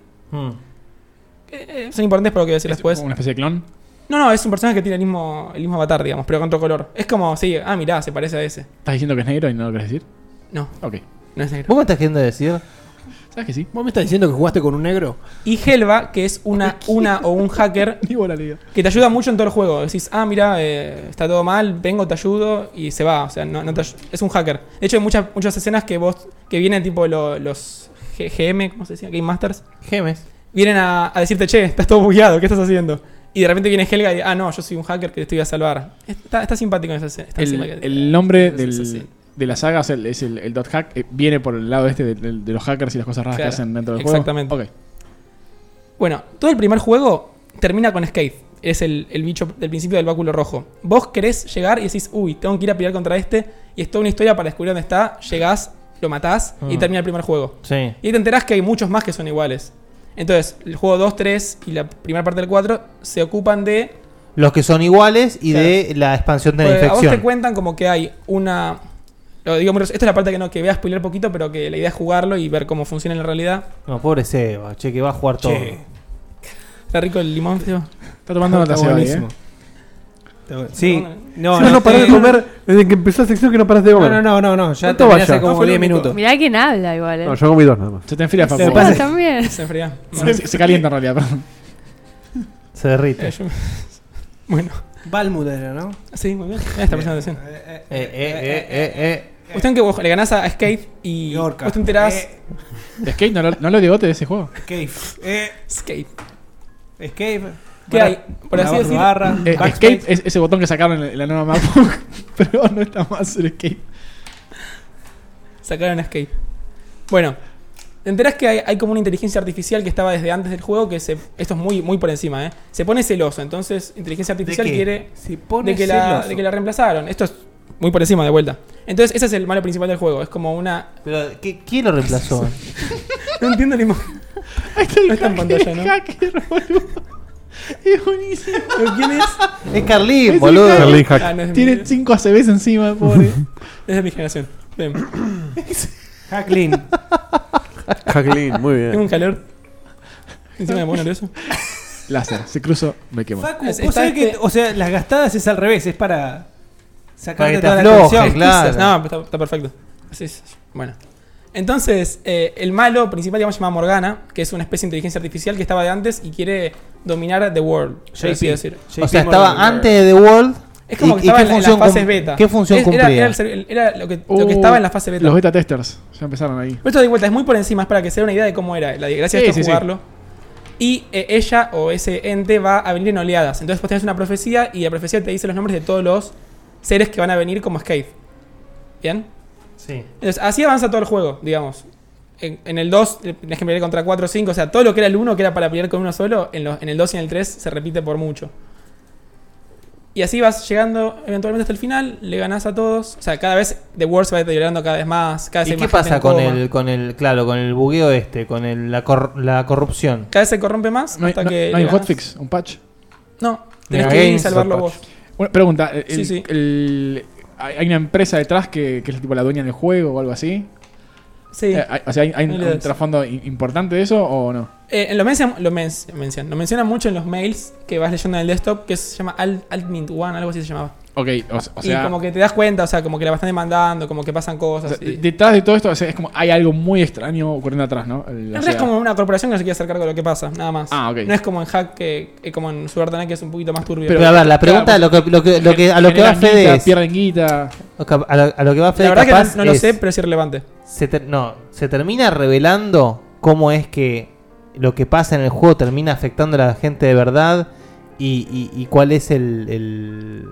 Speaker 7: Eh, son importantes por lo que voy a decir después.
Speaker 5: Hmm. Una especie de clon.
Speaker 7: No, no, es un personaje que tiene el mismo, el mismo avatar, digamos, pero con otro color. Es como, sí, ah, mirá, se parece a ese.
Speaker 5: ¿Estás diciendo que es negro y no lo querés decir?
Speaker 7: No.
Speaker 5: Ok.
Speaker 7: No es negro.
Speaker 4: ¿Vos me estás queriendo decir?
Speaker 5: ¿Sabes que sí?
Speaker 7: ¿Vos me estás diciendo que jugaste con un negro? Y Helva, que es una, una o un hacker que te ayuda mucho en todo el juego. Decís, ah, mira, eh, está todo mal, vengo, te ayudo y se va. O sea, no, no te ay- es un hacker. De hecho, hay muchas, muchas escenas que vos que vienen tipo lo- los G- GM, ¿cómo se decía? Game Masters.
Speaker 4: GMs.
Speaker 7: Vienen a, a decirte, che, estás todo bugueado, ¿qué estás haciendo? Y de repente viene Helga y, ah, no, yo soy un hacker que te voy a salvar. Está, está simpático en esa escena. está
Speaker 5: El,
Speaker 7: encima que-
Speaker 5: el nombre
Speaker 7: es
Speaker 5: del,
Speaker 7: así.
Speaker 5: de la saga es el, es el- el dot hack. eh, viene por el lado este de, de- de los hackers y las cosas raras
Speaker 7: Claro,
Speaker 5: que hacen dentro del
Speaker 7: Exactamente. Bueno, todo el primer juego termina con Skate. Es el, el bicho del principio del báculo rojo. Vos querés llegar y decís, uy, tengo que ir a pelear contra este. Y es toda una historia para descubrir dónde está. Llegás, lo matás y
Speaker 4: Mm.
Speaker 7: termina el primer juego.
Speaker 4: Sí.
Speaker 7: Y ahí te enterás que hay muchos más que son iguales. Entonces, el juego 2, 3 y la primera parte del 4 se ocupan de
Speaker 4: Los que son iguales y de la expansión de la
Speaker 7: porque Pues, A vos te
Speaker 4: infección.
Speaker 7: cuentan como que hay una. Lo digo, muy grueso, esta es la parte que no que voy a spoiler poquito, pero que la idea es jugarlo y ver cómo funciona en la realidad.
Speaker 4: No, pobre Seba, che, que va a jugar todo.
Speaker 7: Está rico el limón, Seba?
Speaker 5: Está tomando nota, Seba, ahí, ¿eh?
Speaker 3: Sí. No,
Speaker 6: Si no, no
Speaker 3: este-
Speaker 6: parás de comer desde que empezó la sección que no parás de
Speaker 3: No,
Speaker 6: comer.
Speaker 3: no, no, no, no, ya
Speaker 6: ¿Cuánto
Speaker 3: terminé
Speaker 6: vaya?
Speaker 3: hace como
Speaker 6: No fue lo
Speaker 3: 10
Speaker 6: único.
Speaker 3: minutos.
Speaker 8: Mirá quién habla igual. eh.
Speaker 6: No, yo comí dos nada más.
Speaker 5: Se te enfría, Facu.
Speaker 8: Ah,
Speaker 5: Bueno,
Speaker 8: también.
Speaker 7: Se enfría.
Speaker 5: se, se calienta en realidad, perdón.
Speaker 4: Se derrite.
Speaker 7: Eh, yo- bueno.
Speaker 3: Balmud era, ¿no?
Speaker 7: Sí, muy bien. Ah, Está prestando atención.
Speaker 3: Eh,
Speaker 5: eh,
Speaker 7: Cuestión que vos le ganás a Skate y vos te enterás.
Speaker 5: De Skate no lo, no lo digote de ese juego.
Speaker 3: Eh. Escape. Eh,
Speaker 7: Escape.
Speaker 3: Escape.
Speaker 7: ¿Qué hay? Por así decir-
Speaker 3: Barra,
Speaker 5: Eh,
Speaker 3: backspace.
Speaker 5: escape es ese botón que sacaron en la nueva mapa. pero no está más el escape.
Speaker 7: Sacaron a Skate. Bueno, te enterás que hay, hay como una inteligencia artificial que estaba desde antes del juego que se. Esto es muy, muy por encima, ¿eh? Se pone celoso, entonces inteligencia artificial
Speaker 3: qué?
Speaker 7: quiere.
Speaker 3: Se pone
Speaker 7: de que, la,
Speaker 3: celoso.
Speaker 7: de que la reemplazaron. Esto es muy por encima de vuelta. Entonces, ese es el malo principal del juego. Es como una.
Speaker 4: Pero, ¿qué- ¿Quién lo reemplazó?
Speaker 7: No entiendo ni mo- No está en pantalla, ¿no?
Speaker 5: Es buenísimo.
Speaker 7: ¿Pero quién es?
Speaker 4: Es Carlín, boludo.
Speaker 5: Carlin
Speaker 7: Hack. Ah, no es mi-
Speaker 5: Tiene 5 ACBs encima, pobre.
Speaker 7: Es de mi generación. Bien.
Speaker 3: Hacklin.
Speaker 6: Jacqueline, muy bien.
Speaker 7: Tengo un calor. Encima me pongo nervioso.
Speaker 5: Láser, se cruzó, me quemó.
Speaker 3: Facu,
Speaker 7: Es-
Speaker 3: vos
Speaker 7: está
Speaker 3: sabés que,
Speaker 7: este-
Speaker 3: o sea, las gastadas es al revés, es para Sacarte
Speaker 4: Para que te
Speaker 3: toda la
Speaker 4: afloje,
Speaker 3: atención.
Speaker 4: claro.
Speaker 7: No, está, está perfecto. Así es. Bueno. Entonces, eh, el malo principal, digamos, se llama Morgana, que es una especie de inteligencia artificial que estaba de antes y quiere dominar The World. Yo
Speaker 4: JP.
Speaker 7: decir.
Speaker 4: O sea, estaba antes de The World.
Speaker 7: Es como
Speaker 4: ¿Y-
Speaker 7: que
Speaker 4: y
Speaker 7: estaba en, la-
Speaker 4: qué
Speaker 7: en las
Speaker 4: función
Speaker 7: fases
Speaker 4: cum-
Speaker 7: beta.
Speaker 4: qué función
Speaker 7: Es- era-
Speaker 4: cumplía?
Speaker 7: Era, el ser- era lo, que,
Speaker 4: Uh,
Speaker 7: lo que estaba en las fases beta.
Speaker 5: Los beta testers ya empezaron ahí.
Speaker 7: Pero esto da igual, es muy por encima, es para que se dé una idea de cómo era. La desgracia
Speaker 5: Sí,
Speaker 7: es
Speaker 5: sí, sí.
Speaker 7: jugarlo. Y eh, ella o ese ente va a venir en oleadas. Entonces vos tenés una profecía y la profecía te dice los nombres de todos los seres que van a venir como Skate. ¿Bien?
Speaker 16: Sí.
Speaker 7: Entonces así avanza todo el juego, digamos. En, en el 2, eh, por ejemplo, peleé contra 4 o 5. O sea, todo lo que era el 1, que era para pelear con uno solo, en, los- en el 2 y en el 3 se repite por mucho. Y así vas llegando eventualmente hasta el final, le ganás a todos. O sea, cada vez The World se va deteriorando cada vez más. Cada vez
Speaker 4: ¿Y
Speaker 7: hay
Speaker 4: qué
Speaker 7: más gente
Speaker 4: pasa
Speaker 7: en
Speaker 4: con
Speaker 7: coma.
Speaker 4: el, con el, claro, con el bugueo este, con el- la, cor- la corrupción?
Speaker 7: Cada vez se corrompe más
Speaker 5: No hay,
Speaker 7: hasta
Speaker 5: no-
Speaker 7: que.
Speaker 5: no hay
Speaker 7: le
Speaker 5: un
Speaker 7: ganas.
Speaker 5: hotfix, un patch.
Speaker 7: No,
Speaker 5: De
Speaker 7: tenés
Speaker 5: la
Speaker 7: que ir y
Speaker 5: Games,
Speaker 7: salvarlo
Speaker 5: patch.
Speaker 7: vos.
Speaker 5: Bueno, pregunta. el-
Speaker 7: Sí, sí.
Speaker 5: el- hay hay una empresa detrás que, que es tipo la dueña del juego o algo así.
Speaker 7: Sí.
Speaker 5: Eh, hay- o sea, ¿hay, hay un-
Speaker 7: Ahí le
Speaker 5: un
Speaker 7: das.
Speaker 5: trasfondo i- importante de eso o no?
Speaker 7: Eh, en lo, mencion- lo, men- mencionan- lo mencionan mucho en los mails que vas leyendo en el desktop, que se llama Alt, Altmint One, algo así se llamaba.
Speaker 5: Ok, o, o
Speaker 7: y
Speaker 5: sea,
Speaker 7: como que te das cuenta, o sea, como que la están demandando, como que pasan
Speaker 5: o
Speaker 7: cosas.
Speaker 5: sea, eh,
Speaker 7: y-
Speaker 5: detrás de todo esto o sea, es como hay algo muy extraño ocurriendo atrás, ¿no? El- o
Speaker 7: En realidad
Speaker 5: sea,
Speaker 7: es como una corporación que no se quiere hacer cargo de lo que pasa, nada más.
Speaker 5: Ah, ok.
Speaker 7: No es como en Hack, que, eh, como en Sugartana, que es un poquito más turbio.
Speaker 4: Pero, a ver, la pregunta, lo que, lo que, lo que- a lo que va
Speaker 5: generan guita,
Speaker 4: Fede es...
Speaker 5: pierden guita.
Speaker 4: o que- A lo, a lo que va Fede
Speaker 7: La verdad que
Speaker 4: capaz
Speaker 7: no, no lo
Speaker 4: es-
Speaker 7: sé, pero es irrelevante.
Speaker 4: se ter- no, se termina revelando cómo es que lo que pasa en el juego termina afectando a la gente de verdad y, y- y cuál es el, el-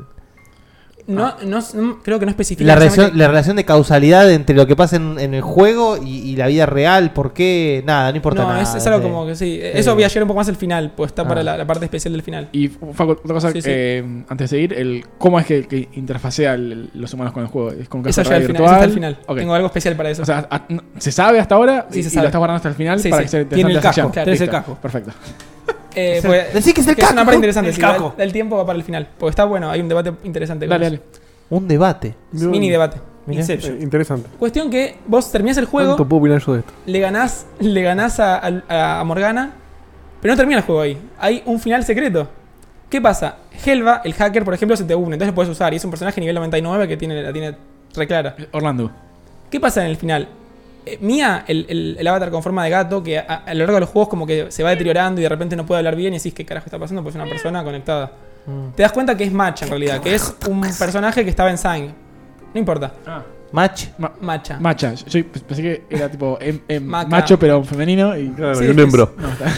Speaker 7: No, no, no- creo que no especifica.
Speaker 4: la, relación,
Speaker 7: exactamente-
Speaker 4: la relación de causalidad entre lo que pasa en, en el juego y, y la vida real, por qué, nada, no importa
Speaker 7: No,
Speaker 4: nada.
Speaker 7: es, es algo
Speaker 4: sí.
Speaker 7: como que sí.
Speaker 4: Sí.
Speaker 7: Eso voy a llegar un poco más al final, pues está para
Speaker 4: Ah.
Speaker 7: la, la parte especial del final.
Speaker 5: Y Facu, otra cosa,
Speaker 7: Sí, sí.
Speaker 5: eh, antes de seguir, el, ¿cómo es que, que interfacea el- los humanos con el juego? ¿Es con un
Speaker 7: Eso
Speaker 5: casco
Speaker 7: ya al
Speaker 5: de
Speaker 7: final,
Speaker 5: realidad
Speaker 7: eso está al final.
Speaker 5: Ok.
Speaker 7: Tengo algo especial para eso.
Speaker 5: O sea, a- no- ¿se sabe hasta ahora?
Speaker 7: Sí, se
Speaker 5: y
Speaker 7: sabe.
Speaker 5: lo estás guardando hasta el final
Speaker 7: Sí,
Speaker 5: para
Speaker 7: sí.
Speaker 5: que sea interesante
Speaker 7: Tiene el
Speaker 5: la sección.
Speaker 7: casco, tenés el
Speaker 5: Listo.
Speaker 7: casco.
Speaker 5: Perfecto.
Speaker 7: Eh,
Speaker 5: Es el-
Speaker 7: pues,
Speaker 4: decí que es el
Speaker 7: es
Speaker 4: caco,
Speaker 7: una parte interesante.
Speaker 4: el
Speaker 7: sí, la-
Speaker 4: caco.
Speaker 7: El tiempo va para el final. Porque está bueno, hay un debate interesante. con
Speaker 5: Dale,
Speaker 7: eso.
Speaker 5: dale.
Speaker 4: Un debate.
Speaker 7: Mini debate.
Speaker 4: Mirá.
Speaker 6: Eh, interesante.
Speaker 7: Cuestión que vos terminás el juego.
Speaker 6: ¿Cuánto puedo opinar yo de esto?
Speaker 7: le ganás, le ganás a, a- a Morgana, pero no termina el juego ahí. Hay un final secreto. ¿Qué pasa? Helva, el hacker, por ejemplo, se te une, entonces lo puedes usar. Y es un personaje nivel 99 que tiene, la tiene reclara.
Speaker 5: Orlando.
Speaker 7: ¿Qué pasa en el final? Eh, Mia, el, el- el avatar con forma de gato, que a, a lo largo de los juegos como que se va deteriorando y de repente no puede hablar bien y decís, ¿qué carajo está pasando? Pues es una persona conectada.
Speaker 6: Mm.
Speaker 7: Te das cuenta que es Matcha en realidad, que es un personaje que estaba en Sign. No importa.
Speaker 4: Match.
Speaker 5: Ah. Ma-
Speaker 7: Macha.
Speaker 5: Macha. Yo, yo pensé que era tipo em- em-
Speaker 7: Maca.
Speaker 5: macho, pero femenino. Y
Speaker 6: Claro, Sí, y un es- hembro.
Speaker 5: No, está-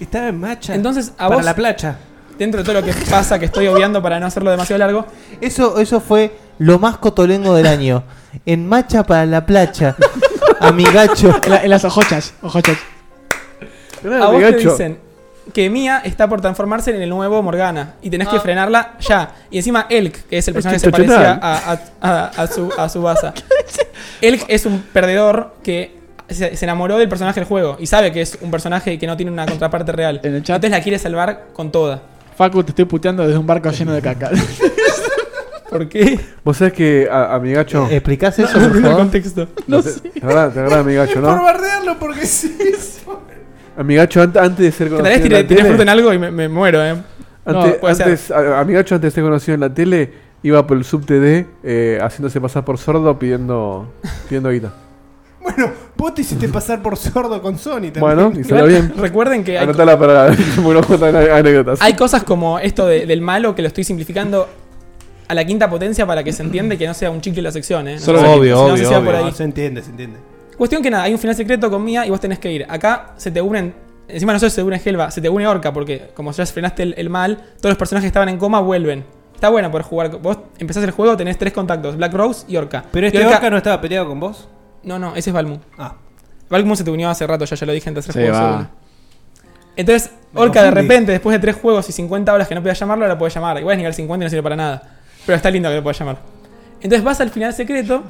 Speaker 3: Estaba en macha.
Speaker 7: Entonces, a
Speaker 3: Para
Speaker 7: vos-
Speaker 3: la playa.
Speaker 7: Dentro de todo lo que pasa, que estoy obviando para no hacerlo demasiado largo,
Speaker 4: Eso, eso fue lo más cotolengo del año. En macha para la playa. Amigacho.
Speaker 5: En, la- en las ojochas. ojochas.
Speaker 7: a vos te
Speaker 5: Amigacho.
Speaker 7: dicen que Mia está por transformarse en el nuevo Morgana y tenés
Speaker 3: Ah.
Speaker 7: que frenarla ya. Y encima Elk, que es el personaje que se
Speaker 5: Institucional.
Speaker 7: parecía a, a, a- a su, a su basa. Elk es un perdedor que se, se enamoró del personaje del juego y sabe que es un personaje que no tiene una contraparte real. Entonces la quiere salvar con toda.
Speaker 5: Facu, te estoy puteando desde un barco lleno de caca.
Speaker 7: ¿Por qué?
Speaker 6: Vos sabés que, a, amigacho.
Speaker 7: Eh,
Speaker 4: ¿Explicás
Speaker 5: eso, No, por no tiene favor? contexto.
Speaker 6: No,
Speaker 5: No
Speaker 6: te,
Speaker 5: sé.
Speaker 6: te agrada, te agrada, amigacho,
Speaker 16: Por
Speaker 6: ¿no?
Speaker 16: bardearlo, porque sí.
Speaker 6: Amigacho, an- antes de ser
Speaker 7: Que tal
Speaker 6: conocido.
Speaker 7: vez
Speaker 6: en la
Speaker 7: tiré, tiré
Speaker 6: tele-
Speaker 7: fruta en algo y me, me muero, ¿eh?
Speaker 6: Ante-
Speaker 7: puede ser.
Speaker 6: antes, a- amigacho, antes de ser conocido en la tele, iba por el subte de eh, haciéndose pasar por sordo pidiendo, pidiendo guita.
Speaker 3: Vos te hiciste pasar por sordo con Sony también.
Speaker 6: Bueno, y salió bien.
Speaker 7: Recuerden que hay-
Speaker 6: Anotala para porque no cuentan anécdotas.
Speaker 7: Hay cosas como esto de- del malo que lo estoy simplificando a la quinta potencia para que se entiende que no sea un chicle la sección, ¿eh? No
Speaker 3: Solo
Speaker 7: sé-
Speaker 3: obvio,
Speaker 7: no sé
Speaker 3: obvio,
Speaker 7: si va por
Speaker 3: obvio.
Speaker 7: ahí.
Speaker 3: Se entiende, se entiende.
Speaker 7: Cuestión que nada, hay un final secreto con Mía y vos tenés que ir. Acá se te unen. Encima no solo se te une Helva, se te une Orca, porque como ya frenaste el, el mal, todos los personajes que estaban en coma vuelven. Está bueno por jugar. con- Vos empezás el juego, tenés tres contactos, Black Rose y Orca.
Speaker 3: Pero
Speaker 7: Y
Speaker 3: este orca no estaba peleado con vos.
Speaker 7: No, no, ese es Balmu.
Speaker 3: Ah.
Speaker 7: Balmu se te unió hace rato, ya, ya lo dije en tercer
Speaker 5: Se
Speaker 7: juego.
Speaker 5: va.
Speaker 7: seguro. Entonces,
Speaker 5: Me
Speaker 7: Orca de
Speaker 5: confundí.
Speaker 7: repente, después de tres juegos y 50 horas que no podías llamarlo, ahora podés llamar. Igual es nivel 50 y no sirve para nada. Pero está lindo que lo puedas llamar. Entonces vas al final secreto,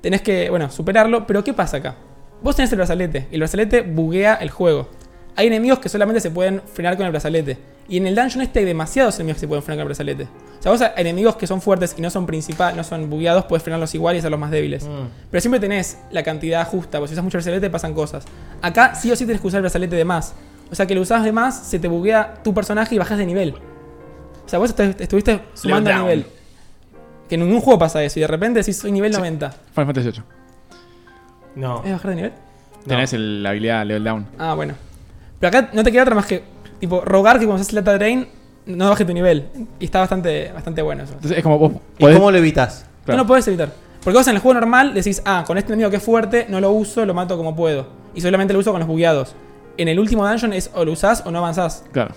Speaker 7: tenés que, bueno, superarlo, pero ¿qué pasa acá? Vos tenés el brazalete, y el brazalete buguea el juego. Hay enemigos que solamente se pueden frenar con el brazalete. Y en el dungeon este hay demasiados enemigos que se pueden frenar con el brazalete. O sea, vos a enemigos que son fuertes y no son principal, no son bugueados, puedes frenarlos igual y hacerlos más débiles. Pero siempre tenés la cantidad justa, porque si usas mucho brazalete pasan cosas. Acá sí o sí tenés que usar el brazalete de más. O sea que lo usás de más, se te buguea tu personaje y bajas de nivel. O sea, vos est- estuviste sumando
Speaker 16: down.
Speaker 7: nivel. Que en ningún juego pasa eso. Y de repente decís, soy nivel 90.
Speaker 5: Final Fantasy VIII.
Speaker 7: No. ¿Es bajar de nivel?
Speaker 5: Tenés el- la habilidad level down.
Speaker 7: Ah, bueno. Pero acá no te queda otra más que, tipo, rogar que cuando haces el data drain no baje tu nivel. Y está bastante, bastante bueno eso.
Speaker 5: Entonces es como vos.
Speaker 4: ¿Y cómo lo evitas?
Speaker 7: No lo puedes evitar. Porque vos en el juego normal decís, ah, con este enemigo que es fuerte, no lo uso, lo mato como puedo. Y solamente lo uso con los bugueados. En el último dungeon es o lo usás o no avanzás.
Speaker 5: Claro.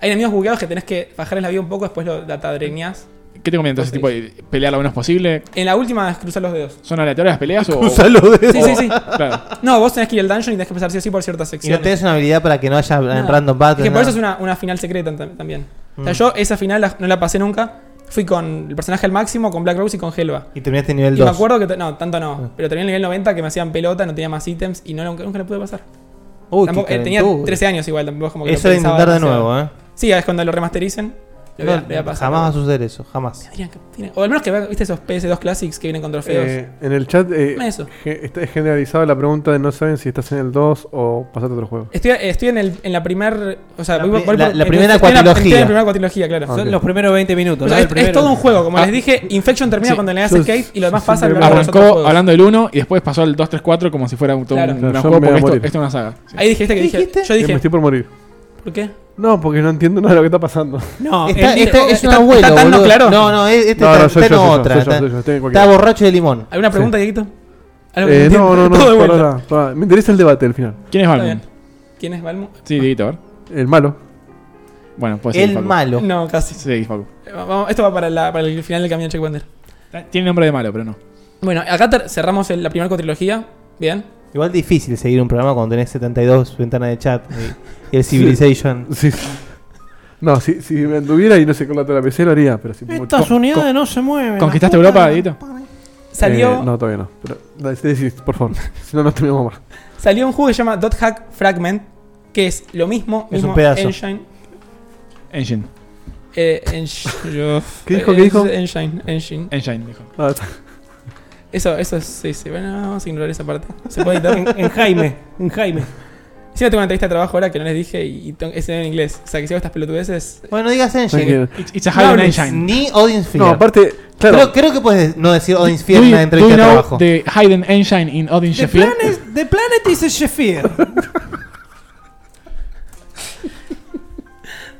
Speaker 7: Hay enemigos bugueados que tenés que bajarles la vida un poco, después lo data drainás.
Speaker 5: ¿Qué te conviene entonces? Tipo, pelear lo menos posible.
Speaker 7: En la última es cruzar los dedos.
Speaker 5: ¿Son aleatorias las peleas o.?
Speaker 4: Cruzar los dedos.
Speaker 7: Sí, sí, sí.
Speaker 5: Oh. Claro.
Speaker 7: No, vos tenés que ir al dungeon y tenés que empezar sí o sí por ciertas
Speaker 4: Y no
Speaker 7: secciones.
Speaker 4: tenés una habilidad para que no haya en
Speaker 7: Nada.
Speaker 4: random
Speaker 7: Es
Speaker 4: battles.
Speaker 7: que por
Speaker 4: nada.
Speaker 7: eso es una, una final secreta tam- también. O sea,
Speaker 4: Mm.
Speaker 7: yo esa final la- no la pasé nunca. Fui con el personaje al máximo, con Black Rose y con Helva.
Speaker 4: Y terminaste nivel
Speaker 7: Y me
Speaker 4: 2.
Speaker 7: acuerdo que. t- No, tanto no.
Speaker 4: Ah.
Speaker 7: Pero terminé en nivel 90 que me hacían pelota, no tenía más ítems y no, nunca, nunca la pude pasar.
Speaker 4: Uy, qué
Speaker 7: Tampoco- eh, tenía
Speaker 4: calentura.
Speaker 7: 13 años igual, tampoco es como que.
Speaker 4: Eso
Speaker 7: lo
Speaker 4: de
Speaker 7: pensaba
Speaker 4: intentar de
Speaker 7: demasiado.
Speaker 4: nuevo, ¿eh?
Speaker 7: Sí, es cuando lo remastericen. Lo voy a-
Speaker 4: No,
Speaker 7: lo voy a pasar.
Speaker 4: jamás va a suceder eso, jamás.
Speaker 7: Tendrían que- tiene- O al menos que vea- viste esos PS2 Classics que vienen con trofeos.
Speaker 6: Eh, en el chat eh,
Speaker 7: Eso.
Speaker 6: ge- está generalizado la pregunta de no saben si estás en el 2 o pasaste a otro juego. Eh,
Speaker 7: Estoy, estoy en, el, en la primer. O sea, voy- voy
Speaker 6: pri- la-
Speaker 7: por-
Speaker 6: la
Speaker 7: estoy-
Speaker 6: primera
Speaker 7: estoy en la-
Speaker 6: cuatrilogía.
Speaker 7: estoy en la primera cuatrilogía, claro.
Speaker 6: Ah, ok.
Speaker 3: Son los primeros 20 minutos.
Speaker 7: O sea,
Speaker 3: ¿no? El
Speaker 7: es, es
Speaker 3: primero-
Speaker 7: todo un juego, como
Speaker 3: Ah,
Speaker 7: les dije, Infection termina
Speaker 5: Sí.
Speaker 7: cuando le das skate y lo demás pasa en los otros
Speaker 5: Arrancó
Speaker 7: juegos.
Speaker 5: hablando del 1 y después pasó al 2, 3, 4 como si fuera un, todo
Speaker 7: Claro.
Speaker 5: un
Speaker 7: Claro,
Speaker 5: gran
Speaker 6: yo
Speaker 5: juego
Speaker 6: me voy a
Speaker 5: porque esto,
Speaker 6: morir.
Speaker 5: esto es una saga. Sí.
Speaker 7: Ahí dijiste que dije. Yo
Speaker 6: Que
Speaker 7: dije.
Speaker 6: me estoy por morir.
Speaker 7: ¿Por qué?
Speaker 6: No, porque no entiendo nada de lo que está pasando.
Speaker 7: No,
Speaker 4: Está-
Speaker 7: el-
Speaker 4: está-
Speaker 7: el-
Speaker 4: es un
Speaker 7: está-
Speaker 4: abuelo.
Speaker 7: está tan no
Speaker 4: boludo.
Speaker 7: claro.
Speaker 4: No, no, e- este está,
Speaker 6: soy
Speaker 4: está
Speaker 6: yo,
Speaker 4: en
Speaker 6: soy yo,
Speaker 4: otra.
Speaker 6: soy yo,
Speaker 4: está,
Speaker 6: soy yo, estoy en
Speaker 4: está
Speaker 6: cualquiera.
Speaker 4: borracho de limón.
Speaker 7: ¿Alguna pregunta, Dieguito? ¿Algo que
Speaker 6: Eh, no, no,
Speaker 7: entiendas?
Speaker 6: no,
Speaker 7: Todo de
Speaker 6: pará,
Speaker 7: vuelta.
Speaker 6: pará, pará. Me interesa el debate al final.
Speaker 5: ¿Quién es
Speaker 7: Está
Speaker 5: Valmont?
Speaker 7: bien. ¿Quién es Valmo?
Speaker 5: Sí, Dieguito, a ver.
Speaker 6: El malo.
Speaker 5: Bueno, puede ser.
Speaker 6: El
Speaker 5: Facu.
Speaker 4: malo.
Speaker 7: No, casi.
Speaker 5: Sí, Facu.
Speaker 7: Eh, vamos- Esto va para, la- para el final del camino de Checkpointer.
Speaker 5: Tiene nombre de malo, pero no.
Speaker 7: Bueno, acá ter- cerramos el- la primera cuatrilogía. Bien.
Speaker 4: Igual difícil seguir un programa cuando tenés 72 ventanas de chat y, y el Civilization.
Speaker 6: Sí. No, si, si me anduviera y no sé con la toda la PC lo haría, pero si
Speaker 3: Estas
Speaker 6: con-
Speaker 3: unidades
Speaker 6: con-
Speaker 3: no se mueven.
Speaker 5: ¿Conquistaste
Speaker 3: la puta
Speaker 5: Europa,
Speaker 3: que
Speaker 5: Dieguito?
Speaker 7: Salió-
Speaker 6: Eh, no, todavía no. Pero, dale, decí, por favor. si no, no terminamos más.
Speaker 7: Salió un juego que se llama Dot Hack Fragment, que es lo mismo,
Speaker 6: Es
Speaker 7: mismo
Speaker 6: un pedazo.
Speaker 7: engine.
Speaker 5: Engine.
Speaker 7: eh, ensh- yo-
Speaker 5: ¿Qué dijo, qué dijo?
Speaker 7: es Engine, engine.
Speaker 5: Engine, dijo.
Speaker 6: Ah,
Speaker 7: Eso, eso es- sí, sí. Bueno, vamos a ignorar esa parte. Se puede editar.
Speaker 3: En- en Jaime, en Jaime.
Speaker 7: Sí, tengo una entrevista de trabajo ahora que no les dije y, y tengo- es en inglés. O sea, que si hago estas pelotudeces.
Speaker 4: Bueno, digas engine.
Speaker 5: It's- it's a high
Speaker 4: No
Speaker 5: on
Speaker 4: hables
Speaker 5: engine.
Speaker 4: Ni Odin Sphere.
Speaker 5: No, aparte, claro.
Speaker 4: Creo, creo que puedes no decir Odin Sphere
Speaker 5: Do
Speaker 4: en
Speaker 5: you-
Speaker 4: la
Speaker 5: do
Speaker 4: entrevista de
Speaker 5: you know
Speaker 4: trabajo.
Speaker 5: The hidden engine in Odin
Speaker 3: The
Speaker 5: Sheffield.
Speaker 3: planet, the planet is a Sheffield.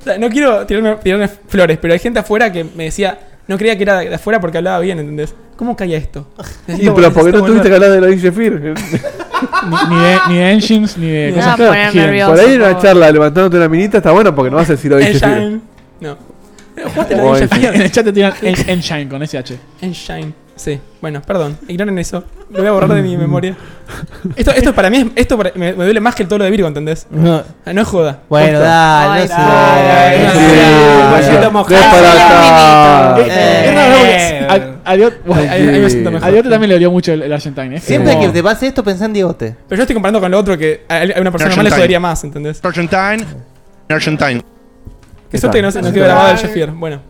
Speaker 7: O sea, no quiero tirarme, tirarme flores, pero hay gente afuera que me decía. No creía que era de afuera porque hablaba bien, ¿entendés? ¿Cómo caía esto?
Speaker 6: Sí, pero porque no tuviste que hablar de la Sheffield.
Speaker 5: ni, ni de, ni de engines, ni de cosas
Speaker 6: Claro,
Speaker 5: claras.
Speaker 6: bien, Por ahí una charla levantándote una minita está bueno porque no vas a decir hoy Sheffield.
Speaker 7: Engine. No. Pero jugaste la
Speaker 6: Oh,
Speaker 7: Ninja
Speaker 6: Engine.
Speaker 7: Field.
Speaker 5: En el chat te tiran en- Engine con SH.
Speaker 7: Engine. Sí. Bueno, perdón. Ignoren eso. Lo voy a
Speaker 5: Mm.
Speaker 7: borrar de mi memoria. Esto, esto para mí es- esto para- me, me duele más que el tolo de Virgo, ¿entendés?
Speaker 4: No.
Speaker 7: Ah, No es joda.
Speaker 4: Bueno,
Speaker 7: Posta.
Speaker 4: dale, no sé.
Speaker 7: no
Speaker 4: Sí,
Speaker 7: sé.
Speaker 4: bueno,
Speaker 7: Galleta
Speaker 4: no
Speaker 7: mojada.
Speaker 4: para acá.
Speaker 5: Es raro
Speaker 4: Eh,
Speaker 5: porque a- a Diot-
Speaker 7: Ahí- ahí me siento mejor.
Speaker 5: a Diot también le olió mucho el, el Argentine. ¿eh?
Speaker 4: Siempre
Speaker 5: Como-
Speaker 4: que te pase esto, pensá en
Speaker 5: eh.
Speaker 4: Diegote.
Speaker 7: Pero yo estoy comparando con lo otro que a a una persona normal le
Speaker 9: Argentine.
Speaker 7: jodería más, ¿entendés?
Speaker 9: Argentine. Argentine.
Speaker 7: Que suerte que no se nos quedó grabado el Sheffield. Bueno.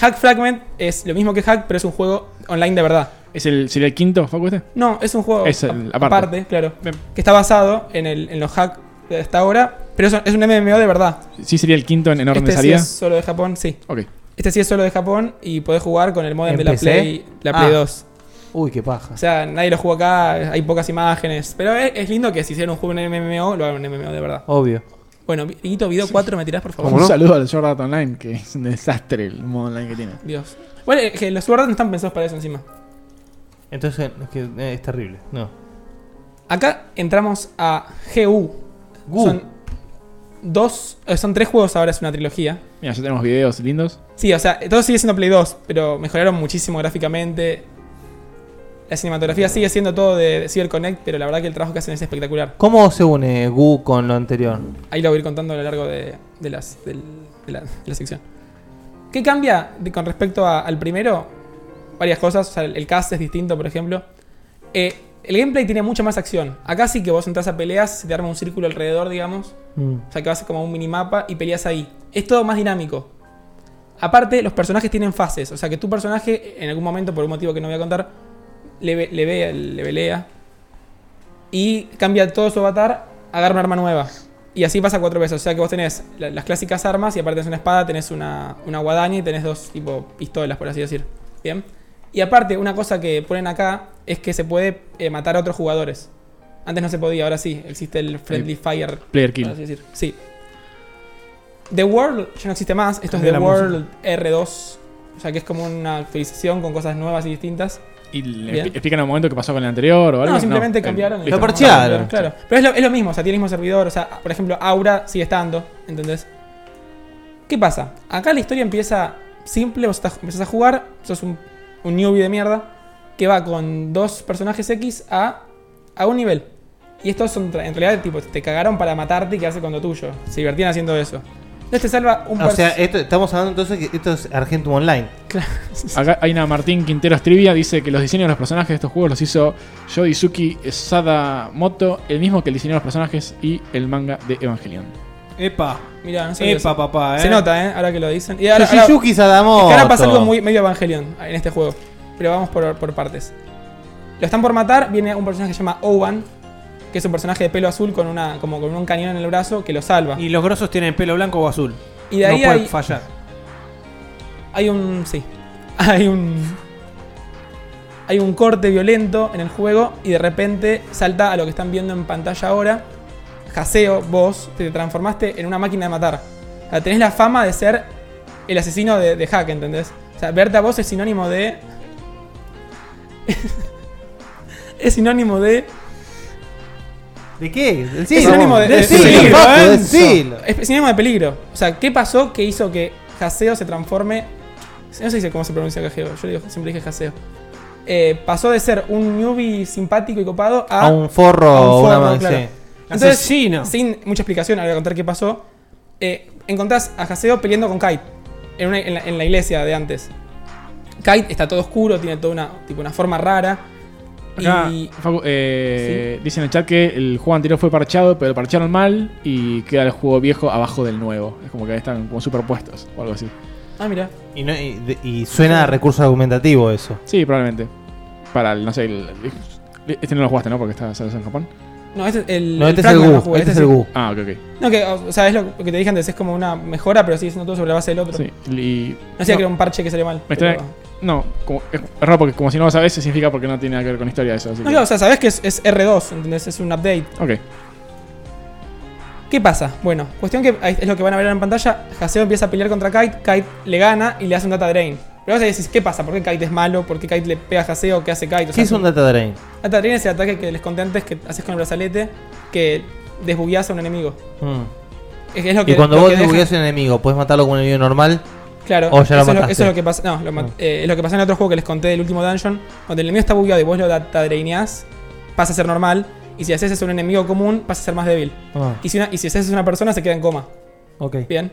Speaker 7: Hack Fragment es lo mismo que Hack, pero es un juego online de verdad.
Speaker 5: ¿Es el, ¿Sería el quinto, Facu, este?
Speaker 7: No, es un juego
Speaker 5: Es el-
Speaker 7: a-
Speaker 5: aparte.
Speaker 7: claro. Que está basado en, el, en los hacks de hasta ahora, pero es un- es un MMO de verdad.
Speaker 5: Sí, sería el quinto en, en orden
Speaker 7: este
Speaker 5: de salida.
Speaker 7: sí es solo de Japón, sí.
Speaker 5: Ok.
Speaker 7: Este sí es solo de Japón y podés jugar con el modem
Speaker 4: ¿En
Speaker 7: de la
Speaker 4: PC?
Speaker 7: Play, la Play
Speaker 4: Ah.
Speaker 7: 2.
Speaker 4: Uy, qué paja.
Speaker 7: O sea, nadie lo jugó acá, hay pocas imágenes. Pero es, es lindo que si hicieron un juego en MMO, lo hagan en MMO de verdad.
Speaker 4: Obvio.
Speaker 7: Bueno, Guito, video 4, ¿me tirás, por favor?
Speaker 5: Un saludo al Sword Art Online, que es un desastre el modo online que tiene.
Speaker 7: Dios. Bueno, eh, que los Sword Art no están pensados para eso encima.
Speaker 4: Entonces, es, que, eh, es terrible. No.
Speaker 7: Acá entramos a GU. Son dos, eh, son tres juegos ahora, es una trilogía.
Speaker 5: Mira, ya tenemos videos lindos.
Speaker 7: Sí, o sea, todo sigue siendo Play 2, pero mejoraron muchísimo gráficamente. La cinematografía sigue siendo todo de, de CyberConnect, pero la verdad que el trabajo que hacen es espectacular.
Speaker 4: ¿Cómo se une Gu con lo anterior?
Speaker 7: Ahí lo voy a ir contando a lo largo de, de las, del- de la, de la sección. ¿Qué cambia de- con respecto a- al primero? Varias cosas. O sea, el, el cast es distinto, por ejemplo. Eh, el gameplay tiene mucha más acción. Acá sí que vos entras a peleas, se te arma un círculo alrededor, digamos.
Speaker 4: Mm.
Speaker 7: O sea, que vas como a un minimapa y peleas ahí. Es todo más dinámico. Aparte, los personajes tienen fases. O sea, que tu personaje, en algún momento, por un motivo que no voy a contar, le, ve- le, ve- le velea. Y cambia todo su avatar, agarra una arma nueva. Y así pasa cuatro veces. O sea que vos tenés la- las clásicas armas y aparte tenés una espada, tenés una, una guadaña y tenés dos tipo pistolas, por así decir. Bien. Y aparte, una cosa que ponen acá es que se puede eh, matar a otros jugadores. Antes no se podía, ahora sí. Existe el Friendly Fire.
Speaker 5: Eh, player kill.
Speaker 7: por así decir. Sí. The World ya no existe más. Esto es
Speaker 5: Cambió
Speaker 7: The
Speaker 5: la
Speaker 7: World R2. O sea que es como una actualización con cosas nuevas y distintas.
Speaker 5: Y le
Speaker 7: Bien.
Speaker 5: expli- explican un momento qué pasó con el anterior o algo.
Speaker 7: No, simplemente cambiaron. y
Speaker 5: Listo.
Speaker 7: Claro. Pero es lo, es lo mismo, o sea, tiene el mismo servidor. O sea, por ejemplo, Aura sigue estando, ¿entendés? ¿Qué pasa? Acá la historia empieza simple, vos estás- empezás a jugar, sos un, un newbie de mierda, que va con dos personajes X a, a un nivel. Y estos son, tra- en realidad, tipo, te cagaron para matarte y quedarse con lo tuyo. Se divertían haciendo eso. Entonces te salva un
Speaker 4: O
Speaker 7: pers-
Speaker 4: sea, esto, estamos hablando entonces que esto es Argentum Online.
Speaker 5: Acá hay una Martín Quinteros Trivia, dice que los diseños de los personajes de estos juegos los hizo Yodizuki Sada Moto, el mismo que el diseño de los personajes y el manga de Evangelion.
Speaker 3: Epa.
Speaker 7: Mirá, no
Speaker 3: Epa,
Speaker 7: sabía eso.
Speaker 3: papá, eh.
Speaker 7: Se nota, ¿eh? Ahora que lo dicen. Y ahora,
Speaker 4: Suzuki Sadamoto.
Speaker 7: Es que ahora pasa algo muy medio Evangelion en este juego. Pero vamos por, por partes. Lo están por matar, viene un personaje que se llama Oban, que es un personaje de pelo azul con una como con un cañón en el brazo que lo salva.
Speaker 3: Y los grosos tienen pelo blanco o azul.
Speaker 7: Y de ahí
Speaker 3: no puede
Speaker 7: hay-
Speaker 3: fallar.
Speaker 7: Hay un. sí. Hay un. Hay un corte violento en el juego y de repente salta a lo que están viendo en pantalla ahora. Jaseo, vos te transformaste en una máquina de matar. O sea, tenés la fama de ser el asesino de, de hack, ¿entendés? O sea, verte a vos es sinónimo de. es sinónimo de.
Speaker 4: ¿De qué? Del
Speaker 7: Es
Speaker 4: siglo.
Speaker 7: sinónimo de,
Speaker 4: Del
Speaker 7: de-
Speaker 4: siglo, papu, del siglo.
Speaker 7: Es sinónimo de peligro. O sea, ¿qué pasó que hizo que Haseo se transforme? No sé si- cómo se pronuncia Haseo. Yo digo- siempre dije Haseo. Eh, pasó de ser un newbie simpático y copado a,
Speaker 4: A un forro
Speaker 7: a
Speaker 4: o
Speaker 7: un
Speaker 4: una
Speaker 7: forro,
Speaker 4: man-
Speaker 7: claro.
Speaker 4: sí.
Speaker 7: Entonces,
Speaker 4: Asesino.
Speaker 7: sin mucha explicación, ahora voy a contar qué pasó. Eh, encontrás a Haseo peleando con Kite en, una- en la, en la iglesia de antes. Kite está todo oscuro, tiene toda una, tipo, una forma rara.
Speaker 5: Acá, Facu, eh, dice en el chat que el juego anterior fue parchado, pero lo parcharon mal y queda el juego viejo abajo del nuevo. Es como que están como superpuestos o algo así.
Speaker 7: Ah, mira.
Speaker 4: Y, no- y- de- y suena a recurso argumentativo eso.
Speaker 5: Sí, probablemente. Para el, no sé, el- el- este no lo jugaste, ¿no? Porque está sales en Japón.
Speaker 7: No, este es el.
Speaker 5: No, este es
Speaker 7: Fragment
Speaker 5: el Gu,
Speaker 7: no jugué,
Speaker 5: este es el Gu. Ah, ok, ok.
Speaker 7: No, que, o o sea, es lo que te dije antes, es como una mejora, pero sigue siendo todo sobre la base del otro.
Speaker 5: Sí, y-
Speaker 7: No sé
Speaker 5: no.
Speaker 7: que era un parche que salió mal.
Speaker 5: Me
Speaker 7: pero-
Speaker 5: extraña- No, como, es es raro porque como si no lo sabes, significa porque no tiene nada que ver con historia eso. Así
Speaker 7: No,
Speaker 5: que-
Speaker 7: claro, o sea, sabes que es, es R2, ¿entendés? Es un update.
Speaker 5: Ok.
Speaker 7: ¿Qué pasa? Bueno, cuestión que ahí es lo que van a ver en pantalla. Haseo empieza a pelear contra Kite, Kite le gana y le hace un data drain. Pero vas a decir, ¿qué pasa? ¿Por qué Kite es malo? ¿Por qué Kite le pega a Haseo? ¿Qué hace Kite? O
Speaker 4: ¿Qué
Speaker 7: sea,
Speaker 4: es un data drain?
Speaker 7: Data drain es el ataque que les conté antes que haces con el brazalete que desbugueas a un enemigo.
Speaker 4: Mm.
Speaker 7: Es, es lo que,
Speaker 4: Y cuando
Speaker 7: lo
Speaker 4: vos
Speaker 7: que
Speaker 4: te
Speaker 7: deja-
Speaker 4: bugueas un enemigo, ¿puedes matarlo con un enemigo normal?
Speaker 7: Claro,
Speaker 4: O ya lo
Speaker 7: eso, es lo,
Speaker 4: mataste. Ah.
Speaker 7: eso es lo que pasa. No, lo mat- eh, es lo que pasa en el otro juego que les conté del último dungeon. Cuando el enemigo está bugueado y vos lo datadreineás, pasa a ser normal. Y si haces eso a un enemigo común, pasa a ser más débil.
Speaker 4: Ah.
Speaker 7: Y, si una- y si haces eso a una persona, se queda en coma.
Speaker 4: Ok.
Speaker 7: Bien.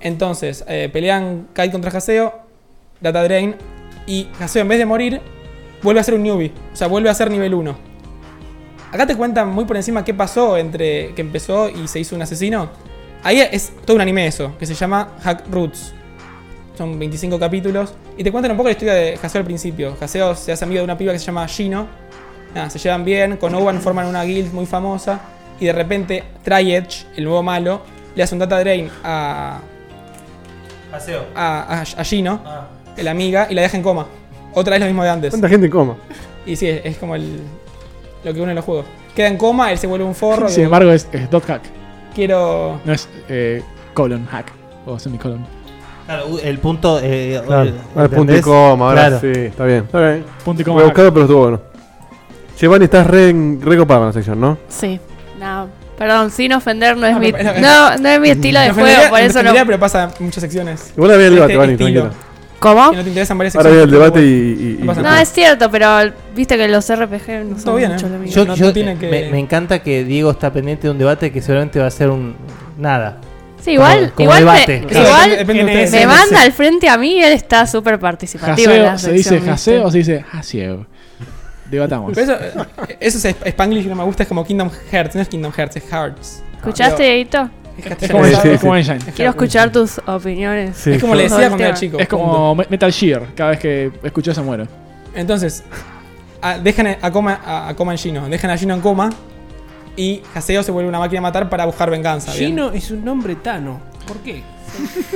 Speaker 7: Entonces, eh, pelean Kai contra Haseo, Data Drain. Y Haseo, en vez de morir, vuelve a ser un newbie. O sea, vuelve a ser nivel 1. Acá te cuentan muy por encima qué pasó entre que empezó y se hizo un asesino. Ahí es todo un anime eso, que se llama Hack Roots. Son 25 capítulos. Y te cuentan un poco la historia de Haseo al principio. Haseo se hace amigo de una piba que se llama Gino. Nada, se llevan bien. Con Owen forman una guild muy famosa. Y de repente, Triedge, el nuevo malo, le hace un data drain a.
Speaker 4: Haseo.
Speaker 7: A, a- a Gino, la amiga, y la deja en coma. Otra vez lo mismo de antes.
Speaker 6: ¿Cuánta gente en coma?
Speaker 7: Y sí, es, es como el, lo que uno en los juegos. Queda en coma, él se vuelve un forro. y
Speaker 5: Sin embargo, es, es dot hack,
Speaker 7: quiero.
Speaker 5: no es eh, colon hack o semicolon.
Speaker 4: Claro, el punto. Eh,
Speaker 5: Claro,
Speaker 4: el
Speaker 6: Ahora es Ah, punto y coma, ahora sí, está bien. Está bien.
Speaker 5: Punto y coma.
Speaker 6: Fue buscado, pero estuvo bueno. Giovanni, estás re, re copado en la sección, ¿no?
Speaker 8: Sí. No, perdón, sin ofender, no es,
Speaker 7: No,
Speaker 8: mi,
Speaker 7: Ah, pero-
Speaker 8: no, no es mi estilo de
Speaker 7: Me
Speaker 8: juego,
Speaker 7: ofendería-
Speaker 8: por
Speaker 7: me
Speaker 8: eso no.
Speaker 7: ofendería, pero pasa en muchas secciones.
Speaker 6: Igual había el debate,
Speaker 7: Este
Speaker 6: Vani,
Speaker 7: estilo.
Speaker 6: tranquila.
Speaker 8: ¿Cómo?
Speaker 7: Que no te interesan varias
Speaker 6: Ahora viene el
Speaker 7: secciones.
Speaker 6: debate y. y- y-
Speaker 8: No, es cierto, pero viste que los RPG no
Speaker 7: Todo
Speaker 8: son
Speaker 7: bien,
Speaker 8: mucho
Speaker 7: ¿eh?
Speaker 8: lo mismo.
Speaker 4: Yo,
Speaker 7: No,
Speaker 4: yo-
Speaker 7: no tiene que-
Speaker 4: me, me encanta que Diego está pendiente de un debate que seguramente va a ser un. Nada.
Speaker 8: Sí, igual,
Speaker 4: Como- como
Speaker 8: igual,
Speaker 4: debate.
Speaker 8: me,
Speaker 4: Claro.
Speaker 8: igual
Speaker 4: Depende- depende de
Speaker 8: me
Speaker 4: ustedes.
Speaker 8: manda al frente a mí y él está súper participativo. en
Speaker 5: Haseo,
Speaker 8: la
Speaker 5: ¿Se dice
Speaker 8: sección, ¿viste?
Speaker 5: haseo o se dice haseo? Debatamos.
Speaker 7: Pero eso, eh, eso es sp- Spanglish que no me gusta, es como Kingdom Hearts, no es Kingdom Hearts, es Hearts.
Speaker 8: ¿Escuchaste,
Speaker 7: Pero-
Speaker 8: Edito?
Speaker 7: Es
Speaker 5: Es como-
Speaker 7: castellano.
Speaker 5: es Sí, sí, como sí. Engine.
Speaker 8: Quiero escuchar tus opiniones.
Speaker 5: Sí,
Speaker 7: es como le
Speaker 8: Todo
Speaker 7: decía
Speaker 8: el
Speaker 7: cuando era
Speaker 8: tema.
Speaker 7: chico.
Speaker 5: es como Me- Metal Gear, cada vez que escucho eso muero.
Speaker 7: Entonces, a- dejan a coma, a, a coma en Gino, dejan a Gino en coma. y Haseo se vuelve una máquina a matar para buscar venganza. bien.
Speaker 3: Gino es un nombre tano. ¿Por qué?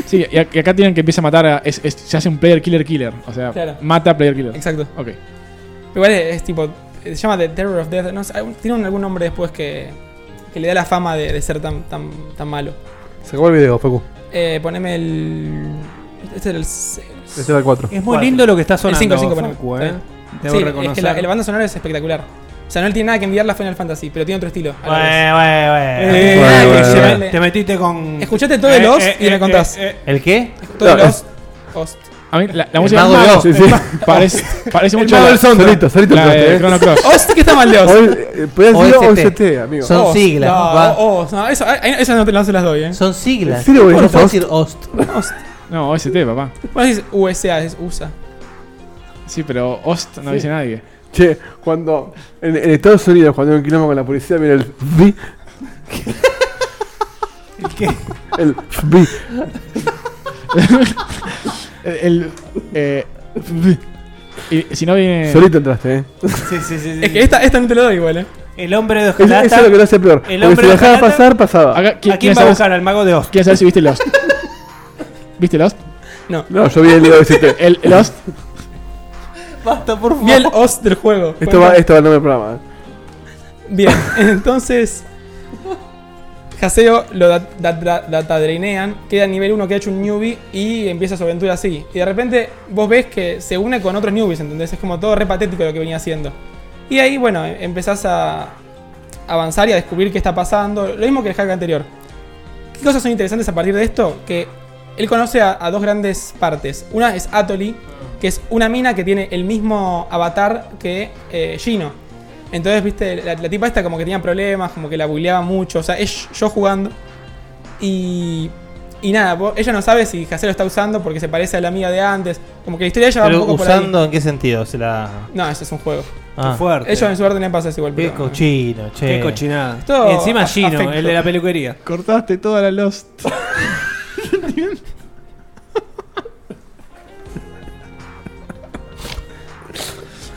Speaker 5: Sí, y, ac- y acá tienen que empieza a matar a- es- es- se hace un player killer killer. O sea,
Speaker 7: Claro.
Speaker 5: mata a player killer.
Speaker 7: Exacto.
Speaker 5: Ok.
Speaker 7: Igual es, es tipo. eh, Se llama The Terror of Death. No sé, algún- tiene un- algún nombre después que, que le da la fama de, de ser tan, tan, tan malo.
Speaker 6: Se acabó el video, Facu.
Speaker 7: Eh, poneme el. Este era el. Este
Speaker 6: Este era el cuatro.
Speaker 3: Es muy lindo lo que está sonando,
Speaker 7: El 5, el 5,
Speaker 3: Facu,
Speaker 7: poneme. Está bien.
Speaker 3: eh. Debo
Speaker 7: Sí, es que
Speaker 3: reconocer.
Speaker 7: la, la banda sonora es espectacular. O sea, no le tiene nada que enviarla a Final Fantasy, pero tiene otro estilo. a la vez.
Speaker 3: Eh,
Speaker 7: Nada que
Speaker 3: eh,
Speaker 7: llevarle-
Speaker 3: Te metiste con.
Speaker 7: Escuchate todo el
Speaker 3: Eh,
Speaker 7: Lost
Speaker 3: eh,
Speaker 7: y me
Speaker 3: eh,
Speaker 7: contás.
Speaker 3: eh, eh.
Speaker 4: ¿El qué?
Speaker 7: Todo
Speaker 5: No,
Speaker 7: el
Speaker 5: es-
Speaker 7: Lost. Host.
Speaker 5: A mí la, la
Speaker 7: El
Speaker 5: música
Speaker 7: mago de Oz.
Speaker 5: Sí, sí.
Speaker 7: El ma-
Speaker 5: Parece, parece
Speaker 7: El
Speaker 5: mucho.
Speaker 7: mago
Speaker 5: la-
Speaker 7: del
Speaker 6: Solito, solito, solito
Speaker 5: la
Speaker 6: entraste,
Speaker 5: de
Speaker 6: eh.
Speaker 5: Chrono Cross.
Speaker 7: Host, ¿qué Oh, está mal de Host?
Speaker 6: Hoy, eh, podías decir
Speaker 4: OST.
Speaker 6: OST, amigo.
Speaker 4: este. Son
Speaker 7: Host.
Speaker 4: siglas,
Speaker 7: No,
Speaker 4: va.
Speaker 7: Host, no, eso- a- a- esas no te no se las doy, ¿eh?
Speaker 4: Son siglas.
Speaker 6: ¿En serio, güey?
Speaker 4: no
Speaker 6: ¿No
Speaker 4: puedo
Speaker 6: sos?
Speaker 4: decir host.
Speaker 5: No, OST, papá.
Speaker 7: Bueno, es USA, es USA.
Speaker 5: Sí, pero host no
Speaker 6: Sí.
Speaker 5: dice nadie.
Speaker 6: Che, cuando. En, en Estados Unidos, cuando hay un quilombo con la policía, mira el FBI. El FBI.
Speaker 5: El. el- eh, y si no viene.
Speaker 6: Solito entraste, eh.
Speaker 3: Sí, sí, sí.
Speaker 7: Es que esta, esta no te la doy igual, ¿eh?
Speaker 3: El hombre de
Speaker 6: Eso,
Speaker 3: hojalata.
Speaker 6: eso es lo que lo hace
Speaker 3: El
Speaker 6: peor. Porque
Speaker 3: hombre
Speaker 6: si
Speaker 3: de
Speaker 6: dejaba
Speaker 3: hojalata-
Speaker 6: pasar, pasaba.
Speaker 5: Acá, ¿qui-
Speaker 3: ¿A quién
Speaker 5: ¿quién
Speaker 3: va a
Speaker 5: sabe-
Speaker 3: buscar? Al mago de Oz.
Speaker 5: ¿Quieres saber si viste Lost? ¿Viste Lost?
Speaker 7: No.
Speaker 6: No, yo vi el OST.
Speaker 5: El, el Lost.
Speaker 4: Basta, por favor.
Speaker 7: Vi el Host del juego.
Speaker 6: Esto va, esto va al nombre del programa. eh.
Speaker 7: Bien, entonces. Haseo lo dat- dat- dat- datadreinean, queda nivel 1 que ha hecho un newbie y empieza su aventura así. Y de repente vos ves que se une con otros newbies, ¿entendés? Es como todo re patético lo que venía haciendo. Y ahí, bueno, em- empezás a avanzar y a descubrir qué está pasando. Lo mismo que el hack anterior. ¿Qué cosas son interesantes a partir de esto? Que él conoce a, a dos grandes partes. Una es Atoli, que es una mina que tiene el mismo avatar que eh, Gino. Entonces, viste, la, la tipa esta como que tenía problemas, como que la buleaba mucho. O sea, es yo jugando. Y. Y nada, vos- ella no sabe si Jacero está usando porque se parece a la amiga de antes. Como que la historia ya va un
Speaker 4: Pero
Speaker 7: poco por
Speaker 4: usando, ¿en qué sentido? Se la.
Speaker 7: ahí. No, eso es un juego.
Speaker 4: Ah.
Speaker 3: fuerte.
Speaker 7: Ellos en su orden le pasa igual.
Speaker 4: Qué
Speaker 7: pero-
Speaker 4: cochino, che.
Speaker 3: Qué cochinada.
Speaker 7: Esto
Speaker 3: y encima
Speaker 7: a-
Speaker 3: Gino,
Speaker 7: afecto.
Speaker 3: el de la peluquería.
Speaker 5: Cortaste toda la Lost.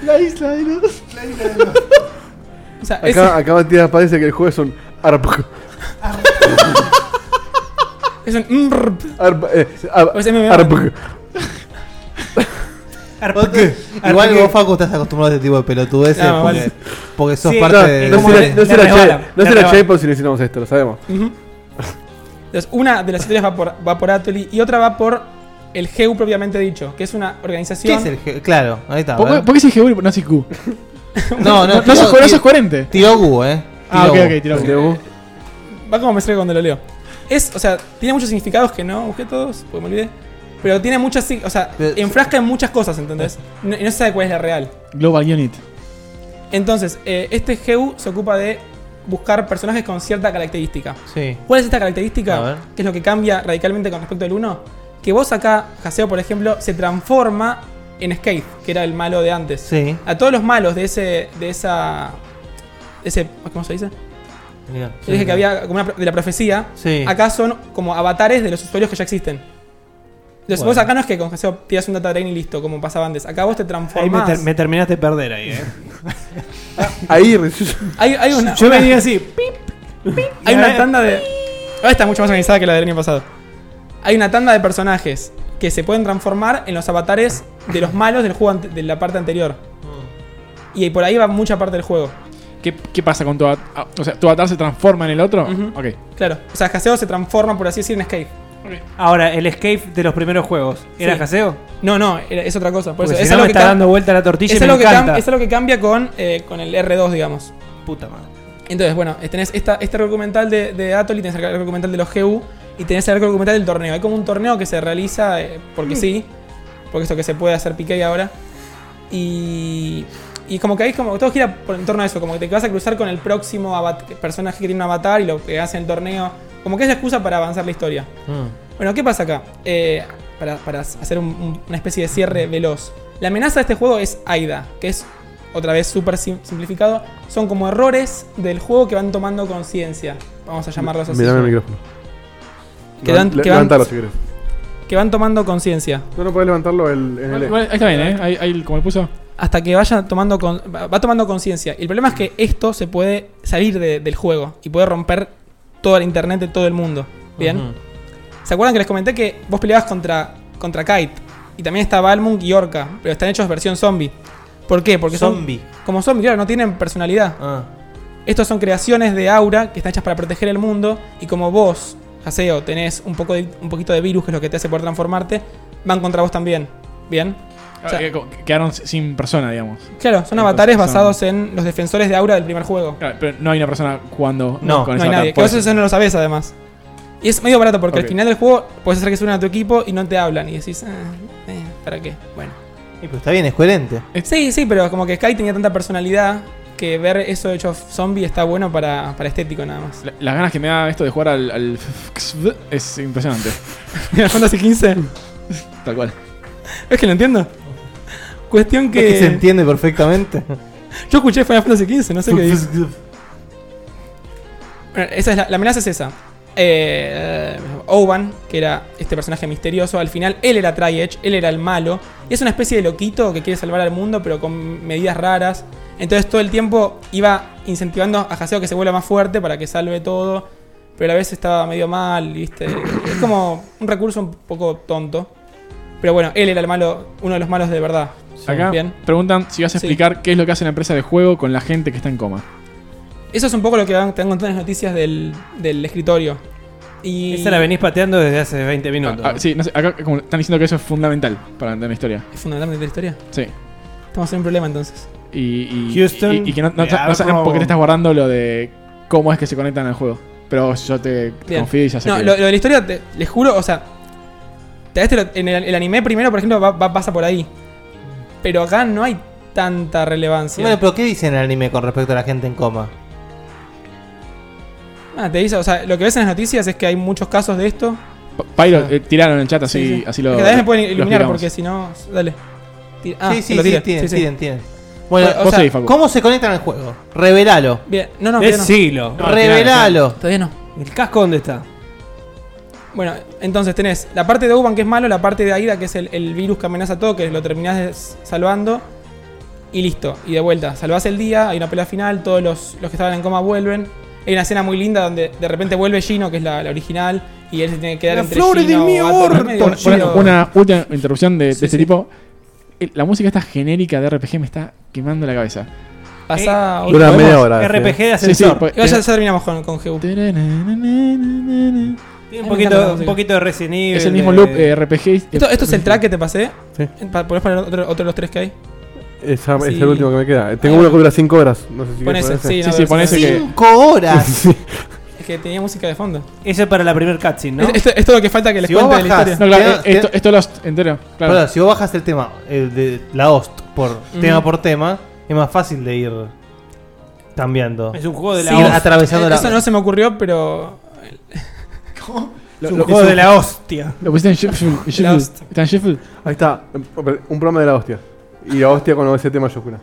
Speaker 5: la isla de Lost. La isla de Lost.
Speaker 7: O sea, ese-
Speaker 6: Acá, acá Matías parece que el juego es un ARP.
Speaker 7: Ah. es un. mrp.
Speaker 6: ARP. eh, ARP,
Speaker 7: Pues MMO.
Speaker 6: ARP.
Speaker 4: Igual vos, Facu, estás acostumbrado a este tipo de pelotudeces
Speaker 7: No,
Speaker 4: porque,
Speaker 7: vale.
Speaker 4: porque sos
Speaker 3: Sí,
Speaker 4: parte
Speaker 6: No,
Speaker 4: de.
Speaker 6: no
Speaker 3: como
Speaker 6: será-
Speaker 3: le-
Speaker 6: no
Speaker 3: le
Speaker 6: será
Speaker 3: regalan,
Speaker 6: Jay- no
Speaker 3: le
Speaker 6: será Jay
Speaker 3: regalan.
Speaker 6: por si le hicimos esto, lo sabemos.
Speaker 7: Ujú. Entonces, una de las historias va por, va por Atoli y otra va por el GEU propiamente dicho, que es una
Speaker 4: ¿Qué
Speaker 7: organización.
Speaker 4: es el G? Claro, ahí está.
Speaker 5: ¿Por,
Speaker 4: ¿verdad?
Speaker 5: por qué si GW no si Q? No,
Speaker 4: No, no,
Speaker 5: no, sos,
Speaker 4: tiró-
Speaker 5: no sos coherente.
Speaker 4: Tiró Gu, eh.
Speaker 5: Ah,
Speaker 4: Tiró
Speaker 5: ok,
Speaker 4: Gu.
Speaker 5: ok, tiró.
Speaker 6: Leo,
Speaker 7: Va como me sale cuando lo leo. Es, o sea, tiene muchos significados que no busqué todos, porque me olvidé. Pero tiene muchas, sig- o sea,
Speaker 4: Pero-
Speaker 7: enfrasca en muchas cosas, ¿entendés? No- y no se sabe cuál es la real.
Speaker 5: Global Unit.
Speaker 7: Entonces, eh, este GEU se ocupa de buscar personajes con cierta característica.
Speaker 4: Sí.
Speaker 7: ¿Cuál es esta
Speaker 4: A ver.
Speaker 7: característica? ¿Qué es lo que cambia radicalmente con respecto al 1? Que vos acá, Haseo, por ejemplo, se transforma en Skate, que era el malo de antes.
Speaker 4: Sí.
Speaker 7: A todos los malos de ese. de esa. de ese. ¿Cómo se dice?
Speaker 4: Mirá,
Speaker 7: Yo dije que había como una pro- de la profecía.
Speaker 4: Sí.
Speaker 7: Acá son como avatares de los usuarios que ya existen. Entonces,
Speaker 4: Bueno.
Speaker 7: vos acá no es que con Haseo tiras un data drain y listo, como pasaba antes. Acá vos te
Speaker 3: Ahí me,
Speaker 7: transformás.
Speaker 3: ter- me terminaste de perder ahí, eh.
Speaker 6: Ahí
Speaker 7: hay, hay una,
Speaker 3: Yo venía así. pip, pip,
Speaker 7: Hay
Speaker 3: y
Speaker 7: una
Speaker 3: ahora-
Speaker 7: tanda de. Ahora está mucho más organizada que la del año pasado. Hay una tanda de personajes que se pueden transformar en los avatares de los malos del juego ante- de la parte anterior. Y ahí por ahí va mucha parte del juego.
Speaker 5: ¿Qué, ¿Qué pasa con tu avatar? O sea, ¿tu avatar se transforma en el otro?
Speaker 7: Ujú.
Speaker 5: Ok.
Speaker 7: Claro. O sea, Haseo se transforma, por así decir, en Escape.
Speaker 3: Ahora, el escape de los primeros juegos. ¿Era
Speaker 7: Sí.
Speaker 3: jaseo?
Speaker 7: No, no, era- es otra cosa. Por
Speaker 3: Porque
Speaker 7: eso,
Speaker 3: si
Speaker 7: es
Speaker 3: no
Speaker 7: algo
Speaker 3: me
Speaker 7: que
Speaker 3: está
Speaker 7: cam-
Speaker 3: dando vuelta la tortilla y
Speaker 7: es
Speaker 3: me
Speaker 7: algo que cam-
Speaker 3: encanta.
Speaker 7: es algo que cambia con, eh, con el R2, digamos.
Speaker 3: Puta madre.
Speaker 7: Entonces, bueno, tenés esta, este arco documental de, de Atoli, tenés el arco documental de los GU y tenés el arco documental del torneo. Hay como un torneo que se realiza eh, porque
Speaker 3: Mm.
Speaker 7: sí, porque esto que se puede hacer pique ahora. Y, y como que ahí como que todo gira por en torno a eso, como que te vas a cruzar con el próximo avat- personaje que tiene un avatar y lo que hace en el torneo. Como que es la excusa para avanzar la historia.
Speaker 6: Mm.
Speaker 7: Bueno, ¿qué pasa acá? Eh, para, para hacer un- un- una especie de cierre veloz. La amenaza de este juego es AIDA, que es otra vez súper sim- simplificado. Son como errores del juego que van tomando conciencia. Vamos a llamarlos así.
Speaker 6: Mirame el micrófono.
Speaker 7: Que dan-
Speaker 6: Le-
Speaker 7: que dan-
Speaker 6: Levantalo si querés.
Speaker 7: Que van tomando conciencia.
Speaker 6: No, no podés levantarlo el, en el E.
Speaker 5: Igual, ahí está bien, ¿eh? Ahí, ahí como lo puso.
Speaker 7: hasta que vaya tomando con- va va tomando conciencia. Y el problema es que esto se puede salir de- del juego y puede romper toda la internet de todo el mundo. ¿Bien?
Speaker 16: Ujú.
Speaker 7: ¿Se acuerdan que les comenté que vos peleabas contra, contra Kite? Y también está Balmung y Orca, pero están hechos versión zombie. ¿Por qué? Porque
Speaker 16: Zombie.
Speaker 7: son como zombie, claro, no tienen personalidad. Estos son creaciones de aura que están hechas para proteger el mundo y como vos, Haseo, tenés un poco de- un poquito de virus que es lo que te hace poder transformarte, van contra vos también. ¿Bien? O sea,
Speaker 5: Eh, co- Quedaron sin persona, digamos.
Speaker 7: Claro, son
Speaker 5: Entonces,
Speaker 7: avatares
Speaker 5: eh, pues, son-
Speaker 7: basados en los defensores de aura del primer juego.
Speaker 5: Claro, Ah, pero no hay una persona jugando.
Speaker 7: No,
Speaker 5: con esa
Speaker 7: no hay
Speaker 5: avatar,
Speaker 7: nadie.
Speaker 5: por
Speaker 7: Que eso eso no lo sabes además. Y es medio barato porque
Speaker 5: Ok.
Speaker 7: al final del juego puedes hacer que suenen a tu equipo y no te hablan. Y decís, "Ah, eh, ¿para qué? Bueno.
Speaker 4: Está bien, es coherente.
Speaker 5: Eh.
Speaker 7: Sí, sí, pero como que Sky tenía tanta personalidad que ver eso hecho zombie está bueno para, para estético nada más.
Speaker 5: La- Las ganas que me da esto de jugar al, al XV es impresionante.
Speaker 7: Mira, Fantasy 15.
Speaker 5: Tal cual.
Speaker 7: Es que lo entiendo. Cuestión
Speaker 4: Es que se
Speaker 7: que.
Speaker 4: entiende perfectamente.
Speaker 7: Yo escuché Final Fantasy XV, no sé qué dice. Bueno, esa es la, la amenaza es esa. Eh, Oban, que era este personaje misterioso, al final él era Triedge, él era el malo. Y es una especie de loquito que quiere salvar al mundo, pero con medidas raras. Entonces todo el tiempo iba incentivando a Haseo que se vuelva más fuerte para que salve todo. Pero a veces estaba medio mal, ¿viste? Es como un recurso un poco tonto. Pero bueno, él era el malo, uno de los malos de verdad.
Speaker 5: Acá
Speaker 7: Bien.
Speaker 5: preguntan si vas a
Speaker 7: Sí.
Speaker 5: explicar qué es lo que hace la empresa de juego con la gente que está en coma.
Speaker 7: Eso es un poco lo que van- te han contado en las noticias del, del escritorio. Y
Speaker 3: Esa la venís pateando desde hace 20 minutos.
Speaker 5: Ah, sí, no sé, acá como están diciendo que eso es fundamental para entender la historia.
Speaker 7: ¿Es fundamental de la historia?
Speaker 5: Sí.
Speaker 7: Estamos en un problema entonces.
Speaker 5: Y, y-
Speaker 7: Houston, eh,
Speaker 5: y- y que no, no-
Speaker 4: eh,
Speaker 7: me
Speaker 5: no saben
Speaker 7: abro.
Speaker 5: por qué te estás guardando lo de cómo es que se conectan al juego. Pero yo te
Speaker 7: Bien.
Speaker 5: confío y ya sé
Speaker 7: No,
Speaker 5: que-
Speaker 7: lo, lo de la historia, te- les juro, o sea. te- este lo- en el, el anime primero, por ejemplo, va- va- pasa por ahí. Pero acá no hay tanta relevancia.
Speaker 4: Bueno, pero ¿qué dicen en el anime con respecto a la gente en coma?
Speaker 7: Ah, te dice, o sea, lo que ves en las noticias es que hay muchos casos de esto.
Speaker 5: Pyro, eh, tiraron en el chat así,
Speaker 7: Sí, sí.
Speaker 5: así lo.
Speaker 7: Es que también me pueden
Speaker 5: lo
Speaker 7: iluminar
Speaker 5: explicamos.
Speaker 7: porque si no. Dale. Tira- ah,
Speaker 4: sí, sí,
Speaker 7: que lo
Speaker 4: sí,
Speaker 7: tire.
Speaker 4: tienen,
Speaker 7: Sí, sí.
Speaker 4: tienen, tienen. Bueno,
Speaker 7: Bueno, o
Speaker 4: vos
Speaker 7: sea,
Speaker 4: seguís, Facu. ¿cómo se conectan al juego? Revelalo.
Speaker 7: Bien, no, no,
Speaker 3: Decilo.
Speaker 7: todavía no.
Speaker 4: Revelalo.
Speaker 7: Todavía no.
Speaker 3: ¿El casco dónde está?
Speaker 7: Bueno, entonces tenés la parte de Uban que es malo, la parte de Aida que es el, el virus que amenaza todo, que lo terminás des- salvando. Y listo, y de vuelta. Salvás el día, hay una pelea final, todos los, los que estaban en coma vuelven. Hay una escena muy linda donde de repente vuelve Gino, que es la, la original, y él se tiene que quedar
Speaker 5: La
Speaker 7: entre
Speaker 5: flor de
Speaker 7: Gino,
Speaker 5: mi
Speaker 7: Gato,
Speaker 5: orto,
Speaker 7: es medio-
Speaker 5: Por- por-
Speaker 7: medio-
Speaker 5: una última interrupción de, de este tipo. Eh, La música esta genérica de RPG me está quemando la cabeza.
Speaker 7: Pasá
Speaker 5: Eh, Dura
Speaker 7: otro-
Speaker 5: media hora, RPG sí. de ascensor. Sí, sí, pues-
Speaker 7: Igual ya, ya terminamos con, con GU.
Speaker 3: Tiene
Speaker 7: Me
Speaker 3: un poquito,
Speaker 7: encanta la
Speaker 3: un
Speaker 7: música.
Speaker 3: poquito de Resident Evil.
Speaker 5: Es el mismo
Speaker 3: de-
Speaker 5: loop eh, RPG.
Speaker 7: Esto, esto es el track que te pasé. Eh, Pa- ¿Podés poner otro, otro de los tres que hay?
Speaker 6: Esa- Es
Speaker 7: Sí.
Speaker 6: el último que me queda. Tengo
Speaker 7: Ahí va.
Speaker 6: uno que dura 5 horas. No sé si
Speaker 7: Pon
Speaker 6: querés
Speaker 7: ese,
Speaker 6: poner
Speaker 7: sí,
Speaker 6: ese.
Speaker 7: no, Sí, sí, pon ese que-
Speaker 4: ¡Cinco horas!
Speaker 7: Es que tenía música de fondo.
Speaker 3: Eso es para la primer cutscene, ¿no?
Speaker 7: Es- Esto, esto es lo que falta que les
Speaker 4: Si
Speaker 7: cuente
Speaker 4: vos
Speaker 7: de la
Speaker 4: bajás-
Speaker 7: historia.
Speaker 4: No, claro,
Speaker 7: Queda-
Speaker 4: esto-
Speaker 5: Esto Lost entero. Claro.
Speaker 4: Claro, si vos bajas el tema, el de la host, por
Speaker 7: Ujú.
Speaker 4: tema por tema, es más fácil de ir cambiando.
Speaker 3: Es un juego de la
Speaker 4: Ir
Speaker 3: host.
Speaker 4: atravesando
Speaker 7: Eh,
Speaker 4: la
Speaker 7: Eso no se me ocurrió, pero. ¿Cómo?
Speaker 3: Es un juego de la hostia.
Speaker 5: Lo pusiste en Sheffield. en Sheffield.
Speaker 6: Lost.
Speaker 5: Está en Sheffield.
Speaker 6: Ahí está. Un programa de la hostia. Y la hostia con ese tema mayúscula.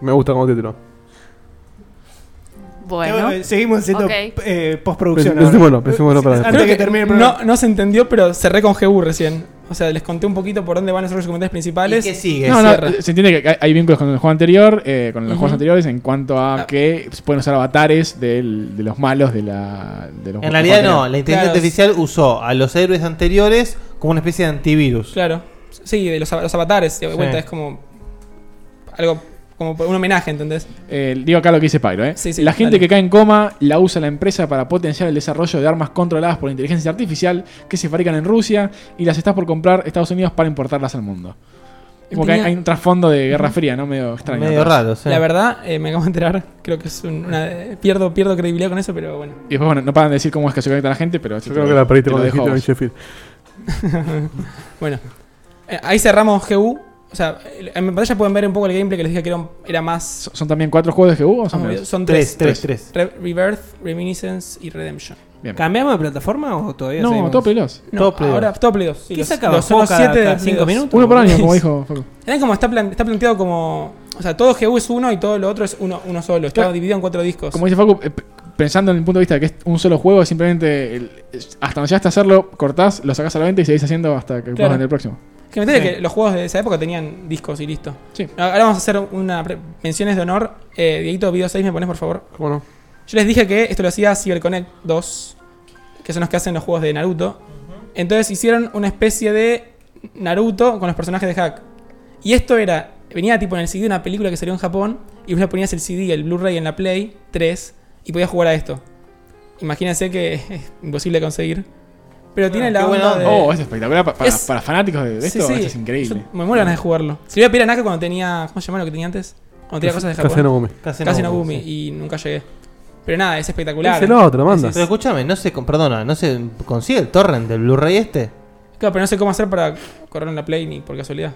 Speaker 6: Me gusta como título.
Speaker 3: Bueno, seguimos haciendo
Speaker 8: Ok.
Speaker 3: eh, postproducción.
Speaker 6: Pens-
Speaker 3: ahora.
Speaker 6: pensémoslo, pensémoslo para
Speaker 3: Antes
Speaker 7: Creo
Speaker 3: que
Speaker 7: que
Speaker 3: termine el programa.
Speaker 7: no, no se entendió, pero cerré con GU recién. O sea, les conté un poquito por dónde van a ser los comentarios principales.
Speaker 4: ¿Y qué sigue?
Speaker 5: No, eh, no, se entiende que hay- hay vínculos con el juego anterior, eh, con los
Speaker 7: Ujú.
Speaker 5: juegos anteriores, en cuanto
Speaker 7: Ah.
Speaker 5: a que se pueden usar avatares del- de los malos de la. De los juegos
Speaker 4: En realidad no,
Speaker 5: anteriores.
Speaker 4: la inteligencia artificial usó a los héroes anteriores como una especie de antivirus.
Speaker 7: Claro. Sí, de los, av- los avatares, de
Speaker 4: Sí.
Speaker 7: vuelta es como. Algo. Como un homenaje, ¿entendés?
Speaker 5: Eh, digo acá lo que dice Pyro, ¿eh?
Speaker 7: Sí, sí,
Speaker 5: la gente
Speaker 7: dale.
Speaker 5: que cae en coma la usa la empresa para potenciar el desarrollo de armas controladas por inteligencia artificial que se fabrican en Rusia y las estás por comprar Estados Unidos para importarlas al mundo. Es Como que hay,
Speaker 7: Tenía-
Speaker 5: hay un trasfondo de Guerra Fría, ¿no? Medio extraño. atrás.
Speaker 7: La verdad, eh, me acabo de enterar. Creo que es un- una. Pierdo, pierdo credibilidad con eso, pero bueno.
Speaker 5: Y después, bueno, no paran de decir cómo es que se conecta la gente, pero...
Speaker 6: Yo creo que la perdiste cuando dijiste Ben
Speaker 5: dejo.
Speaker 6: Sheffield.
Speaker 7: bueno, eh, ahí cerramos GU. O sea, el- en mi pantalla pueden ver un poco el gameplay que les dije que era, un- era más.
Speaker 5: ¿Son también cuatro juegos de GU o son
Speaker 7: Ah, Son,
Speaker 5: menos?
Speaker 7: tres. Re- Rebirth, Reminiscence y Redemption.
Speaker 3: ¿Cambiamos de plataforma o todavía
Speaker 5: No,
Speaker 3: seguimos?
Speaker 5: todo Play 2.
Speaker 7: No, ahora todo Play 2. sí,
Speaker 3: ¿Qué
Speaker 7: los-
Speaker 3: sacaba?
Speaker 7: los- son los
Speaker 3: ¿Juego cada-
Speaker 7: siete de
Speaker 3: cada
Speaker 7: Play
Speaker 3: cinco
Speaker 7: 2.
Speaker 3: minutos?
Speaker 5: Uno por año, como dijo Facu.
Speaker 7: Era como está, plan- está planteado como. O sea, todo GU es uno y todo lo otro es uno, uno solo. Está
Speaker 5: Claro.
Speaker 7: dividido en cuatro discos.
Speaker 5: Como dice Facu, eh, p- pensando en el punto de vista de que es un solo juego, simplemente el- hasta donde llegaste a hacerlo, cortás, lo sacás a la venta y seguís haciendo hasta que
Speaker 7: Claro.
Speaker 5: puedas vender el próximo.
Speaker 7: Que me enteré
Speaker 3: Sí.
Speaker 7: que los juegos de esa época tenían discos y listo. Ahora vamos a hacer una pre- menciones de honor. Eh, Dieguito, video 6, ¿me pones por favor?
Speaker 6: ¿Cómo no?
Speaker 7: Yo les dije que esto lo hacía CyberConnect 2, que son los que hacen los juegos de Naruto. Entonces hicieron una especie de Naruto con los personajes de Hack. Y esto era, venía tipo en el CD de una película que salió en Japón, y vos le ponías el CD, el Blu-ray en la Play 3, y podías jugar a esto. Imagínense que es imposible de conseguir. Pero tiene la onda
Speaker 4: eh,
Speaker 7: de-
Speaker 5: Oh, es espectacular. pa- Para,
Speaker 7: Es-
Speaker 5: para fanáticos de de
Speaker 7: Sí,
Speaker 5: esto,
Speaker 7: sí.
Speaker 5: esto es increíble.
Speaker 7: me muero ganas de jugarlo. Se lo iba a pedir a Naka cuando tenía. ¿Cómo se llamaba lo que tenía antes? Cuando tenía
Speaker 6: Kas-
Speaker 7: cosas de Japón.
Speaker 6: Kasenogumi.
Speaker 7: Kasenogumi,
Speaker 4: Kasenogumi,
Speaker 7: y nunca llegué. Pero nada, es espectacular. Es-
Speaker 4: Pero escúchame, no se, perdona, no se consigue el torrent del Blu-ray este.
Speaker 7: Claro, pero no sé cómo hacer para correr en la Play ni por casualidad.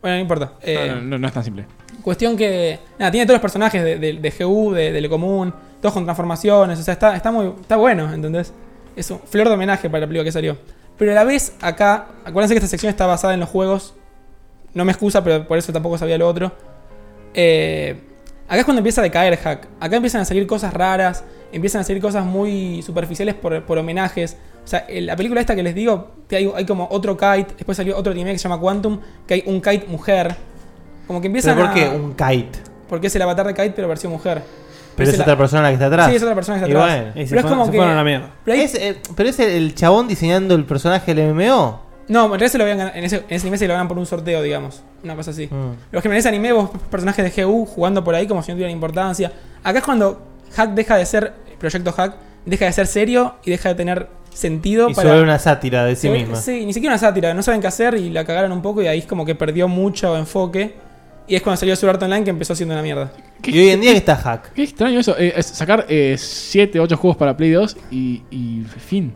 Speaker 7: Bueno, no importa. Eh,
Speaker 5: No, no, no es tan simple.
Speaker 7: Cuestión que. Nada, tiene todos los personajes de, de, de GU, de, de lo común, todos con transformaciones. O sea, está, está muy. está bueno, ¿entendés? Es un flor de homenaje para la película que salió. Pero a la vez, acá. Acuérdense que esta sección está basada en los juegos. No me excusa, pero por eso tampoco sabía lo otro. Eh, acá es cuando empieza a decaer hack. Acá empiezan a salir cosas raras. Empiezan a salir cosas muy superficiales por, por homenajes. O sea, el- la película esta que les digo, que hay, hay como otro kite. Después salió otro anime que se llama Quantum, que hay un kite mujer. Como que empiezan
Speaker 4: ¿Pero por qué
Speaker 7: a-
Speaker 4: un kite?
Speaker 7: porque es el avatar de Kite, pero versión mujer.
Speaker 4: Pero es
Speaker 7: el-
Speaker 4: otra persona la que está atrás.
Speaker 7: Sí, es otra persona que
Speaker 4: Y
Speaker 7: está atrás.
Speaker 4: bueno.
Speaker 7: pero
Speaker 4: Y
Speaker 7: es
Speaker 4: se fueron-
Speaker 7: como
Speaker 4: se
Speaker 7: que.
Speaker 4: fueron a la mierda.
Speaker 7: Pero ahí-
Speaker 4: Es, eh, pero es el, el chabón diseñando el personaje del MMO.
Speaker 7: No, en realidad se lo habían ganado- en, ese, en ese anime se lo ganan por un sorteo, digamos. Una cosa así.
Speaker 4: Mm.
Speaker 7: Pero es que en ese anime vos personajes de GU jugando por ahí como si no tuvieran importancia. Acá es cuando Hack deja de ser. Proyecto Hack deja de ser serio y deja de tener sentido
Speaker 4: Y sobre una sátira de sí
Speaker 7: Se ve-
Speaker 4: misma.
Speaker 7: Sí, ni siquiera una sátira, no saben qué hacer y la cagaron un poco y ahí es como que perdió mucho enfoque. Y es cuando salió su arte online que empezó siendo una mierda.
Speaker 4: Y hoy en día que está hack.
Speaker 5: Qué extraño eso. eh, es sacar 7, 8 juegos para Play 2 y, y fin.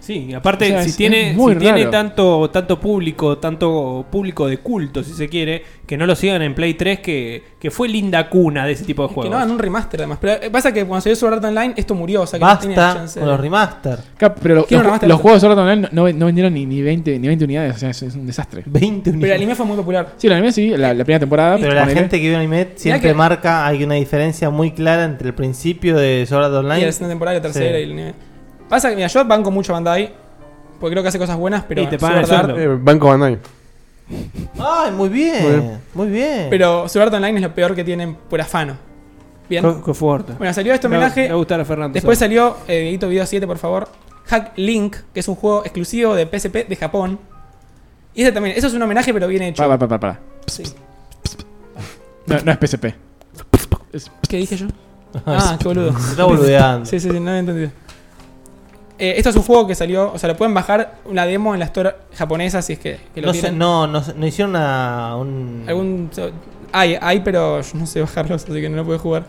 Speaker 3: Sí, y aparte,
Speaker 5: O sea,
Speaker 3: si,
Speaker 5: es-
Speaker 3: tiene,
Speaker 5: es muy
Speaker 3: si tiene
Speaker 5: raro.
Speaker 3: tanto, tanto público, tanto público de culto, si se quiere, que no lo sigan en Play 3, que, que fue linda cuna de ese tipo de
Speaker 7: Que
Speaker 3: juegos.
Speaker 7: no hagan un remaster además. Pero eh, pasa que cuando salió su arte online esto murió, o sea que no tenía chance. de-
Speaker 4: remaster.
Speaker 5: pero lo-
Speaker 7: Quiero
Speaker 5: los,
Speaker 7: remaster.
Speaker 5: los juegos de Sword Art Online no, no vendieron ni, ni 20, ni 20 unidades. O sea, es, es un desastre.
Speaker 4: 20
Speaker 7: Pero el anime fue muy popular.
Speaker 5: Sí, el anime sí, la, la primera temporada.
Speaker 4: Pero la
Speaker 5: ponele.
Speaker 4: gente que vio anime siempre
Speaker 7: que-
Speaker 4: marca, hay una diferencia muy clara entre el principio de Sword Art Online
Speaker 7: Y la segunda temporada y la tercera
Speaker 4: Sí.
Speaker 7: y el anime. Pasa que, mira, yo banco mucho a Bandai. Porque creo que hace cosas buenas, pero.
Speaker 3: Y te pagan el
Speaker 7: Sword Art-
Speaker 3: sueldo.
Speaker 6: Eh, Banco Bandai.
Speaker 4: Ay, muy bien,
Speaker 6: Muy
Speaker 4: muy
Speaker 6: bien.
Speaker 4: bien.
Speaker 7: Pero Sword Art Online es lo peor que tienen por afano. Bien.
Speaker 3: Co- co- fue harto.
Speaker 7: Bueno, salió este
Speaker 3: Le va-
Speaker 7: homenaje.
Speaker 3: le va a gustar a Fernando
Speaker 7: Después
Speaker 3: Sá.
Speaker 7: salió, eh, Dieguito, video 7, por favor. Hack Link, que es un juego exclusivo de PSP de Japón. Y ese también, eso es un homenaje, pero bien hecho.
Speaker 5: Para, para, para, para.
Speaker 7: Sí.
Speaker 5: No, no es PSP.
Speaker 7: ¿Qué dije yo? Ah, qué boludo.
Speaker 4: Se está boludeando.
Speaker 7: Sí, sí, sí, no había entendido. Eh, esto es un juego que salió, o sea, lo pueden bajar una demo en la store japonesa si es que, que lo
Speaker 4: No, sé,
Speaker 7: tienen.
Speaker 4: no, no, sé- no hicieron una, un...
Speaker 7: Algún. Hay, hay, pero yo no sé bajarlos, así que no lo puedo jugar.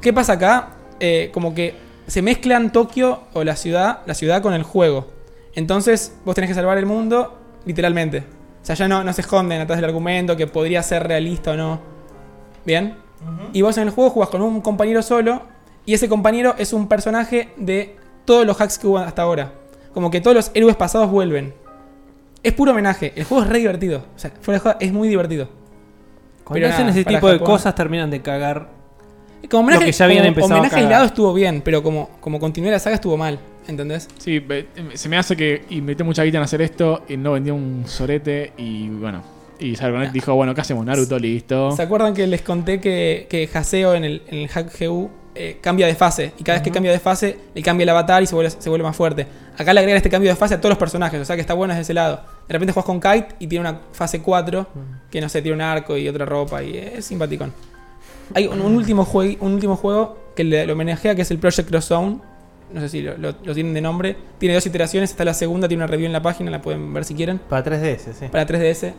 Speaker 7: ¿Qué pasa acá? Eh, como que se mezclan Tokio o la ciudad, la ciudad con el juego. Entonces, vos tenés que salvar el mundo, literalmente. O sea, ya no, no se esconden atrás del argumento que podría ser realista o no. ¿Bien? Y vos en el juego jugás con un compañero solo. Y ese compañero es un personaje de todos los hacks que hubo hasta ahora. Como que todos los héroes pasados vuelven. Es puro homenaje. El juego es re divertido. O sea, fuera de joda, es muy divertido.
Speaker 3: Cuando hacen ese tipo de cosas terminan de cagar.
Speaker 7: Como homenaje,
Speaker 3: lo que ya habían
Speaker 7: como
Speaker 3: empezado a
Speaker 7: homenaje
Speaker 3: cagar.
Speaker 7: aislado estuvo bien, pero como, como continué la saga estuvo mal. ¿Entendés?
Speaker 5: Sí, ve- se me hace que invertí mucha guita en hacer esto y no vendía un sorete y bueno. Y CyberConnect dijo, bueno, ¿qué hacemos? Naruto, listo.
Speaker 7: ¿Se acuerdan que les conté que, que Haseo en el, en el hack GU eh, cambia de fase? Y cada vez que cambia de fase, le cambia el avatar y se vuelve, se vuelve más fuerte. Acá le agregan este cambio de fase a todos los personajes, o sea que está bueno desde ese lado. De repente juegas con Kite y tiene una fase 4, que no sé, tiene un arco y otra ropa y es simpaticón. Hay un, un último, jue- un último juego que le, lo homenajea, que es el Project Cross Zone. No sé si lo, lo- lo tienen de nombre. Tiene dos iteraciones, está la segunda, tiene una review en la página, la pueden ver si quieren.
Speaker 4: Para 3DS, sí.
Speaker 7: Para 3DS.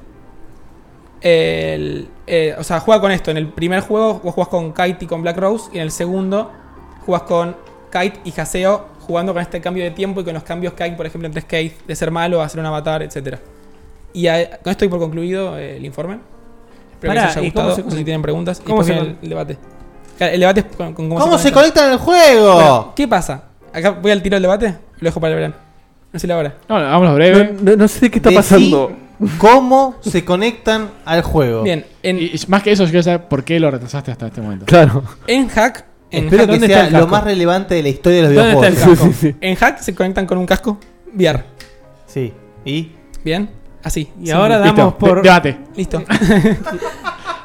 Speaker 7: El- eh, o sea, juega con esto. En el primer juego vos jugás con Kite y con Black Rose. Y en el segundo jugás con Kite y Haseo jugando con este cambio de tiempo y con los cambios que hay, por ejemplo, entre Skate, de ser malo a ser un avatar, etc. Y a- con esto y por concluido eh, el informe. Espero
Speaker 3: Pará,
Speaker 7: que les haya
Speaker 3: ¿y cómo
Speaker 7: gustado.
Speaker 3: se
Speaker 7: No sé si tienen preguntas. Y
Speaker 3: cómo
Speaker 7: después
Speaker 3: se
Speaker 7: viene
Speaker 3: con-
Speaker 7: el debate. Claro, El debate es con, con
Speaker 4: ¿Cómo se
Speaker 7: conecta.
Speaker 4: conecta en el juego?
Speaker 7: Bueno, ¿Qué pasa? Acá voy al tiro del debate. Lo dejo para el verano. No sé la hora.
Speaker 5: No, no, vámonos breve.
Speaker 6: No, sé qué
Speaker 4: Decí ¿Cómo se conectan al juego?
Speaker 7: Bien,
Speaker 5: Y- y más que eso, yo quiero saber por qué lo retrasaste hasta este momento.
Speaker 6: Claro.
Speaker 7: En hack. En
Speaker 4: Espero
Speaker 7: hack,
Speaker 4: que
Speaker 7: ¿dónde
Speaker 4: sea
Speaker 7: está el
Speaker 4: lo
Speaker 7: casco?
Speaker 4: más relevante de la historia de los
Speaker 7: ¿Dónde
Speaker 4: videojuegos.
Speaker 7: está el casco? En hack se conectan con un casco VR.
Speaker 4: Sí. ¿Y?
Speaker 7: Bien. Así. Y
Speaker 5: Sí,
Speaker 7: ahora
Speaker 5: listo.
Speaker 7: damos por.
Speaker 5: De- debate.
Speaker 7: Listo.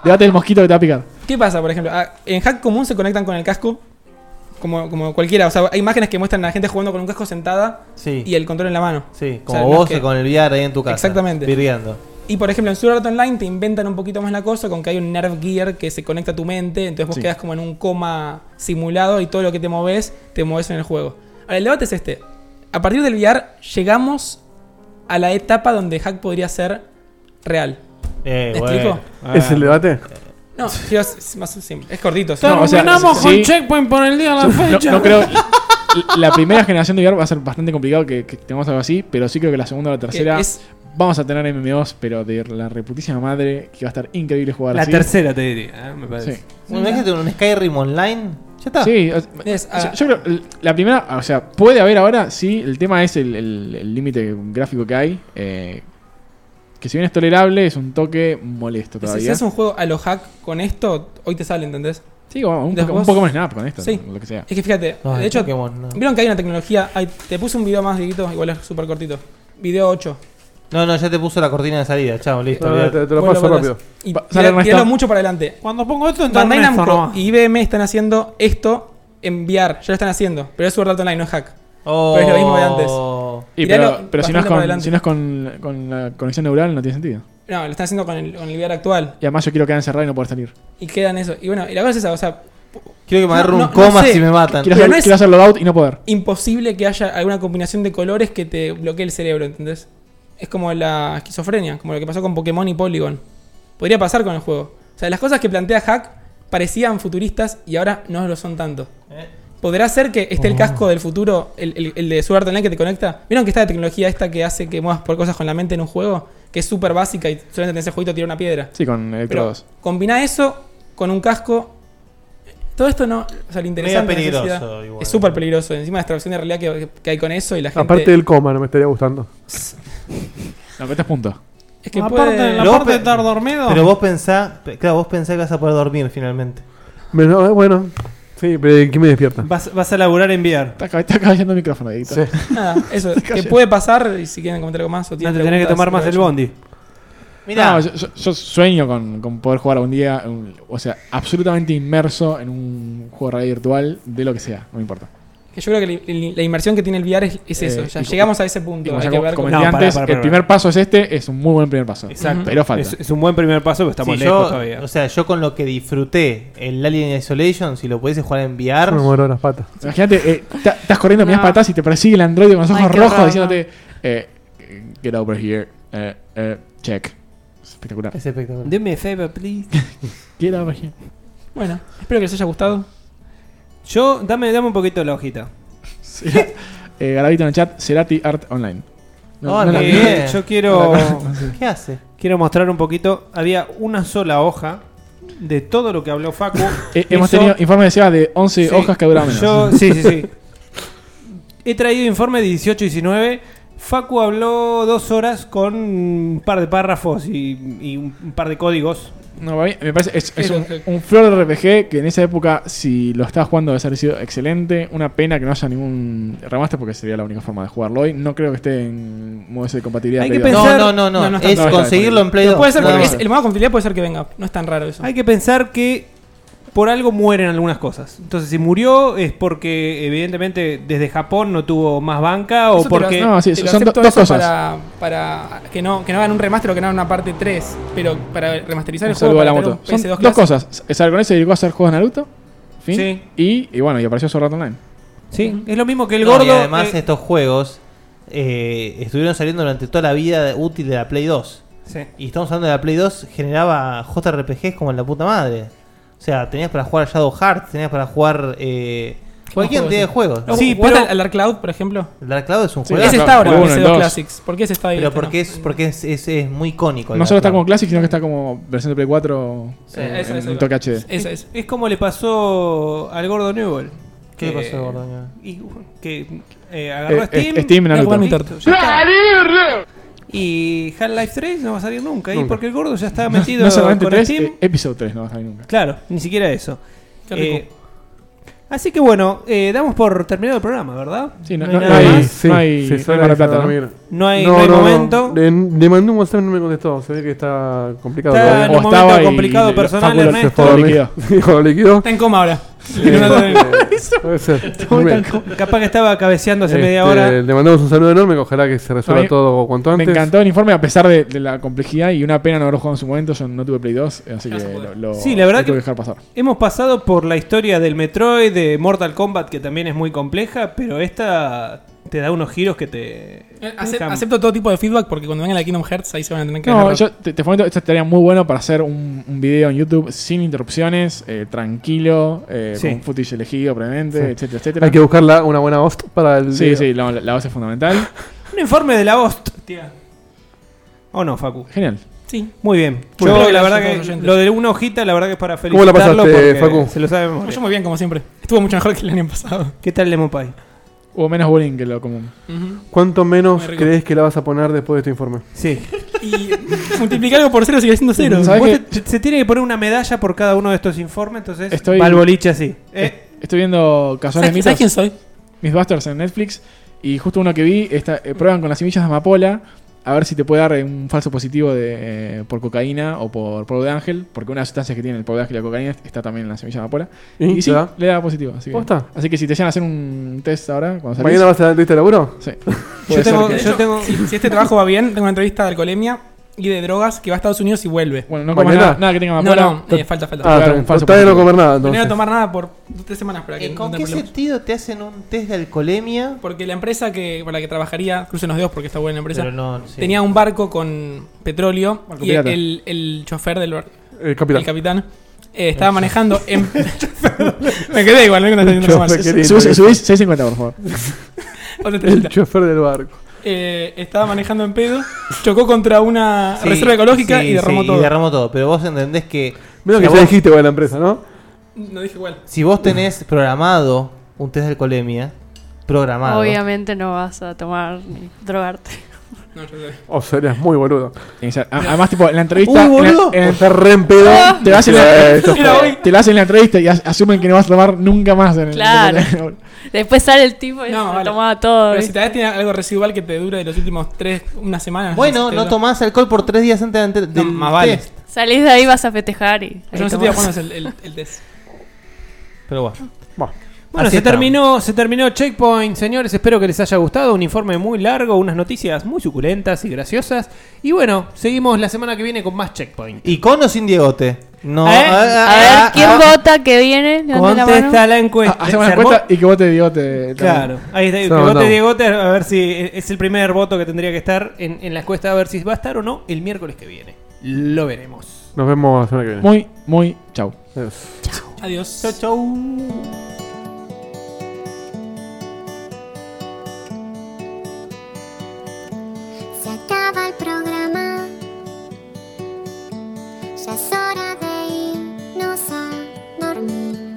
Speaker 5: Debate el mosquito que te va a picar.
Speaker 7: ¿Qué pasa, por ejemplo? Ah, En hack común se conectan con el casco. Como, como cualquiera, o sea, hay imágenes que muestran a la gente jugando con un casco sentada
Speaker 4: Sí.
Speaker 7: y el control en la mano.
Speaker 4: Sí,
Speaker 7: O
Speaker 4: como
Speaker 7: sea, no
Speaker 4: vos
Speaker 7: es que-
Speaker 4: con el VR ahí en tu casa.
Speaker 7: Exactamente.
Speaker 4: Virgueando.
Speaker 7: Y por ejemplo, en Sword Art Online te inventan un poquito más la cosa con que hay un Nerve Gear que se conecta a tu mente, entonces vos
Speaker 5: Sí.
Speaker 7: quedas como en un coma simulado y todo lo que te moves, te moves en el juego. Ahora, el debate es este. A partir del VR, llegamos a la etapa donde hack podría ser real.
Speaker 4: Eh,
Speaker 7: ¿Me
Speaker 4: bueno.
Speaker 7: explico?
Speaker 3: Ah.
Speaker 6: ¿Es el debate?
Speaker 7: No, yo- es más simple. Es cortito. sí.
Speaker 5: No, o sea, Terminamos con sí.
Speaker 7: Checkpoint por el día
Speaker 5: No, no creo. La primera generación de VR va a ser bastante complicado que, que tengamos algo así, pero sí creo que la segunda o la tercera.
Speaker 7: es-
Speaker 5: Vamos a tener MMOs, pero de la reputísima madre que va a estar increíble jugar
Speaker 3: La
Speaker 5: así.
Speaker 3: tercera te diría, eh, me parece.
Speaker 5: Sí.
Speaker 4: Bueno, imagínate un Skyrim online. Ya está.
Speaker 5: Sí, o- o
Speaker 3: ah.
Speaker 5: sea, yo creo, l- la primera, o sea, puede haber ahora, sí, el tema es el- el el límite gráfico que hay, eh, que si bien es tolerable, es un toque molesto
Speaker 7: Si
Speaker 5: todavía.
Speaker 7: haces un juego a lo hack con esto, hoy te sale, ¿entendés?
Speaker 5: Sí, o un
Speaker 7: Después-
Speaker 5: poco- un Pokémon Snap con esto,
Speaker 7: Sí.
Speaker 5: lo que sea.
Speaker 7: Es que fíjate,
Speaker 5: Ay,
Speaker 7: de hecho,
Speaker 5: Pokémon, no.
Speaker 7: vieron que hay una tecnología. ay, te puse un video más, Dieguito, igual es súper cortito. Video 8.
Speaker 4: No, no, ya te puso la cortina de salida. Chao, listo.
Speaker 7: No,
Speaker 4: olvidate.
Speaker 7: te- te lo Vos paso lo rápido. Y
Speaker 4: Pa-
Speaker 7: tira-
Speaker 4: Ernesto.
Speaker 7: tíralo mucho para adelante.
Speaker 3: Cuando pongo esto, entra
Speaker 7: Bandai
Speaker 3: Ernesto
Speaker 7: Namco
Speaker 3: nomás.
Speaker 7: y IBM están haciendo esto en VR. Ya lo están haciendo. Pero es Sword Art Online, no es hack.
Speaker 5: Oh.
Speaker 7: Pero es lo mismo de antes.
Speaker 5: Y
Speaker 7: Tíralo
Speaker 5: pero, pero si no es,
Speaker 7: bastante para
Speaker 5: con,
Speaker 7: adelante.
Speaker 5: si no es con, con la conexión neural, no tiene sentido.
Speaker 7: No, lo están haciendo con el, con el VR actual.
Speaker 5: Y además yo quiero quedar encerrado y no poder salir.
Speaker 7: Y quedan eso. Y bueno, y la cosa es esa, o sea...
Speaker 4: Quiero que me agarre un
Speaker 5: coma si me matan. Quiero hacer- quiero hacer logout y no poder.
Speaker 7: Imposible que haya alguna combinación de colores que te bloquee el cerebro, ¿entendés? Es como la esquizofrenia, como lo que pasó con Pokémon y Polygon. Podría pasar con el juego. O sea, las cosas que plantea Hack parecían futuristas y ahora no lo son tanto.
Speaker 4: Eh.
Speaker 7: ¿Podrá ser que esté
Speaker 5: Oh.
Speaker 7: el casco del futuro, el, el- el de Sword Art Online que te conecta? ¿Vieron que está la tecnología esta que hace que muevas por cosas con la mente en un juego? Que es súper básica y solamente tenés el jueguito tirar una piedra.
Speaker 5: Sí, con electrodos.
Speaker 7: Combina eso con un casco. Todo esto no. O sea, lo interesante
Speaker 4: Medio
Speaker 7: es la
Speaker 4: peligroso
Speaker 7: necesidad.
Speaker 4: igual.
Speaker 7: es súper peligroso. Encima la extracción de realidad que, que hay con eso y la gente.
Speaker 6: Aparte del coma, no me estaría gustando.
Speaker 5: No, pero punto.
Speaker 7: Es que
Speaker 3: Aparte,
Speaker 7: puede-
Speaker 3: en la parte de estar dormido.
Speaker 4: Pero vos pensá, pe- claro, vos pensá que vas a poder dormir finalmente.
Speaker 6: Bueno, eh, bueno. sí, pero ¿quién me despierta?
Speaker 3: Vas, vas a laburar en VR.
Speaker 5: Está, ca- está cayendo el micrófono, Edito.
Speaker 7: Nada, eso.
Speaker 5: Está
Speaker 7: que
Speaker 5: cayendo.
Speaker 7: puede pasar. Y si quieren comentar algo más o tienen
Speaker 3: te tenés que
Speaker 7: preguntas,
Speaker 3: tomar más el
Speaker 7: aprovechen.
Speaker 3: bondi.
Speaker 4: Mirá.
Speaker 5: No, yo, yo- yo sueño con, con poder jugar un día, un- o sea, absolutamente inmerso en un juego de realidad virtual, de lo que sea, no me importa.
Speaker 7: Que yo creo que la, la inmersión que tiene el VR es, es eso.
Speaker 5: Eh,
Speaker 7: Ya
Speaker 5: y-
Speaker 7: llegamos a ese
Speaker 5: y
Speaker 7: punto.
Speaker 5: como
Speaker 7: Hay
Speaker 5: ya
Speaker 7: que
Speaker 5: com-
Speaker 7: ver cómo-
Speaker 5: comenté antes, el primer paso es este, es un muy buen primer paso.
Speaker 4: Exacto.
Speaker 5: Pero falta.
Speaker 3: Es, es un buen primer paso, pero estamos
Speaker 4: Si
Speaker 3: lejos
Speaker 4: yo-
Speaker 3: todavía.
Speaker 4: O sea, yo con lo que disfruté el Alien Isolation, si lo pudiese jugar en VR.
Speaker 6: Me muero de las patas.
Speaker 5: Imagínate, eh, ta- estás corriendo, mirás para atrás y te persigue el androide con los ojos
Speaker 4: Ay, qué
Speaker 5: rojos
Speaker 4: horror,
Speaker 5: diciéndote, eh, get over here, eh, eh, check. Es espectacular.
Speaker 4: Es espectacular.
Speaker 3: Deme a favor, please.
Speaker 5: Get over here.
Speaker 7: Bueno, espero que les haya gustado.
Speaker 3: Yo, dame, dame un poquito la hojita.
Speaker 5: Eh, Garavito en el chat, Cerati Art Online.
Speaker 3: Ah,
Speaker 4: Oh,
Speaker 5: la-
Speaker 3: bien. Yo quiero.
Speaker 5: No sé.
Speaker 4: ¿Qué hace?
Speaker 3: Quiero mostrar un poquito. Había una sola hoja de todo lo que habló Facu.
Speaker 5: Eh, hemos
Speaker 3: Eso-
Speaker 5: tenido informes de Seba de 11
Speaker 3: Sí.
Speaker 5: hojas que duraban menos.
Speaker 3: Yo, sí, sí, sí. He traído informe 18 y 19. Facu habló dos horas con un par de párrafos y, y un un par de códigos.
Speaker 5: No, para mí me parece es, es un, un flor de RPG que en esa época, si lo estabas jugando, debe haber sido excelente. Una pena que no haya ningún remaster porque sería la única forma de jugarlo hoy. No creo que esté en modo ese de compatibilidad.
Speaker 3: Hay
Speaker 5: Play
Speaker 3: que
Speaker 5: dos.
Speaker 3: pensar-
Speaker 4: No, no, no, no,
Speaker 5: está-
Speaker 4: es
Speaker 5: está
Speaker 4: conseguirlo en Play
Speaker 5: Pero
Speaker 4: dos.
Speaker 5: puede ser
Speaker 4: No,
Speaker 5: que-
Speaker 4: no,
Speaker 5: es-
Speaker 4: no.
Speaker 7: El modo compatibilidad puede ser que venga. No es tan raro eso.
Speaker 3: Hay que pensar que por algo mueren algunas cosas. Entonces, si murió es porque, evidentemente, desde Japón no tuvo más banca o
Speaker 7: Eso te lo-
Speaker 3: porque.
Speaker 5: oh, no, sí,
Speaker 7: te lo
Speaker 5: son do-
Speaker 7: acepto
Speaker 5: dos
Speaker 7: eso
Speaker 5: cosas.
Speaker 7: Para, para que, no, que no hagan un remaster o que no hagan una parte 3. Pero para remasterizar
Speaker 5: Un
Speaker 7: el
Speaker 5: saludo
Speaker 7: juego.
Speaker 5: a
Speaker 7: Para
Speaker 5: la
Speaker 7: tener
Speaker 5: moto.
Speaker 7: un
Speaker 5: Son
Speaker 7: PS2
Speaker 5: dos
Speaker 7: clásico.
Speaker 5: cosas. Sargonés se dedicó a hacer juegos de Naruto. Fin.
Speaker 3: Sí.
Speaker 5: Y, y bueno, y apareció Sword Art Online.
Speaker 3: Sí, es lo mismo que el
Speaker 4: No,
Speaker 3: gordo.
Speaker 4: Y además,
Speaker 3: eh,
Speaker 4: estos juegos eh, estuvieron saliendo durante toda la vida de- útil de la Play 2.
Speaker 3: Sí.
Speaker 4: Y estamos hablando de la Play 2, generaba JRPGs como en la puta madre. O sea, tenías para jugar Shadow Hearts, tenías para jugar eh, cualquier
Speaker 7: juegos,
Speaker 4: cantidad de
Speaker 7: sí.
Speaker 4: juegos.
Speaker 7: No, Sí, ¿jugaste pero- al Dark Cloud, por ejemplo?
Speaker 4: El Dark Cloud es un
Speaker 7: Sí,
Speaker 4: juego.
Speaker 7: ese está ahora en el PS2 Classics. ¿Por qué ese está ahí?
Speaker 4: Pero
Speaker 7: Este
Speaker 4: porque,
Speaker 7: no.
Speaker 4: es, porque es, es- es muy icónico. el
Speaker 5: No solo
Speaker 4: Dark
Speaker 5: está
Speaker 4: Cloud.
Speaker 5: como Classic, sino que está como versión de Play 4
Speaker 7: Sí,
Speaker 5: eh,
Speaker 7: eso,
Speaker 5: en,
Speaker 7: eso
Speaker 5: en
Speaker 7: iba.
Speaker 5: toque HD.
Speaker 7: Esa es.
Speaker 3: Es como le pasó al gordo Newell.
Speaker 4: ¿Qué
Speaker 3: Que-
Speaker 4: le pasó al gordo Newell?
Speaker 3: y, que eh, agarró
Speaker 5: Eh,
Speaker 3: a Steam.
Speaker 5: eh, Steam, Naruto.
Speaker 3: y a Juan
Speaker 5: Naruto.
Speaker 3: ya está. Y Half-Life 3 no va a salir nunca, ahí
Speaker 5: Nunca.
Speaker 3: porque el gordo ya estaba
Speaker 5: No-
Speaker 3: metido
Speaker 5: no solamente
Speaker 3: con
Speaker 5: tres,
Speaker 3: Steam.
Speaker 5: eh, episodio 3 no va a salir nunca.
Speaker 3: Claro, ni siquiera eso.
Speaker 7: Qué rico.
Speaker 3: Eh, Así que bueno, eh, damos por terminado el programa, ¿verdad?
Speaker 5: Sí, no- no- no hay- Sí, no hay- se no hay Mar del
Speaker 6: de
Speaker 5: Plata, ¿no?
Speaker 6: dormir.
Speaker 3: No hay- no hay momento.
Speaker 6: Le, le mandé un WhatsApp y no me contestó. Se ve que está complicado.
Speaker 3: Está
Speaker 6: todavía.
Speaker 3: en un O momento estaba y complicado le- personal,
Speaker 6: Facu lo-
Speaker 3: Ernesto.
Speaker 6: se fue a dormir. Dijo, lo liquidó.
Speaker 7: Está en coma ahora.
Speaker 6: Sí,
Speaker 7: Y no lo
Speaker 6: eh,
Speaker 7: tenemos.
Speaker 6: Puede ser. Bien.
Speaker 3: Capaz que estaba cabeceando hace
Speaker 6: Este,
Speaker 3: media hora.
Speaker 6: Le mandamos un saludo enorme. que Ojalá que se resuelva
Speaker 5: A mí
Speaker 6: todo cuanto antes.
Speaker 5: Me encantó el informe a pesar de, de la complejidad y una pena no haber jugado en su momento. Yo no tuve Play 2, así que lo, lo-
Speaker 3: Sí, la verdad
Speaker 5: lo tuve
Speaker 3: que-
Speaker 5: dejar pasar.
Speaker 3: Hemos pasado por la historia del Metroid, de Mortal Kombat, que también es muy compleja, pero esta te da unos giros que te.
Speaker 7: Eh, acep-
Speaker 3: dejan-
Speaker 7: Acepto todo tipo de feedback porque cuando vengan la Kingdom Hearts ahí se van a tener que
Speaker 5: No,
Speaker 7: agarrar.
Speaker 5: yo te, te prometo, esto estaría muy bueno para hacer un, un video en YouTube sin interrupciones, eh, tranquilo, eh,
Speaker 6: Sí.
Speaker 5: con footage elegido previamente,
Speaker 6: Sí.
Speaker 5: etcétera, etcétera.
Speaker 6: Hay que buscar la- una buena host para el.
Speaker 5: Sí, sí, la, la base es fundamental.
Speaker 3: Un informe de la host, tía. ¿O no, Facu?
Speaker 5: Genial.
Speaker 7: Sí.
Speaker 3: Muy bien.
Speaker 7: Muy
Speaker 3: Yo,
Speaker 7: bien.
Speaker 3: la
Speaker 7: Gracias
Speaker 3: verdad
Speaker 7: a todos los
Speaker 3: que
Speaker 7: oyentes.
Speaker 3: lo de una hojita, la verdad que es para
Speaker 7: ¿Cómo
Speaker 3: felicitarlo.
Speaker 7: la pasaste,
Speaker 3: porque
Speaker 7: Facu?
Speaker 3: Se lo sabe de memoria.
Speaker 7: Yo muy bien, como siempre. Estuvo mucho mejor que el año pasado.
Speaker 3: ¿Qué tal Lemon Pie?
Speaker 5: Hubo menos bullying que lo común.
Speaker 6: ¿Cuánto menos
Speaker 7: Muy rico.
Speaker 6: crees que la vas a poner después de este informe?
Speaker 3: Sí.
Speaker 7: Y multiplicar algo por cero sigue siendo cero.
Speaker 3: Vos te- se tiene que poner una medalla por cada uno de estos informes, entonces.
Speaker 5: Estoy,
Speaker 3: va al boliche así.
Speaker 5: Eh, Estoy viendo Casuales
Speaker 7: ¿Sabes-
Speaker 5: Mitos.
Speaker 7: sabes quién soy?
Speaker 5: Mythbusters en Netflix. Y justo uno que vi, está, eh, prueban con las semillas de amapola. A ver si te puede dar eh, un falso positivo de, eh, por cocaína o por polvo de ángel. Porque una de las sustancias que tiene el polvo de ángel y la cocaína está también en la semilla de amapola.
Speaker 6: ¿Y?
Speaker 5: Y,
Speaker 6: ¿Te
Speaker 5: sí,
Speaker 6: da?
Speaker 5: le da positivo. Así que,
Speaker 6: ¿Posta?
Speaker 5: así que si te llegan a hacer un test ahora, cuando salís,
Speaker 6: ¿Mañana vas a dar lista de laburo?
Speaker 5: Sí.
Speaker 7: Yo
Speaker 5: Puede ser
Speaker 7: tengo,
Speaker 5: que-
Speaker 7: yo tengo- si, si este trabajo va bien, tengo una entrevista de alcoholemia y de drogas que va a Estados Unidos y vuelve.
Speaker 5: Bueno, no comas
Speaker 6: ¿Mañana?
Speaker 5: nada, nada que tenga Ah,
Speaker 7: No,
Speaker 5: amapola.
Speaker 7: no, eh,
Speaker 5: Te-
Speaker 7: falta, falta.
Speaker 5: te puede dar un falso
Speaker 6: todavía no
Speaker 5: positivo.
Speaker 6: comer nada.
Speaker 7: No voy a
Speaker 6: Entonces.
Speaker 7: tomar nada por tres semanas para que
Speaker 4: Eh,
Speaker 7: no
Speaker 4: ¿Con
Speaker 7: tenga
Speaker 4: qué
Speaker 7: problemas.
Speaker 4: sentido te hacen un test de alcoholemia?
Speaker 7: Porque la empresa que Eh, para la que trabajaría, crucen los dedos porque está buena la empresa,
Speaker 4: Pero no, sí.
Speaker 7: tenía un barco con petróleo
Speaker 4: Barco
Speaker 7: y
Speaker 4: pirata.
Speaker 7: el, el chofer del barco,
Speaker 6: El capitán.
Speaker 7: eh, estaba manejando en... Me quedé igual, no
Speaker 5: El
Speaker 7: estoy
Speaker 5: chofer que- Subís subís 6.50, por favor.
Speaker 7: Otra
Speaker 6: El
Speaker 7: entrevista.
Speaker 6: chofer del barco.
Speaker 7: Eh, estaba manejando en pedo, chocó contra una reserva ecológica
Speaker 4: sí,
Speaker 7: y derramó
Speaker 4: sí,
Speaker 7: todo.
Speaker 4: Y derramó todo. Pero vos entendés que.
Speaker 6: Menos
Speaker 4: si
Speaker 6: que
Speaker 4: a
Speaker 6: ya
Speaker 4: vos-
Speaker 6: dijiste, güey, la empresa, ¿no?
Speaker 7: No dije igual.
Speaker 4: Si vos tenés programado un test de alcoholemia, programado.
Speaker 8: Obviamente no vas a tomar ni drogarte.
Speaker 6: O serías muy boludo.
Speaker 5: Además, tipo, en la entrevista.
Speaker 6: Uy, boludo.
Speaker 5: en la- en-
Speaker 6: Está re en pedo.
Speaker 5: Te lo hacen en
Speaker 6: Eh,
Speaker 5: la-
Speaker 6: esto fue-
Speaker 5: Mira, hoy- te lo hacen en la entrevista y as- asumen que no vas a tomar nunca más. En el-
Speaker 8: Claro. Después sale el tipo y
Speaker 7: No,
Speaker 8: se
Speaker 7: vale.
Speaker 8: tomaba todo.
Speaker 7: Pero
Speaker 8: ¿viste?
Speaker 7: si tal vez tiene algo residual que te dure de los últimos tres, una semana.
Speaker 4: Bueno, no tomás alcohol por tres días antes de ante- del
Speaker 7: más vale.
Speaker 4: test.
Speaker 8: Salís de ahí, vas a festejar y.
Speaker 7: Yo no sé
Speaker 8: tomás.
Speaker 7: tía, cuándo es el, el, el test.
Speaker 4: Pero bueno.
Speaker 3: Bueno,
Speaker 4: Así
Speaker 3: se
Speaker 4: estamos.
Speaker 3: terminó, se terminó Checkpoint, señores. Espero que les haya gustado. Un informe muy largo, unas noticias muy suculentas y graciosas. Y bueno, seguimos la semana que viene con más Checkpoint.
Speaker 4: ¿Y con o sin Diegote? No.
Speaker 3: ¿Eh?
Speaker 4: ah, ah,
Speaker 8: A ver,
Speaker 4: ah,
Speaker 8: ¿quién
Speaker 4: ah.
Speaker 8: vota que viene? Levanten la mano.
Speaker 3: Contesta la encuesta.
Speaker 5: Ah, Hacemos una
Speaker 3: ¿Se armó?
Speaker 5: encuesta y que vote Diegote.
Speaker 3: Claro, ahí está.
Speaker 5: Se
Speaker 3: Que
Speaker 5: lo
Speaker 3: vote
Speaker 5: mandamos.
Speaker 3: Diegote, a ver si es el primer voto que tendría que estar en, en la encuesta, a ver si va a estar o no el miércoles que viene. Lo veremos.
Speaker 6: Nos vemos la semana que viene.
Speaker 5: Muy, muy. Chau.
Speaker 6: Adiós.
Speaker 7: Adiós.
Speaker 3: Chau, chau.
Speaker 11: Se acaba el programa. Ya es hora de irnos a dormir.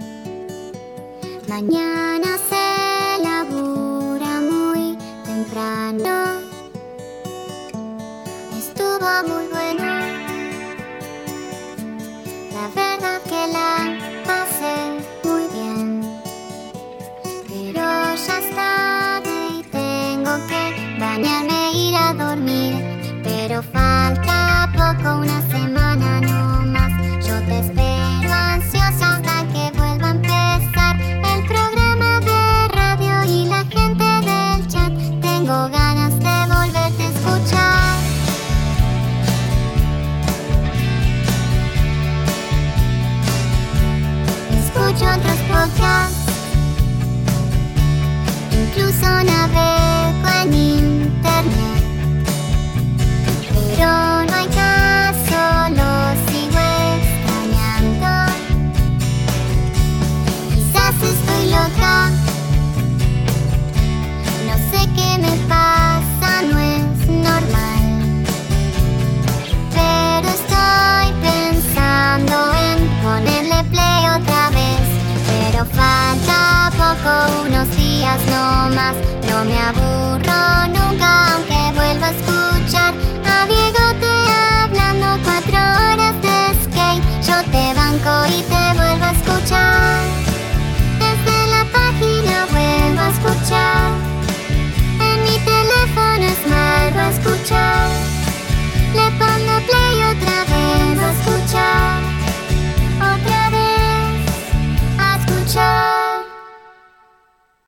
Speaker 11: Mañana se labura muy temprano. Estuvo muy bueno. La verdad que la pasé muy bien. Pero ya es tarde y tengo que bañarme e ir a dormir. Pero falta poco, unas